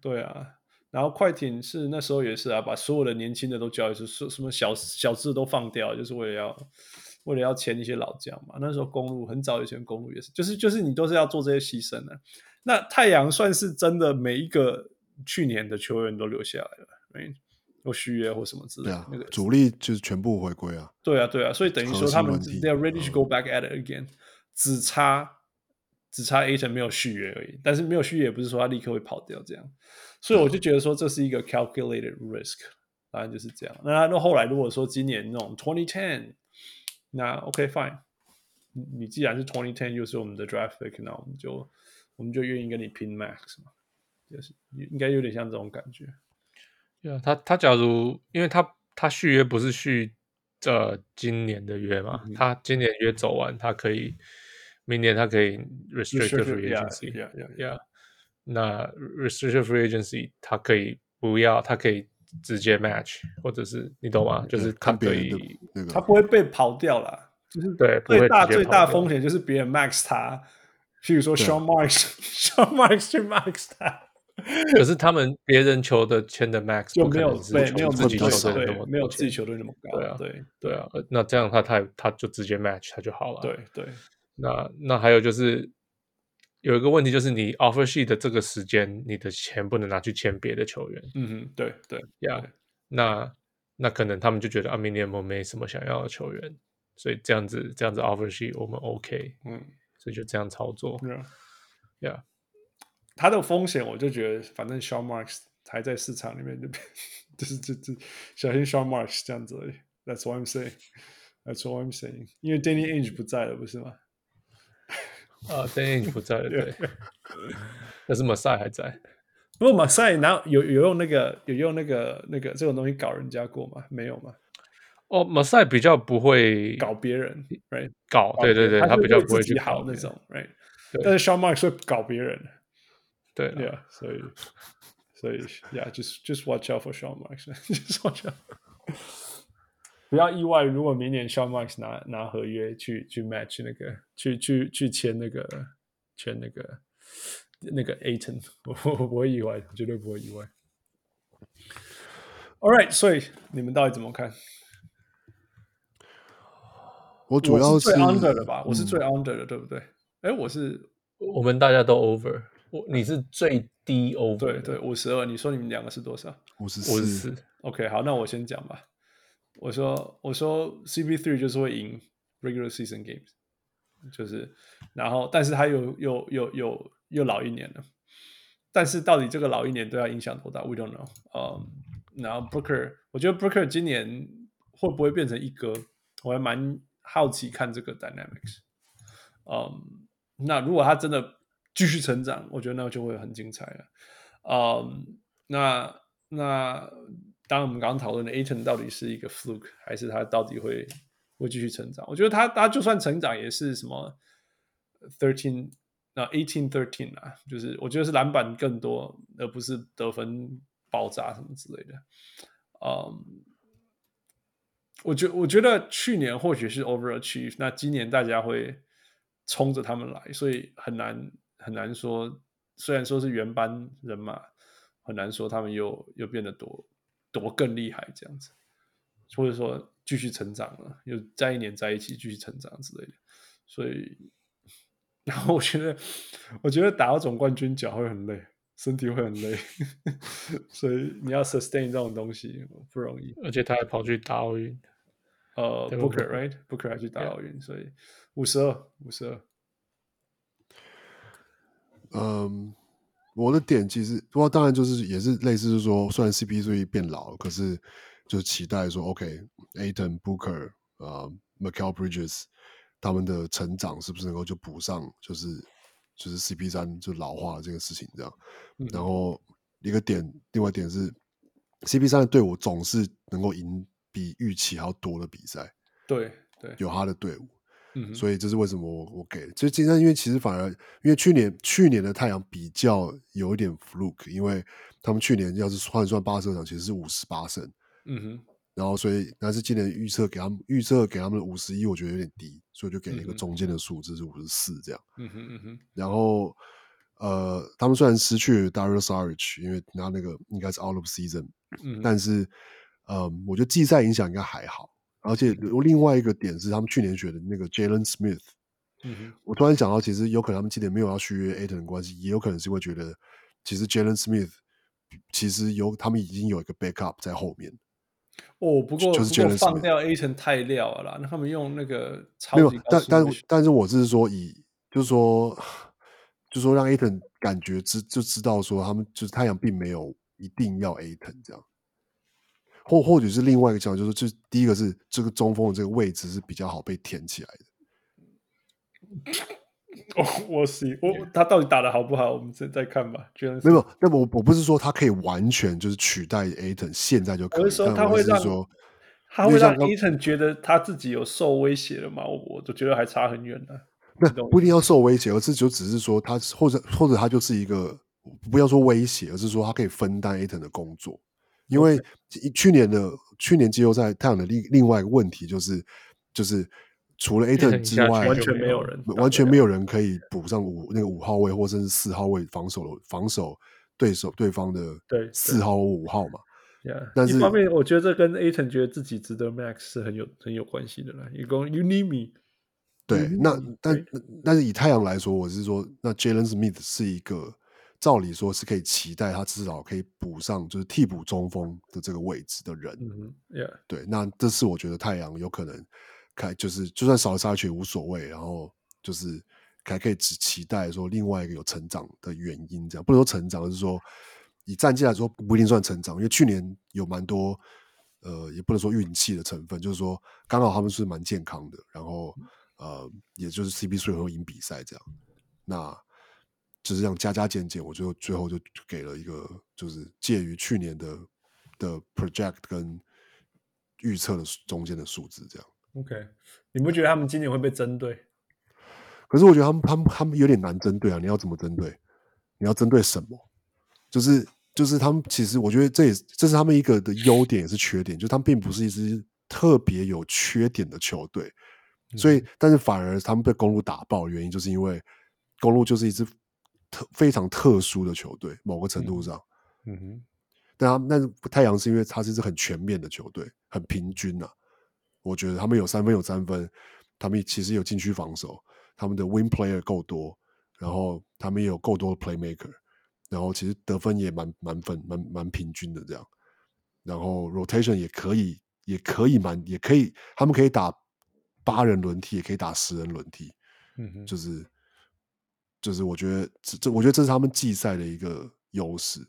Speaker 3: 对啊，然后快艇是那时候也是啊，把所有的年轻的都叫一次，说什么小小智都放掉，就是为了要为了要签一些老将嘛。那时候公路很早以前公路也是，就是就是你都是要做这些牺牲的、那太阳算是真的每一个去年的球员都留下来了，嗯，或续约或什么之类
Speaker 2: 对
Speaker 3: 的。
Speaker 2: 啊
Speaker 3: 那个，
Speaker 2: 主力就是全部回归啊，
Speaker 3: 对啊，对啊，所以等于
Speaker 2: 核
Speaker 3: 说
Speaker 2: 心
Speaker 3: 他们
Speaker 2: 问题嗯
Speaker 3: they're ready to go back at it again，只差只差 A 城没有续约而已。但是没有续约也不是说他立刻会跑掉这样，所以我就觉得说这是一个 calculated risk，当然就是这样。那那后来如果说今年那种 twenty ten，那 OK fine，你你既然是 twenty ten 又是我们的 draft pick，那我们就我们就愿意跟你拼 max 嘛，就是应该有点像这种感觉。
Speaker 4: 对，他他假如因为他他续约不是续呃今年的约
Speaker 3: 嗯
Speaker 4: 嘛，他今年约走完，他可以明年他可以 restricted free
Speaker 3: yeah,
Speaker 4: agency，
Speaker 3: yeah, yeah, yeah.
Speaker 4: yeah，那 restricted free agency 它可以不要，它可以直接 match，或者是你懂吗？就是
Speaker 2: 嗯
Speaker 4: 它
Speaker 2: 看别
Speaker 4: 可
Speaker 2: 人的
Speaker 4: 以
Speaker 2: 那个，
Speaker 3: 他不会被跑掉啦，就是
Speaker 4: 对不会
Speaker 3: 最大
Speaker 4: 直接
Speaker 3: 最
Speaker 4: 跑
Speaker 3: 大
Speaker 4: 掉
Speaker 3: 风险就是别人 max 他，譬如说
Speaker 2: 对
Speaker 3: Sean <laughs> Marks，Sean Marks 去 max 他
Speaker 4: 可是他们别人球的签的 max
Speaker 3: 就
Speaker 4: 不可
Speaker 3: 没有
Speaker 4: 能是
Speaker 3: 对
Speaker 4: 球
Speaker 3: 没有
Speaker 4: 自己
Speaker 3: 球
Speaker 2: 比较
Speaker 4: 球队
Speaker 2: 少
Speaker 4: 那
Speaker 3: 对
Speaker 4: 么
Speaker 3: 没有
Speaker 4: 多
Speaker 3: 自己
Speaker 4: 钱
Speaker 3: 球队那么高，
Speaker 4: 对啊
Speaker 3: 对
Speaker 4: 对啊，呃那这样他太他就直接 match 他就好了。
Speaker 3: 对对
Speaker 4: 那那还有就是，有一个问题就是你 offer sheet 的这个时间，你的钱不能拿去签别的球员
Speaker 3: 嗯哼，对对，
Speaker 4: 呀。Yeah，那那可能他们就觉得啊，明年我没什么想要的球员，所以这样子这样子 offer sheet 我们 OK，
Speaker 3: 嗯，
Speaker 4: 所以就这样操作。
Speaker 3: 对啊
Speaker 4: Yeah，
Speaker 3: 他的风险，我就觉得反正 Sean Marks 还在市场里面，就 <laughs> 就是就就小心 Sean Marks 这样子而已。That's what I'm saying. That's what I'm saying. 因为 Danny Ainge 不在了，不是吗？
Speaker 4: 啊，Danny 你不在了，
Speaker 3: <laughs>
Speaker 4: 对
Speaker 3: Yeah，
Speaker 4: 但是马赛还在。
Speaker 3: 不过马赛哪有有用那个有用那个那个这种东西搞人家过吗？没有吗？
Speaker 4: 哦，马赛比较不会
Speaker 3: 搞别人，right？
Speaker 4: 嗯搞，对对对，
Speaker 3: 他
Speaker 4: 他
Speaker 3: 就
Speaker 4: 比较
Speaker 3: 为
Speaker 4: 不会
Speaker 3: 自己
Speaker 4: 去
Speaker 3: 好
Speaker 4: 搞
Speaker 3: 那
Speaker 4: 别人，
Speaker 3: 种，right？
Speaker 4: 对
Speaker 3: 但是 Sean Marks 会搞别人
Speaker 4: 对啦
Speaker 3: ，yeah，所以所以 yeah，just just watch out for Sean <laughs> Marks，just watch out。不要意外，如果明年 Sean Marks 拿拿合约去去 match 那个去去去签那个签那个那个 Aton，我 <laughs> 我我不会意外，绝对不会意外。All right，所以你们到底怎么看？
Speaker 2: 我主要嗯
Speaker 3: 我是最 under 的
Speaker 2: 吧。
Speaker 3: 吧，我是最 under 的，对不对？哎，我是
Speaker 4: 我们大家都 over，我你是最低 over，
Speaker 3: 对对，五十二。你说你们两个是多少
Speaker 2: 五十
Speaker 4: 我
Speaker 2: 四，
Speaker 4: 是四
Speaker 3: ？OK，好，那我先讲吧。我说我说 CP3 就是会赢 regular season games，就是然后但是他又又又又又老一年了，但是到底这个老一年对他影响多大？We don't know。嗯，然后 Booker，我觉得 Booker 今年会不会变成一哥？我还蛮好奇看这个 dynamics。嗯，那如果他真的继续成长，我觉得那就会很精彩了。嗯，那那当然我们刚刚讨论的 Aton 到底是一个 fluke，还是他到底会会继续成长？我觉得他他就算成长也是什么 thirteen 那 eighteen thirteen 啊，就是我觉得是篮板更多，而不是得分爆炸什么之类的。嗯，我觉我觉得去年或许是 overachieve，那今年大家会冲着他们来，所以很难很难说。虽然说是原班人马，很难说他们又又变得多多更厉害这样子，或者说继续成长了，又在一年在一起继续成长之类的。所以，然后我觉得，我觉得打到总冠军脚会很累，身体会很累， <laughs> 所以你要 sustain 这种东西不容易。
Speaker 4: 而且他还跑去打奥运，
Speaker 3: 呃
Speaker 4: 对
Speaker 3: ，Booker
Speaker 4: Booker
Speaker 3: right Booker 还去打
Speaker 4: Yeah
Speaker 3: 奥运，所以五十二五十二，
Speaker 2: 嗯，我的点其实，不过当然就是也是类似，是说虽然 CP3 变老了，可是就是期待说 OK，Aton、Booker 啊、m i c h a e l Bridges 他们的成长是不是能够就补上，就是就是 CP 3就老化这个事情这样。
Speaker 3: 嗯
Speaker 2: 然后一个点，另外一点是 CP 3的队伍总是能够赢比预期还要多的比赛，
Speaker 3: 对对，
Speaker 2: 有他的队伍。
Speaker 3: 嗯哼，
Speaker 2: 所以这是为什么我我给，就今天因为其实反而因为去年去年的太阳比较有一点 fluke，因为他们去年要是换算八十二场，其实是五十八胜，
Speaker 3: 嗯哼，
Speaker 2: 然后所以但是今年预测给他们预测给他们五十一，我觉得有点低，所以我就给了一个
Speaker 3: 嗯哼
Speaker 2: 中间的数字是五十四这样。
Speaker 3: 嗯哼，嗯哼，
Speaker 2: 然后呃，他们虽然失去 Dario Saric，因为他那个应该是 out of season，
Speaker 3: 嗯哼，
Speaker 2: 但是，嗯，我觉得季赛影响应该还好。而且我另外一个点是，他们去年选的那个 Jalen Smith，
Speaker 3: 嗯哼，
Speaker 2: 我突然想到，其实有可能他们今年没有要续约 Aton 的关系，也有可能是会觉得，其实 Jalen Smith 其实有他们已经有一个 backup 在后面，
Speaker 3: 哦，不过
Speaker 2: 就
Speaker 3: 不
Speaker 2: 是
Speaker 3: 过
Speaker 2: Jalen
Speaker 3: 放
Speaker 2: Smith
Speaker 3: 掉 A 层太料了啦，那他们用那个超
Speaker 2: 没有
Speaker 3: 级高，
Speaker 2: 但
Speaker 3: 速
Speaker 2: 但
Speaker 3: 的
Speaker 2: 但是我是说以，就是说，就是说让 Aton 感觉知就知道说，他们就是太阳并没有一定要 Aton 这样，或或许是另外一个角度，就是就是第一个是这个中锋的这个位置是比较好被填起来的。
Speaker 3: 哦， <laughs> 我是我他到底打的好不好，我们再再看吧。觉得
Speaker 2: 没有，那么我我不是说他可以完全就是取代 Aton，现在就可以。
Speaker 3: 我是说
Speaker 2: 但
Speaker 3: 他
Speaker 2: 我
Speaker 3: 会
Speaker 2: 是
Speaker 3: 让
Speaker 2: 说，
Speaker 3: 他
Speaker 2: 因
Speaker 3: 会让
Speaker 2: 为像刚
Speaker 3: A 层觉得他自己有受威胁了吗？我我都觉得还差很远呢、
Speaker 2: 那
Speaker 3: 你懂
Speaker 2: 不一定要受威胁，而是就只是说他或者或者他就是一个不要说威胁，而是说他可以分担 Aton 的工作。因为去去年的去年季后赛，太阳的另另外一个问题就是就是除
Speaker 3: <laughs>
Speaker 2: 了 Aton
Speaker 4: Ayton 下
Speaker 2: 之
Speaker 4: 去
Speaker 2: 外，
Speaker 4: 就
Speaker 3: 完全没有人打得了，
Speaker 2: 完全没有人可以补上五那个五号位或甚至四号位防守的防守对手对方的
Speaker 3: 对
Speaker 2: 四号或五号嘛。
Speaker 3: Yeah，
Speaker 2: 但是
Speaker 3: 一方面，我觉得这跟 Aton 觉得自己值得 Max 是很有很有关系的啦。一共 You need me，
Speaker 2: 对，
Speaker 3: 嗯
Speaker 2: 那但
Speaker 3: 对
Speaker 2: 但是以太阳来说，我是说，那 Jalen Smith 是一个照理说是可以期待他至少可以补上就是替补中锋的这个位置的人。
Speaker 3: 嗯
Speaker 4: 嗯，Yeah，
Speaker 2: 对，那这次我觉得太阳有可能开就是就算少了沙也无所谓，然后就是还可以只期待说另外一个有成长的原因，这样不能说成长，而是说以战绩来说不一定算成长，因为去年有蛮多呃也不能说运气的成分，就是说刚好他们是蛮健康的，然后呃也就是 CP 3会赢比赛这样，那。就是这样加加减减，我就最后就给了一个，就是介于去年的的 project 跟预测的数中间的数字这样。
Speaker 3: ，OK，你不觉得他们今年会被针对？
Speaker 2: 可是我觉得他们他们他们有点难针对啊！你要怎么针对？你要针对什么？就是就是他们其实我觉得这也是这是他们一个的优点也是缺点，就他们并不是一支特别有缺点的球队，所以但是反而他们被公路打爆，原因就是因为公路就是一支特非常特殊的球队，某个程度上。
Speaker 4: 嗯哼，
Speaker 2: 但他们啊但是太阳是因为它是一支很全面的球队，很平均啊。我觉得他们有三分有三分，他们其实有禁区防守，他们的 win player 够多，然后他们也有够多的 playmaker，然后其实得分也蛮蛮分蛮蛮平均的这样，然后 rotation 也可以也可以蛮也可以，他们可以打八人轮替，也可以打十人轮替，
Speaker 4: 嗯哼，
Speaker 2: 就是就是我觉得这这我觉得这是他们季赛的一个优势，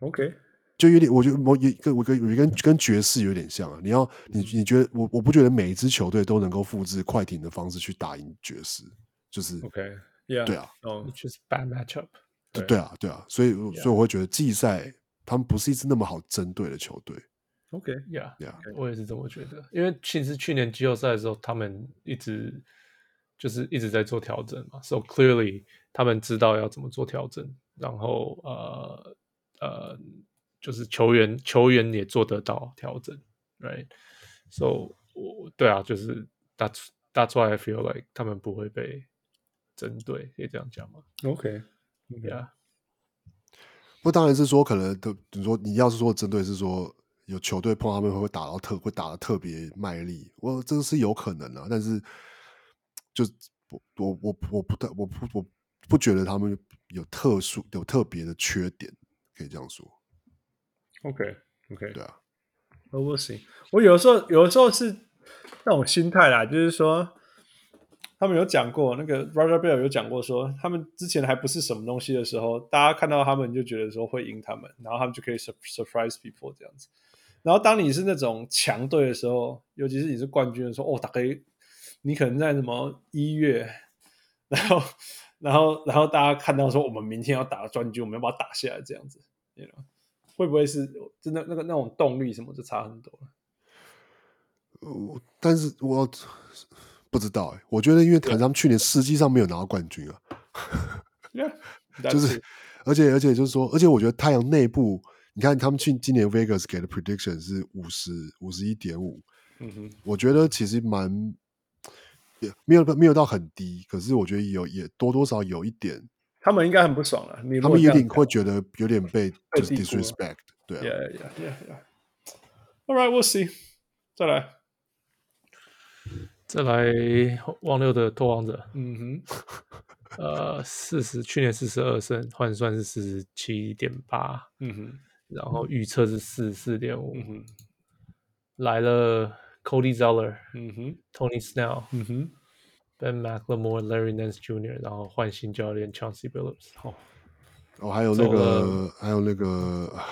Speaker 3: OK，
Speaker 2: 就有点，我觉得某一个我跟有跟跟爵士有点像啊。你要你你觉得我我不觉得每一支球队都能够复制快艇的方式去打赢爵士，就是
Speaker 3: <laughs> OK，Yeah，、
Speaker 2: 对啊，
Speaker 3: 哦，
Speaker 4: 就是 bad matchup，
Speaker 2: 对
Speaker 3: 对
Speaker 2: 对啊对啊，所以我所以我会觉得季赛他们不是一支那么好针对的球队
Speaker 3: OK，
Speaker 4: Yeah，
Speaker 2: 呀。
Speaker 4: 我也是这么觉得，因为其实去年季后赛的时候，他们一直就是一直在做调整嘛，so clearly 他们知道要怎么做调整，然后呃呃，就是球员球员也做得到调整，right？so 我对啊，就是 that's that's why I feel like 他们不会被针对，可以这样讲吗
Speaker 3: OK，
Speaker 4: ？Yeah，
Speaker 2: 不过当然是说可能的，你说你要是说针对是说有球队碰他们会不会打到特会打的特别卖力，我这个是有可能啊，但是就我我我我不太我不我不觉得他们有特殊有特别的缺点，可以这样说，
Speaker 3: OK OK，
Speaker 2: 对啊，
Speaker 3: 我不行。我有的时候有的时候是那种心态啦，就是说他们有讲过，那个 Roger Bell 有讲过说，他们之前还不是什么东西的时候，大家看到他们就觉得说会赢他们，然后他们就可以 sur- surprise people 这样子。然后当你是那种强队的时候，尤其是你是冠军的时候，哦，打给你可能在什么一月，然后然后然后大家看到说我们明天要打冠军，我们要把它打下来这样子，you know。会不会是真的那个那种动力什么就差很多了？
Speaker 2: 呃但是我不知道哎、我觉得因为可能他们去年实际上没有拿到冠军啊，
Speaker 3: Yeah,
Speaker 2: 就是而且而且就是说，而且我觉得太阳内部，你看他们去今年 Vegas 给的 prediction 是五十五十一点五。
Speaker 3: 嗯哼，
Speaker 2: 我觉得其实蛮也没有没有到很低，可是我觉得有也多多少有一点，
Speaker 3: 他们应该很不爽了。你
Speaker 2: 他们有点会觉得有点被
Speaker 3: 被
Speaker 2: 就是
Speaker 3: 低估了
Speaker 2: disrespect，对、啊
Speaker 3: Yeah, yeah, yeah, yeah. All right, we'll see. 再来，
Speaker 4: 再来汪六的拓王者。
Speaker 3: 嗯哼，
Speaker 4: 呃，四十，去年四十二胜，换算是四十七点八，
Speaker 3: 嗯哼，
Speaker 4: 然后预测是四十四点五
Speaker 3: 嗯。哼，
Speaker 4: 来了 Cody Zeller、
Speaker 3: 嗯哼，
Speaker 4: Tony Snell、
Speaker 3: 嗯哼，
Speaker 4: Ben McLemore、Larry Nance Jr.，然后换新教练 Chauncey Billups。哦，
Speaker 2: 哦，还有那
Speaker 4: 走
Speaker 2: 个还有那个，啊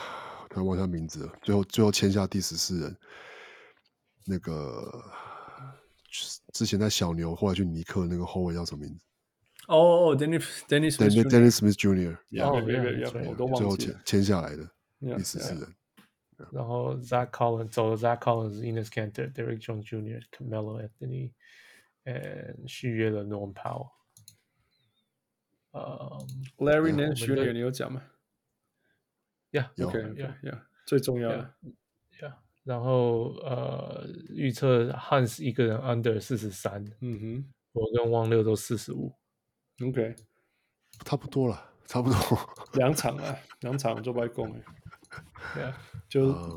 Speaker 2: 突然忘记他名字了，最后最后签下第十四人，那个之之前在小牛，后来去尼克那个后卫叫什么名字
Speaker 3: 哦哦，Dennis Dennis
Speaker 2: ？Dennis Dennis Smith Jr.
Speaker 3: 呀
Speaker 4: 哦
Speaker 3: 别别别，
Speaker 4: 对
Speaker 3: 我
Speaker 2: 最
Speaker 3: 都忘
Speaker 2: 后
Speaker 3: 记了
Speaker 2: 签。签下来的
Speaker 3: Yeah,
Speaker 2: 第十四
Speaker 3: yeah.
Speaker 2: 人。
Speaker 4: 然后 Zach Collins 走了，Zach Collins、Enes Kanter、Derek Jones Jr.、Camelo Anthony，呃，续约了 Norm Powell。呃
Speaker 3: Larry
Speaker 2: 我
Speaker 3: Nance
Speaker 4: 们的
Speaker 3: Jr. 你有讲吗
Speaker 4: ，Yeah，
Speaker 2: 有
Speaker 3: ？OK OK Yeah，最重要的。
Speaker 4: Yeah，然后呃，预测汉斯一个人 under 四十三，
Speaker 3: 嗯
Speaker 4: 我跟汪六都四十五。
Speaker 3: 哼，OK，
Speaker 2: 差不多了，差不多。
Speaker 3: 两场啊，两场做白工哎。
Speaker 4: Yeah，
Speaker 2: 哦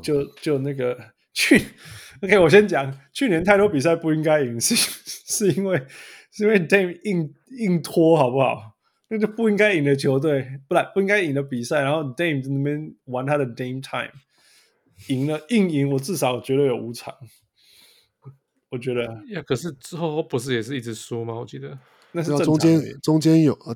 Speaker 3: 就就就那个去 <laughs> ，OK，我先讲，去年太多比赛不应该赢，是是因为是因为 Dame 硬硬拖好不好？那就不应该赢的球队，不然不应该赢的比赛，然后 Dame 在那边玩他的 Dame time，赢了硬赢，我至少觉得有五场，我觉得
Speaker 4: 呀，可是之后不是也是一直输吗？我记得
Speaker 3: 那是
Speaker 2: 对啊，
Speaker 3: 正
Speaker 2: 中
Speaker 3: 常
Speaker 2: 间
Speaker 3: 的。
Speaker 2: 中间有呃，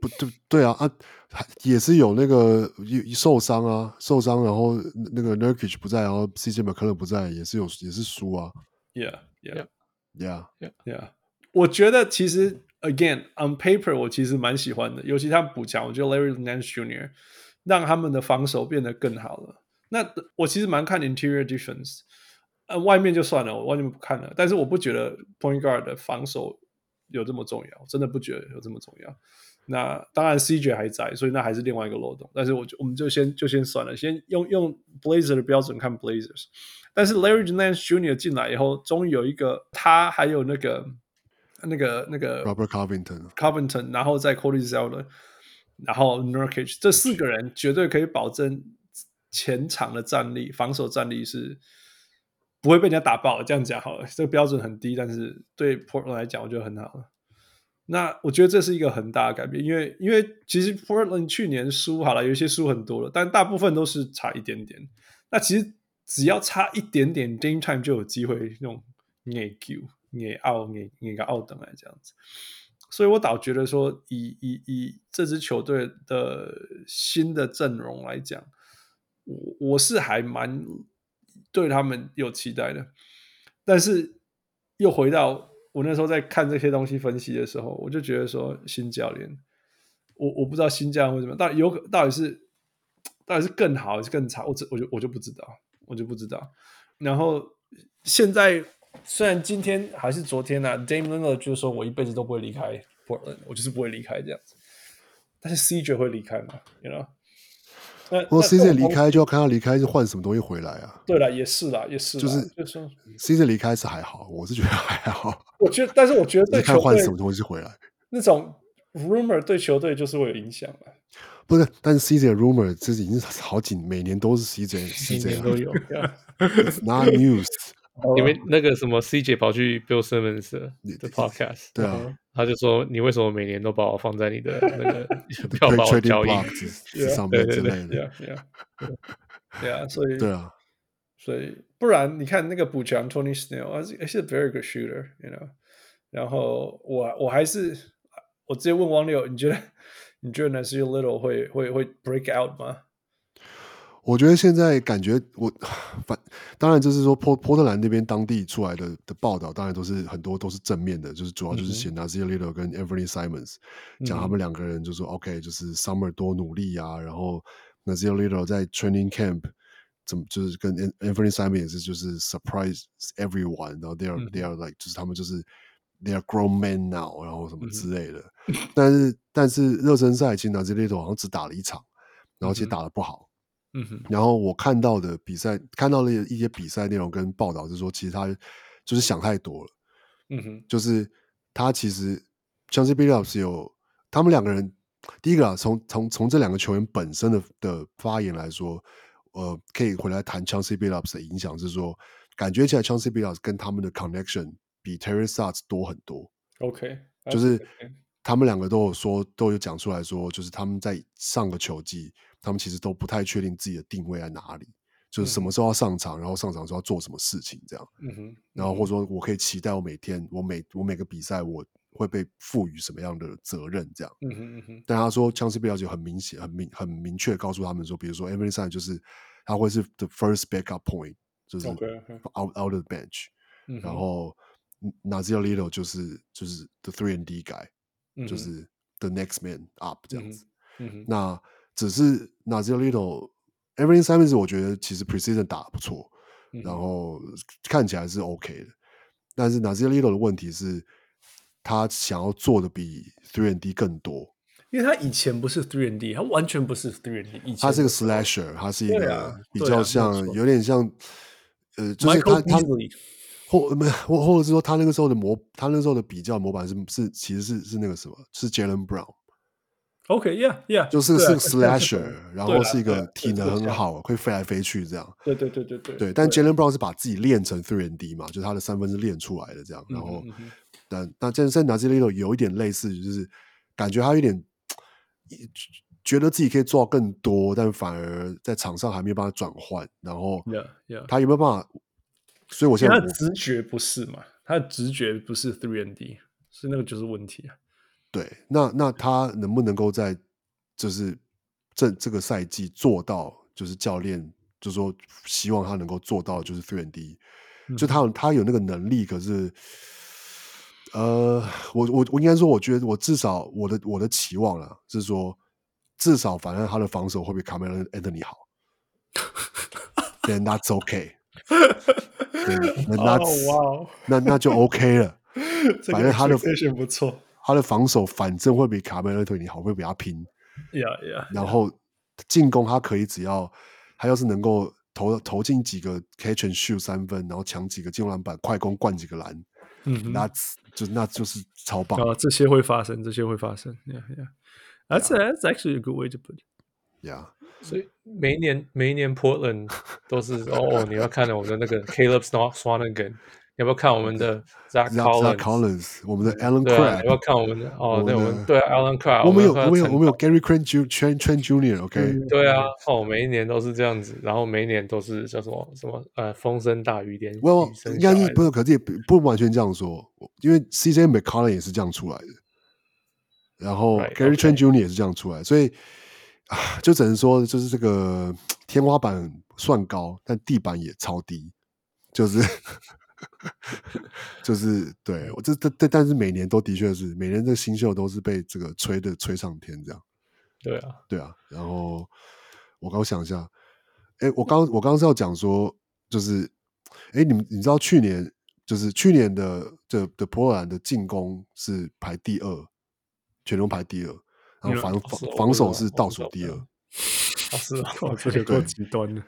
Speaker 2: 不对对啊啊，还也是有那个有受伤啊，受伤，然后那个 Nurkic 不在，然后 CJ McCollum 不在，也是有也是输啊
Speaker 3: Yeah, yeah, <laughs>
Speaker 2: ，Yeah，
Speaker 3: yeah。我觉得其实 again on paper 我其实蛮喜欢的，尤其他们补强，我觉得 Larry Nance Jr. 让他们的防守变得更好了。那我其实蛮看 interior defense，呃，外面就算了，我外面不看了。但是我不觉得 point guard 的防守有这么重要，我真的不觉得有这么重要。那当然 CJ 还在，所以那还是另外一个漏洞。但是我就我们就先就先算了，先用用 Blazer 的标准看 Blazers。但是 Larry Nance Jr. 进来以后，终于有一个他还有那个那个那个
Speaker 2: Robert Covington 啊
Speaker 3: Covington，然后再 Cody Zeller，然后 Nurkic 这四个人绝对可以保证前场的战力、防守战力是不会被人家打爆。这样讲好了，这个标准很低，但是对 Portland 来讲，我觉得很好了。那我觉得这是一个很大的改变，因为因为其实 Portland 去年输好了，有一些输很多了，但大部分都是差一点点。那其实只要差一点点，game time 就有机会用内 Q、内奥、内内个奥等来这样子。所以我倒觉得说以，以以这支球队的新的阵容来讲，我我是还蛮对他们有期待的。但是又回到我那时候在看这些东西分析的时候，我就觉得说新教练，我我不知道新教练会怎么样，到底有可到底是到底是更好还是更差，我只我就我就不知道，我就不知道。然后现在虽然今天还是昨天啊、，Dame l i l l a r 就说我一辈子都不会离开 Portland，我就是不会离开这样子。但是 CJ 会离开嘛？You know，那
Speaker 2: 如果
Speaker 3: 那
Speaker 2: CJ
Speaker 3: 这种
Speaker 2: 离
Speaker 3: 东
Speaker 2: 开，就要看他离开是换什么东西回来啊。
Speaker 3: 对了，也是啦，也是啦，
Speaker 2: 就是
Speaker 3: 就是说，
Speaker 2: CJ 离开是还好，我是觉得还好，
Speaker 3: 我觉得，但是我觉得
Speaker 2: 你
Speaker 3: <laughs> 对
Speaker 2: 看
Speaker 3: 球
Speaker 2: 换
Speaker 3: 队
Speaker 2: 什么东西回来。
Speaker 3: 那种 rumor 对球队就是会有影响了，
Speaker 2: 不是，但是 CJ rumor 这已经是好几每年都 <laughs> 是
Speaker 3: <laughs>
Speaker 2: CJ
Speaker 3: 每
Speaker 2: CJ
Speaker 3: 年都
Speaker 2: 啊
Speaker 4: <laughs>
Speaker 3: 有。Yeah
Speaker 2: ，It's not
Speaker 3: <laughs>
Speaker 2: news，
Speaker 4: 你们那个什么 CJ 跑去 Bill Simmons 的
Speaker 2: 你
Speaker 4: 的 podcast，
Speaker 2: 对
Speaker 3: 嗯
Speaker 2: 啊，
Speaker 4: 他就说你为什么每年都把我放在
Speaker 2: <laughs>
Speaker 4: 你的那个
Speaker 3: <laughs>
Speaker 4: 票
Speaker 2: trade-
Speaker 4: 把我
Speaker 2: trading
Speaker 4: 交易？
Speaker 2: block 之之
Speaker 3: Yeah，
Speaker 2: 上
Speaker 4: 对
Speaker 2: 面
Speaker 4: 对
Speaker 2: 之
Speaker 4: 对
Speaker 2: 类的，
Speaker 3: Yeah, yeah, yeah. 啊所以，
Speaker 2: 对啊，
Speaker 3: 所以不然你看那个补强 Tony Snell，啊是 he's a very good shooter，you know。然后我我还是我直接问王六，你觉得你觉得 n a s i Little 会会会 break out 吗？
Speaker 2: 我觉得现在感觉我 <sighs> 反，当然就是说波波特兰那边当地出来的的报道，当然都是很多都是正面的，就是主要
Speaker 3: 嗯
Speaker 2: 就是写 Nazir l i t t l 跟 Anthony Simons 讲他们两个人就说 OK，就是 Summer 多努力啊，然后 Nazir l i t t l 在 Training Camp 怎么就是跟 An- Anthony Simons 也是就是 surprise everyone，然后 they are、they
Speaker 3: 嗯
Speaker 2: are like 就是他们就是 they are grown men now，然后
Speaker 3: 嗯
Speaker 2: 什么之类的，但是但是热身赛其实 Nazir l i t t l 好像只打了一场，然后其实
Speaker 3: 嗯哼
Speaker 2: 打的不好。
Speaker 3: 嗯哼，
Speaker 2: 然后我看到的比赛，看到了一些比赛内容跟报道，是说其实他就是想太多了，
Speaker 3: 嗯哼，
Speaker 2: 就是他其实像是 b i l l 是有他们两个人，第一个啊，从从从这两个球员本身的的发言来说，呃，可以回来谈 Chauncey Billups 的影响是说，感觉起来 Chauncey Billups 跟他们的 connection 比 Terry Stotts 多很多，
Speaker 3: OK，
Speaker 2: 就是
Speaker 3: ，OK
Speaker 2: 他们两个都有说，都有讲出来说，就是他们在上个球季，他们其实都不太确定自己的定位在哪里，就是什么时候要上场，然后上场时候要做什么事情这样，
Speaker 3: 嗯哼，
Speaker 2: 然后或者说我可以期待我每天，我每我每个比赛我会被赋予什么样的责任这样。
Speaker 3: 嗯哼，嗯哼，
Speaker 2: 但他说，枪 C 贝尔就很明显、很明、很明确地告诉他们说，比如说 Every Sign 就是他会是 the first backup point，就是
Speaker 3: OK，OK
Speaker 2: out out of the bench，、
Speaker 3: 嗯嗯哼
Speaker 2: 然后 Nazir Little 就是就是 the three and D guy。
Speaker 3: 嗯哼
Speaker 2: 就，是 the next man up 这样子。
Speaker 3: 嗯哼，
Speaker 2: 那只是 Nazir Little、Everything Simons，我觉得其实 Precision 打得不错，
Speaker 3: 嗯
Speaker 2: 然
Speaker 3: 哼
Speaker 2: 后看起来是 OK 的。但是 Nazir Little 的问题是，他想要做的比 Three and D 更多。
Speaker 3: 因为他以前不是 three and D，他完全不是 three and D，以前
Speaker 2: 他是个
Speaker 3: 不
Speaker 2: slasher，他是一
Speaker 3: 对啊
Speaker 2: 个比
Speaker 3: 对啊没
Speaker 2: 较
Speaker 3: 有
Speaker 2: 像，
Speaker 3: 错
Speaker 2: 有点像，呃，就是他
Speaker 3: Michael
Speaker 2: 他
Speaker 3: Beasley
Speaker 2: 或没或或者是说他那个时候的模，他那个时候的比较模板是是其实是是那个什么，是 Jalen Brown。
Speaker 3: OK，Yeah，Yeah，、
Speaker 2: 就是是
Speaker 3: 对啊
Speaker 2: 个 slasher，然后是一
Speaker 3: 对
Speaker 2: 个
Speaker 3: 啊
Speaker 2: 体能
Speaker 3: 对
Speaker 2: 很
Speaker 3: 啊
Speaker 2: 好，会飞来飞去这样。
Speaker 3: 对对对对对
Speaker 2: 对，但 Jalen Brown 是把自己练成 three and D 嘛，就是他的三分是练出来的这样。然后
Speaker 3: 嗯哼
Speaker 2: 但那这在 n a z i l o 有一点类似，就是感觉他有点觉得自己可以做到更多，但反而在场上还没有办法转换，然后
Speaker 3: Yeah, yeah.
Speaker 2: 他有没有办法？所以我
Speaker 3: 因
Speaker 2: 现
Speaker 3: 为
Speaker 2: 在
Speaker 3: 他嗯直觉不是嘛，他的直觉不是 three and D，是那个就是问题啊。
Speaker 2: 对，那那他能不能够在就是这这个赛季做到，就是教练就说希望他能够做到，就是 three and D，、就他有他有那个能力，可是呃，我我我应该说，我觉得我至少我的我的期望啊是说，至少反正他的防守会比卡梅伦 Anthony 好，then that's okay，对，then that's、
Speaker 3: <laughs> 哦，
Speaker 2: 那那就 OK 了。
Speaker 3: 哇，这
Speaker 2: 反
Speaker 3: 个
Speaker 2: 正他的
Speaker 3: expectation 不错。
Speaker 2: 他的防守反正会比卡梅伦·托尼好，会比他拼。
Speaker 3: Yeah,
Speaker 4: 啊
Speaker 3: yeah.
Speaker 2: 然后进攻他可以只要他要是能够投投进几个 catch and shoot 三分，然后抢几个进攻篮板，快攻灌几个篮，
Speaker 3: 嗯哼，
Speaker 2: 那就那就是超棒。
Speaker 3: 啊，这些会发生，这些会发生。Yeah, yeah. That's that's actually a good way to put it.
Speaker 2: 呀、
Speaker 4: 所以每一年每一年 Portland 都是哦，你要看我们的那个 Caleb Swan- Swanigan，你要不要看我们的 Zach
Speaker 2: yeah.，Zach
Speaker 4: Collins？
Speaker 2: Collins，我们的 Alan
Speaker 4: 对啊，你要不要
Speaker 2: Crabb，、
Speaker 4: 看我们的哦？对，
Speaker 2: 我
Speaker 4: 我
Speaker 2: 们的
Speaker 4: 们对啊 Alan Crabb，
Speaker 2: 我们有
Speaker 4: 看
Speaker 2: 我们有
Speaker 4: 陈
Speaker 2: 我们有 Gary Trent Ju- Trent Trent Junior，OK，、
Speaker 4: 对啊，哦，每一年都是这样子，然后每一年都是叫什么什么呃，风声大雨点，
Speaker 2: 我
Speaker 4: 雨声
Speaker 2: 应该
Speaker 4: 小
Speaker 2: 是
Speaker 4: 孩
Speaker 2: 不是，可是也不不完全这样说，因为 CJ McCollum 也是这样出来的，然后
Speaker 4: Right,
Speaker 2: Gary
Speaker 4: okay.
Speaker 2: Trent Jr. 也是这样出来，所以啊，就只能说就是这个天花板算高，但地板也超低，就是 <laughs> 就是对我这这这，但是每年都的确是每年这新秀都是被这个吹的吹上天这样。
Speaker 4: 对啊，
Speaker 2: 对啊，然后我刚想一下，哎，
Speaker 3: 嗯
Speaker 2: 我刚我刚刚是要讲说，就是，哎，你们你知道去年就是去年的的的波兰的进攻是排第二，全中排第二，然后防
Speaker 4: 哦是
Speaker 2: 防
Speaker 4: 哦
Speaker 2: 防守
Speaker 4: 我
Speaker 2: 是
Speaker 4: 知道我
Speaker 2: 倒
Speaker 4: 知
Speaker 2: 数
Speaker 4: 道
Speaker 2: 第
Speaker 4: 我知
Speaker 2: 二，
Speaker 4: 哦是啊，
Speaker 2: <laughs>
Speaker 3: 哇，这个够极端的。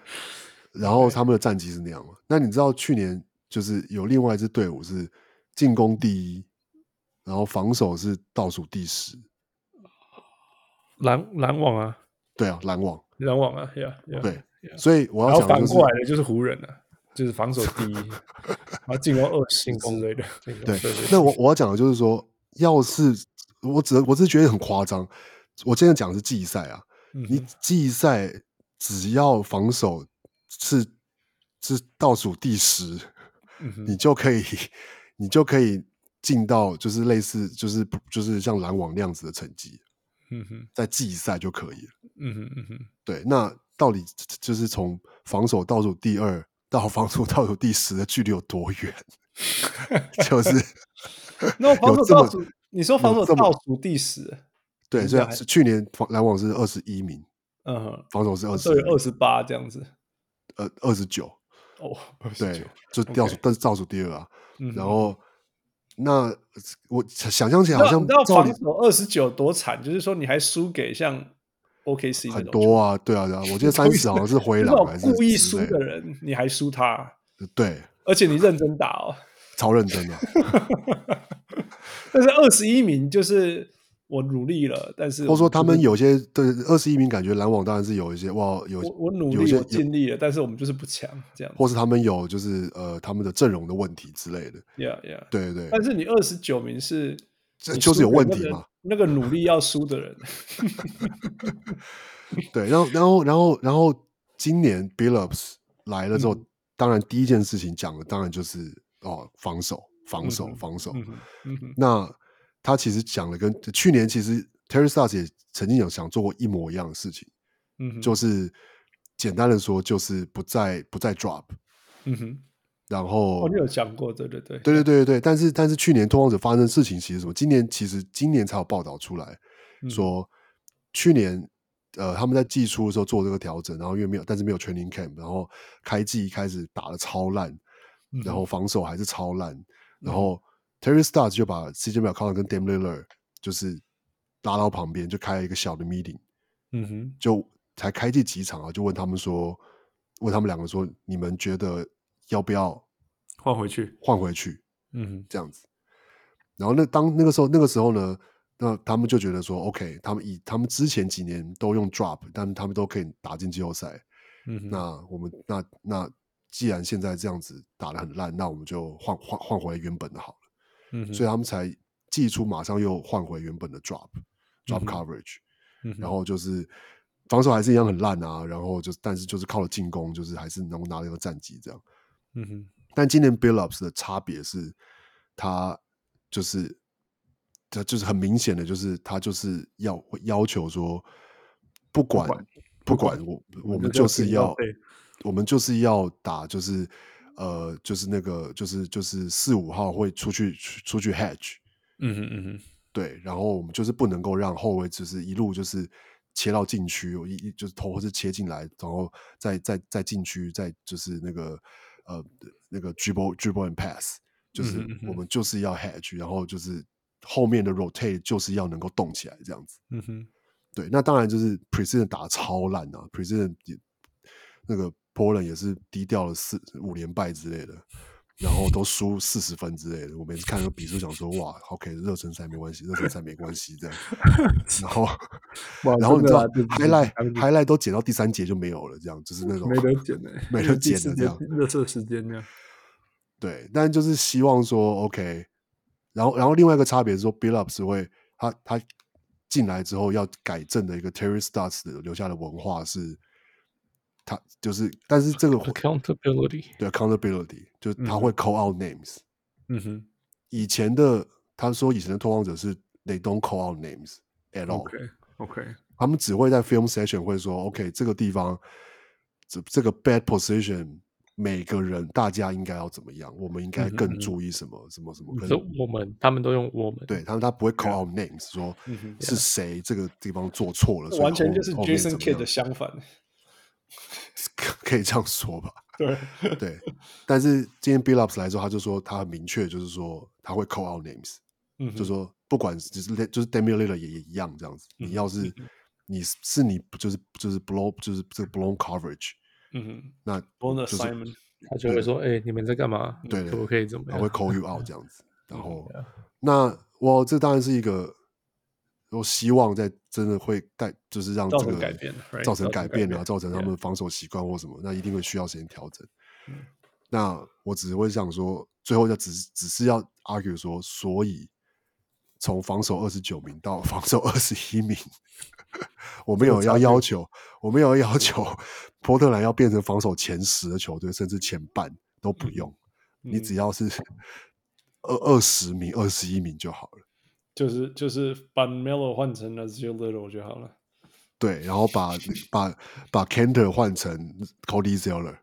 Speaker 2: 然后他们的战绩是那样嘛？那你知道去年就是有另外一支队伍是进攻第一，然后防守是倒数第十，
Speaker 4: 篮篮网啊，
Speaker 2: 对啊，篮网
Speaker 3: 篮网啊，Yeah, yeah.
Speaker 2: 对，所以我
Speaker 3: 然
Speaker 2: 要
Speaker 3: 后
Speaker 2: 讲的
Speaker 3: 反
Speaker 2: 就是
Speaker 3: 过来的就是湖人啊，就是防守第
Speaker 2: <laughs>
Speaker 3: 一，然后进攻二十之类的。
Speaker 4: 那个
Speaker 2: 对
Speaker 4: 对对，
Speaker 2: 那我我要讲的就是说，要是我只我只是觉得很夸张。我今天讲的是季赛啊，
Speaker 3: 嗯
Speaker 2: 你
Speaker 3: 哼
Speaker 2: 季赛只要防守是是倒数第十，
Speaker 3: 嗯哼
Speaker 2: 你就可以你就可以进到就是类似就是就是像篮网那样子的成绩，
Speaker 3: 嗯哼
Speaker 2: 在季赛就可以了。
Speaker 3: 嗯哼嗯哼
Speaker 2: 对，那到底就是从防守倒数第二到防守倒数第十的距离有多远？ <laughs> 就是。
Speaker 3: 那防守
Speaker 2: 这么
Speaker 3: 倒数，你说防守
Speaker 2: 有这么
Speaker 3: 倒数第十，
Speaker 2: 对，
Speaker 3: 现
Speaker 2: 所
Speaker 3: 在
Speaker 2: 以
Speaker 3: 还
Speaker 2: 是去年防篮网是二十一名，
Speaker 3: 嗯哼，
Speaker 2: 防守是二十
Speaker 3: 所以二十八这样子。
Speaker 2: 呃二十九，
Speaker 3: 哦，29
Speaker 2: 对，，就倒数，但是倒数第二啊。
Speaker 3: 嗯哼
Speaker 2: 然后那我想想象起来
Speaker 3: 那
Speaker 2: 好像
Speaker 3: 你知道
Speaker 2: 照理
Speaker 3: 防守二十九多惨，就是说你还输给像 OKC
Speaker 2: 很
Speaker 3: 这种
Speaker 2: 多啊，对啊对啊，
Speaker 3: <laughs>
Speaker 2: 我记得三十好像是回
Speaker 3: 那
Speaker 2: 廊
Speaker 3: 种
Speaker 2: 还是
Speaker 3: 故意
Speaker 2: 之
Speaker 3: 输
Speaker 2: 类
Speaker 3: 的人，你还输他，
Speaker 2: 对，
Speaker 3: 而且你认真打哦。
Speaker 2: 超认真
Speaker 3: <laughs>
Speaker 2: 的，
Speaker 3: 但是二十一名就是我努力了，但是
Speaker 2: 或者说他们
Speaker 3: 有
Speaker 2: 有些对二十一名感觉篮网当然是有一些哇有
Speaker 3: 我我努
Speaker 2: 有一
Speaker 3: 力
Speaker 2: 些
Speaker 3: 我尽力了，但是我们就是不强这样。
Speaker 2: 或是他们有就是呃他们的阵容的问题之类的，
Speaker 3: Yeah yeah，
Speaker 2: 对对对
Speaker 3: 但，是你二十九名是
Speaker 2: 这
Speaker 3: 你
Speaker 2: 就是
Speaker 3: 输
Speaker 2: 有
Speaker 3: 给
Speaker 2: 问
Speaker 3: 那
Speaker 2: 题
Speaker 3: 个
Speaker 2: 嘛。
Speaker 3: 那个努力要输
Speaker 2: <laughs>
Speaker 3: 的人，
Speaker 2: 对，然后然后然后然后今年 Billups 来了之
Speaker 3: 嗯
Speaker 2: 后，当然第一件事情讲的当然就是哦防守防守防守。
Speaker 3: 嗯哼嗯哼
Speaker 2: 那他其实讲的跟去年其实 Terry Stars 也曾经有想做过一模一样的事情，
Speaker 3: 嗯哼，
Speaker 2: 就是简单的说就是不再不再 drop，
Speaker 3: 嗯哼，
Speaker 2: 然后
Speaker 3: 哦，你有讲过，对对对，
Speaker 2: 对对对对对，但是但是去年拓荒者发生的事情其实什么？今年其实今年才有报道出来
Speaker 3: 嗯
Speaker 2: 说，去年呃他们在季初的时候做这个调整，然后因为没有但是没有 training camp，然后开季一开始打的超烂，
Speaker 3: 嗯哼嗯
Speaker 2: 然后防守还是超烂，然后 Terry Stars 就把 CJ McCollum 跟 d a m l i l l a r 就是拉到旁边，就开了一个小的 meeting，
Speaker 3: 嗯哼，
Speaker 2: 就才开季几场啊，就问他们说，问他们两个说，你们觉得要不要
Speaker 3: 换回去，
Speaker 2: 换回去？
Speaker 3: 嗯哼，
Speaker 2: 这样子。然后那当那个时候那个时候呢，那他们就觉得说，OK，他们以他们之前几年都用 drop，但他们都可以打进季后赛。
Speaker 3: 嗯哼，
Speaker 2: 那我们那那既然现在这样子打得很烂，那我们就换换换回原本的好了。
Speaker 4: 嗯哼
Speaker 2: 所以他们才寄出马上又换回原本的 drop drop
Speaker 4: 嗯哼
Speaker 2: coverage，、
Speaker 4: 嗯哼
Speaker 2: 然后就是防守还是一样很烂啊，然后就是但是就是靠了进攻，就是还是能够拿到一个战绩这样。
Speaker 4: 嗯哼
Speaker 2: 但今年 Billups 的差别是，他就是他就是很明显的，就是他就是要会要求说，不管不管我我们就是要
Speaker 4: 对
Speaker 2: 我们就是要打就是呃就是那个就是就是四五号会出去出出去 hedge，
Speaker 4: 嗯哼嗯哼
Speaker 2: 对，然后我们就是不能够让后卫就是一路就是切到禁区，我一一就是投或是切进来，然后再再再禁区，再就是那个呃那个 dribble dribble and pass，就是
Speaker 4: 嗯哼嗯哼
Speaker 2: 我们就是要 hedge，然后就是后面的 rotate 就是要能够动起来这样子。
Speaker 4: 嗯哼
Speaker 2: 对，那当然就是 Precision 打得超烂啊，Precision 也那个 Poland 也是低调了四五连败之类的，然后都输四十分之类的。我每次看那个比数，想说哇，OK，热身赛没关系，热身赛没关系
Speaker 5: <laughs>
Speaker 2: 这样。然后，
Speaker 5: 哇
Speaker 2: 然后
Speaker 5: 真
Speaker 2: 你
Speaker 5: 的
Speaker 2: 知道
Speaker 5: 啊对不起
Speaker 2: highlight
Speaker 5: 对不起
Speaker 2: highlight 都剪到第三节就没有了，这样就是那种
Speaker 5: 没得剪的，
Speaker 2: 没
Speaker 5: 就
Speaker 2: 得
Speaker 5: 是第
Speaker 2: 剪
Speaker 5: 四
Speaker 2: 的
Speaker 5: 节
Speaker 2: 这样。
Speaker 5: 热射时间这样。
Speaker 2: 对，但就是希望说 OK，然后然后另外一个差别是说 Bill Up 是会他他进来之后要改正的一个 Terry Stotts 的留下的文化是，他就是但是
Speaker 5: <laughs>
Speaker 2: 这个会
Speaker 4: ，accountability，
Speaker 2: 对 accountability 就是
Speaker 5: 嗯
Speaker 2: 他会 call out names，、
Speaker 4: 嗯哼
Speaker 2: 以前的他说以前的拓荒者是 they don't call out names at all，、
Speaker 5: OK OK，
Speaker 2: 他们只会在 film session 会说 OK 这个地方这这个 bad position。每个人，大家应该要怎么样？我们应该
Speaker 4: 嗯哼嗯
Speaker 2: 更
Speaker 4: 哼
Speaker 2: 注意什么？什么什么？跟
Speaker 4: 是我们，他们都用我们，
Speaker 2: 对他们，他不会 call out names，说
Speaker 5: 嗯哼
Speaker 2: 是谁这个地方做错了，所以
Speaker 5: 完全
Speaker 2: 后
Speaker 5: 就是
Speaker 2: 后面
Speaker 5: Jason
Speaker 2: 怎么
Speaker 5: Kidd
Speaker 2: 样
Speaker 5: 的相反。
Speaker 2: 可以这样说吧？
Speaker 5: 对， <laughs>
Speaker 2: 对，但是今天 Bill Ups 来之后，他就说他很明确，就是说他会 call out names，
Speaker 5: 嗯哼，
Speaker 2: 就说不管就是就是 d a m i l l i l l a 也也一样这样子，
Speaker 5: 嗯
Speaker 2: 你要是你是你就是就是 blow 就是这个 blown coverage，
Speaker 5: 嗯哼
Speaker 2: 那
Speaker 5: ，Bonus
Speaker 2: 就是
Speaker 5: Simon，
Speaker 4: 他就会说，哎，你们在干嘛？
Speaker 2: 对对
Speaker 4: 可不可以怎么
Speaker 2: 然
Speaker 5: 啊
Speaker 2: 后会
Speaker 4: 样？
Speaker 2: call you out
Speaker 5: <laughs>
Speaker 2: 这样子。
Speaker 5: 嗯
Speaker 2: 然后，那我这当然是一个，我希望在真的会带，就是让
Speaker 5: 造
Speaker 2: 这
Speaker 5: 成
Speaker 2: 个
Speaker 5: 改变，right？
Speaker 2: 造成
Speaker 5: 造成改
Speaker 2: 改变啊，
Speaker 5: 变
Speaker 2: 造成他们防守习惯或什么，那一定会需要时间调整。那我只会想说，最后就只是只是要 argue 说，所以从防守二十九名到防守二十一名， <laughs> 我没有要要求，我没有要求波特兰要变成防守前十的球队，甚至前半都不用，你
Speaker 3: 嗯
Speaker 2: 只要是二二十名、二十一名就好了。
Speaker 5: 就是就是把 Melo 换成了 z i l Little 就好了。
Speaker 2: 对，然后 <laughs> 把把把 Canter 换成 Cody Zeller，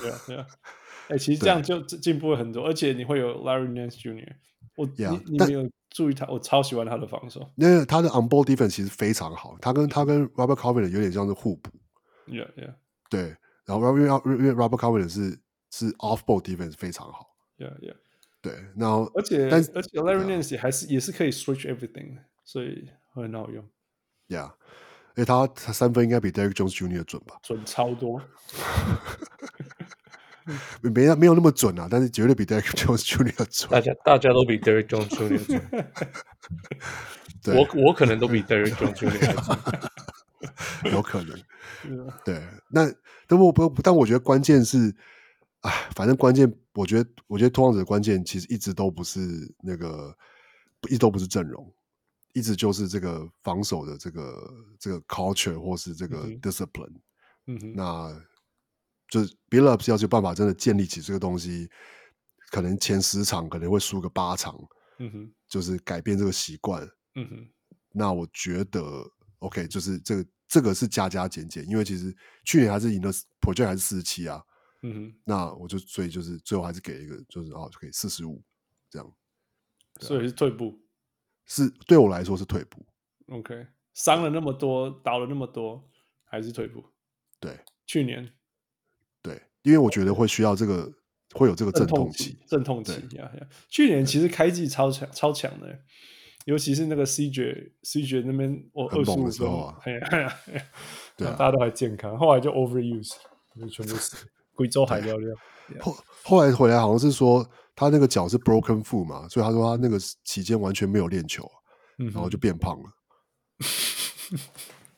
Speaker 5: 对啊，对啊。 <laughs> 哎，其实这样就进进步了很多，而且你会有 Larry Nance Jr。我
Speaker 2: Yeah，
Speaker 5: 你你
Speaker 2: 但
Speaker 5: 没有注意他，我超喜欢他的防守。
Speaker 2: 那他的 on ball defense 其实非常好，他跟他跟 Robert Covington 有点像是互补，
Speaker 5: Yeah Yeah
Speaker 2: 对，然后 Robert 因为因为 Robert Covington 是是 off ball defense 非常好，
Speaker 5: Yeah Yeah。
Speaker 2: 对，然后
Speaker 5: 而且
Speaker 2: 但是
Speaker 5: 而且 Larry Nance 也还是也是可以 switch everything，的，所以很好用，
Speaker 2: yeah，因为他他三分应该比 Derek Jones Jr 准吧，
Speaker 5: 准超多。
Speaker 2: 没没有那么准啊，但是绝对比 Derek Jones Jr
Speaker 4: 大
Speaker 2: 准，
Speaker 4: 家大家都比 Derek Jones
Speaker 2: <laughs>
Speaker 4: Jr. 准，
Speaker 2: 对，
Speaker 4: 我我可能都比
Speaker 2: <laughs>
Speaker 4: Derek Jones Jr. 还准。
Speaker 2: 有可
Speaker 5: <laughs>
Speaker 2: 能。
Speaker 5: 对啊
Speaker 2: 对，那但我不，但我觉得关键是，哎，反正关键，我觉得，我觉得拓荒者的关键其实一直都不是那个，一直都不是阵容，一直就是这个防守的这个这个 culture 或是这个 discipline、
Speaker 5: 嗯哼，
Speaker 2: 那就是 b i l l u p s 要是有办法真的建立起这个东西，可能前十场可能会输个八场，
Speaker 5: 嗯哼，
Speaker 2: 就是改变这个习惯，
Speaker 5: 嗯哼，
Speaker 2: 那我觉得 OK，就是这个这个是加加减减，因为其实去年还是赢了 project 还是四十七啊，
Speaker 5: 嗯哼。
Speaker 2: 那我就所以就是最后还是给一个就是哦，就给四十五这样，啊
Speaker 5: 所以是退步。
Speaker 2: 是对我来说是退步，
Speaker 5: OK，伤了那么多，倒了那么多，还是退步。
Speaker 2: 对
Speaker 5: 去年
Speaker 2: 对，因为我觉得会需要这个会有这个阵
Speaker 5: 痛
Speaker 2: 痛期，，
Speaker 5: 阵痛期呀呀！去年其实开季超强，超强的，尤其是那个 CJ CJ 那边，我
Speaker 2: 很
Speaker 5: 二十
Speaker 2: 猛
Speaker 5: 五
Speaker 2: 的时候啊
Speaker 5: 哎呀，哎呀哎呀
Speaker 2: 对啊
Speaker 5: 大家都还健康，后来就 overuse，就全部死，贵州海
Speaker 2: 啊
Speaker 5: 聊聊。
Speaker 2: 后后来回来好像是说他那个脚是 broken foot 嘛，所以他说他那个期间完全没有练球啊、
Speaker 5: 嗯哼，
Speaker 2: 然后就变胖了。嗯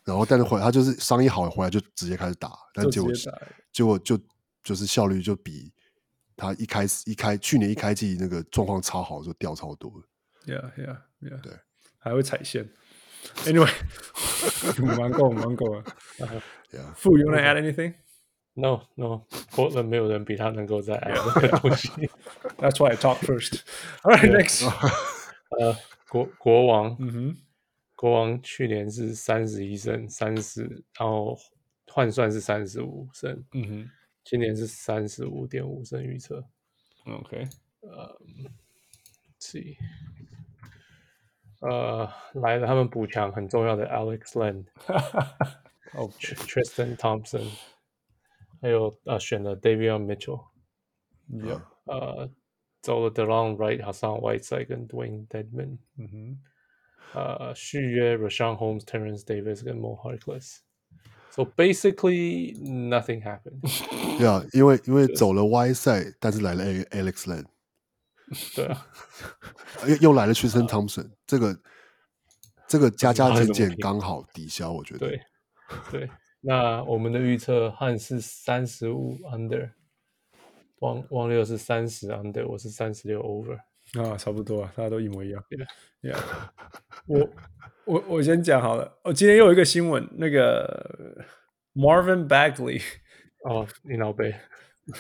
Speaker 2: 然后，但是回来他就是伤一好回来就直接开始打，但
Speaker 5: 就
Speaker 2: 结果
Speaker 5: 直接打
Speaker 2: 结果就就是效率就比他一开始一开去年一开季那个状况超好的时候掉超多的，
Speaker 3: Yeah, yeah, yeah。
Speaker 2: 对，
Speaker 3: 还会踩线。Anyway，蛮够，蛮够
Speaker 5: 啊
Speaker 3: 了。
Speaker 2: <laughs> Yeah.
Speaker 3: Fu, you wanna add anything?
Speaker 4: No No，波人没有人比他能
Speaker 2: <laughs>
Speaker 4: 够再爱这个东西。
Speaker 3: That's why I talk
Speaker 5: <laughs>
Speaker 3: first. All
Speaker 2: <laughs>
Speaker 3: right, next.
Speaker 4: 呃，国国王，
Speaker 3: 嗯
Speaker 5: Mm-hmm,
Speaker 3: 哼，
Speaker 4: 国王去年是三十一胜三十，然后换算是三十五胜，
Speaker 3: 嗯
Speaker 5: mm-hmm.
Speaker 4: 今年是三十五点五胜预测。
Speaker 3: 哼，OK。
Speaker 4: see，呃，来了他们补强很重要的 Alex Len，哦，Tristan Thompson，还有呃选了 Davion Mitchell，
Speaker 2: Uh-huh.
Speaker 3: Yep.
Speaker 4: 呃，走了 DeLon Wright、Hassan Whiteside 跟 Dwayne Dedman，
Speaker 3: 嗯
Speaker 5: Mm-hmm.
Speaker 3: 哼，
Speaker 4: 呃，续约 Rashawn Holmes、Terrence Davis 跟 Mo Harkless。So basically nothing happened 。
Speaker 2: 对啊，因为因为走了 Y 赛，但是来了 A- Alex Len，
Speaker 4: 对啊，
Speaker 2: 又又来了
Speaker 3: 啊
Speaker 2: Tristan Thompson，这个这个加加减
Speaker 4: 不知道他怎么
Speaker 2: 减
Speaker 4: 拼
Speaker 2: 刚好抵消，我觉得。
Speaker 4: 对对。那我们的预测汉是三十五 under，汪汪六是三十 under，我是三十六 over。
Speaker 3: 啊，差不多啊，大家都一模一样。
Speaker 4: Yeah.
Speaker 3: Yeah，我我我先讲好了。哦，今天又有一个新闻，那个 Marvin Bagley，
Speaker 4: 哦，你老贝，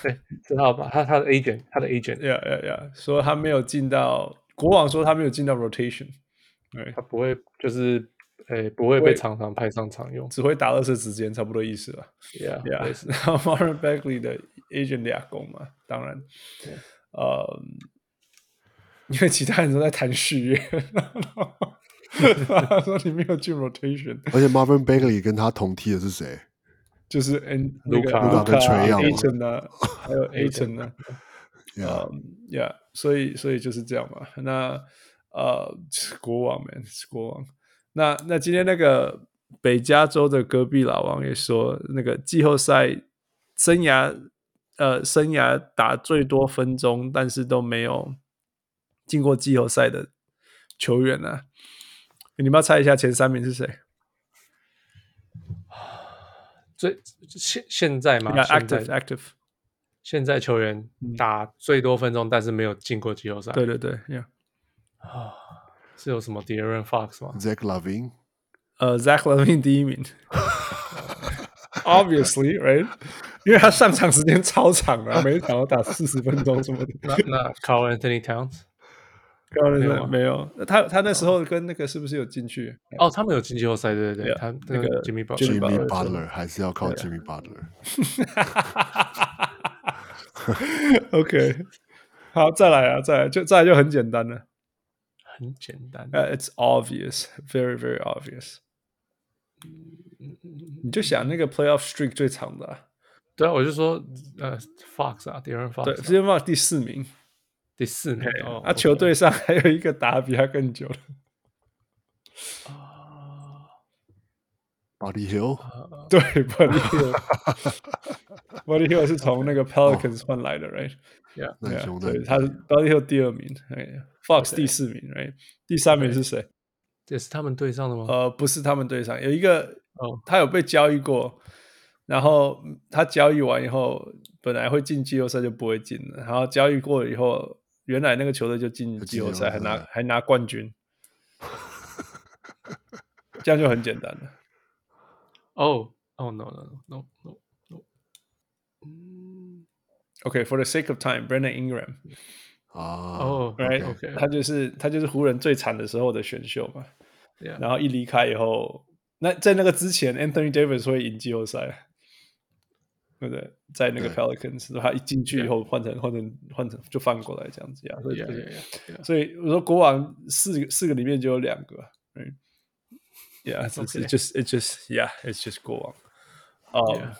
Speaker 4: 对，知道吧？他他的 agent，他的 agent，
Speaker 3: 呀呀呀，说他没有进到国王，说他没有进到 rotation，对
Speaker 4: 他，不会就是诶、不会被
Speaker 3: 会
Speaker 4: 常常派上场用。
Speaker 3: 只会打二十指尖，差不多意思吧。
Speaker 4: Yeah，
Speaker 3: Yeah，
Speaker 4: 类似
Speaker 3: 然后 Marvin Bagley 的 agent 俩工嘛，当然，呃，因为其他人都在谈续约，然后 <laughs> 他说你没有进 rotation，
Speaker 2: 而且 Marvin Bagley 跟他同梯的是谁？
Speaker 3: 就是 N 那个
Speaker 4: Luka
Speaker 2: 跟 Trae Young
Speaker 3: a t o n 呢，啊还有 a t o n 呢，
Speaker 2: Yeah.
Speaker 3: 嗯，Yeah，所以所以就是这样嘛。那呃，国王 man 是国王。那那今天那个北加州的戈壁老王也说，那个季后赛生涯呃生涯打最多分钟，但是都没有进过季后赛的球员呢、啊。你们要猜一下前三名是谁？
Speaker 4: 最现现在嘛
Speaker 3: Yeah,
Speaker 4: 现在
Speaker 3: active active，
Speaker 4: 现在球员打最多分钟，但是没有进过季后
Speaker 3: 嗯
Speaker 4: 赛。
Speaker 3: 对对对，Yeah，
Speaker 4: 是有什么 Deron Fox
Speaker 3: 嗯
Speaker 4: 吗
Speaker 2: Zach Lavin，
Speaker 3: 呃，Zach Levine 第一 <laughs> 名，Obviously right，因为他上场时间超长 <laughs> 了，每一场都打四十分钟什么的。
Speaker 4: 那那 Carl Anthony
Speaker 3: <laughs>
Speaker 4: Towns？
Speaker 3: 高人
Speaker 4: 没有
Speaker 3: 的
Speaker 4: 啊
Speaker 3: 没有，他他那时候跟那个是不是有进去？
Speaker 4: 哦，他们有进季后赛，对对对，
Speaker 3: Yeah，
Speaker 4: 他
Speaker 3: 那个
Speaker 4: Jimmy
Speaker 2: Jimmy
Speaker 3: Jimmy
Speaker 4: Butler，
Speaker 3: Butler
Speaker 2: ，Butler 还是要
Speaker 3: 啊
Speaker 2: 靠 Jimmy Butler。
Speaker 3: <laughs> OK，好，再来啊，再来，就再来就很简单了。
Speaker 4: 很简单。
Speaker 3: 呃、i t s obvious, very very obvious。你就想那个 playoff streak 最长的、啊，
Speaker 4: 对啊，我就说呃 Fox 啊
Speaker 3: 对，
Speaker 4: ，Deron Fox 啊
Speaker 3: 直接放第四名。
Speaker 4: 第四名。哦
Speaker 3: 啊，球
Speaker 4: OK
Speaker 3: 队上还有一个打比他更久的，
Speaker 2: Buddy Hill，
Speaker 3: 对，Buddy Hill，Buddy Hill 是从那个 Pelicans 换来的，right？
Speaker 4: Yeah，
Speaker 2: 那很
Speaker 3: Yeah，
Speaker 2: 凶的
Speaker 3: 对，。他是 Buddy Hill 第二名哎，Fox 第四名，right？第三名是谁？
Speaker 4: 也是他们队上的吗？
Speaker 3: 呃，不是他们队上有一个
Speaker 4: 哦，
Speaker 3: 他有被交易过，然后嗯他交易完以后，本来会进季后赛就不会进了，然后交易过以后，原来那个球队就进季后赛，还
Speaker 2: 就进季后赛
Speaker 3: 拿还拿冠军， <laughs> 这样就很简单了。
Speaker 4: 哦哦，no no no no no no，嗯，
Speaker 3: OK，for、the sake of time，Brandon Ingram，
Speaker 2: 啊，
Speaker 4: 哦
Speaker 3: right，、
Speaker 4: OK，
Speaker 3: 他就是他就是湖人最惨的时候的选秀嘛。
Speaker 4: Yeah
Speaker 3: 然后一离开以后，那在那个之前，Anthony Davis 会赢季后赛，对不对？在那个
Speaker 2: 对
Speaker 3: Pelicans，然后他一进去以后换成换成换成就翻过来这样子呀。所以
Speaker 4: Yeah, yeah, yeah.
Speaker 3: 所以我说国王四个四个里面就有两个，嗯，Yeah，只是
Speaker 4: Okay
Speaker 3: just it just yeah，it's just 国王。哦、
Speaker 4: Yeah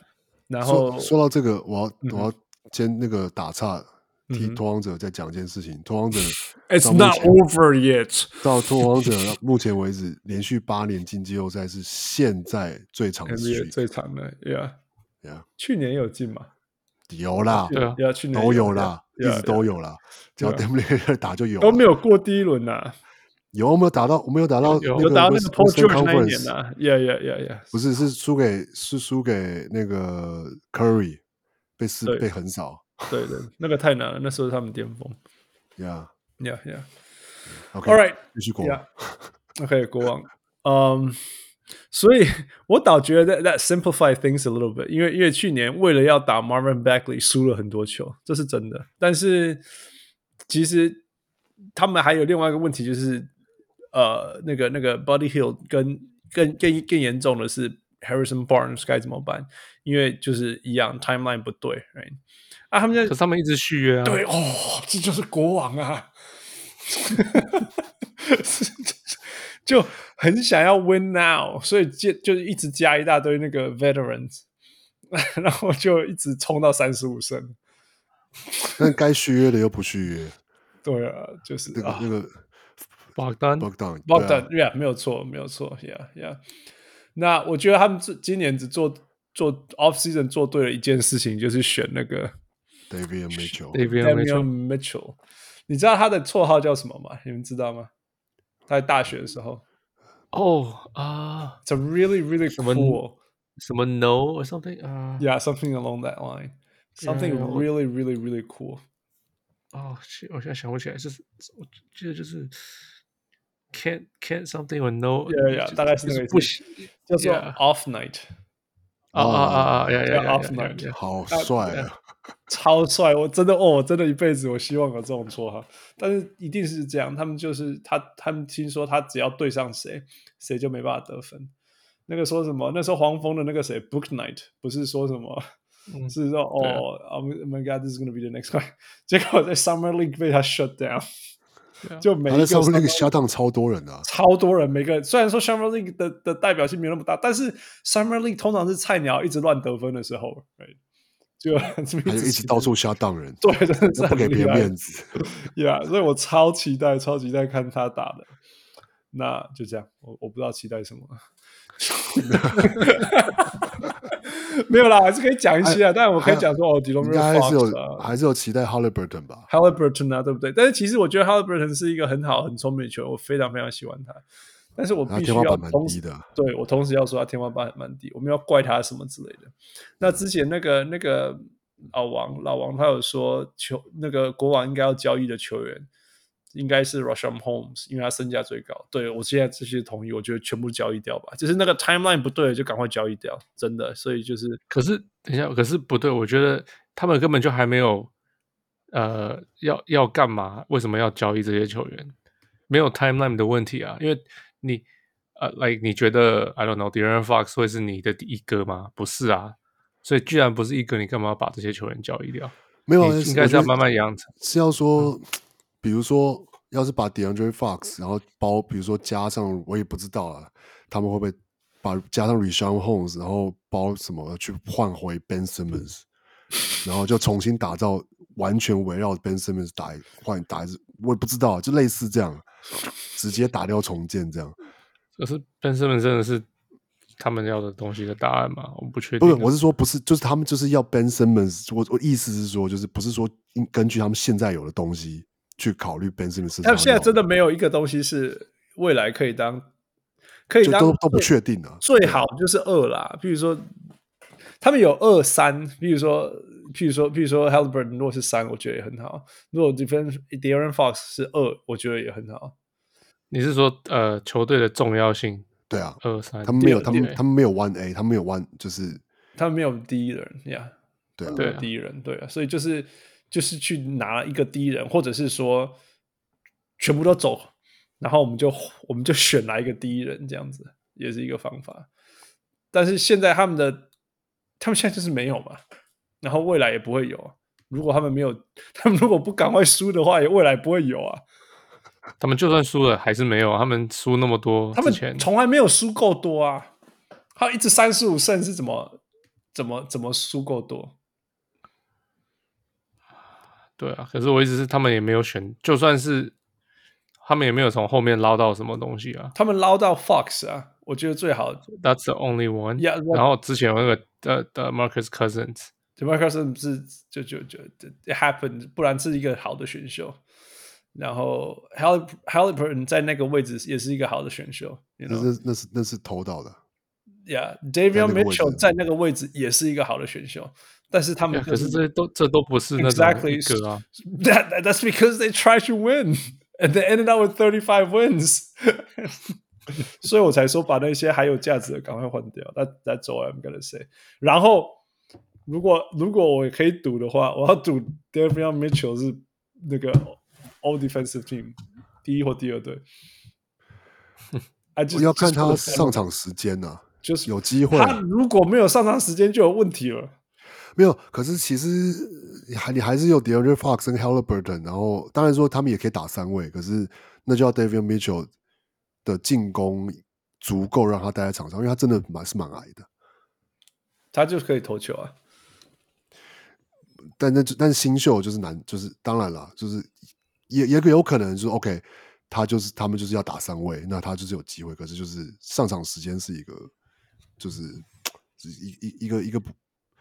Speaker 3: 然后嗯
Speaker 2: 说说到这个，我要我要先那个打岔，替拓荒者再讲一件事情。拓荒者
Speaker 5: It's
Speaker 2: 到目
Speaker 5: not
Speaker 2: 前
Speaker 5: over yet。
Speaker 2: 到拓荒者目前为止连续八年进季后赛是现在最长的
Speaker 3: NBA
Speaker 2: streak
Speaker 3: 最长的，Yeah，
Speaker 2: 呀，
Speaker 3: 去年有进嘛？
Speaker 2: 有啦，
Speaker 4: 对啊
Speaker 3: 要去年
Speaker 2: 都有啦，一
Speaker 3: yeah，
Speaker 2: 直都有啦，只要
Speaker 3: 对
Speaker 2: Damian l i 打就有啦，
Speaker 3: 都没有过第一轮呐、啊，
Speaker 2: 有我没有打到，我没有打到
Speaker 4: 有
Speaker 2: 那
Speaker 3: 有
Speaker 2: 个
Speaker 3: 打到那
Speaker 2: West-
Speaker 3: 个 Paul
Speaker 2: Western
Speaker 3: George 那一年
Speaker 2: Conference
Speaker 3: 呐、啊，Yeah Yeah Yeah
Speaker 2: 不
Speaker 3: Yeah，
Speaker 2: 是，是输给是输给那个 Curry，被四
Speaker 3: 对
Speaker 2: 被横扫。
Speaker 3: 对对，那个太难了，那时候是他们巅峰。
Speaker 2: ，Yeah，OK，、
Speaker 3: Yeah, yeah.
Speaker 2: OK，
Speaker 3: All right.
Speaker 2: 继续国
Speaker 3: <laughs> Yeah. Okay, go on. Um, 所以我倒觉得 that, that simplify things a little bit，因为因为去年为了要打 Marvin Bagley 输了很多球，这是真的。但是其实他们还有另外一个问题，就是呃，那个那个 Buddy Hill 跟更更更严重的是 Harrison Barnes 该怎么办？因为就是一样 timeline 不对，right？啊，他们在
Speaker 4: 可是他们一直续约啊，
Speaker 3: 对哦，这就是国王啊， <laughs> 就很想要 win now，所以就就是一直加一大堆那个 veterans，然后就一直冲到三十五胜。
Speaker 2: 但该续约的又不续约，
Speaker 3: 对啊啊，就是
Speaker 2: 那个、
Speaker 3: 啊
Speaker 2: 那个
Speaker 4: 保
Speaker 3: 嗯
Speaker 4: 单
Speaker 2: b o g d o w n b
Speaker 3: b
Speaker 2: o
Speaker 3: o g d a n yeah，没有错，没有错，yeah yeah。那我觉得他们这今年只做做 off season 做对了一件事情，就是选那个
Speaker 2: David Mitchell，
Speaker 4: 那边没
Speaker 3: Daniel
Speaker 4: 错，
Speaker 3: Mitchell。你知道他的绰号叫什么吗？你们知道吗？他在大学的时候。
Speaker 4: 哦啊，
Speaker 3: It's a really, really
Speaker 4: 么
Speaker 3: cool.
Speaker 4: 什么 no or something 啊，
Speaker 3: Yeah, something along that line. Something
Speaker 4: Yeah, yeah, what-
Speaker 3: really, really, really cool.
Speaker 4: 哦，是我现在想不起来，就是我记得就是 can't can't something or no，
Speaker 3: Yeah, yeah，
Speaker 4: 就
Speaker 3: 大概是那个
Speaker 4: 就
Speaker 3: 意思
Speaker 4: 不行，
Speaker 3: 叫做
Speaker 4: Yeah.
Speaker 3: off night，、
Speaker 4: 啊啊啊啊，呀呀
Speaker 3: Yeah,
Speaker 4: 呀
Speaker 3: off night
Speaker 4: 呀呀
Speaker 2: 好帅啊！
Speaker 3: 超帅！我真的哦，我真的一辈子我希望有这种绰号，但是一定是这样。他们就是他，他们听说他只要对上谁，谁就没办法得分。那个说什么？那时候黄蜂的那个谁，Book Night，不是说什么？
Speaker 4: 嗯
Speaker 3: 是说
Speaker 4: 对啊
Speaker 3: 哦、oh, my God, this is gonna be the next one。结 <laughs> 果在 Summer League 被他 shut down，、
Speaker 4: 对啊
Speaker 3: 就每一
Speaker 2: 他
Speaker 3: 个
Speaker 2: 在上面那
Speaker 3: Summer
Speaker 2: 个下档超多人的、啊，
Speaker 3: 超多人，每个人虽然说 Summer League 的的代表性没有那么大，但是 Summer League 通常是菜鸟一直乱得分的时候，right? 就
Speaker 2: 还
Speaker 3: 还
Speaker 2: 有一直到处下档人，
Speaker 3: 对，真的是
Speaker 2: 那不给别人面
Speaker 3: 子
Speaker 2: 子。
Speaker 3: ，Yeah，所以我超期待，超期待看他打的。那就这样，我我不知道期待
Speaker 2: <laughs>
Speaker 3: 什么。没有啦，还是可以讲一些啊。但我可以讲说，哦，吉隆
Speaker 2: 哎应
Speaker 3: 坡
Speaker 2: 该还是
Speaker 3: Fox
Speaker 2: 有
Speaker 3: 啊
Speaker 2: 还是有期待 Halliburton 吧？
Speaker 3: Halliburton 啊，对不对？但是其实我觉得 Halliburton 是一个很好、很聪明的球员，我非常非常喜欢他。但是我
Speaker 2: 他
Speaker 3: 必须
Speaker 2: 天花
Speaker 3: 要
Speaker 2: 板蛮
Speaker 3: 同时
Speaker 2: 低的，啊
Speaker 3: 对我同时要说他天花板蛮低，我们要怪他什么之类的。那之前那个那个老王老王他有说球那个国王应该要交易的球员应该是 Rusham Holmes，因为他身价最高。对我现在这些同意，我觉得全部交易掉吧，就是那个 timeline 不对就赶快交易掉，真的。所以就是
Speaker 4: 可是等一下，可是不对，我觉得他们根本就还没有呃要要干嘛？为什么要交易这些球员？没有 timeline 的问题啊，因为你呃，like 你觉得 I don't know d a r n Fox 会是你的第一个吗？不是啊，所以既然不是一个，你干嘛要把这些球员交易掉？
Speaker 2: 没有啊，
Speaker 4: 你应该是要慢慢养成。嗯
Speaker 2: 是要说，比如说，要是把 DeAndre Fox，然后包，比如说加上，我也不知道啊，他们会不会把加上 r e s h a n Holmes，然后包什么去换回 Ben Simmons，然后就重新打造，完全围绕 Ben Simmons 打一换打一支，我也不知道，啊就类似这样，直接打掉重建这样。
Speaker 4: 可是 Ben Simmons 真的是他们要的东西的答案吗？我不确定
Speaker 2: 不
Speaker 4: 啊。
Speaker 2: 是，我是说不是，就是他们就是要 Ben Simmons，我我意思是说，就是不是说应根据他们现在有的东西去考虑 Ben Simmons 身上
Speaker 3: 他
Speaker 2: 要的。
Speaker 3: 们现在真的没有一个东西是未来可以当可以
Speaker 2: 就
Speaker 3: 当
Speaker 2: 都都不
Speaker 3: 最
Speaker 2: 确定啊。
Speaker 3: 最好就是二啦，比如说他们有二三，比如说，譬如说，譬如说 Halberton 如果是三，我觉得也很好；如果 d e f e n d a r e n Fox 是二，我觉得也很好。
Speaker 4: 你是说呃球队的重要性
Speaker 2: 对啊，
Speaker 4: 二三？
Speaker 2: 他们没有，他
Speaker 4: 对
Speaker 2: 们他们没有 one A，他们没有 one，就是
Speaker 3: 他们没有第一人呀
Speaker 2: 对啊，
Speaker 3: 没有
Speaker 4: 对啊
Speaker 3: 第一人，对啊，所以就是就是去拿一个第一人，或者是说全部都走，然后我们就我们就选来一个第一人，这样子也是一个方法。但是现在他们的他们现在就是没有嘛，然后未来也不会有啊。如果他们没有， <laughs> 他们如果不赶快输的话，也未来不会有啊。
Speaker 4: 他们就算输了还是没有，他们输那么多，
Speaker 3: 他们
Speaker 4: 哦之前
Speaker 3: 从来没有输够多啊，他一直三十五胜是怎么怎么怎么输够多？
Speaker 4: 对啊，可是我一直是他们也没有选，就算是他们也没有从后面捞到什么东西啊。
Speaker 3: 他们捞到 Fox 啊，我觉得最好
Speaker 4: That's the only one。
Speaker 3: Yeah，我
Speaker 4: 然后之前有那个的的 Marcus Cousins，
Speaker 3: Demar c o u s i n 是就就就 it happened，不然是一个好的选秀。然后 Hal Halliburton 嗯在那个位置也是一个好的选秀，you
Speaker 2: 那
Speaker 3: know，
Speaker 2: 是那是那是投到的，啊
Speaker 3: yeah，Davion
Speaker 2: 在那个位置
Speaker 3: Mitchell 在那个位置也是一个好的选秀。但是他们
Speaker 4: 呀
Speaker 3: 就
Speaker 4: 啊可是这都这都不是那种
Speaker 3: Exactly.
Speaker 4: 一个啊，
Speaker 3: That, that- that's because they tried to win <laughs> and they ended up with 35 wins. <laughs> 所以我才说把那些还有价值的赶快换掉。That that's all I'm gonna say. 然后如果如果我可以赌的话，我要赌 d a v i o n Mitchell 是那个 All Defensive Team 第一或第二队。I just,
Speaker 2: 要看他
Speaker 3: just-
Speaker 2: 上场时间呐、
Speaker 3: just
Speaker 2: 有机会啊
Speaker 3: 他如果没有上场时间就有问题了。
Speaker 2: 没有？可是其实呃还你还是有 DeAndre Fox 跟 Halliburton，然后当然说他们也可以打三位，可是那就要 David Mitchell 的进攻足够让他待在场上，因为他真的蛮是蛮矮的。
Speaker 3: 他就可以投球啊，
Speaker 2: 但那但是新秀就是难，就是当然啦，就是也也有可能就是 OK，他就是他们就是要打三位，那他就是有机会，可是就是上场时间是一个就是是一一一个一个不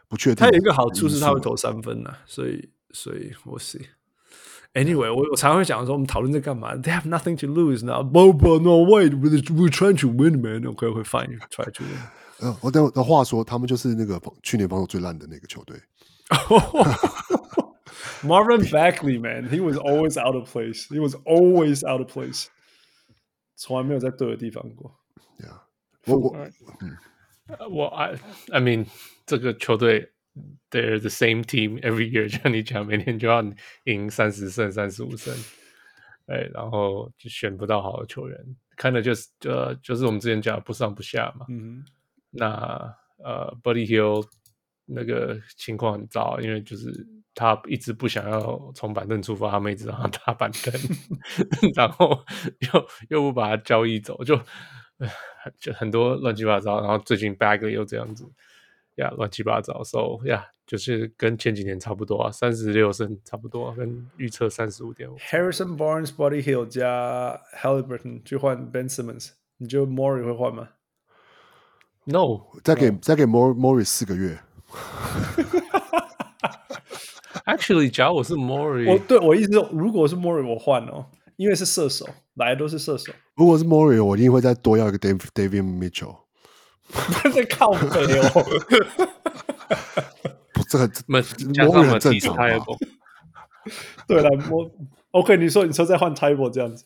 Speaker 2: 不确定。
Speaker 3: 他有一个好处是他会投，三分呐、所以所以我是。Anyway，我我常会讲说，我们讨论这干嘛？They have nothing to lose now. But but no wait, we we trying to win, man. OK, OK, fine, you try to win.
Speaker 2: 嗯，我但的话说，他们就是那个防去年防守最烂的那个球队。
Speaker 3: <laughs> Marvin Bagley, man, he was always out of place. He was always out of place. 从来没有在对的地方过。
Speaker 2: 我我
Speaker 4: 呃我 I I mean 这个球队 they're the same team every year，就像 <laughs> 你讲，每年就要赢三十胜、三十五胜，哎，然后就选不到好的球员，看的就是呃就是我们之前讲的不上不下嘛。
Speaker 3: 嗯
Speaker 4: 那呃，Buddy Hill 那个情况很糟，因为就是他一直不想要从板凳出发，他们一直让他打板凳， <laughs> 然后又又不把他交易走，就唉就很多乱七八糟。然后最近 Bagley 又这样子，呀，乱七八糟，so 呀，就是跟前几年差不多啊，三十六胜差不多啊、跟预测三十五点五。
Speaker 3: ，Harrison Barnes、Body Hill 加 Halliburton 去换 Ben Simmons，你觉得 Murray 会换吗？
Speaker 4: No，
Speaker 2: 再给再给 Mor Morris 四个月，
Speaker 4: Actually，假如我是 Mori，
Speaker 3: 我对我意思是，如果是 Murray，我换哦，因为是射手，来的都是射手。 <laughs>
Speaker 2: 如果是 Morris，我一定会再多要一个 Dave David Mitchell。
Speaker 3: 他在靠北哦。
Speaker 2: 不，这个
Speaker 4: 们加上
Speaker 2: Murray
Speaker 4: 了
Speaker 2: 很正
Speaker 4: Matisse
Speaker 2: 常吧
Speaker 4: Thybulle
Speaker 3: 对了，我 OK，你说你说再换 t y b o 这样子，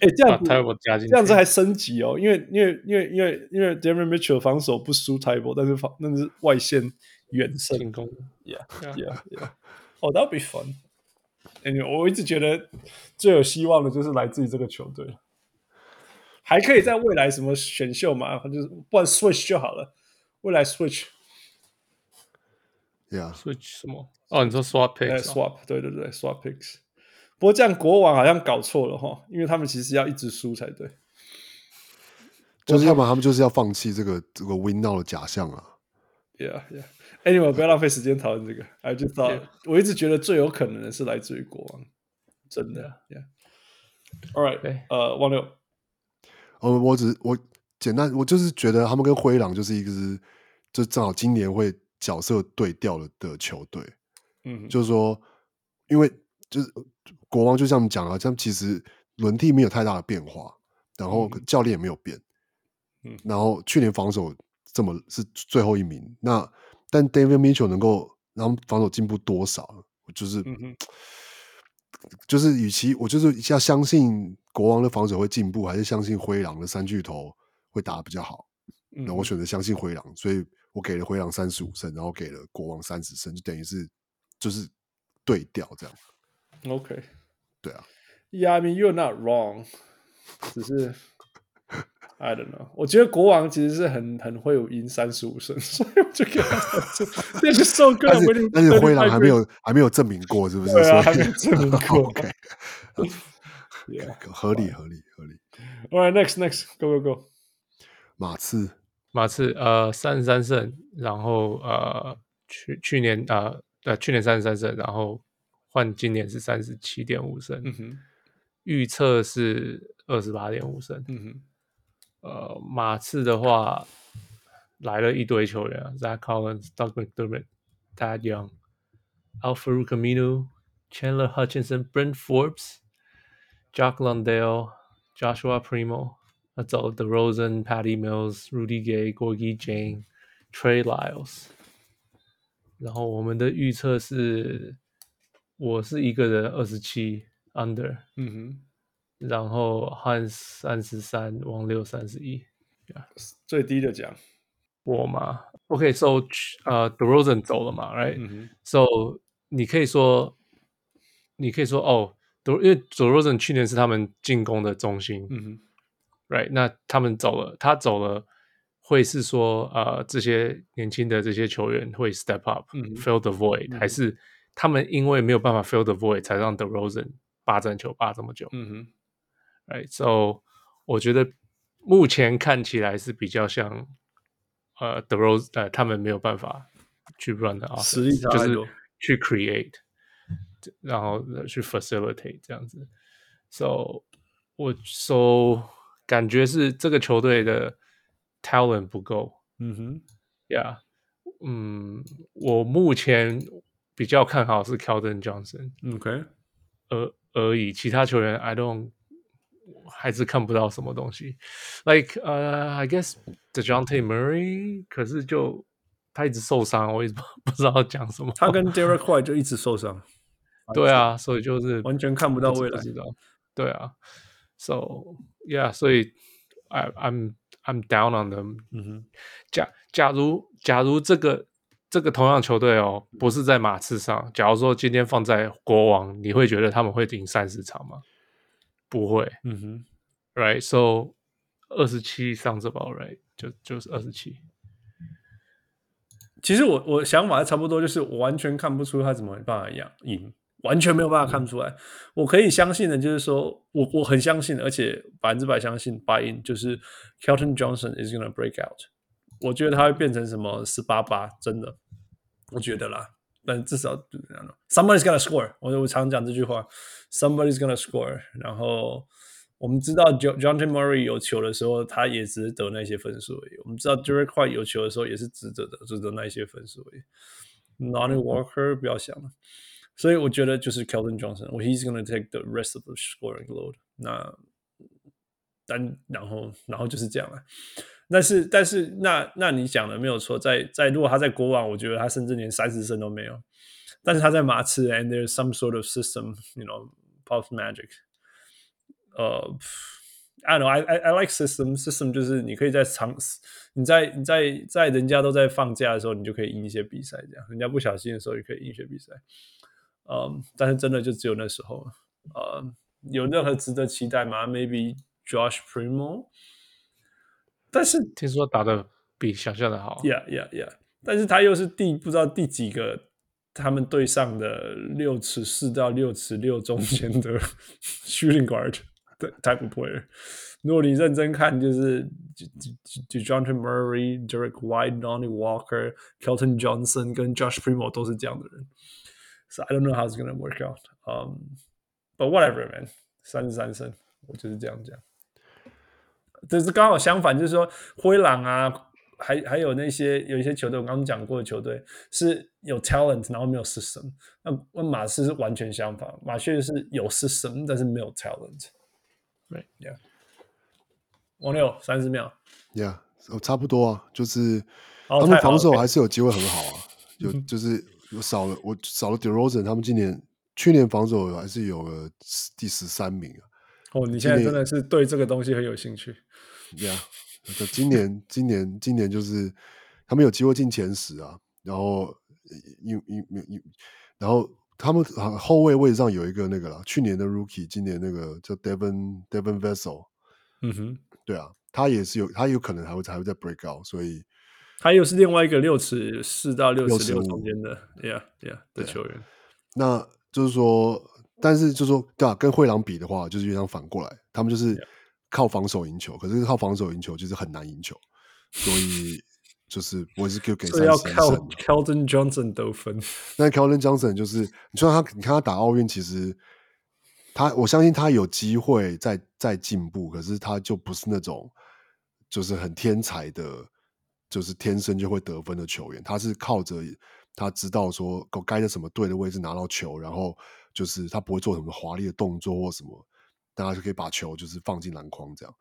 Speaker 3: 哎，这
Speaker 4: 把
Speaker 3: 样子
Speaker 4: Thybulle 加进去，
Speaker 3: 这样子还升级哦，因为因为因为因为因为 d a m i n Mitchell 防守不输 t y b o 但是防但是外线远胜
Speaker 4: 进攻。
Speaker 3: ，Yeah Yeah Yeah，哦、oh,，That'll be fun。Anyway，我一直觉得最有希望的就是来自于这个球队，还可以在未来什么选秀嘛，就是不然 Switch 就好了，未来 Switch。
Speaker 2: Yeah，
Speaker 4: Switch 什么？哦，你说 swap
Speaker 3: 哎
Speaker 4: picks 哦、
Speaker 3: ，swap，对对对，swap picks。不过这样国王好像搞错了哈，因为他们其实要一直输才对。
Speaker 2: 就是要么他们就是要放弃这个这个 Win Now 的假象啊。
Speaker 3: Yeah, yeah. Anyway，不要浪费时间讨论这个。I just thought，、
Speaker 4: Yeah.
Speaker 3: 我一直觉得最有可能的是来自于国王，真的。Yeah. All right，
Speaker 4: 对
Speaker 3: 呃，王六，
Speaker 2: 呃，我只我简单，我就是觉得他们跟灰狼就是一支，就正好今年会角色对调了的球队。
Speaker 3: 嗯，
Speaker 2: 就是说，因为就是国王就像我们讲了，他们其实轮替没有太大的变化，然后教练也没有变，
Speaker 3: 嗯
Speaker 2: 然后去年防守这么是最后一名，那但 David Mitchell 能够让他们防守进步多少，就是
Speaker 3: 嗯哼，
Speaker 2: 就是与其我就是要相信国王的防守会进步，还是相信灰狼的三巨头会打得比较好？
Speaker 3: 嗯
Speaker 2: 那
Speaker 3: 哼
Speaker 2: 我选择相信灰狼，所以我给了灰狼三十五胜，然后给了国王三十胜，就等于是就是对调这样。
Speaker 3: OK。
Speaker 2: 对啊，
Speaker 3: Yeah, I mean you're not wrong，只是 I don't know。我觉得国王其实是很很会有赢三十五胜，所以我就给他三十。这是 so good，
Speaker 2: 但
Speaker 3: I'm winning
Speaker 2: 是但是灰狼还
Speaker 3: 35
Speaker 2: 没有还没有证明过，是不是？
Speaker 3: 对啊，还
Speaker 2: 所以
Speaker 3: 没有证明过。
Speaker 2: OK，
Speaker 3: Yeah.
Speaker 2: 合
Speaker 3: <laughs>
Speaker 2: 理合理合理。
Speaker 3: All right, next, next, go, go, go.
Speaker 2: 马刺
Speaker 4: 马刺呃三十三胜，然后呃去去年呃对去年三十三胜，然后换今年是三十七点五胜，
Speaker 3: 嗯哼，
Speaker 4: 预测是二十八点五胜。
Speaker 3: 嗯哼，
Speaker 4: 呃，马刺的话来了一堆球员啊，Zach Collins、Doug McDermott、Thad Young、Alfredo Camino、Chandler Hutchinson、Brent Forbes、Jock Landale、Joshua Primo，那走了 DeRozan、Patty Mills、Rudy Gay、Gorgie Jane、Trey Lyles。然后我们的预测是，我是一个人二十七 under，
Speaker 3: 嗯哼，
Speaker 4: 然后汉三十三，王六三十一，
Speaker 3: 最低的奖，
Speaker 4: 我嘛，OK，so、呃 d e r o z e n 走了嘛，right？、
Speaker 3: 嗯哼，
Speaker 4: So 你可以说，你可以说哦，德因为 d e r o z e n 去年是他们进攻的中心、
Speaker 3: 嗯哼，
Speaker 4: r i g h t 那他们走了，他走了，会是说呃这些年轻的这些球员会 step up、
Speaker 3: 嗯哼
Speaker 4: fill the void，、还是他们因为没有办法 fill the void 才让 d e r o z e n 霸占球霸这么久、
Speaker 3: 嗯哼，
Speaker 4: r i g h t So 我觉得目前看起来是比较像呃 d e r o z 呃他们没有办法去 run 的啊，
Speaker 3: 实力差
Speaker 4: 就
Speaker 3: 太
Speaker 4: 是
Speaker 3: 多
Speaker 4: 去 create，然后呃去 facilitate 这样子。So 我 so 感觉是这个球队的 talent 不够
Speaker 3: 嗯哼，
Speaker 4: ，Yeah，嗯，我目前比较看好是 Calvin Johnson，
Speaker 3: 嗯，OK，
Speaker 4: 而而已，其他球员 I don't 还是看不到什么东西。Like 呃、i guess Dejounte Murray，可是就他一直受伤，我一直 <laughs> 不不知道讲什么。
Speaker 3: 他
Speaker 2: 哦
Speaker 3: 跟 Derek White 就一直受伤，
Speaker 4: 对啊，所以就是
Speaker 3: 完全看不到未来
Speaker 4: 不知道。对啊，so yeah，所以 I I'm I'm down on them。
Speaker 3: 嗯哼，
Speaker 4: 假假如假如这个这个同样球队哦，不是在马刺上，假如说今天放在国王，你会觉得他们会赢三十场吗？不会
Speaker 3: 嗯哼，
Speaker 4: ，right？So 二十七上这包，right？就就是二十七。
Speaker 3: 其实我我想法差不多，就是我完全看不出他怎么办法养赢，完全没有办法看出来。我可以相信的，就是说我我很相信，而且百分之百相信 buy in，就是 Kelton Johnson is gonna break out。我觉得他会变成什么十八八，真的，我觉得啦。但至少 somebody's gonna score 我。我常讲这句话，somebody's gonna score。然后我们知道 Jo- Jonathan Murray 有球的时候，他也只是得那些分数而已。我们知道 Derek White 有球的时候，也是值得的，只得那一些分数而已。Lonnie Walker 不要想了。所以我觉得就是 Kelvin Johnson，我 he's gonna take the rest of the scoring load 那。但然后然后就是这样了。但是但是那那你讲的没有错，在在如果他在国王，我觉得他甚至连三十胜都没有。但是他在马刺，and there's some sort of system，you know，pop magic。呃，I don't know, I I I like system. System 就是你可以在场，你在你在在人家都在放假的时候，你就可以赢一些比赛，这样人家不小心的时候也可以赢一些比赛。嗯，但是真的就只有那时候了。呃，有任何值得期待吗？Maybe Josh Primo，但是
Speaker 4: 听说打的比想象的好啊
Speaker 3: Yeah, yeah, yeah。但是他又是第不知道第几个他们队上的六尺四到六尺六中间的 <laughs> shooting guard 的 type of player。如果你认真看，就是就就 Jonathan Murray、Derek White、Donny Walker、Kelton Johnson 跟 Josh Primo 都是这样的人。So I don't know how it's gonna work out. Um, but whatever, man. 三十三胜，我就是这样讲。但是刚好相反，就是说灰狼啊，还还有那些有一些球队，我刚刚讲过的球队是有 talent，然后没有 system。那那马刺是完全相反，马雀是有 system，但是没有 talent。
Speaker 4: Right.
Speaker 3: yeah。王六三十秒，
Speaker 2: ，Yeah，哦差不多啊，就是他
Speaker 3: 哦太
Speaker 2: 们
Speaker 3: 好
Speaker 2: 防守
Speaker 3: 了嗯
Speaker 2: 还是有机会很好
Speaker 3: <laughs>
Speaker 2: 啊，有就是有少了我少了 DeRozan，他们今年去年防守还是有了第十三名啊
Speaker 3: 哦，你现在真的是对这个东西很有兴趣。
Speaker 2: ，Yeah，那今年今年今年就是他们有机会进前十啊，然后因因因因，然后他们好像后卫位置上有一个那个啦，去年的 Rookie，今年那个叫 Devon Devon Vessel，
Speaker 3: 嗯哼，
Speaker 2: 对啊，他也是有他有可能还会还会再 break out，所以。
Speaker 3: 他又是另外一个六尺四到六十六
Speaker 2: 65
Speaker 3: 中间的，yeah yeah 的球员。
Speaker 2: 那就是说，但是就是说，对啊，跟灰狼比的话，就是有点像反过来，他们就是靠防守赢球，可是靠防守赢球就是很难赢球，所以就是我是就给
Speaker 3: 所以要
Speaker 2: 三十三
Speaker 3: 靠
Speaker 2: 胜。
Speaker 3: Kelton Johnson 得分。
Speaker 2: 那 Kelvin Johnson 就是，你说他，你看他打奥运，其实他我相信他有机会再再进步，可是他就不是那种就是很天才的，就是天生就会得分的球员，他是靠着他知道说该在什么对的位置拿到球，然后就是他不会做什么华丽的动作或什么，但他就可以把球就是放进篮筐这样，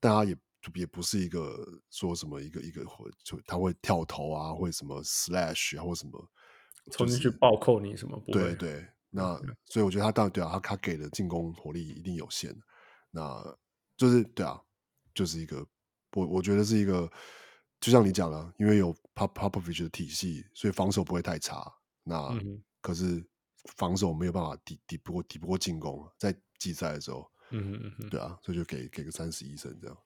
Speaker 2: 但他也。也不是一个说什么一个一个会就他会跳投啊，会什么 slash 啊，或什么
Speaker 3: 冲进去暴扣你什么？不
Speaker 2: 对
Speaker 3: 会，
Speaker 2: 对，那所以我觉得他当对啊，他他给的进攻火力一定有限。那就是对啊，就是一个我我觉得是一个，就像你讲了，因为有 Pop Popovich 的体系，所以防守不会太差。那、
Speaker 4: 嗯哼
Speaker 2: 可是防守没有办法抵抵不过抵不过进攻，啊在季赛的时候，
Speaker 3: 嗯哼嗯哼，
Speaker 2: 对啊，所以就给给个三十一胜这样。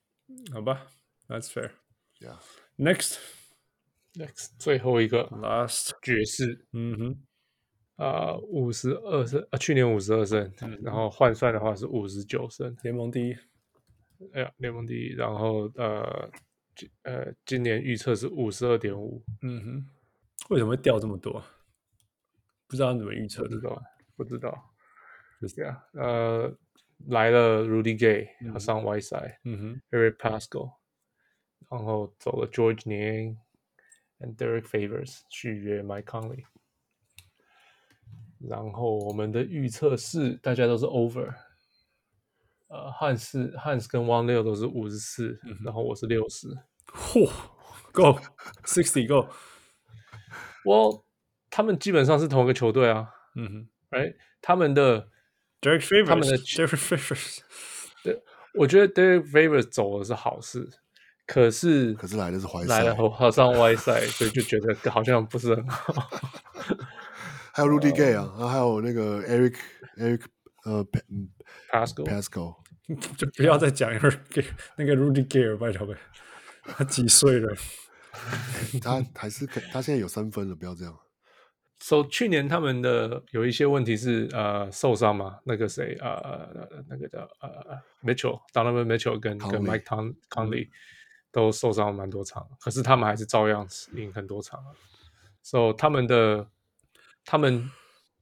Speaker 3: 好吧，That's fair。
Speaker 2: 对啊，
Speaker 3: Next,
Speaker 4: Next 最后一个
Speaker 3: last，
Speaker 4: 爵士
Speaker 3: 嗯哼，
Speaker 4: 啊，五十二胜，呃，去年五十二胜，
Speaker 3: 嗯
Speaker 4: 然后换算的话是五十九胜，
Speaker 3: 联盟第一，
Speaker 4: 哎呀，联盟第一。然后呃，今呃，今年预测是五十二点五，
Speaker 3: 嗯哼，为什么会掉这么多？不知道你怎么预测
Speaker 4: 不知
Speaker 3: 的。
Speaker 4: 道，不知道，
Speaker 3: 就是
Speaker 4: 这样。呃，来了 Rudy Gay，
Speaker 3: 嗯
Speaker 4: 他上 Y 赛、
Speaker 3: 嗯哼，
Speaker 4: Eric Pascal，然后走了 George Niang and Derek Favors，续约 Mike Conley。然后我们的预测是大家都是 over，呃，汉斯汉斯跟汪六都是五十四，
Speaker 2: 嗯
Speaker 4: 然后我是六十。
Speaker 3: <laughs> 嚯，Go sixty Go，
Speaker 4: 我他们基本上是同一个球队啊，
Speaker 3: 嗯哼
Speaker 4: 哎，他们的
Speaker 3: ，Derek Favors，
Speaker 4: 他们的
Speaker 3: Derek Favors，
Speaker 4: 我觉得 Derek Favors 走的是好事，可是
Speaker 2: 可是来的是怀
Speaker 4: 来
Speaker 2: 塞
Speaker 4: 了，好好上外赛，所以就觉得好像不是很好。
Speaker 2: 还有
Speaker 4: 哦
Speaker 2: Rudy Gay 啊，然后还有那个 Eric Eric 呃 Pa- 嗯
Speaker 4: Pascal
Speaker 2: Pascal，
Speaker 4: <laughs>
Speaker 3: 就不要再讲 Eric 那个 Rudy Gay 拜托呗，他几岁了？
Speaker 2: 他还是可他现在有三分了，不要这样。
Speaker 4: ，so 去年他们的有一些问题是呃受伤嘛，那个谁呃呃那个叫呃 Mitchell Donovan Mitchell 跟跟
Speaker 2: Conley
Speaker 4: Mike
Speaker 3: 嗯
Speaker 4: Con Conley 都受伤蛮多场，可是他们还是照样赢很多场啊。so 他们的他们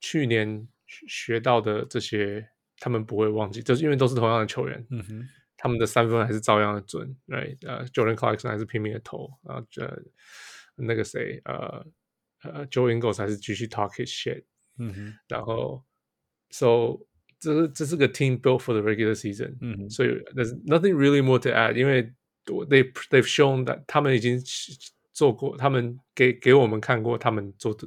Speaker 4: 去年学学到的这些，他们不会忘记，就是因为都是同样的球员，
Speaker 3: 嗯哼，
Speaker 4: 他们的三分还是照样的准，right？呃，Jordan Clarkson 还是拼命的投，然后这那个谁，呃呃，Joe Ingles 还是继续 talk his shit，
Speaker 3: 嗯哼，
Speaker 4: 然后，so 这是这是个 team built for the regular season，
Speaker 3: 嗯哼
Speaker 4: 所以 there's nothing really more to add，因为我 they they've shown that 他们已经做过，他们给给我们看过他们做的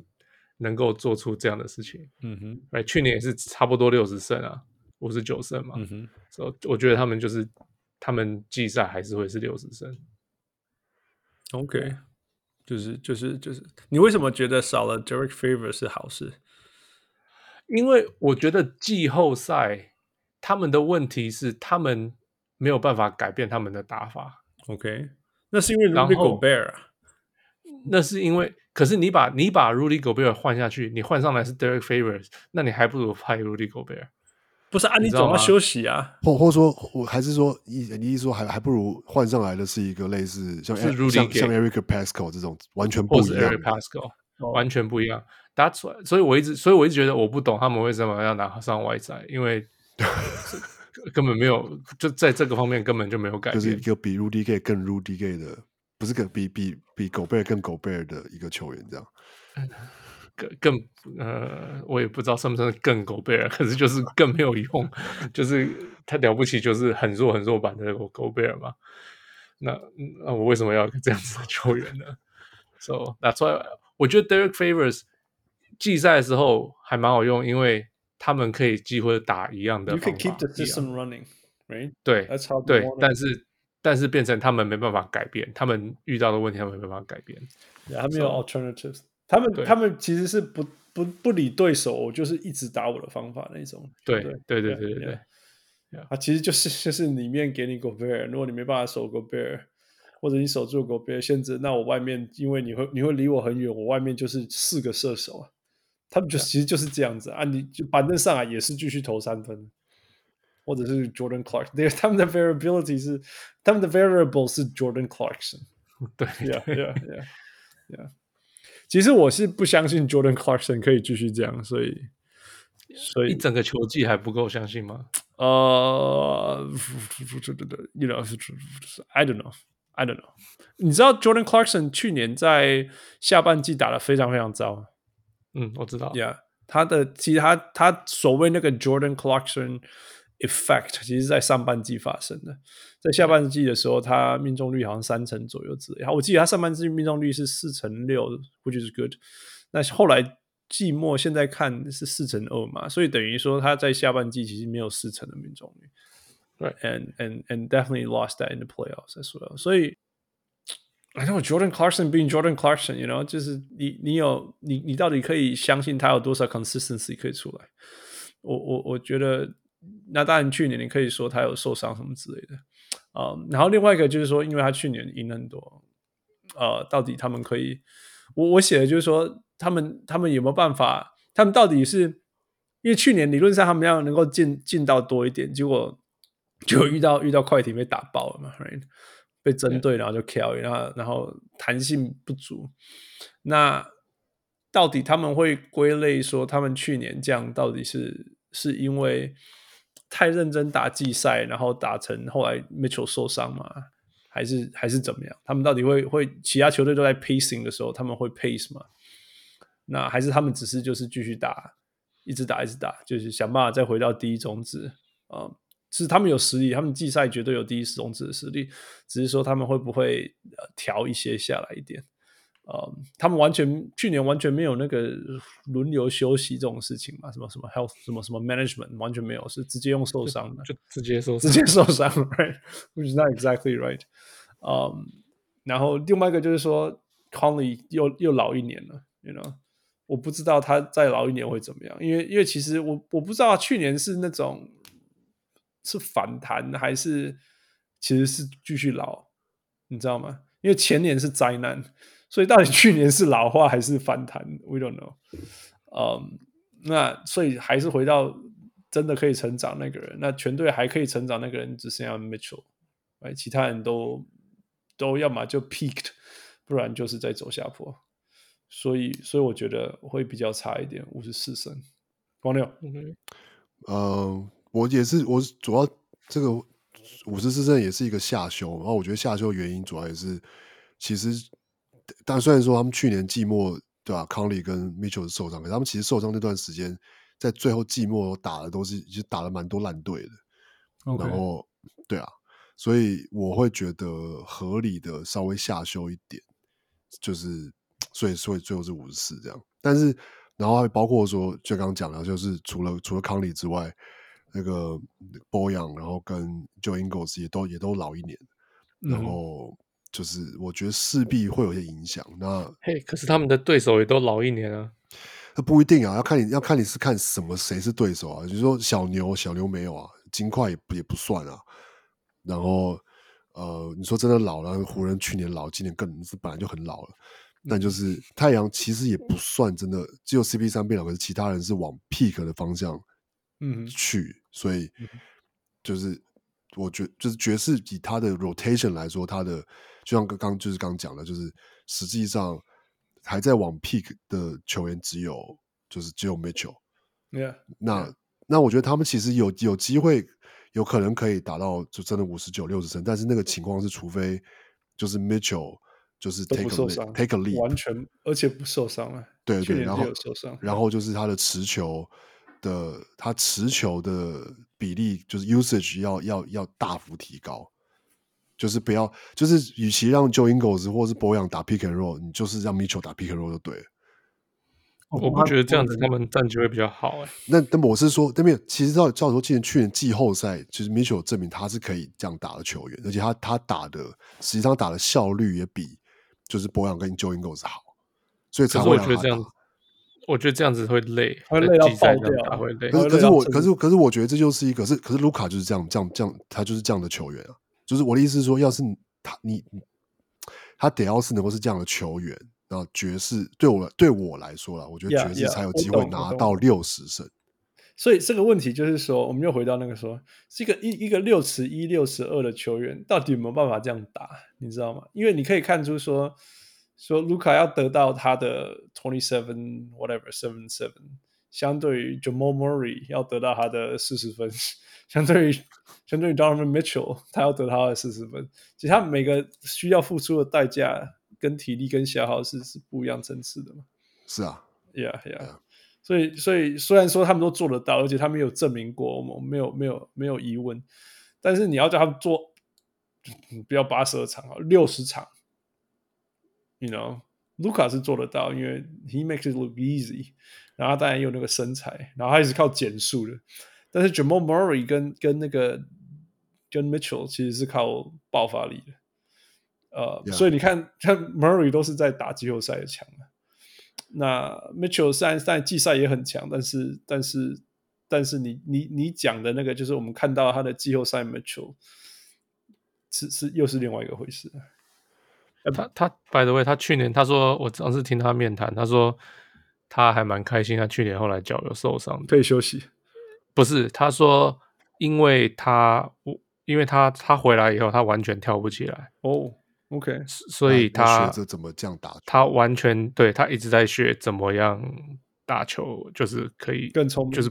Speaker 4: 能够做出这样的事情
Speaker 3: 嗯哼，
Speaker 4: ，right？去年也是差不多六十胜啊，五十九胜嘛，
Speaker 3: 嗯哼，
Speaker 4: 所以我觉得他们就是他们季赛还是会是六十胜。
Speaker 3: OK，就是就是就是，你为什么觉得少了 Derek Favor 是好事？
Speaker 4: 因为我觉得季后赛他们的问题是他们没有办法改变他们的打法，
Speaker 3: OK，那是因为
Speaker 4: 然
Speaker 3: Rudy
Speaker 4: 后
Speaker 3: Gobert 啊。
Speaker 4: 那是因为可是你把你把 Rudy Gobert 换下去，你换上来是 Derek Favors，那你还不如派 Rudy Gobert。
Speaker 3: 不是啊，
Speaker 4: 你
Speaker 3: 你
Speaker 4: 知道
Speaker 3: 总要
Speaker 4: 吗
Speaker 3: 休息啊。
Speaker 2: 或或说，我还是说，你你一说还还不如换上来的是一个类似像
Speaker 4: 是
Speaker 2: Eric-
Speaker 4: Rudy
Speaker 2: 像
Speaker 4: Gay
Speaker 2: 像 Eric Pascal 这种完全
Speaker 4: 或
Speaker 2: 不一
Speaker 4: 是
Speaker 2: 样
Speaker 4: Eric
Speaker 2: 的。
Speaker 4: Pascal，、完全不一样。打出来，所以我一直，所以我一直觉得我不懂他们为什么要拿上外在，
Speaker 2: <laughs>
Speaker 4: 因为是根本没有，就在这个方面根本就没有改
Speaker 2: 就是
Speaker 4: 变
Speaker 2: 一。个比 Rudy Gay 更 Rudy Gay 的，不是个比比比狗贝尔更狗贝尔的一个球员这样。
Speaker 4: 更更呃，我也不知道算不算更狗贝尔，可是就是更没有用，就是他了不起就是很弱很弱版的狗狗贝尔嘛。那那我为什么要有这样子的球员呢？So that's why 我觉得 Derek Favors 季赛的时候还蛮好用，因为他们可以几乎打一样的
Speaker 3: You
Speaker 4: 方
Speaker 3: can keep
Speaker 4: 法
Speaker 3: the
Speaker 4: 一样
Speaker 3: system running, right?
Speaker 4: 对
Speaker 3: That's how.
Speaker 4: 对，但是但是变成他们没办法改变，他们遇到的问题他们没办法改变。
Speaker 3: 他们有 alternatives。他们
Speaker 4: 对
Speaker 3: 他们其实是不不不理对手，我就是一直打我的方法那种。
Speaker 4: 对
Speaker 3: 对
Speaker 4: 对对对对
Speaker 3: yeah,
Speaker 4: 对
Speaker 3: yeah。啊，其实就是就是里面给你 Gobert，如果你没办法守 Gobert，或者你守住 Gobert 限制，那我外面因为你会你会离我很远，我外面就是四个射手啊，他们就其实就是这样子啊，你就板凳上来也是继续投三分，或者是 Jordan Clark，他们 <laughs> 的 variability 是他们的 variable 是 Jordan Clarkson。
Speaker 4: 对
Speaker 3: yeah, yeah, yeah, yeah. 其实我是不相信 Jordan Clarkson 可以继续这样，所以，所
Speaker 4: 一
Speaker 3: 以
Speaker 4: 整个球季还不够相信吗？
Speaker 3: 呃，you know，I don't know，I don't know。你知道 Jordan Clarkson 去年在下半季打得非常非常糟
Speaker 4: 嗯，我知道。
Speaker 3: ，Yeah，他的其实他他所谓那个 Jordan Clarkson effect，其实在上半季发生的，在下半季的时候，他命中率好像三成左右之类。然后我记得他上半季命中率是四成六，which is good。那后来季末现在看是四成二嘛，所以等于说他在下半季其实没有四成的命中率。
Speaker 4: Right.
Speaker 3: and and and definitely lost that in the playoffs as well. 所以 I know Jordan Clarkson being Jordan Clarkson，you know，就是你你有你你到底可以相信他有多少 consistency 可以出来？我我我觉得，那当然去年你可以说他有受伤什么之类的，啊、然后另外一个就是说，因为他去年赢很多，呃，到底他们可以，我我写的就是说，他们他们有没有办法？他们到底是因为去年理论上他们要能够进进到多一点，结果就遇到遇到快艇被打爆了嘛，right？被针对，然后就 KO，然后然后弹性不足，那到底他们会归类说他们去年这样到底是是因为太认真打季赛，然后打成后来 Mitchell 受伤嘛，还是还是怎么样？他们到底会会其他球队都在 pacing 的时候，他们会 pace 吗？那还是他们只是就是继续打，一直打一直打，就是想办法再回到第一种子啊、嗯是他们有实力，他们季赛绝对有第一种子的实力，只是说他们会不会呃调一些下来一点。呃，他们完全去年完全没有那个轮流休息这种事情嘛，什么什么 health 什么什么 management 完全没有，是直接用受伤的，
Speaker 4: 就直接说
Speaker 3: 直接受伤，right？Which <laughs> is not exactly right。嗯，然后另外一个就是说，Conley 又又老一年了，you know，我不知道他再老一年会怎么样，因为因为其实我我不知道去年是那种是反弹还是其实是继续老，你知道吗？因为前年是灾难，所以到底去年是老化还是反弹，we don't know。嗯，那所以还是回到真的可以成长那个人，那全队还可以成长那个人只剩下 Mitchell，哎，其他人都都要么就 peaked，不然就是在走下坡，所以所以我觉得会比较差一点，五十四胜，光六，嗯
Speaker 2: 呃，我也是，我主要这个五十四胜也是一个下修，然后我觉得下修的原因主要也是，其实，但虽然说他们去年季末对吧、康利跟 Mitchell 是受伤，可是他们其实受伤那段时间，在最后季末打的都是其实打了蛮多烂队的，然后对啊，所以我会觉得合理的稍微下修一点，就是所以所以最后是五十四这样，但是然后还包括说就刚刚讲的，就是除了除了康利之外，那个波扬，然后跟 Joe Ingles 也都也都老一年，嗯
Speaker 3: 嗯
Speaker 2: 然后就是我觉得势必会有些影响，那
Speaker 4: 嘿，可是他们的对手也都老一年啊，
Speaker 2: 那不一定啊，要看你要看你是看什么谁是对手啊。比如说小牛，小牛没有啊，金块也不也不算啊。然后呃，你说真的老了，湖人去年老，今年更是本来就很老了。但就是太阳其实也不算真的，只有 CP 三变老，可是其他人是往 peak 的方向
Speaker 3: 嗯哼
Speaker 2: 去，所以
Speaker 3: 嗯
Speaker 2: 就是我觉就是爵士以他的 rotation 来说，他的就像刚刚就是刚讲的，就是实际上还在往 peak 的球员只有就是只有 Mitchell，
Speaker 3: ，yeah。
Speaker 2: 那那我觉得他们其实有有机会，有可能可以达到就真的五十九六十胜，但是那个情况是，除非就是 Mitchell 就是
Speaker 3: 都
Speaker 2: take
Speaker 3: 不
Speaker 2: a
Speaker 3: 受
Speaker 2: lead,
Speaker 3: 伤
Speaker 2: take a
Speaker 3: 完
Speaker 2: lead，
Speaker 3: 全而且不受伤了。
Speaker 2: 对
Speaker 3: 去
Speaker 2: 对，
Speaker 3: 年
Speaker 2: 然
Speaker 3: 就
Speaker 2: 后
Speaker 3: 有受伤，
Speaker 2: 然后就是他的持球的他持球的比例就是 usage 要要要大幅提高。就是不要，就是与其让 Joe Ingles 或是 b o y a n 打 pick and roll，你就是让 Mitchell 打 pick and roll 就对了。
Speaker 3: 哦
Speaker 4: 我不觉得这样子他们战绩会比较好哎、
Speaker 2: 那那么我是说，那边其实照照说，今年去年季后赛，其实 Mitchell 证明他是可以这样打的球员，而且他他打的实际上打的效率也比就是博扬跟 Joe Ingles 好，所以才
Speaker 4: 可是
Speaker 2: 会
Speaker 4: 我
Speaker 2: 让
Speaker 4: 觉得
Speaker 2: 他
Speaker 4: 这样
Speaker 2: 打
Speaker 4: 子，我觉得这样子会累，
Speaker 3: 啊会累到
Speaker 4: 在季赛
Speaker 3: 爆
Speaker 4: 上
Speaker 3: 掉啊
Speaker 4: 打会累
Speaker 2: 可。是
Speaker 3: 会累
Speaker 2: 可是
Speaker 3: 到
Speaker 2: 我
Speaker 3: 甚
Speaker 2: 可是可是我觉得这就是一个，可是可是卢卡就是这样这样这样，他就是这样的球员啊。就是我的意思是说，要是你他你你他得要是能够是这样的球员，然后爵士对我来对我来说啦，我觉得
Speaker 3: Yeah,
Speaker 2: 爵士
Speaker 3: yeah，
Speaker 2: 才有
Speaker 3: 我
Speaker 2: 机
Speaker 3: 懂
Speaker 2: 会
Speaker 3: 我
Speaker 2: 拿
Speaker 3: 懂
Speaker 2: 到六十胜。
Speaker 3: 所以这个问题就是说，我们又回到那个说，这个一一个六十一、六十二的球员，到底有没有办法这样打？你知道吗？因为你可以看出说，说卢卡要得到他的 twenty seven whatever seven seven，相对于 Jamal Murray 要得到他的四十分，相对于相对于 Donovan Mitchell 他要得到他的四十分，其实他每个需要付出的代价跟体力跟消耗是是不一样层次的嘛。
Speaker 2: 是啊，
Speaker 3: Yeah, yeah.
Speaker 2: Yeah.
Speaker 3: 所以，所以虽然说他们都做得到，而且他们有证明过，我们没有没有没有疑问，但是你要叫他们做，不要八十二场啊，六十场，you know，卢卡是做得到，因为 he makes it look easy，然后他当然也有那个身材，然后他也是靠减速的。但是 Jamal Murray 跟跟那个跟 Mitchell 其实是靠爆发力的。呃
Speaker 2: Yeah.
Speaker 3: 所以你看，像 Murray 都是在打季后赛的强啊。那 Mitchell 虽然在季赛也很强，但是但是但是你你你讲的那个，就是我们看到他的季后赛 Mitchell 是是又是另外一个回事。
Speaker 4: 他他 by the way，他去年他说我上次听他面谈，他说他还蛮开心，他去年后来脚有受伤的，
Speaker 3: 可以休息，
Speaker 4: 不是他说因为他我因为他他回来以后他完全跳不起来，
Speaker 3: 哦、o k
Speaker 4: 所所以
Speaker 2: 那那
Speaker 4: 他
Speaker 2: 学着怎么这样打球
Speaker 4: 他完全对他一直在学怎么样打球，就是可以
Speaker 3: 更聪明
Speaker 4: 就是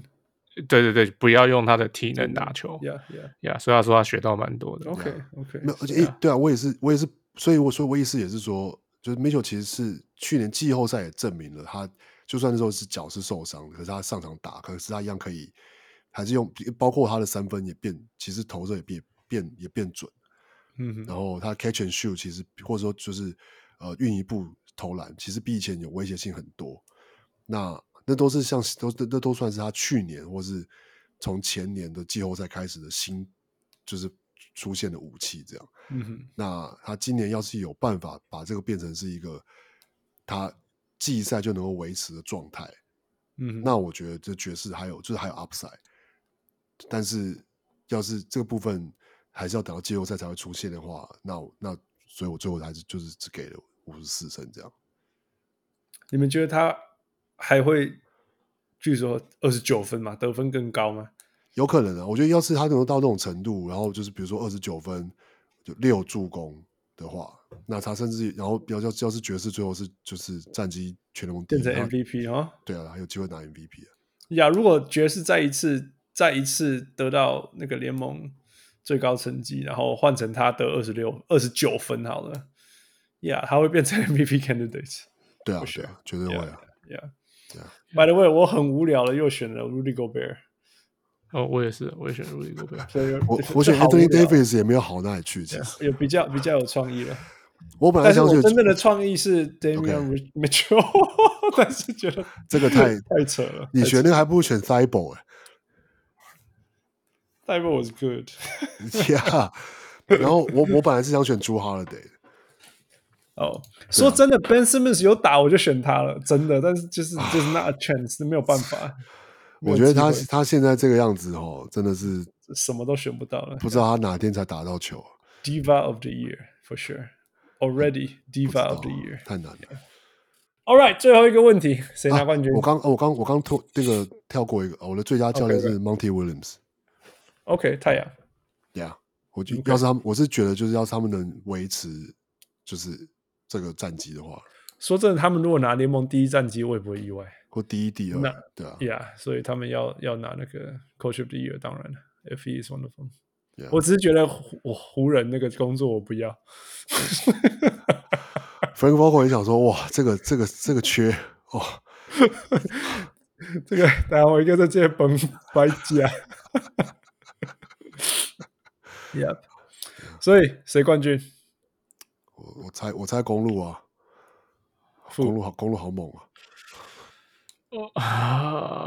Speaker 4: 对对对，不要用他的体能打球。
Speaker 3: Yeah, yeah.
Speaker 4: 呀所以他说他学到蛮多的。
Speaker 3: OK, OK.
Speaker 2: 没有，而且诶、对啊，我也是，我也是，所以我说我意思也是说，就是 Mitchell 其实是去年季后赛也证明了他，就算那时候是脚是受伤的，可是他上场打，可是他一样可以，还是用，包括他的三分也变，其实投射也变变也变准，
Speaker 3: 嗯哼，
Speaker 2: 然后他 catch and shoot 其实或者说就是呃运一步投篮，其实比以前有威胁性很多。那那都是像都那那都算是他去年或是从前年的季后赛开始的新，就是出现的武器这样。
Speaker 3: 嗯哼，
Speaker 2: 那他今年要是有办法把这个变成是一个他季赛就能够维持的状态，
Speaker 3: 嗯哼。
Speaker 2: 那我觉得这爵士还有就是还有 upside，但是要是这个部分还是要等到季后赛才会出现的话，那我那所以我最后还是就是只给了五十四胜这样。
Speaker 3: 你们觉得他还会，据说二十九分嘛，得分更高吗？
Speaker 2: 有可能啊，我觉得要是他能够到这种程度，然后就是比如说二十九分，就六助攻的话，那他甚至然后要要要是爵士最后是就是战绩全联盟第一
Speaker 3: 变成
Speaker 2: 那
Speaker 3: MVP 哦。
Speaker 2: 对啊，还有机会拿 MVP 啊。
Speaker 3: 呀，如果爵士再一次再一次得到那个联盟最高成绩，然后换成他得二十六、二十九分好了，呀、他会变成 <laughs> MVP candidate。
Speaker 2: 对啊，
Speaker 3: 不是
Speaker 2: 对啊，绝对会啊。
Speaker 3: Yeah.
Speaker 2: Yeah.
Speaker 3: By the way，我很无聊的又选了 Rudy Gobert，
Speaker 4: 哦，我也是，我也选 Rudy Gobert。
Speaker 3: 所以
Speaker 2: 我
Speaker 3: 这
Speaker 2: 我选
Speaker 3: 这好无
Speaker 2: Anthony
Speaker 3: 聊
Speaker 2: Davis 也没有好到哪里去，其实
Speaker 3: 有比较比较有创意了。
Speaker 2: 我本来
Speaker 3: 但是
Speaker 2: 想
Speaker 3: 我
Speaker 2: 选
Speaker 3: 真正的创意是 Damian Rich- Mitchell，但 <laughs> 是觉得
Speaker 2: 这个
Speaker 3: <laughs>
Speaker 2: 太
Speaker 3: 太扯了。
Speaker 2: 你选那个还不如选 t h i b a l 哎
Speaker 3: d a m i was good，
Speaker 2: <laughs> ，Yeah。然后我我本来是想选朱哈勒 d
Speaker 3: 哦，
Speaker 2: 啊
Speaker 3: 说真的，Ben Simmons 有打我就选他了，真的。但是就是
Speaker 2: 啊
Speaker 3: 就是 not a chance，没有办法。没
Speaker 2: 我
Speaker 3: 有
Speaker 2: 觉得
Speaker 3: 机
Speaker 2: 他
Speaker 3: 会
Speaker 2: 他现在这个样子哦，真的是
Speaker 3: 什么都选不到了。
Speaker 2: 不知道他哪天才打到球，啊
Speaker 3: Diva of the year for sure。Already
Speaker 2: 不知
Speaker 3: diva
Speaker 2: 道啊
Speaker 3: of the year。
Speaker 2: 太难了。
Speaker 3: All right，最后一个问题，谁拿
Speaker 2: 啊
Speaker 3: 冠军
Speaker 2: 我刚哦我刚我刚脱那个跳过一个，哦我的最佳教练
Speaker 3: OK，OK
Speaker 2: 是 Monty Williams，Yeah。
Speaker 3: ？OK，太阳。
Speaker 2: 我就要是他们，我是觉得就是要是他们能维持就是这个战绩的话，
Speaker 3: 说真的，他们如果拿联盟第一战绩，我也不会意外。
Speaker 2: 或第一第
Speaker 3: 那
Speaker 2: 二，对啊
Speaker 3: Yeah，所以他们要要拿那个 Coach of the Year，当然了，If he is one of them。
Speaker 2: Yeah
Speaker 3: 我只是觉得湖我湖人那个工作我不要。 <laughs>
Speaker 2: Frank Vogel 也想说，哇，这个这个这个缺哦，
Speaker 3: 这个打我一个在这些崩白家。yep。所以谁冠军？
Speaker 2: 我我猜我猜公路啊，公路好公路好猛啊，
Speaker 4: 哦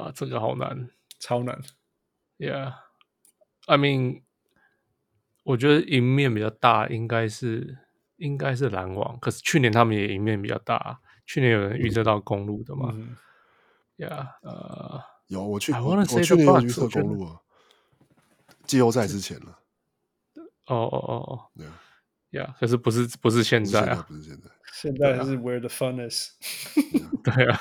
Speaker 4: 啊， <laughs> 这个好难。
Speaker 3: 超难。
Speaker 4: Yeah，I mean，我觉得赢面比较大，应该是应该是篮网。可是去年他们也赢面比较大，去年有人预测到公路的嘛、
Speaker 3: 嗯，
Speaker 4: y e a h 呃，
Speaker 2: 有我去
Speaker 4: I
Speaker 2: 我
Speaker 4: wanna
Speaker 2: 我
Speaker 4: say the
Speaker 2: 去年有预
Speaker 4: Bucks，
Speaker 2: 测
Speaker 4: 我觉得
Speaker 2: 公路啊，季后赛之前了，
Speaker 4: 哦哦哦哦
Speaker 2: 对啊，
Speaker 4: ，Yeah，可是不是不是现
Speaker 2: 不是
Speaker 4: 在
Speaker 2: 现在
Speaker 4: 啊，
Speaker 2: 不是现在，
Speaker 3: 现在是 where the fun is。
Speaker 4: 对啊，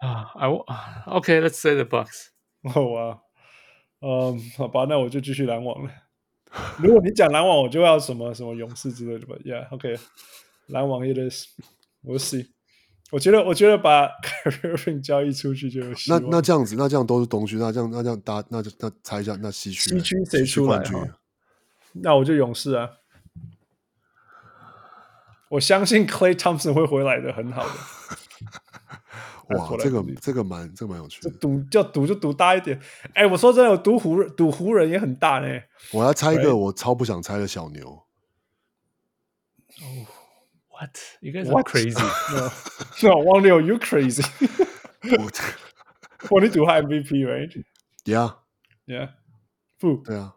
Speaker 4: <laughs> 啊，I w <sighs> OK，Let's、say the Bucks。
Speaker 3: 哦哇，嗯，好吧，那我就继续篮网了。如果你讲篮网，我就要什么什么勇士之类的吧。Yeah，OK，、篮网 it is。我 see。我觉得，我觉得把 Kyrie Irving 交易出去就有希
Speaker 2: 那
Speaker 3: 望。
Speaker 2: 那这样子，那这样都是东区，那这样那这样大，那就那猜一下，那西区
Speaker 3: 西
Speaker 2: 嘞
Speaker 3: 区谁
Speaker 2: 西
Speaker 3: 出
Speaker 2: 冠
Speaker 3: 来
Speaker 2: 军
Speaker 3: 哈
Speaker 2: 啊？
Speaker 3: 那我就勇士啊。我相信 Clay Thompson 会回来的，很好的。
Speaker 2: 哇，
Speaker 3: 来
Speaker 2: 这个
Speaker 3: 不及
Speaker 2: 这个蛮这个蛮有趣的。
Speaker 3: 赌就赌就赌大一点。哎，我说真的，我赌湖人赌湖人也很大呢。
Speaker 2: 我要猜一
Speaker 3: Right
Speaker 2: 个我超不想猜的小牛，
Speaker 4: What? You guys are
Speaker 3: <laughs> What?
Speaker 4: crazy.
Speaker 3: No, no, Wang Liu, you crazy. Twenty two high MVP, right?
Speaker 2: <laughs> yeah，
Speaker 3: Yeah，不，
Speaker 2: 对啊，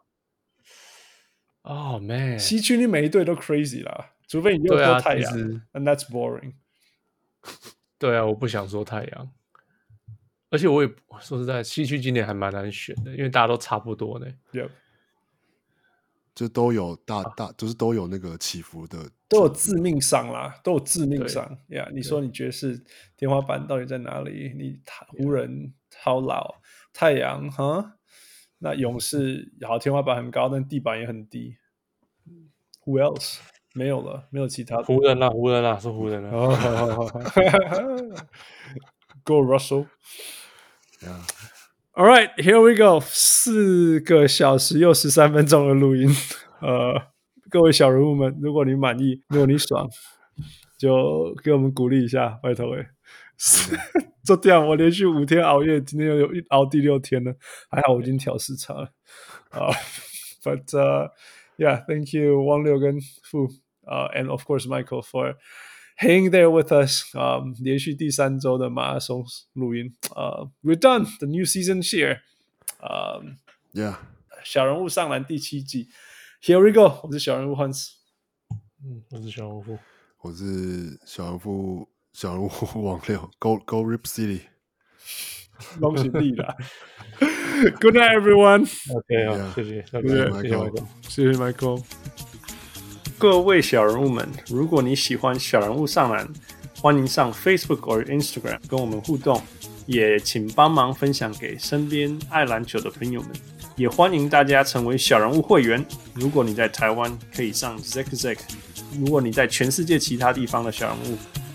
Speaker 4: Oh man，
Speaker 3: 西区你每一队都 crazy 啦，除非你又
Speaker 4: 对
Speaker 3: 说
Speaker 4: 啊，
Speaker 3: 太
Speaker 4: 其
Speaker 3: 阳、
Speaker 4: 实
Speaker 3: a n d that's boring。
Speaker 4: 对啊，我不想说太阳，而且我也不说实在，西区今年还蛮难选的，因为大家都差不多呢。
Speaker 3: Yep，
Speaker 2: 就都有大大，就是都有那个起伏的，
Speaker 3: 都有致命伤啦，都有致命伤。Yeah，你说你爵士天花板到底在哪里？你太湖人超老，太阳哈，那勇士好，天花板很高，但地板也很低。Who else？没有了，没有其他的。
Speaker 4: 湖人啦、湖人啦、说湖人啦、
Speaker 3: 哦，好好好好，Go Russell。
Speaker 2: Yeah.
Speaker 3: All right, here we go，四个小时又十三分钟的录音。呃，各位小人物们，如果你满意，如果你爽，就给我们鼓励一下，拜托哎。 <laughs> 就这样，我连续五天熬夜，今天又有一熬第六天了，还好我已经调时差了。啊、b <laughs> u t uh, yeah, thank you, Wang Liu 跟 Fu, uh, and of course Michael for hanging there with us. Um, 连续第三周的马拉松录音，呃、uh,，We're done. The new season here. 呃、um,，
Speaker 2: yeah，
Speaker 3: 小人物上篮第七季，Here we go. 我是小人物 Hans。
Speaker 4: 嗯，我是小红夫。
Speaker 2: 我是小人物小人 <laughs> 物王六，Go Go Rip City，
Speaker 3: 恭喜你啦！Good night, everyone.
Speaker 4: OK
Speaker 2: 对啊
Speaker 4: 啊，谢谢，谢
Speaker 3: 对
Speaker 4: 谢，谢谢
Speaker 2: ，Michael
Speaker 4: 麦克。
Speaker 3: 谢谢 Michael。各位小人物们，如果你喜欢小人物上篮，欢迎上 Facebook 或 Instagram 跟我们互动，也请帮忙分享给身边爱篮球的朋友们。也欢迎大家成为小人物会员。如果你在台湾，可以上 z a k z a k 如果你在全世界其他地方的小人物，